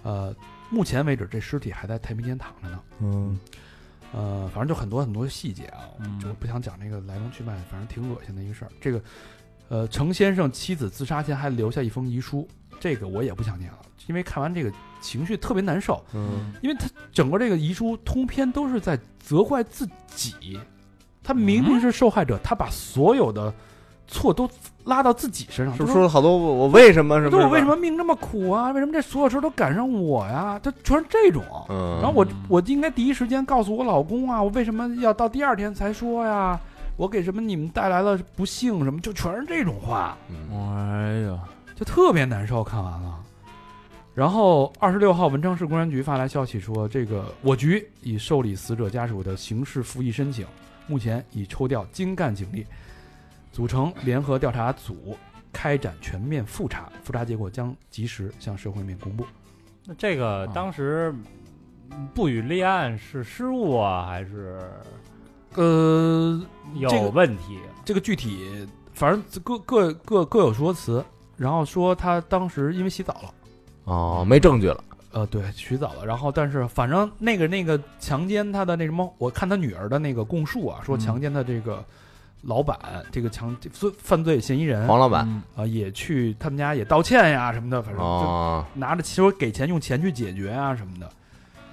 Speaker 3: 呃，目前为止这尸体还在太平间躺着呢。
Speaker 6: 嗯，
Speaker 3: 呃，反正就很多很多细节啊，
Speaker 5: 嗯
Speaker 3: 就不想讲这个来龙去脉，反正挺恶心的一个事儿。这个，呃，程先生妻子自杀前还留下一封遗书，这个我也不想念了，因为看完这个情绪特别难受，
Speaker 5: 嗯
Speaker 3: 因为他整个这个遗书通篇都是在责怪自己，他明
Speaker 6: 嗯
Speaker 3: 明是受害者，他把所有的错都拉到自己身上，
Speaker 6: 是不
Speaker 3: 他
Speaker 6: 是说了好多我我为什么什
Speaker 3: 说
Speaker 6: 么？
Speaker 3: 对我为什么命这么苦啊？为什么这所有事儿都赶上我呀？他全是这种，
Speaker 4: 啊
Speaker 6: 嗯？
Speaker 3: 然后我我应该第一时间告诉我老公啊，我为什么要到第二天才说呀？我给什么你们带来了不幸什么，就全是这种话，
Speaker 6: 嗯
Speaker 5: 哎呀，
Speaker 3: 就特别难受。看完了，然后二十六号文昌市公安局发来消息说，这个我局已受理死者家属的刑事复议申请，目前已抽调精干警力，组成联合调查组，开展全面复查，复查结果将及时向社会面公布。
Speaker 2: 那这个
Speaker 3: 啊
Speaker 2: 当时不予立案是失误啊，还是
Speaker 3: 呃，
Speaker 2: 有
Speaker 3: 这个
Speaker 2: 问题？
Speaker 3: 这个具体反正各各各各有说辞，然后说他当时因为洗澡了，
Speaker 6: 哦，没证据了，
Speaker 3: 呃，对，洗澡了，然后但是反正那个那个强奸他的那什么，我看他女儿的那个供述啊，说
Speaker 5: 嗯
Speaker 3: 强奸的这个老板，这个强罪犯罪嫌疑人啊、
Speaker 6: 黄老板
Speaker 3: 呃也去他们家也道歉呀什么的，反正就
Speaker 6: 哦，
Speaker 3: 拿着其实给钱用钱去解决啊什么的，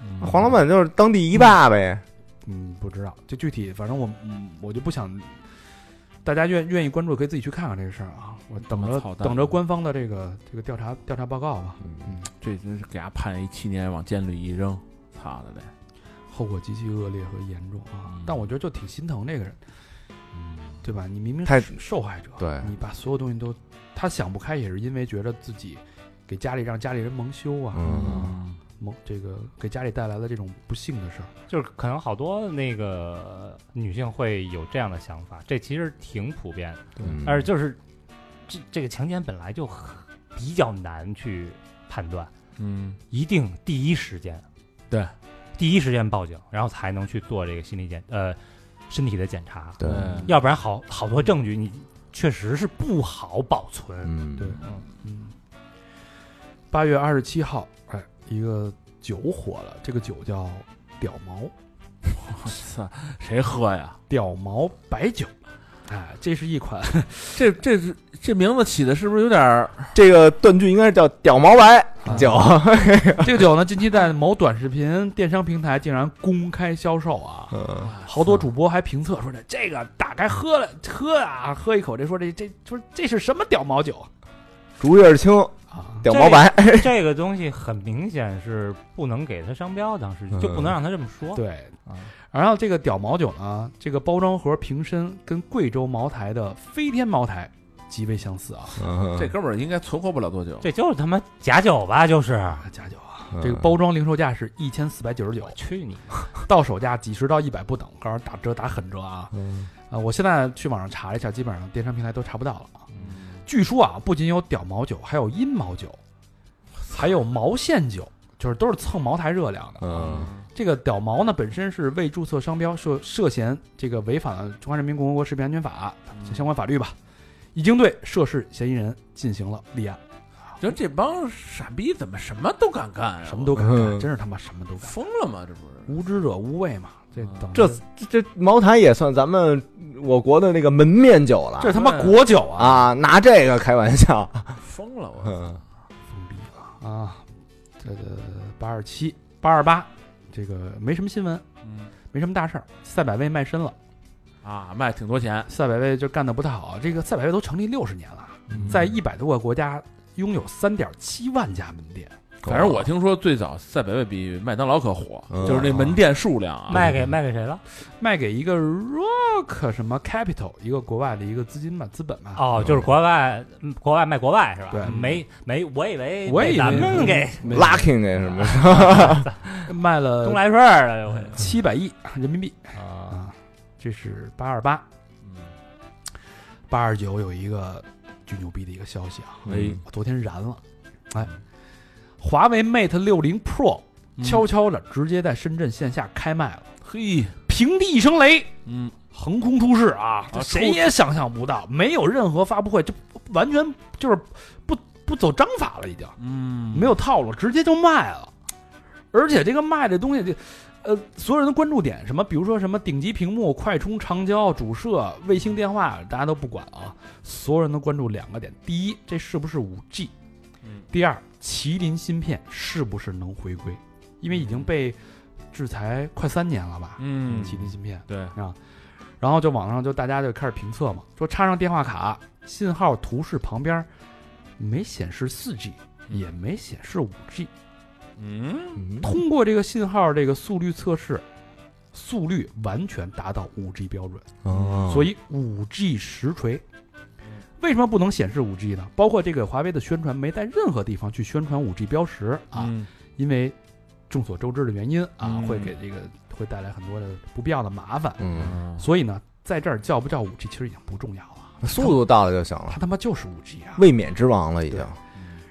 Speaker 5: 嗯
Speaker 6: 黄老板就是当地一霸呗，
Speaker 3: 嗯，不知道，就具体反正我嗯我就不想。大家愿愿意关注，可以自己去看看这个事儿啊。我等
Speaker 5: 我
Speaker 3: 着
Speaker 5: 操蛋
Speaker 3: 等着官方的这个这个调查调查报告吧。
Speaker 5: 这真是给他判一七年，往监里一扔，操的嘞！
Speaker 3: 后果极其恶劣和严重啊！
Speaker 5: 嗯
Speaker 3: 但我觉得就挺心疼这个人，对吧？你明明
Speaker 6: 太
Speaker 3: 是受害者，
Speaker 6: 对
Speaker 3: 你把所有东西都，他想不开也是因为觉得自己给家里让家里人蒙羞啊，
Speaker 6: 嗯，
Speaker 3: 蒙这个给家里带来了这种不幸的事儿。
Speaker 2: 就是可能好多那个女性会有这样的想法，这其实挺普遍的。
Speaker 6: 嗯
Speaker 2: 但是就是这这个强奸本来就很比较难去判断，
Speaker 5: 嗯，
Speaker 2: 一定第一时间，
Speaker 5: 对，
Speaker 2: 第一时间报警，然后才能去做这个心理检呃身体的检查，
Speaker 6: 对，
Speaker 3: 嗯
Speaker 2: 要不然好好多证据你确实是不好保存。
Speaker 6: 嗯
Speaker 3: 对嗯，八月二十七号，哎，一个酒火了，这个酒叫屌毛
Speaker 5: 我操，谁喝呀？
Speaker 3: 屌毛白酒，哎，这是一 款
Speaker 5: 这这是这名字起的是不是有点儿
Speaker 4: 这个断句应该是叫“屌毛 白酒”，
Speaker 3: 这个酒呢，近期在某短视频电商平台竟然公开销售 啊，
Speaker 4: 嗯
Speaker 3: 好多主播还评测说这这个打开喝了喝啊，喝一口这说这这说这是什么屌毛酒
Speaker 4: 竹叶青、
Speaker 3: 啊？
Speaker 4: 屌毛白，
Speaker 2: 这个东西很明显是不能给他商标，当时就不能让他这么说。
Speaker 3: 嗯对
Speaker 2: 啊，
Speaker 3: 然后这个屌毛酒呢，这个包装盒瓶身跟贵州茅台的飞天茅台极为相似啊，
Speaker 4: 嗯
Speaker 5: 这哥们儿应该存活不了多久。
Speaker 2: 这就是他妈假酒吧？就是，
Speaker 3: 啊，假酒啊。
Speaker 4: 嗯
Speaker 3: 这个包装零售价是一千四百九十九
Speaker 2: 我，去你！
Speaker 3: 到手价几十到一百不等，告诉你打折打狠折啊！啊，我现在去网上查了一下，基本上电商平台都查不到了啊。据说啊，不仅有屌毛酒，还有阴毛酒，还有毛线酒，就是都是蹭茅台热量的。
Speaker 4: 嗯
Speaker 3: 这个屌毛呢，本身是未注册商标，涉涉嫌这个违反了《中华人民共和国食品安全法》相关法律吧，已经对涉事嫌疑人进行了立案，
Speaker 5: 就这帮傻逼怎么什么都敢干啊？
Speaker 3: 什么都敢干，
Speaker 4: 嗯
Speaker 3: 真是他妈什么都干，
Speaker 5: 疯了吗？这不是？
Speaker 3: 无知者无畏嘛。这等
Speaker 4: 这这这茅台也算咱们我国的那个门面酒了
Speaker 3: 这他妈国酒啊！
Speaker 4: 啊！拿这个开玩笑，
Speaker 5: 疯了我！
Speaker 4: 嗯
Speaker 3: 封闭了啊，这个八二七八二八，这个没什么新闻，
Speaker 5: 嗯
Speaker 3: 没什么大事儿。赛百味卖身了，
Speaker 5: 啊，卖挺多钱，
Speaker 3: 赛百味就干得不太好。这个赛百味都成立六十年了，在一百多个国家拥有三点七万家门店，
Speaker 5: 反正我听说最早赛百味比麦当劳可火，
Speaker 4: 嗯
Speaker 5: 就是那门店数量啊。
Speaker 2: 卖给卖给谁了？
Speaker 3: 卖给一个 Rock 什么 Capital 一个国外的一个资金吧，资本吧。
Speaker 2: 哦，就是国外，嗯国外卖国外是吧？
Speaker 3: 啊对
Speaker 2: 没没，我以为
Speaker 3: 我以为
Speaker 2: 咱们给
Speaker 3: 没有
Speaker 4: ，lucky 那什么，
Speaker 3: 卖了
Speaker 2: 东来顺儿了，这回
Speaker 3: 七百亿人民币
Speaker 5: 啊，
Speaker 3: 啊，这是八二八
Speaker 5: 嗯
Speaker 3: 八二九有一个巨牛逼的一个消息啊，
Speaker 5: 哎，
Speaker 3: 我昨天燃了，哎，华为 Mate 六零 Pro 悄悄的直接在深圳线下开卖了，
Speaker 5: 嘿，
Speaker 3: 平地一声雷，
Speaker 5: 嗯，
Speaker 3: 横空出世啊！这
Speaker 5: 啊
Speaker 3: 谁也想象不到，没有任何发布会，就完全就是不不走章法了，已经
Speaker 5: 嗯，
Speaker 3: 没有套路，直接就卖了。而且这个卖这东西，这呃，所有人的关注点什么，比如说什么顶级屏幕、快充、长焦、主摄、卫星电话，大家都不管啊。所有人都关注两个点：第一，这是不是五 G；
Speaker 5: 嗯
Speaker 3: 第二，麒麟芯片是不是能回归？因为已经被制裁快三年了吧？
Speaker 5: 嗯，
Speaker 3: 麒麟芯片。
Speaker 5: 对，
Speaker 3: 然后就网上就大家就开始评测嘛，说插上电话卡，信号图示旁边没显示四 G，也没显示五 G。
Speaker 5: 嗯，
Speaker 4: 嗯
Speaker 3: 通过这个信号这个速率测试，速率完全达到五 G 标准，
Speaker 4: 哦
Speaker 3: 所以五 G 实锤。为什么不能显示五 G 呢？包括这个华为的宣传没在任何地方去宣传五 G 标识啊，
Speaker 5: 嗯
Speaker 3: 因为众所周知的原因啊，
Speaker 5: 嗯
Speaker 3: 会给这个会带来很多的不必要的麻烦。
Speaker 4: 嗯，
Speaker 3: 所以呢，在这儿叫不叫五 G 其实已经不重要了。
Speaker 4: 速度到了就行了
Speaker 3: 它，他妈就是五 G 啊！
Speaker 4: 卫冕之王了已经。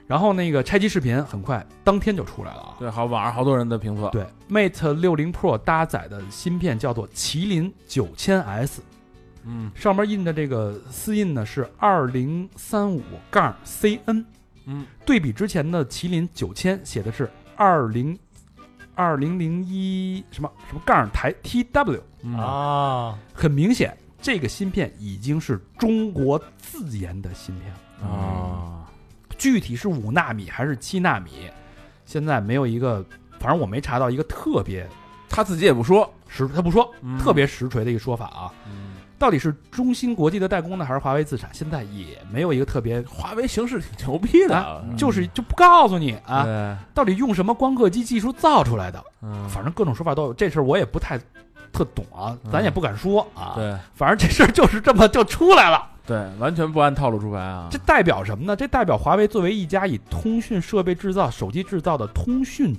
Speaker 3: 然后那个拆机视频很快当天就出来了啊。
Speaker 5: 对，好，网上好多人的评测，
Speaker 3: 对，Mate 六零 Pro 搭载的芯片叫做麒麟九千 S，
Speaker 5: 嗯
Speaker 3: 上面印的这个私印呢是二零三五杠 CN，
Speaker 5: 嗯，
Speaker 3: 对比之前的麒麟九千写的是二零二零零一什么什么杠台 TW，
Speaker 5: 嗯
Speaker 2: 哦，
Speaker 3: 很明显这个芯片已经是中国自研的芯片了。嗯
Speaker 5: 啊，
Speaker 3: 具体是五纳米还是七纳米，现在没有一个，反正我没查到一个特别
Speaker 5: 他自己也不说，
Speaker 3: 实，他不说
Speaker 5: 嗯
Speaker 3: 特别实锤的一个说法啊。到底是中芯国际的代工呢，还是华为自产？现在也没有一个特别，
Speaker 5: 华为形势挺牛逼的嗯
Speaker 3: 啊，就是就不告诉你啊，
Speaker 5: 啊，
Speaker 3: 到底用什么光刻机技术造出来的？
Speaker 5: 嗯，
Speaker 3: 反正各种说法都有，这事儿我也不太特懂啊，咱也不敢说啊。，
Speaker 5: 对
Speaker 3: 反正这事儿就是这么就出来了。
Speaker 5: 对，完全不按套路出牌啊，
Speaker 3: 这代表什么呢？这代表华为作为一家以通讯设备制造、手机制造的通讯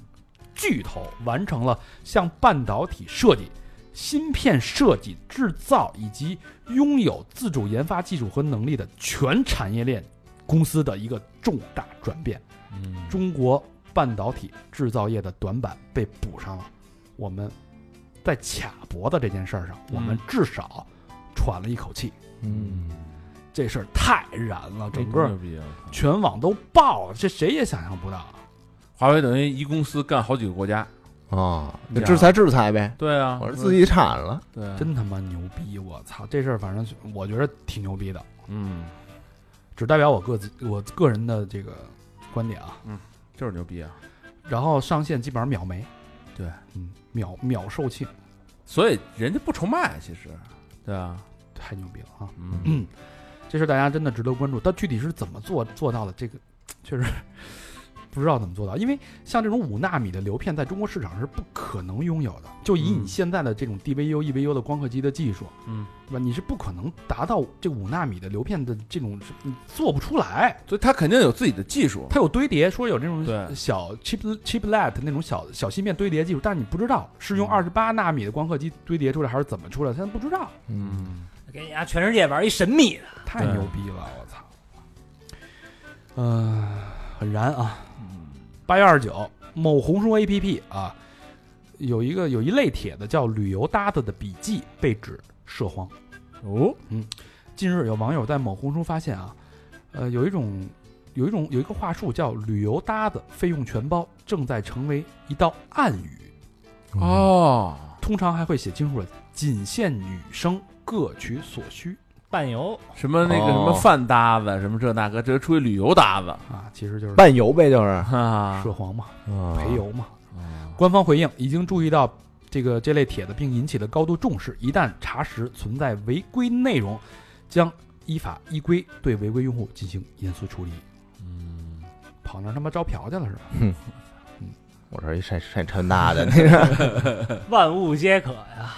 Speaker 3: 巨头，完成了向半导体设计、芯片设计、制造以及拥有自主研发技术和能力的全产业链公司的一个重大转变。
Speaker 5: 嗯
Speaker 3: 中国半导体制造业的短板被补上了。我们在卡脖子这件事儿上，
Speaker 5: 嗯
Speaker 3: 我们至少喘了一口气。
Speaker 4: 嗯，
Speaker 3: 这事儿太燃了，整个
Speaker 5: 牛逼啊！
Speaker 3: 全网都爆了，这谁也想象不到啊。
Speaker 5: 华为等于一公司干好几个国家，
Speaker 4: 哦
Speaker 6: 啊，
Speaker 3: 你
Speaker 6: 就
Speaker 3: 知道
Speaker 6: 制裁制裁呗。
Speaker 5: 对啊，
Speaker 6: 我是自己产了，
Speaker 4: 嗯
Speaker 5: 对，啊
Speaker 3: 真他妈牛逼！我操，这事儿反正是我觉得挺牛逼的，
Speaker 5: 嗯，
Speaker 3: 只代表我个自我个人的这个观点啊。
Speaker 5: 就是牛逼啊！
Speaker 3: 然后上线基本上秒没，
Speaker 5: 对，
Speaker 3: 嗯，秒秒售罄，
Speaker 5: 所以人家不愁卖，其实，对啊，
Speaker 3: 太牛逼了啊！
Speaker 5: 嗯，
Speaker 3: 这事儿大家真的值得关注，但具体是怎么做做到的，这个确实 不知道怎么做到。因为像这种五纳米的流片，在中国市场是不可能拥有的。就以
Speaker 5: 嗯
Speaker 3: 你现在的这种 DVU、EVU E 的光刻机的技术，
Speaker 5: 嗯，
Speaker 3: 对吧？你是不可能达到这五纳米的流片的这种，是你做不出来。
Speaker 5: 所以他肯定有自己的技术，
Speaker 3: 它有堆叠，说有那
Speaker 5: 对
Speaker 3: 种小 chip chiplet 那种小小芯片堆叠技术，但是你不知道是用
Speaker 5: 嗯
Speaker 3: 二十八纳米的光刻机堆叠出来还是怎么出来，现在不知道，
Speaker 5: 嗯，
Speaker 2: 给你家全世界玩一神秘的，
Speaker 3: 太
Speaker 5: 对
Speaker 3: 牛逼了，我操！嗯、很燃啊！八月二十九，某红书 APP 啊，有一个有一类帖子叫“旅游搭子的笔记”被指涉黄。
Speaker 5: 哦，
Speaker 3: 近日有网友在某红书发现啊，呃，有一种有一种有一个话术叫“旅游搭子费用全包”，正在成为一道暗语，
Speaker 5: 哦，
Speaker 3: 通常还会写清楚了，仅限女生各取所需
Speaker 2: 伴游
Speaker 5: 什么那个
Speaker 6: 哦
Speaker 5: 什么饭搭子，什么这那个，这出去旅游搭子
Speaker 3: 啊，其实就是
Speaker 6: 伴游呗，就是
Speaker 5: 啊，
Speaker 3: 涉黄嘛，
Speaker 6: 陪
Speaker 3: 陪，游嘛。
Speaker 5: 啊
Speaker 3: 官方回应已经注意到这个这类帖子，并引起了高度重视。一旦查实存在违规内容，将依法依规对违规用户进行严肃处理。
Speaker 5: 嗯，
Speaker 3: 跑那儿他妈招嫖去了是吧？
Speaker 6: 我这儿一晒晒穿搭 的，那个
Speaker 2: 万物皆可呀，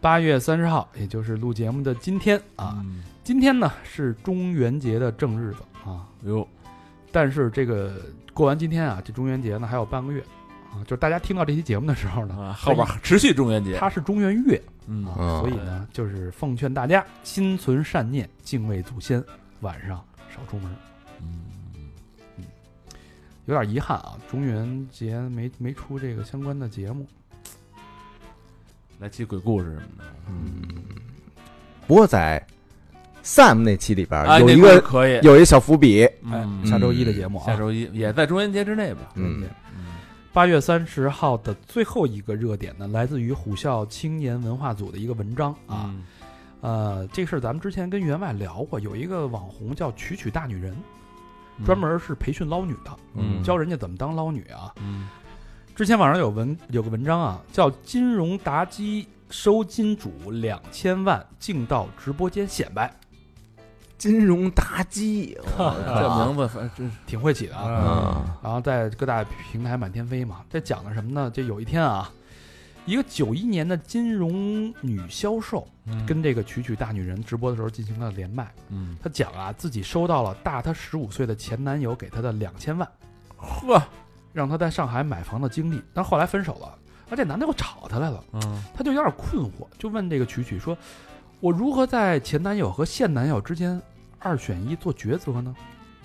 Speaker 3: 八月三十号，也就是录节目的今天啊，
Speaker 5: 嗯
Speaker 3: 今天呢是中元节的正日子啊。
Speaker 5: 哟，
Speaker 3: 但是这个过完今天啊，这中元节呢还有半个月啊，就是大家听到这期节目的时候呢，
Speaker 5: 啊后边持续中元节，
Speaker 3: 它是中元月
Speaker 5: 嗯
Speaker 3: 啊，
Speaker 6: 嗯
Speaker 3: 所以呢，就是奉劝大家心存善念，敬畏祖先，晚上少出门。嗯，有点遗憾啊，中元节没没出这个相关的节目。
Speaker 5: 来期鬼故事什么的，
Speaker 6: 不过在 Sam 那期里边儿
Speaker 5: 哎
Speaker 6: 有
Speaker 5: 那
Speaker 6: 一
Speaker 5: 故事
Speaker 6: 个
Speaker 5: 可以，
Speaker 6: 有一小伏笔，
Speaker 3: 哎
Speaker 5: 嗯，
Speaker 3: 下周一的节目啊，
Speaker 5: 下周一也在中元节之内吧，
Speaker 6: 嗯，
Speaker 3: 八月三十号的最后一个热点呢，来自于虎啸青年文化组的一个文章啊。
Speaker 5: 嗯，
Speaker 3: 呃，这事儿咱们之前跟员外聊过，有一个网红叫“曲曲大女人”，
Speaker 5: 嗯
Speaker 3: 专，门是培训捞女的，
Speaker 5: 嗯
Speaker 3: 教人家怎么当捞女啊。
Speaker 5: 嗯
Speaker 3: 之前网上有文有个文章啊，叫《金融达基收金主两千万，竟到直播间显摆
Speaker 6: 金融达基，
Speaker 2: 啊
Speaker 5: 这名字反正》，
Speaker 3: 挺会起的
Speaker 5: 嗯
Speaker 3: 啊。
Speaker 6: 啊，
Speaker 3: 然后在各大平台满天飞嘛。这讲的什么呢？这有一天啊，一个九一年的金融女销售
Speaker 5: 嗯
Speaker 3: 跟这个曲曲大女人直播的时候进行了连麦。
Speaker 5: 嗯，
Speaker 3: 她讲啊，自己收到了大她十五岁的前男友给她的两千万，
Speaker 5: 呵，
Speaker 3: 让她在上海买房的经历，但后来分手了。而这男的又找她来了，
Speaker 5: 嗯
Speaker 3: 她就有点困惑，就问这个曲曲说：“我如何在前男友和现男友之间二选一做抉择呢？”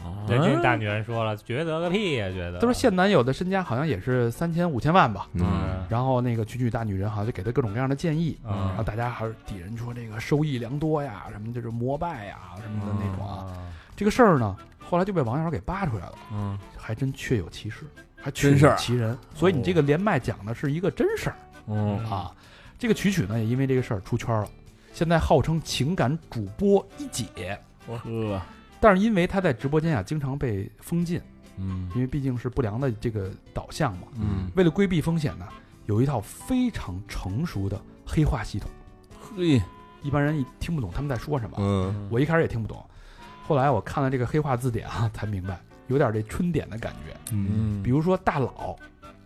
Speaker 5: 嗯哎
Speaker 2: 人家大女人说了，觉得个屁呀，
Speaker 5: 啊
Speaker 2: 觉得
Speaker 3: 她说现男友的身家好像也是三千五千万吧，
Speaker 6: 嗯，
Speaker 3: 然后那个曲曲大女人好像就给他各种各样的建议，
Speaker 2: 嗯
Speaker 5: 啊
Speaker 3: 然后大家还是底人说这个收益良多呀，什么就是膜拜呀什么的那种啊。这个事儿呢，后来就被网友给扒出来了，
Speaker 5: 嗯，
Speaker 3: 还真确有其事，还
Speaker 5: 真
Speaker 3: 确
Speaker 5: 事儿啊
Speaker 3: 有其人。所以你这个连麦讲的是一个真事儿、
Speaker 5: 嗯
Speaker 3: 啊。这个曲曲呢，也因为这个事儿出圈了，现在号称情感主播一姐，
Speaker 5: 呵，
Speaker 3: 但是因为她在直播间啊经常被封禁，
Speaker 5: 嗯
Speaker 3: 因为毕竟是不良的这个导向嘛。
Speaker 5: 嗯，
Speaker 3: 为了规避风险呢，有一套非常成熟的黑化系统，
Speaker 5: 嘿，
Speaker 3: 一般人一听不懂他们在说什么。
Speaker 6: 嗯，
Speaker 3: 我一开始也听不懂，后来我看了这个黑化字典啊，才明白有点这春典的感觉。
Speaker 5: 嗯
Speaker 3: 比如说大佬、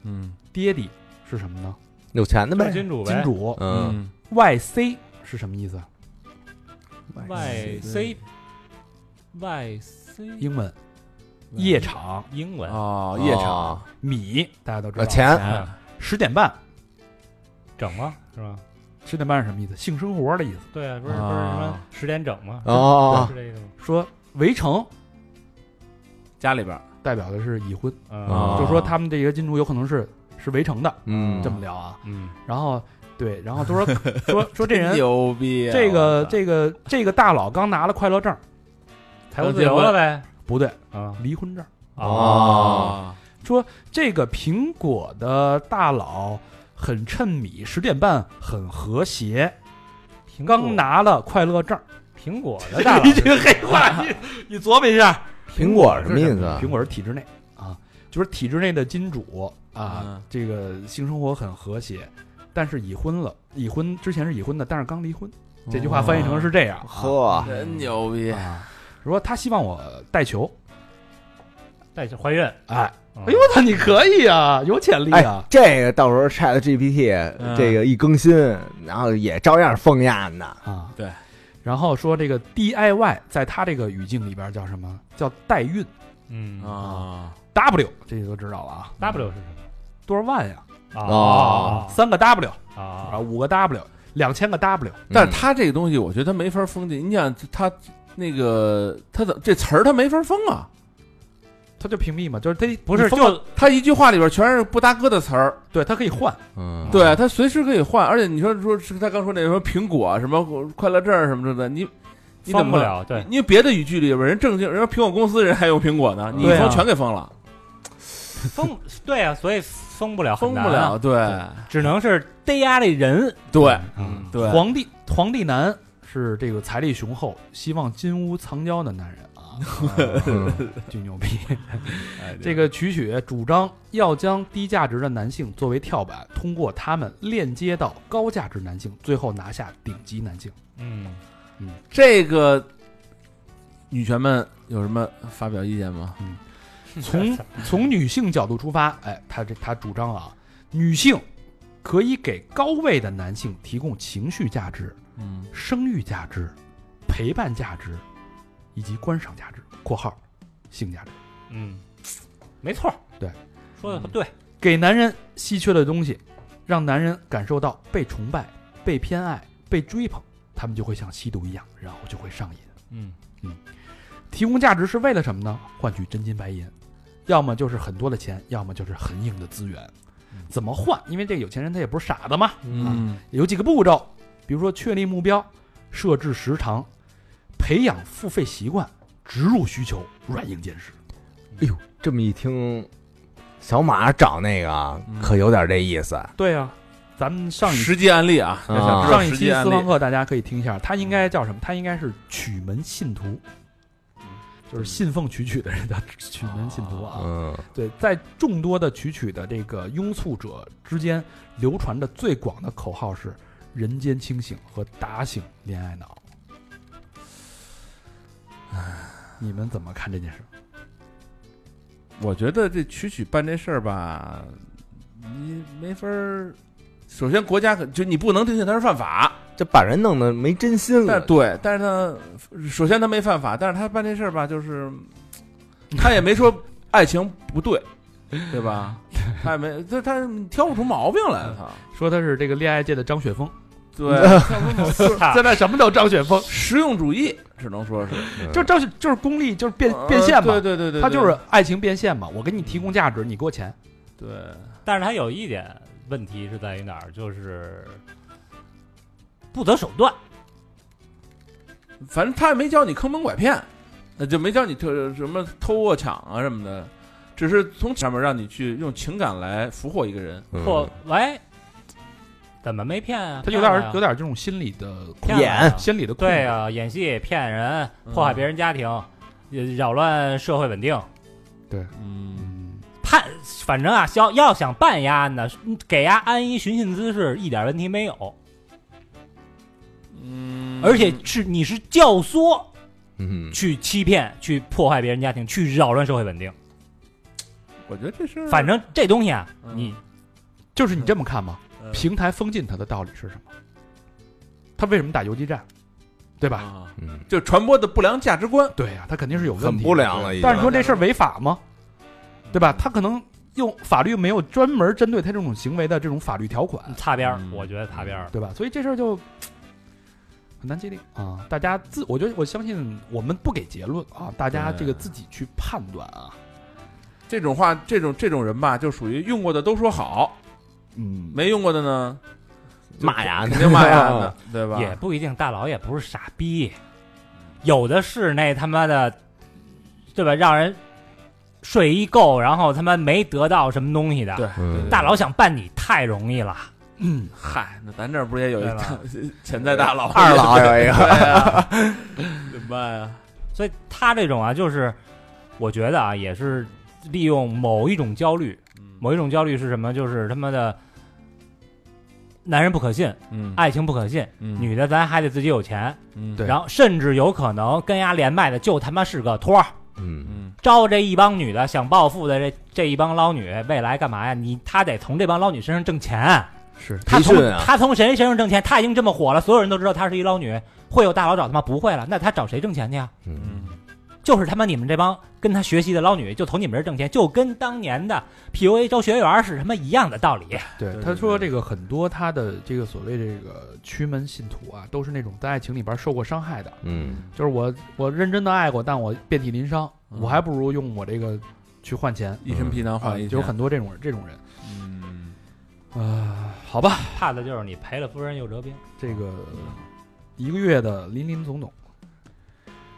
Speaker 5: 嗯
Speaker 3: 爹地是什么呢？
Speaker 6: 有钱的
Speaker 2: 就是
Speaker 6: 呗，
Speaker 2: 金主
Speaker 3: 金
Speaker 2: 呗，
Speaker 3: 主。
Speaker 6: 嗯，
Speaker 3: YC 是什么意思？啊
Speaker 2: 外 C 外 C
Speaker 3: 英文夜场
Speaker 2: 英文
Speaker 5: 哦，夜场
Speaker 6: 哦
Speaker 3: 米，大家都知
Speaker 4: 啊
Speaker 3: 道。
Speaker 6: 呃钱
Speaker 5: 哎
Speaker 3: 十点半，
Speaker 2: 整吗？是吧？
Speaker 3: 十点半是什么意思？性生活的意思。
Speaker 2: 对啊，不是不是什么十点整吗？
Speaker 6: 哦，
Speaker 2: 是这意思吗？
Speaker 3: 说围城
Speaker 5: 家里边儿
Speaker 3: 代表的是已婚，
Speaker 2: 嗯
Speaker 6: 哦
Speaker 3: 就说他们这些金主有可能是是围城的，
Speaker 6: 嗯，
Speaker 3: 这么聊啊。
Speaker 2: 嗯，
Speaker 3: 然后对，然后都说说说 这人
Speaker 5: 牛逼啊，
Speaker 3: 这
Speaker 5: 我
Speaker 3: 个
Speaker 5: 操
Speaker 3: 这个这个大佬刚拿了快乐证，
Speaker 2: 财务自由了呗？
Speaker 3: 不对，
Speaker 2: 啊
Speaker 3: 离婚证。
Speaker 6: 哦
Speaker 5: 哦，
Speaker 3: 说这个苹果的大佬很衬米，十点半很和谐，
Speaker 6: 哦
Speaker 2: 苹
Speaker 3: 刚
Speaker 2: 果
Speaker 3: 拿了快乐 证。
Speaker 2: 苹果的大 佬
Speaker 3: 一句黑话，你你琢磨一下，
Speaker 4: 苹果什么意思啊
Speaker 3: 苹？果是体制内啊，就是体制内的金主啊，
Speaker 5: 嗯
Speaker 3: 这个性生活很和谐，但是已婚了，已婚之前是已婚的，但是刚离婚。这句话翻译成是这样，
Speaker 2: 哦
Speaker 3: 啊
Speaker 4: 呵，
Speaker 5: 真牛逼！
Speaker 3: 啊，说他希望我带球，
Speaker 2: 带去怀孕，
Speaker 3: 哎，
Speaker 2: 哎
Speaker 3: 哎呦我操，你可以啊，有潜力
Speaker 4: 哎
Speaker 3: 啊，，
Speaker 4: 这个到时候 Chat GPT 这个一更新，然后也照样封压呢。
Speaker 3: 啊，
Speaker 5: 对。
Speaker 3: 然后说这个 DIY 在他这个语境里边叫什么？叫代孕
Speaker 2: 嗯
Speaker 5: 啊，
Speaker 3: W，这些都知道了啊。
Speaker 2: ，W 是什
Speaker 3: 多少万呀？
Speaker 2: 么？
Speaker 4: 哦
Speaker 3: 三个 W
Speaker 2: 啊
Speaker 3: 啊，
Speaker 2: 啊，
Speaker 3: 五个 W，两千个 W。
Speaker 5: 但是他这个东西，我觉得他没法封禁。你想他那个他怎这词儿他没法封啊？
Speaker 3: 他就屏蔽嘛，就是他
Speaker 2: 不是
Speaker 3: 你封了
Speaker 2: 就
Speaker 5: 他一句话里边全是不搭哥的词儿，
Speaker 3: 对他可以换，
Speaker 4: 嗯，
Speaker 5: 对他随时可以换。而且你说说是他刚说那什么苹果啊什么快乐证什么之类的，你你怎
Speaker 2: 封不
Speaker 5: 么
Speaker 2: 了， 对，
Speaker 5: 因为别的语句里边，人正经人家苹果公司人还用苹果呢，你一
Speaker 2: 对
Speaker 5: 封
Speaker 2: 啊
Speaker 5: 全给封了，
Speaker 2: 封对啊，所以封不了，
Speaker 5: 封
Speaker 2: 很
Speaker 5: 不
Speaker 2: 难啊
Speaker 5: 了。，对
Speaker 2: 只能是逮压这人。
Speaker 5: 对
Speaker 2: 嗯，
Speaker 5: 对，
Speaker 3: 皇帝皇帝男是这个财力雄厚、希望金屋藏娇的男人啊，
Speaker 4: 嗯
Speaker 3: 巨牛逼。这个曲曲主张要将低价值的男性作为跳板，通过他们链接到高价值男性，最后拿下顶级男性。
Speaker 2: 嗯，
Speaker 5: 这个女权们有什么发表意见吗？
Speaker 3: 从从女性角度出发，哎，他这他主张啊，女性可以给高位的男性提供情绪价值，
Speaker 5: 嗯，
Speaker 3: 生育价值、陪伴价值以及观赏价值（括号性价值
Speaker 2: 嗯，没错儿，
Speaker 3: 对，
Speaker 2: 说的对，），
Speaker 3: 给男人稀缺的东西，让男人感受到被崇拜、被偏爱、被追捧，他们就会像吸毒一样，然后就会上瘾。
Speaker 2: 嗯
Speaker 3: 提供价值是为了什么呢？换取真金白银，要么就是很多的钱，要么就是很硬的资源。怎么换？因为这个有钱人他也不是傻子嘛，
Speaker 5: 嗯
Speaker 3: 有几个步骤，比如说确立目标、设置时长、培养付费习惯、植入需求、软硬兼施。
Speaker 4: 这么一听，小马找那个可有点这意思。
Speaker 3: 对啊，咱们上一
Speaker 5: 实际案例啊，
Speaker 4: 啊
Speaker 5: 想知道
Speaker 3: 上一
Speaker 5: 实
Speaker 3: 期
Speaker 5: 际案
Speaker 3: 私
Speaker 5: 例
Speaker 3: 房课大家可以听一下，他应该叫什么？他应该是曲门信徒，嗯就是信奉曲曲的人叫曲门信徒啊。
Speaker 4: 嗯，
Speaker 3: 对，在众多的曲曲的这个拥簇者之间，流传的最广的口号是“人间清醒”和“打醒恋爱脑”。你们怎么看这件事？
Speaker 5: 我觉得这曲曲办这事儿吧，你没法儿。首先，国家可就你不能定性他是犯法，
Speaker 4: 这把人弄得没真心
Speaker 5: 但
Speaker 4: 了。
Speaker 5: 对，但是呢，首先他没犯法，但是他办这事儿吧，就是他也没说爱情不对，对吧？他也没，他他挑不出毛病来，他
Speaker 3: 说他是这个恋爱界的张雪峰，
Speaker 5: 对，挑不出毛病
Speaker 2: 操
Speaker 3: 现在什么都张雪峰，
Speaker 5: 实用主义只能说是
Speaker 3: 就张雪就是功利，就是变变现嘛。
Speaker 5: 呃对对对对，
Speaker 3: 他就是爱情变现嘛，我给你提供价值，你给我钱。
Speaker 5: 对
Speaker 2: 但是他有一点问题是在于哪儿，就是不择手段。
Speaker 5: 对，反正他也没教你坑蒙拐骗，那就没教你特什么偷啊抢啊什么的，只是从上面让你去用情感来俘获一个人，
Speaker 4: 嗯
Speaker 2: 嚯，喂，怎么没骗啊？
Speaker 3: 他有点
Speaker 2: 骗
Speaker 3: 儿
Speaker 2: 了呀
Speaker 3: 有点儿这种心理的
Speaker 2: 骗了呀
Speaker 3: 心理的控制
Speaker 2: 对啊，演戏也骗人，
Speaker 5: 嗯
Speaker 2: 破坏别人家庭，也扰乱社会稳定。
Speaker 5: 嗯，
Speaker 3: 嗯，
Speaker 2: 判，反正啊，要要想办押呢，嗯给押安一寻衅滋事一点问题没有，
Speaker 5: 嗯
Speaker 2: 而且是你是教唆
Speaker 4: 嗯，
Speaker 2: 去欺骗、去破坏别人家庭、去扰乱社会稳定。
Speaker 5: 我觉得这是
Speaker 2: 反正这东西啊，
Speaker 5: 嗯
Speaker 2: 你
Speaker 3: 就是你这么看嘛，
Speaker 5: 嗯
Speaker 3: 平台封禁它的道理是什么？他为什么打游击战？对吧？
Speaker 5: 啊
Speaker 4: 嗯，
Speaker 5: 就传播的不良价值观。
Speaker 3: 对呀、他肯定是有问题的，
Speaker 4: 很不良了已经。
Speaker 3: 但是你说这事儿违法吗？对吧？他可能用法律没有专门针对他这种行为的这种法律条款，
Speaker 2: 擦边儿
Speaker 5: 嗯，
Speaker 2: 我觉得擦边儿。
Speaker 3: 对吧？所以这事儿就很难界定啊。大家自，我觉得我相信我们不给结论啊，大家
Speaker 5: 对
Speaker 3: 这个自己去判断啊。
Speaker 5: 这种话，这种这种人吧，就属于用过的都说好，
Speaker 3: 嗯，
Speaker 5: 没用过的呢
Speaker 4: 骂呀，
Speaker 5: 肯定骂 呀的，对吧？嗯
Speaker 2: 也不一定，大佬也不是傻逼，有的是那他妈的，对吧？让人睡一够，然后他妈没得到什么东西的，
Speaker 5: 对
Speaker 6: 嗯
Speaker 2: 大佬想办你太容易了。
Speaker 5: 嗨，那咱这儿不是也有一
Speaker 2: 对吧
Speaker 5: 潜在大佬
Speaker 6: 二 老有一个，
Speaker 5: 怎么办呀？
Speaker 2: 所以他这种啊，就是我觉得啊，也是利用某一种焦虑，某一种焦虑是什么？就是他妈的男人不可信，
Speaker 5: 啊
Speaker 7: 嗯
Speaker 2: 爱情不可信，
Speaker 7: 嗯
Speaker 2: 女的咱还得自己有钱，
Speaker 7: 嗯
Speaker 3: 对
Speaker 2: 然后甚至有可能跟丫连麦的就他妈是个托儿。
Speaker 6: 嗯，
Speaker 7: 嗯
Speaker 2: 招这一帮女的想暴富的这这一帮捞女，未来干嘛呀？你他得从这帮捞女身上挣钱。
Speaker 3: 是
Speaker 2: 他
Speaker 6: 培
Speaker 2: 从
Speaker 6: 训啊
Speaker 2: 他从谁身上挣钱？他已经这么火了，所有人都知道他是一捞女，会有大佬找他吗？不会了，那他找谁挣钱去啊？
Speaker 7: 嗯
Speaker 2: 就是他妈你们这帮跟他学习的捞女，就从你们这儿挣钱，就跟当年的 PUA 招学员是他妈一样的道理。
Speaker 3: 对，
Speaker 5: 对
Speaker 3: 他
Speaker 5: 对
Speaker 3: 说
Speaker 5: 对
Speaker 3: 这个很多他的这个所谓这个驱门信徒啊，都是那种在爱情里边受过伤害的，
Speaker 6: 嗯，
Speaker 3: 就是我我认真的爱过，但我遍体鳞伤，
Speaker 5: 嗯
Speaker 3: 我还不如用我这个去换钱，啊
Speaker 5: 一身皮囊 换一
Speaker 3: 就有
Speaker 5: 天
Speaker 3: 很多这种人这种人
Speaker 7: 嗯
Speaker 5: 呃
Speaker 3: 啊、好吧，
Speaker 2: 怕的就是你赔了夫人又折兵。
Speaker 3: 这个一个月的林林总总，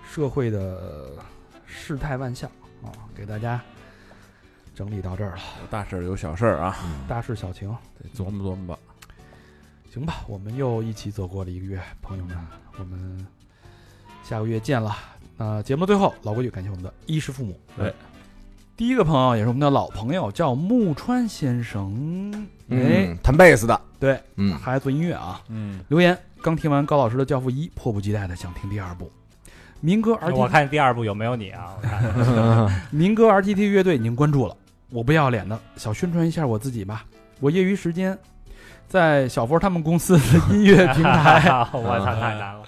Speaker 3: 社会的世态万象啊，给大家整理到这儿了，
Speaker 5: 有大事儿有小事儿啊，
Speaker 3: 大事小情，
Speaker 5: 得琢磨琢磨吧。
Speaker 3: 行吧，我们又一起走过了一个月，朋友们，我们下个月见了。那节目的最后，老规矩，感谢我们的衣食父母。
Speaker 5: 哎，
Speaker 3: 第一个朋友也是我们的老朋友，叫木川先生。哎，
Speaker 6: 嗯，弹贝斯的，
Speaker 3: 对，
Speaker 6: 嗯
Speaker 3: 还做音乐啊。
Speaker 7: 嗯
Speaker 3: 留言刚听完高老师的《教父一》，迫不及待的想听第二部。民歌 R
Speaker 2: 哎我
Speaker 3: T
Speaker 2: 看第二部有没有你啊？我 看
Speaker 3: 民歌 R T T 乐队已经关注了，我不要脸的想宣传一下我自己吧。我业余时间在小佛他们公司的音乐平台
Speaker 2: 我操，太难了。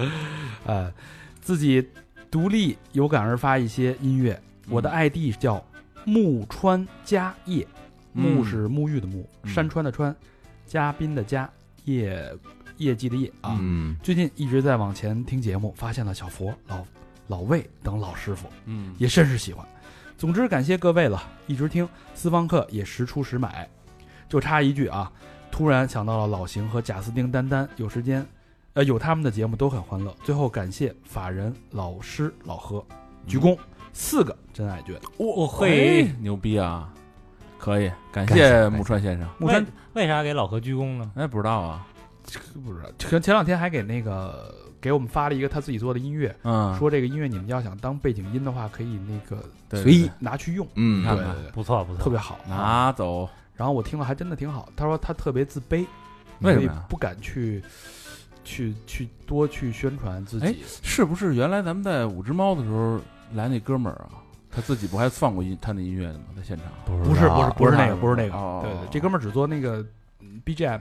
Speaker 3: 呃，自己独立有感而发一些音乐。我
Speaker 5: 嗯
Speaker 3: 的 ID 叫木川嘉叶，木
Speaker 5: 嗯
Speaker 3: 是沐浴的沐，
Speaker 5: 嗯
Speaker 3: 山川的川，嘉宾的嘉，业业绩的业啊。
Speaker 6: 嗯
Speaker 3: 最近一直在往前听节目，发现了小佛、老老魏等老师傅，
Speaker 5: 嗯，
Speaker 3: 也甚是喜欢。总之感谢各位了，一直听私房课也时出时买。就插一句啊，突然想到了老邢和贾斯汀丹丹，有时间，呃，有他们的节目都很欢乐。最后感谢法人老师老何，鞠躬，四个真爱卷。
Speaker 2: 我
Speaker 5: 嘿
Speaker 2: 会，
Speaker 5: 牛逼啊！可以，感
Speaker 6: 感谢
Speaker 5: 谢
Speaker 6: 感谢
Speaker 5: 木川先生。
Speaker 3: 木山
Speaker 2: 为为啥给老何鞠躬呢？
Speaker 5: 哎，不知道啊，
Speaker 3: 不是前前两天还给那个给我们发了一个他自己做的音乐，
Speaker 5: 嗯，
Speaker 3: 说这个音乐你们要想当背景音的话，可以那个
Speaker 5: 对啊
Speaker 6: 随意，
Speaker 3: 拿去用，
Speaker 5: 你
Speaker 6: 嗯
Speaker 5: 看
Speaker 3: 对
Speaker 5: 看
Speaker 3: 对对
Speaker 2: 不错不错，
Speaker 3: 特别好。
Speaker 5: 拿走，
Speaker 3: 然后我听了还真的挺好。他说他特别自卑，
Speaker 5: 为
Speaker 3: 所
Speaker 5: 什么
Speaker 3: 以
Speaker 5: 呀？
Speaker 3: 不敢去去去多去宣传自
Speaker 5: 哎
Speaker 3: 己？
Speaker 5: 是不是原来咱们在五只猫的时候来那哥们儿啊，他自己不还放过音他那音乐的吗？在现场。
Speaker 3: 不 是不是不是那个
Speaker 5: 哦
Speaker 3: 不是那个，
Speaker 5: 哦
Speaker 3: 对对，这哥们儿只做那个嗯 BGM，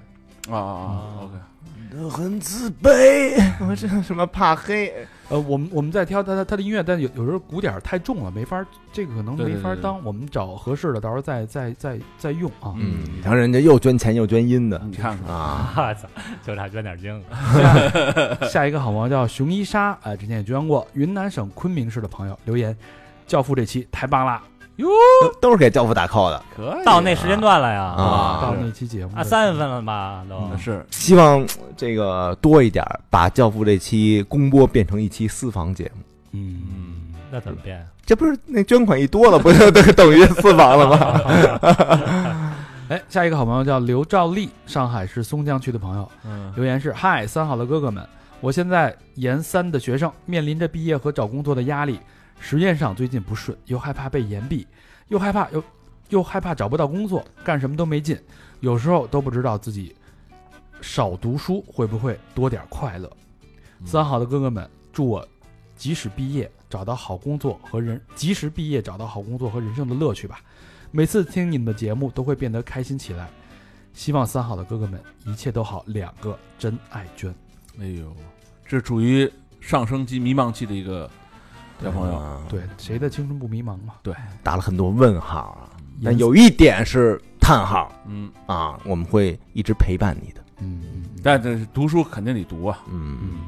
Speaker 5: 哦哦哦，OK，
Speaker 6: 都很自卑，我这什么怕黑，
Speaker 3: 呃，我们我们在挑他的他的音乐，但有有时候鼓点儿太重了，没法儿这个可能
Speaker 5: 对对
Speaker 3: 没法儿
Speaker 5: 对对
Speaker 3: 当，我们找合适的，到时候再再再再用啊。
Speaker 6: 嗯，你瞧人家又捐钱又捐阴的
Speaker 5: 你看看，
Speaker 6: 啊，
Speaker 2: 我操，就差捐点精。
Speaker 3: 下一个好朋友叫熊一莎，哎、之前也捐过，云南省昆明市的朋友留言，《教父》这期太棒啦！
Speaker 6: 都都是给教父打 call 的，
Speaker 5: 可以
Speaker 2: 到那时间段了呀，
Speaker 6: 啊
Speaker 3: 到那期节目
Speaker 2: 啊，三月份了吧都
Speaker 5: 嗯。是
Speaker 6: 希望呃这个多一点儿，把《教父》这期公播变成一期私房节目。
Speaker 3: 嗯，
Speaker 2: 那怎么变？啊
Speaker 6: 这不是那捐款一多了，不就 等等于私房了吗？
Speaker 3: 哎，下一个好朋友叫刘兆丽，上海市松江区的朋友
Speaker 7: 嗯
Speaker 3: 留言是：嗨，三好的哥哥们，我现在研三的学生，面临着毕业和找工作的压力，实验上最近不顺，又害怕被延毕，又害怕又又害怕找不到工作，干什么都没劲，有时候都不知道自己少读书会不会多点快乐。三好的哥哥们，祝我即使毕业找到好工作和人，即使毕业找到好工作和人生的乐趣吧。每次听你们的节目都会变得开心起来。希望三好的哥哥们一切都好。两个真爱娟，
Speaker 5: 哎呦，这处于上升期、迷茫期的一个小朋友，
Speaker 6: 啊，
Speaker 3: 对谁的青春不迷茫嘛？嗯
Speaker 6: 打了很多问号啊，但
Speaker 3: 颜
Speaker 6: 有一点是叹号
Speaker 5: 嗯，
Speaker 6: 啊，我们会一直陪伴你的。
Speaker 3: 嗯嗯
Speaker 5: 但这是读书肯定得读啊，
Speaker 6: 嗯，
Speaker 3: 嗯。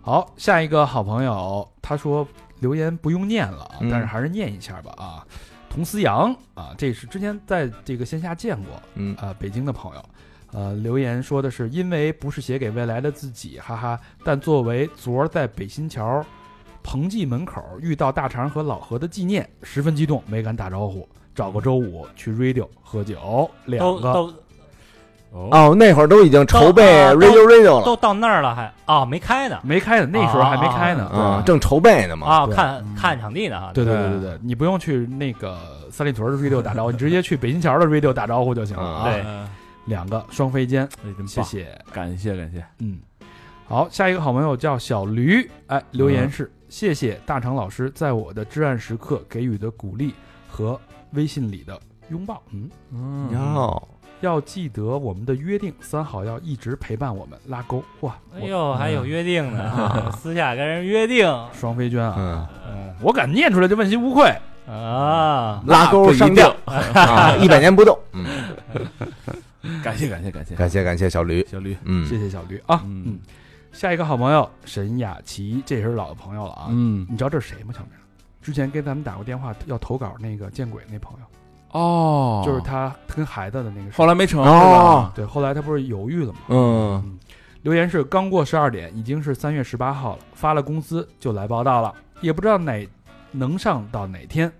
Speaker 3: 好，下一个好朋友，他说留言不用念了啊，
Speaker 6: 嗯
Speaker 3: 但是还是念一下吧啊。佟思阳啊，这是之前在这个线下见过，
Speaker 6: 嗯
Speaker 3: 呃，北京的朋友，呃，留言说的是因为不是写给未来的自己，哈哈，但作为昨儿在北新桥彭记门口遇到大肠和老何的纪念，十分激动，没敢打招呼。找个周五去 radio 喝酒，两
Speaker 2: 都
Speaker 3: 个
Speaker 2: 都
Speaker 5: 哦，
Speaker 4: 哦，那会儿都已经筹备
Speaker 2: 到啊都
Speaker 4: radio radio 了
Speaker 2: 都到那儿了还啊没开呢
Speaker 3: 没开呢，那时候还没开呢。
Speaker 4: 啊，正筹备呢嘛。
Speaker 2: 啊
Speaker 3: 对嗯
Speaker 2: 看看场地呢哈
Speaker 3: 啊对对
Speaker 5: 对
Speaker 3: 对对对，你不用去那个三里屯的 radio 打招呼，你直接去北新桥的 radio 打招呼就行了啊。
Speaker 2: 对
Speaker 5: 哎
Speaker 3: 两个双飞间，
Speaker 5: 真
Speaker 3: 谢
Speaker 5: 棒，
Speaker 3: 谢。
Speaker 5: 感谢感谢，
Speaker 3: 嗯，好，下一个好朋友叫小驴，哎，留言
Speaker 5: 嗯
Speaker 3: 是、谢谢大肠老师在我的至暗时刻给予的鼓励和微信里的拥抱。嗯，
Speaker 5: 嗯，
Speaker 4: 哟，
Speaker 3: 要记得我们的约定，三好要一直陪伴我们。拉钩，哇，
Speaker 2: 哎
Speaker 3: 我
Speaker 2: 呦还有约定
Speaker 3: 啊
Speaker 2: 呢私下跟人约定
Speaker 3: 双飞娟啊，
Speaker 4: 嗯，
Speaker 2: 嗯
Speaker 3: 我敢念出来就问心无愧。
Speaker 2: 啊
Speaker 4: 拉钩上吊，啊，一百年不动。嗯，
Speaker 5: 感谢感谢感谢，
Speaker 4: 感谢感谢小驴。
Speaker 5: 小驴，
Speaker 4: 嗯，
Speaker 3: 谢谢小驴啊，
Speaker 5: 嗯
Speaker 3: 嗯，下一个好朋友沈雅琪，这也是老朋友了啊。
Speaker 5: 嗯，
Speaker 3: 你知道这是谁吗？小明，之前给咱们打过电话要投稿那个见鬼那朋友，
Speaker 5: 哦，
Speaker 3: 就是，他跟孩子的那个事
Speaker 5: 后
Speaker 3: 儿。
Speaker 5: 来没成，
Speaker 4: 哦
Speaker 3: 对，后来他不是犹豫了吗？
Speaker 4: 嗯，
Speaker 3: 留言是刚过十二点，已经是三月十八号了，发了工资就来报道了，也不知道哪能上到哪天。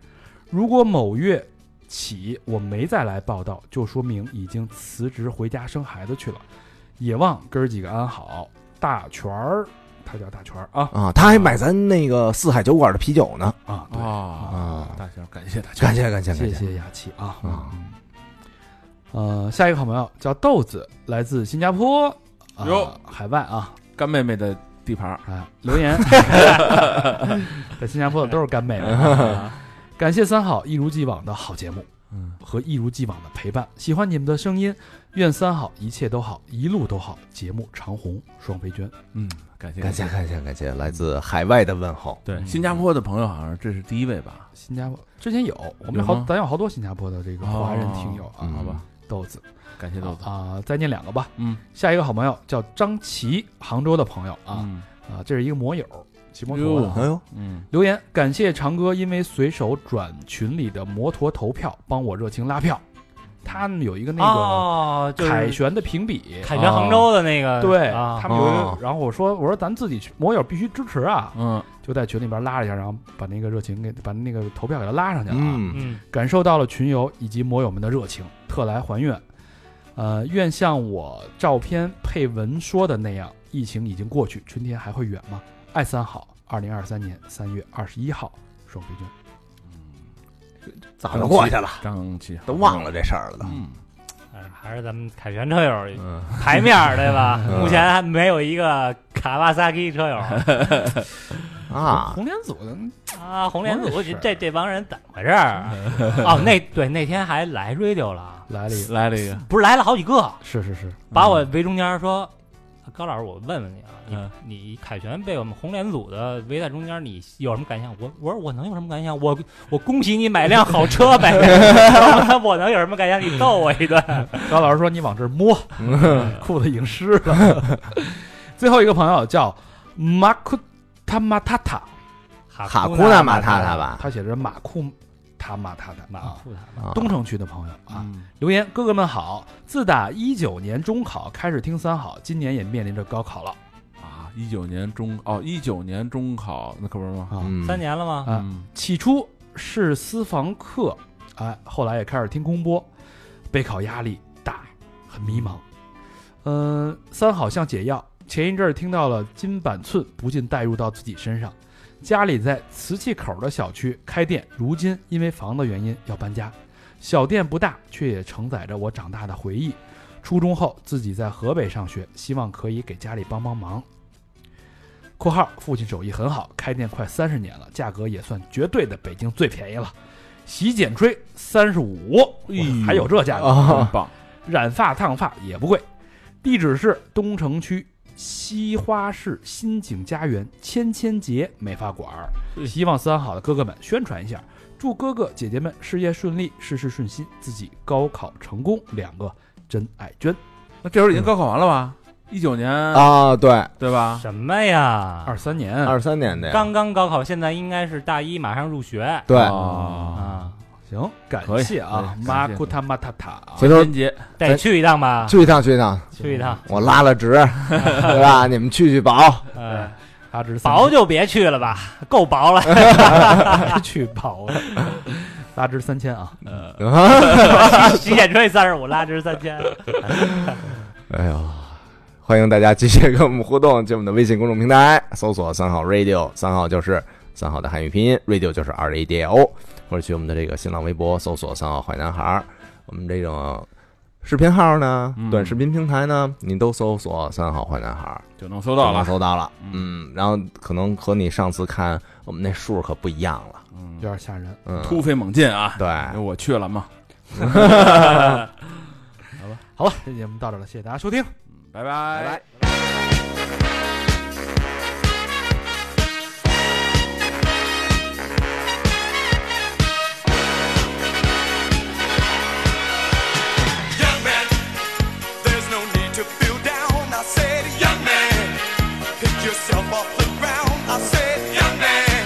Speaker 3: 如果某月起我没再来报道，就说明已经辞职回家生孩子去了。也望哥儿几个安好。大全儿，他叫大全儿啊
Speaker 4: 啊，他还买咱那个四海酒馆的啤酒呢。
Speaker 3: 啊，对，
Speaker 5: 啊，
Speaker 4: 啊，
Speaker 5: 大仙儿，感谢大仙儿，
Speaker 4: 感谢感谢
Speaker 3: 谢
Speaker 4: 感谢。
Speaker 3: 谢雅琪啊。
Speaker 4: 啊
Speaker 3: 嗯呃，下一个好朋友叫豆子，来自新加坡，啊
Speaker 5: 哟，
Speaker 3: 海外啊，
Speaker 5: 干妹妹的地盘儿，
Speaker 3: 哎，留言， 在新加坡的都是干妹妹 啊。感谢三好一如既往的好节目
Speaker 5: 嗯，
Speaker 3: 和一如既往的陪伴，喜欢你们的声音，愿三好一切都好，一路都好，节目长红，双飞娟，
Speaker 5: 嗯，感谢
Speaker 4: 感谢感谢感谢，来自海外的问候。
Speaker 5: 对，新加坡的朋友好像这是第一位吧？
Speaker 3: 新加坡之前有，我们有
Speaker 5: 有
Speaker 3: 好
Speaker 5: 吗，
Speaker 3: 咱有好多新加坡的这个华人听友啊，
Speaker 4: 嗯
Speaker 5: 好吧，
Speaker 3: 豆子
Speaker 5: 感谢豆子，
Speaker 3: 啊，再念两个吧。
Speaker 5: 嗯
Speaker 3: 下一个好朋友叫张琪，杭州的朋友啊
Speaker 5: 嗯
Speaker 3: 啊，这是一个摩友，骑摩托的啊
Speaker 4: 哎呦，
Speaker 5: 嗯，
Speaker 3: 留言感谢长哥，因为随手转群里的摩托投票，帮我热情拉票。他们有一个那个
Speaker 2: 哦就是
Speaker 3: 凯旋的评比，
Speaker 2: 凯旋杭州的那个
Speaker 3: 对、
Speaker 2: 啊
Speaker 3: 他们有一个。
Speaker 4: 哦
Speaker 3: 然后我说我说咱自己去，摩友必须支持啊，
Speaker 5: 嗯，
Speaker 3: 就在群里边拉了一下，然后把那个热情给把那个投票给他拉上去了、啊。
Speaker 4: 嗯，
Speaker 2: 嗯
Speaker 3: 感受到了群友以及摩友们的热情，特来还愿。呃，愿像我照片配文说的那样，疫情已经过去，春天还会远吗？爱三好，二零二三年三月二十一号，双飞娟。
Speaker 4: 早就过去了，
Speaker 5: 张琪
Speaker 4: 都忘了这事儿了都。
Speaker 5: 嗯，
Speaker 2: 哎还是咱们凯旋车友
Speaker 4: 嗯，
Speaker 2: 牌面儿对吧？
Speaker 4: 嗯
Speaker 2: 目前还没有一个卡瓦萨基车友
Speaker 3: 嗯
Speaker 4: 啊，
Speaker 3: 红莲组的嗯
Speaker 2: 啊，红莲组
Speaker 3: 是
Speaker 2: 这这帮人怎么回事儿啊？哦，那对那天还来 radio 了啊，
Speaker 3: 来了一个，
Speaker 5: 嗯来了一个，
Speaker 2: 不是来了好几个，
Speaker 3: 是是是，
Speaker 2: 把我围中间儿说，高老师，我问问你
Speaker 5: 嗯
Speaker 2: 啊，你你凯旋被我们红莲组的围在中间儿，你有什么感想？我我说我能有什么感想？我我恭喜你买辆好车呗，我能有什么感想？你逗我一顿，
Speaker 3: 高老师说你往这儿 摸，裤子已经湿了。 最后一个朋友叫马库塔马塔塔，
Speaker 4: 卡
Speaker 2: 哈
Speaker 4: 库
Speaker 2: 库纳
Speaker 4: 纳马塔塔吧？
Speaker 3: 他写着马库塔马塔塔
Speaker 2: 马
Speaker 3: 啊，
Speaker 2: 库纳
Speaker 4: 啊
Speaker 3: 东城区的朋友啊。
Speaker 5: 嗯
Speaker 3: 留言：哥哥们好，自打一九年中考开始听三好，今年也面临着高考了
Speaker 5: 啊，一九年中哦，一九年中考，那可不是吗？
Speaker 3: 啊。
Speaker 4: 嗯
Speaker 2: 三年了吗？
Speaker 3: 啊
Speaker 5: 嗯，
Speaker 3: 起初是私房课，哎，后来也开始听空播，备考压力大，很迷茫。嗯、三好像解药，前一阵儿听到了金板寸，不禁带入到自己身上。家里在瓷器口的小区开店，如今因为房子原因要搬家，小店不大，却也承载着我长大的回忆。初中后自己在河北上学，希望可以给家里帮帮忙。（括号父亲手艺很好，开店快三十年了，价格也算绝对的北京最便宜了。洗剪吹三十五，还有这价格，
Speaker 5: 真棒，
Speaker 3: 染发烫发也不贵。地址是东城区西花市新景家园千千杰美发馆儿。希望三好的哥哥们宣传一下，祝哥哥姐姐们事业顺利，事事顺心，自己高考成功。两个真爱娟，
Speaker 5: 那这会儿已经高考完了吧？一九年
Speaker 4: 啊，对，
Speaker 5: 对吧？
Speaker 2: 什么呀？
Speaker 3: 二三年，
Speaker 4: 二三年的呀，
Speaker 2: 嗯刚刚高考，现在应该是大一，马上入学
Speaker 4: 对，
Speaker 5: 啊，
Speaker 2: 啊，
Speaker 3: 行，感
Speaker 5: 可以
Speaker 3: 谢啊
Speaker 5: 可，以
Speaker 3: 马
Speaker 5: 感谢
Speaker 3: 库塔马塔塔。
Speaker 4: 回头
Speaker 5: 春节
Speaker 2: 得去一趟吧，
Speaker 4: 去一趟去一趟，
Speaker 2: 去一趟。
Speaker 4: 我拉了值，对吧？你们去去饱，
Speaker 2: 呃，
Speaker 3: 差值三
Speaker 2: 薄就别去了吧，够薄了。
Speaker 3: 千， 去薄了，差值三千啊！
Speaker 2: 洗剪吹三十五，拉直三千。
Speaker 4: 哎呦，欢迎大家继续跟我们互动，进我们的微信公众平台，搜索“三好 radio”，三好就是三好的汉语拼音，radio 就是 R A D I O，或者去我们的这个新浪微博搜索“三好坏男孩儿”，我们这种视频号呢，
Speaker 5: 嗯
Speaker 4: 短视频平台呢，你都搜索“三好坏男孩儿
Speaker 5: 就能搜”，到
Speaker 4: 就能
Speaker 5: 了。
Speaker 4: 搜到了，嗯，然后可能和你上次看我们那数可不一样了，
Speaker 3: 有
Speaker 5: 嗯，
Speaker 3: 点吓人。
Speaker 4: 嗯，
Speaker 5: 突飞猛进啊！
Speaker 4: 对，
Speaker 5: 因为我去了嘛，
Speaker 3: 好了，这节目到这儿了，谢谢大家收听。
Speaker 5: 拜拜
Speaker 4: 拜。
Speaker 7: Young man, there's no need to feel down. I said, young man, pick yourself off the ground. I said, young man,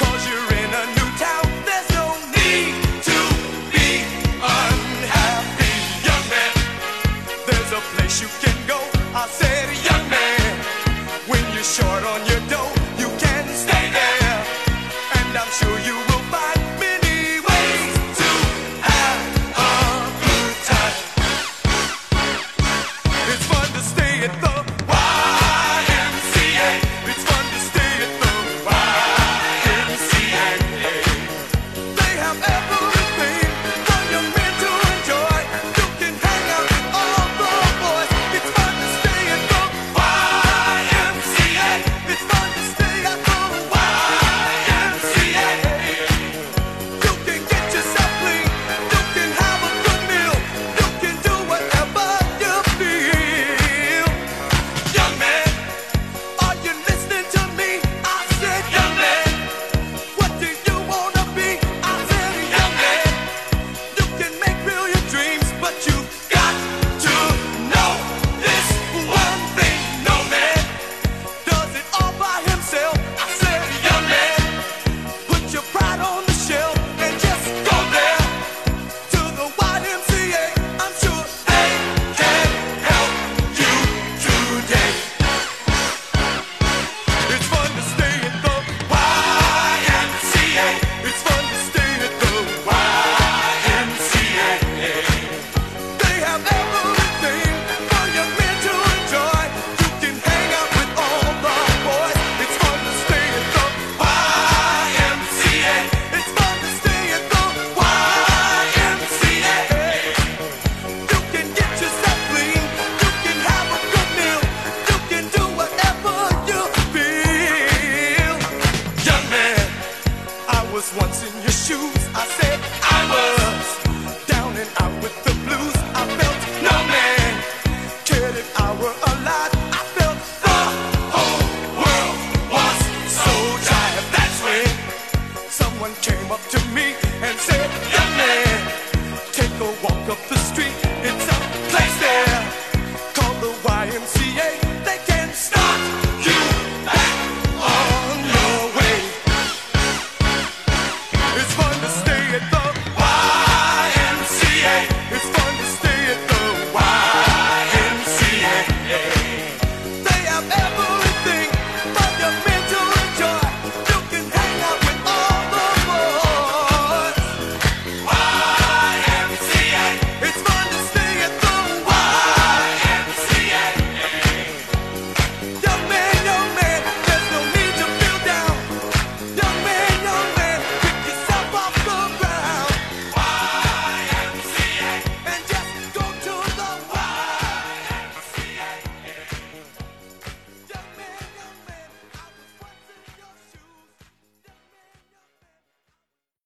Speaker 7: cause you're in a new town. There's no need to be unhappy. Young man, there's a place you can go. I said, young man, when you're short on your dough, you can stay there. And I'm sure you will find many ways to have a good time. It's fun to stay at the YMCA. It's fun to stay at the YMCA. They have everything.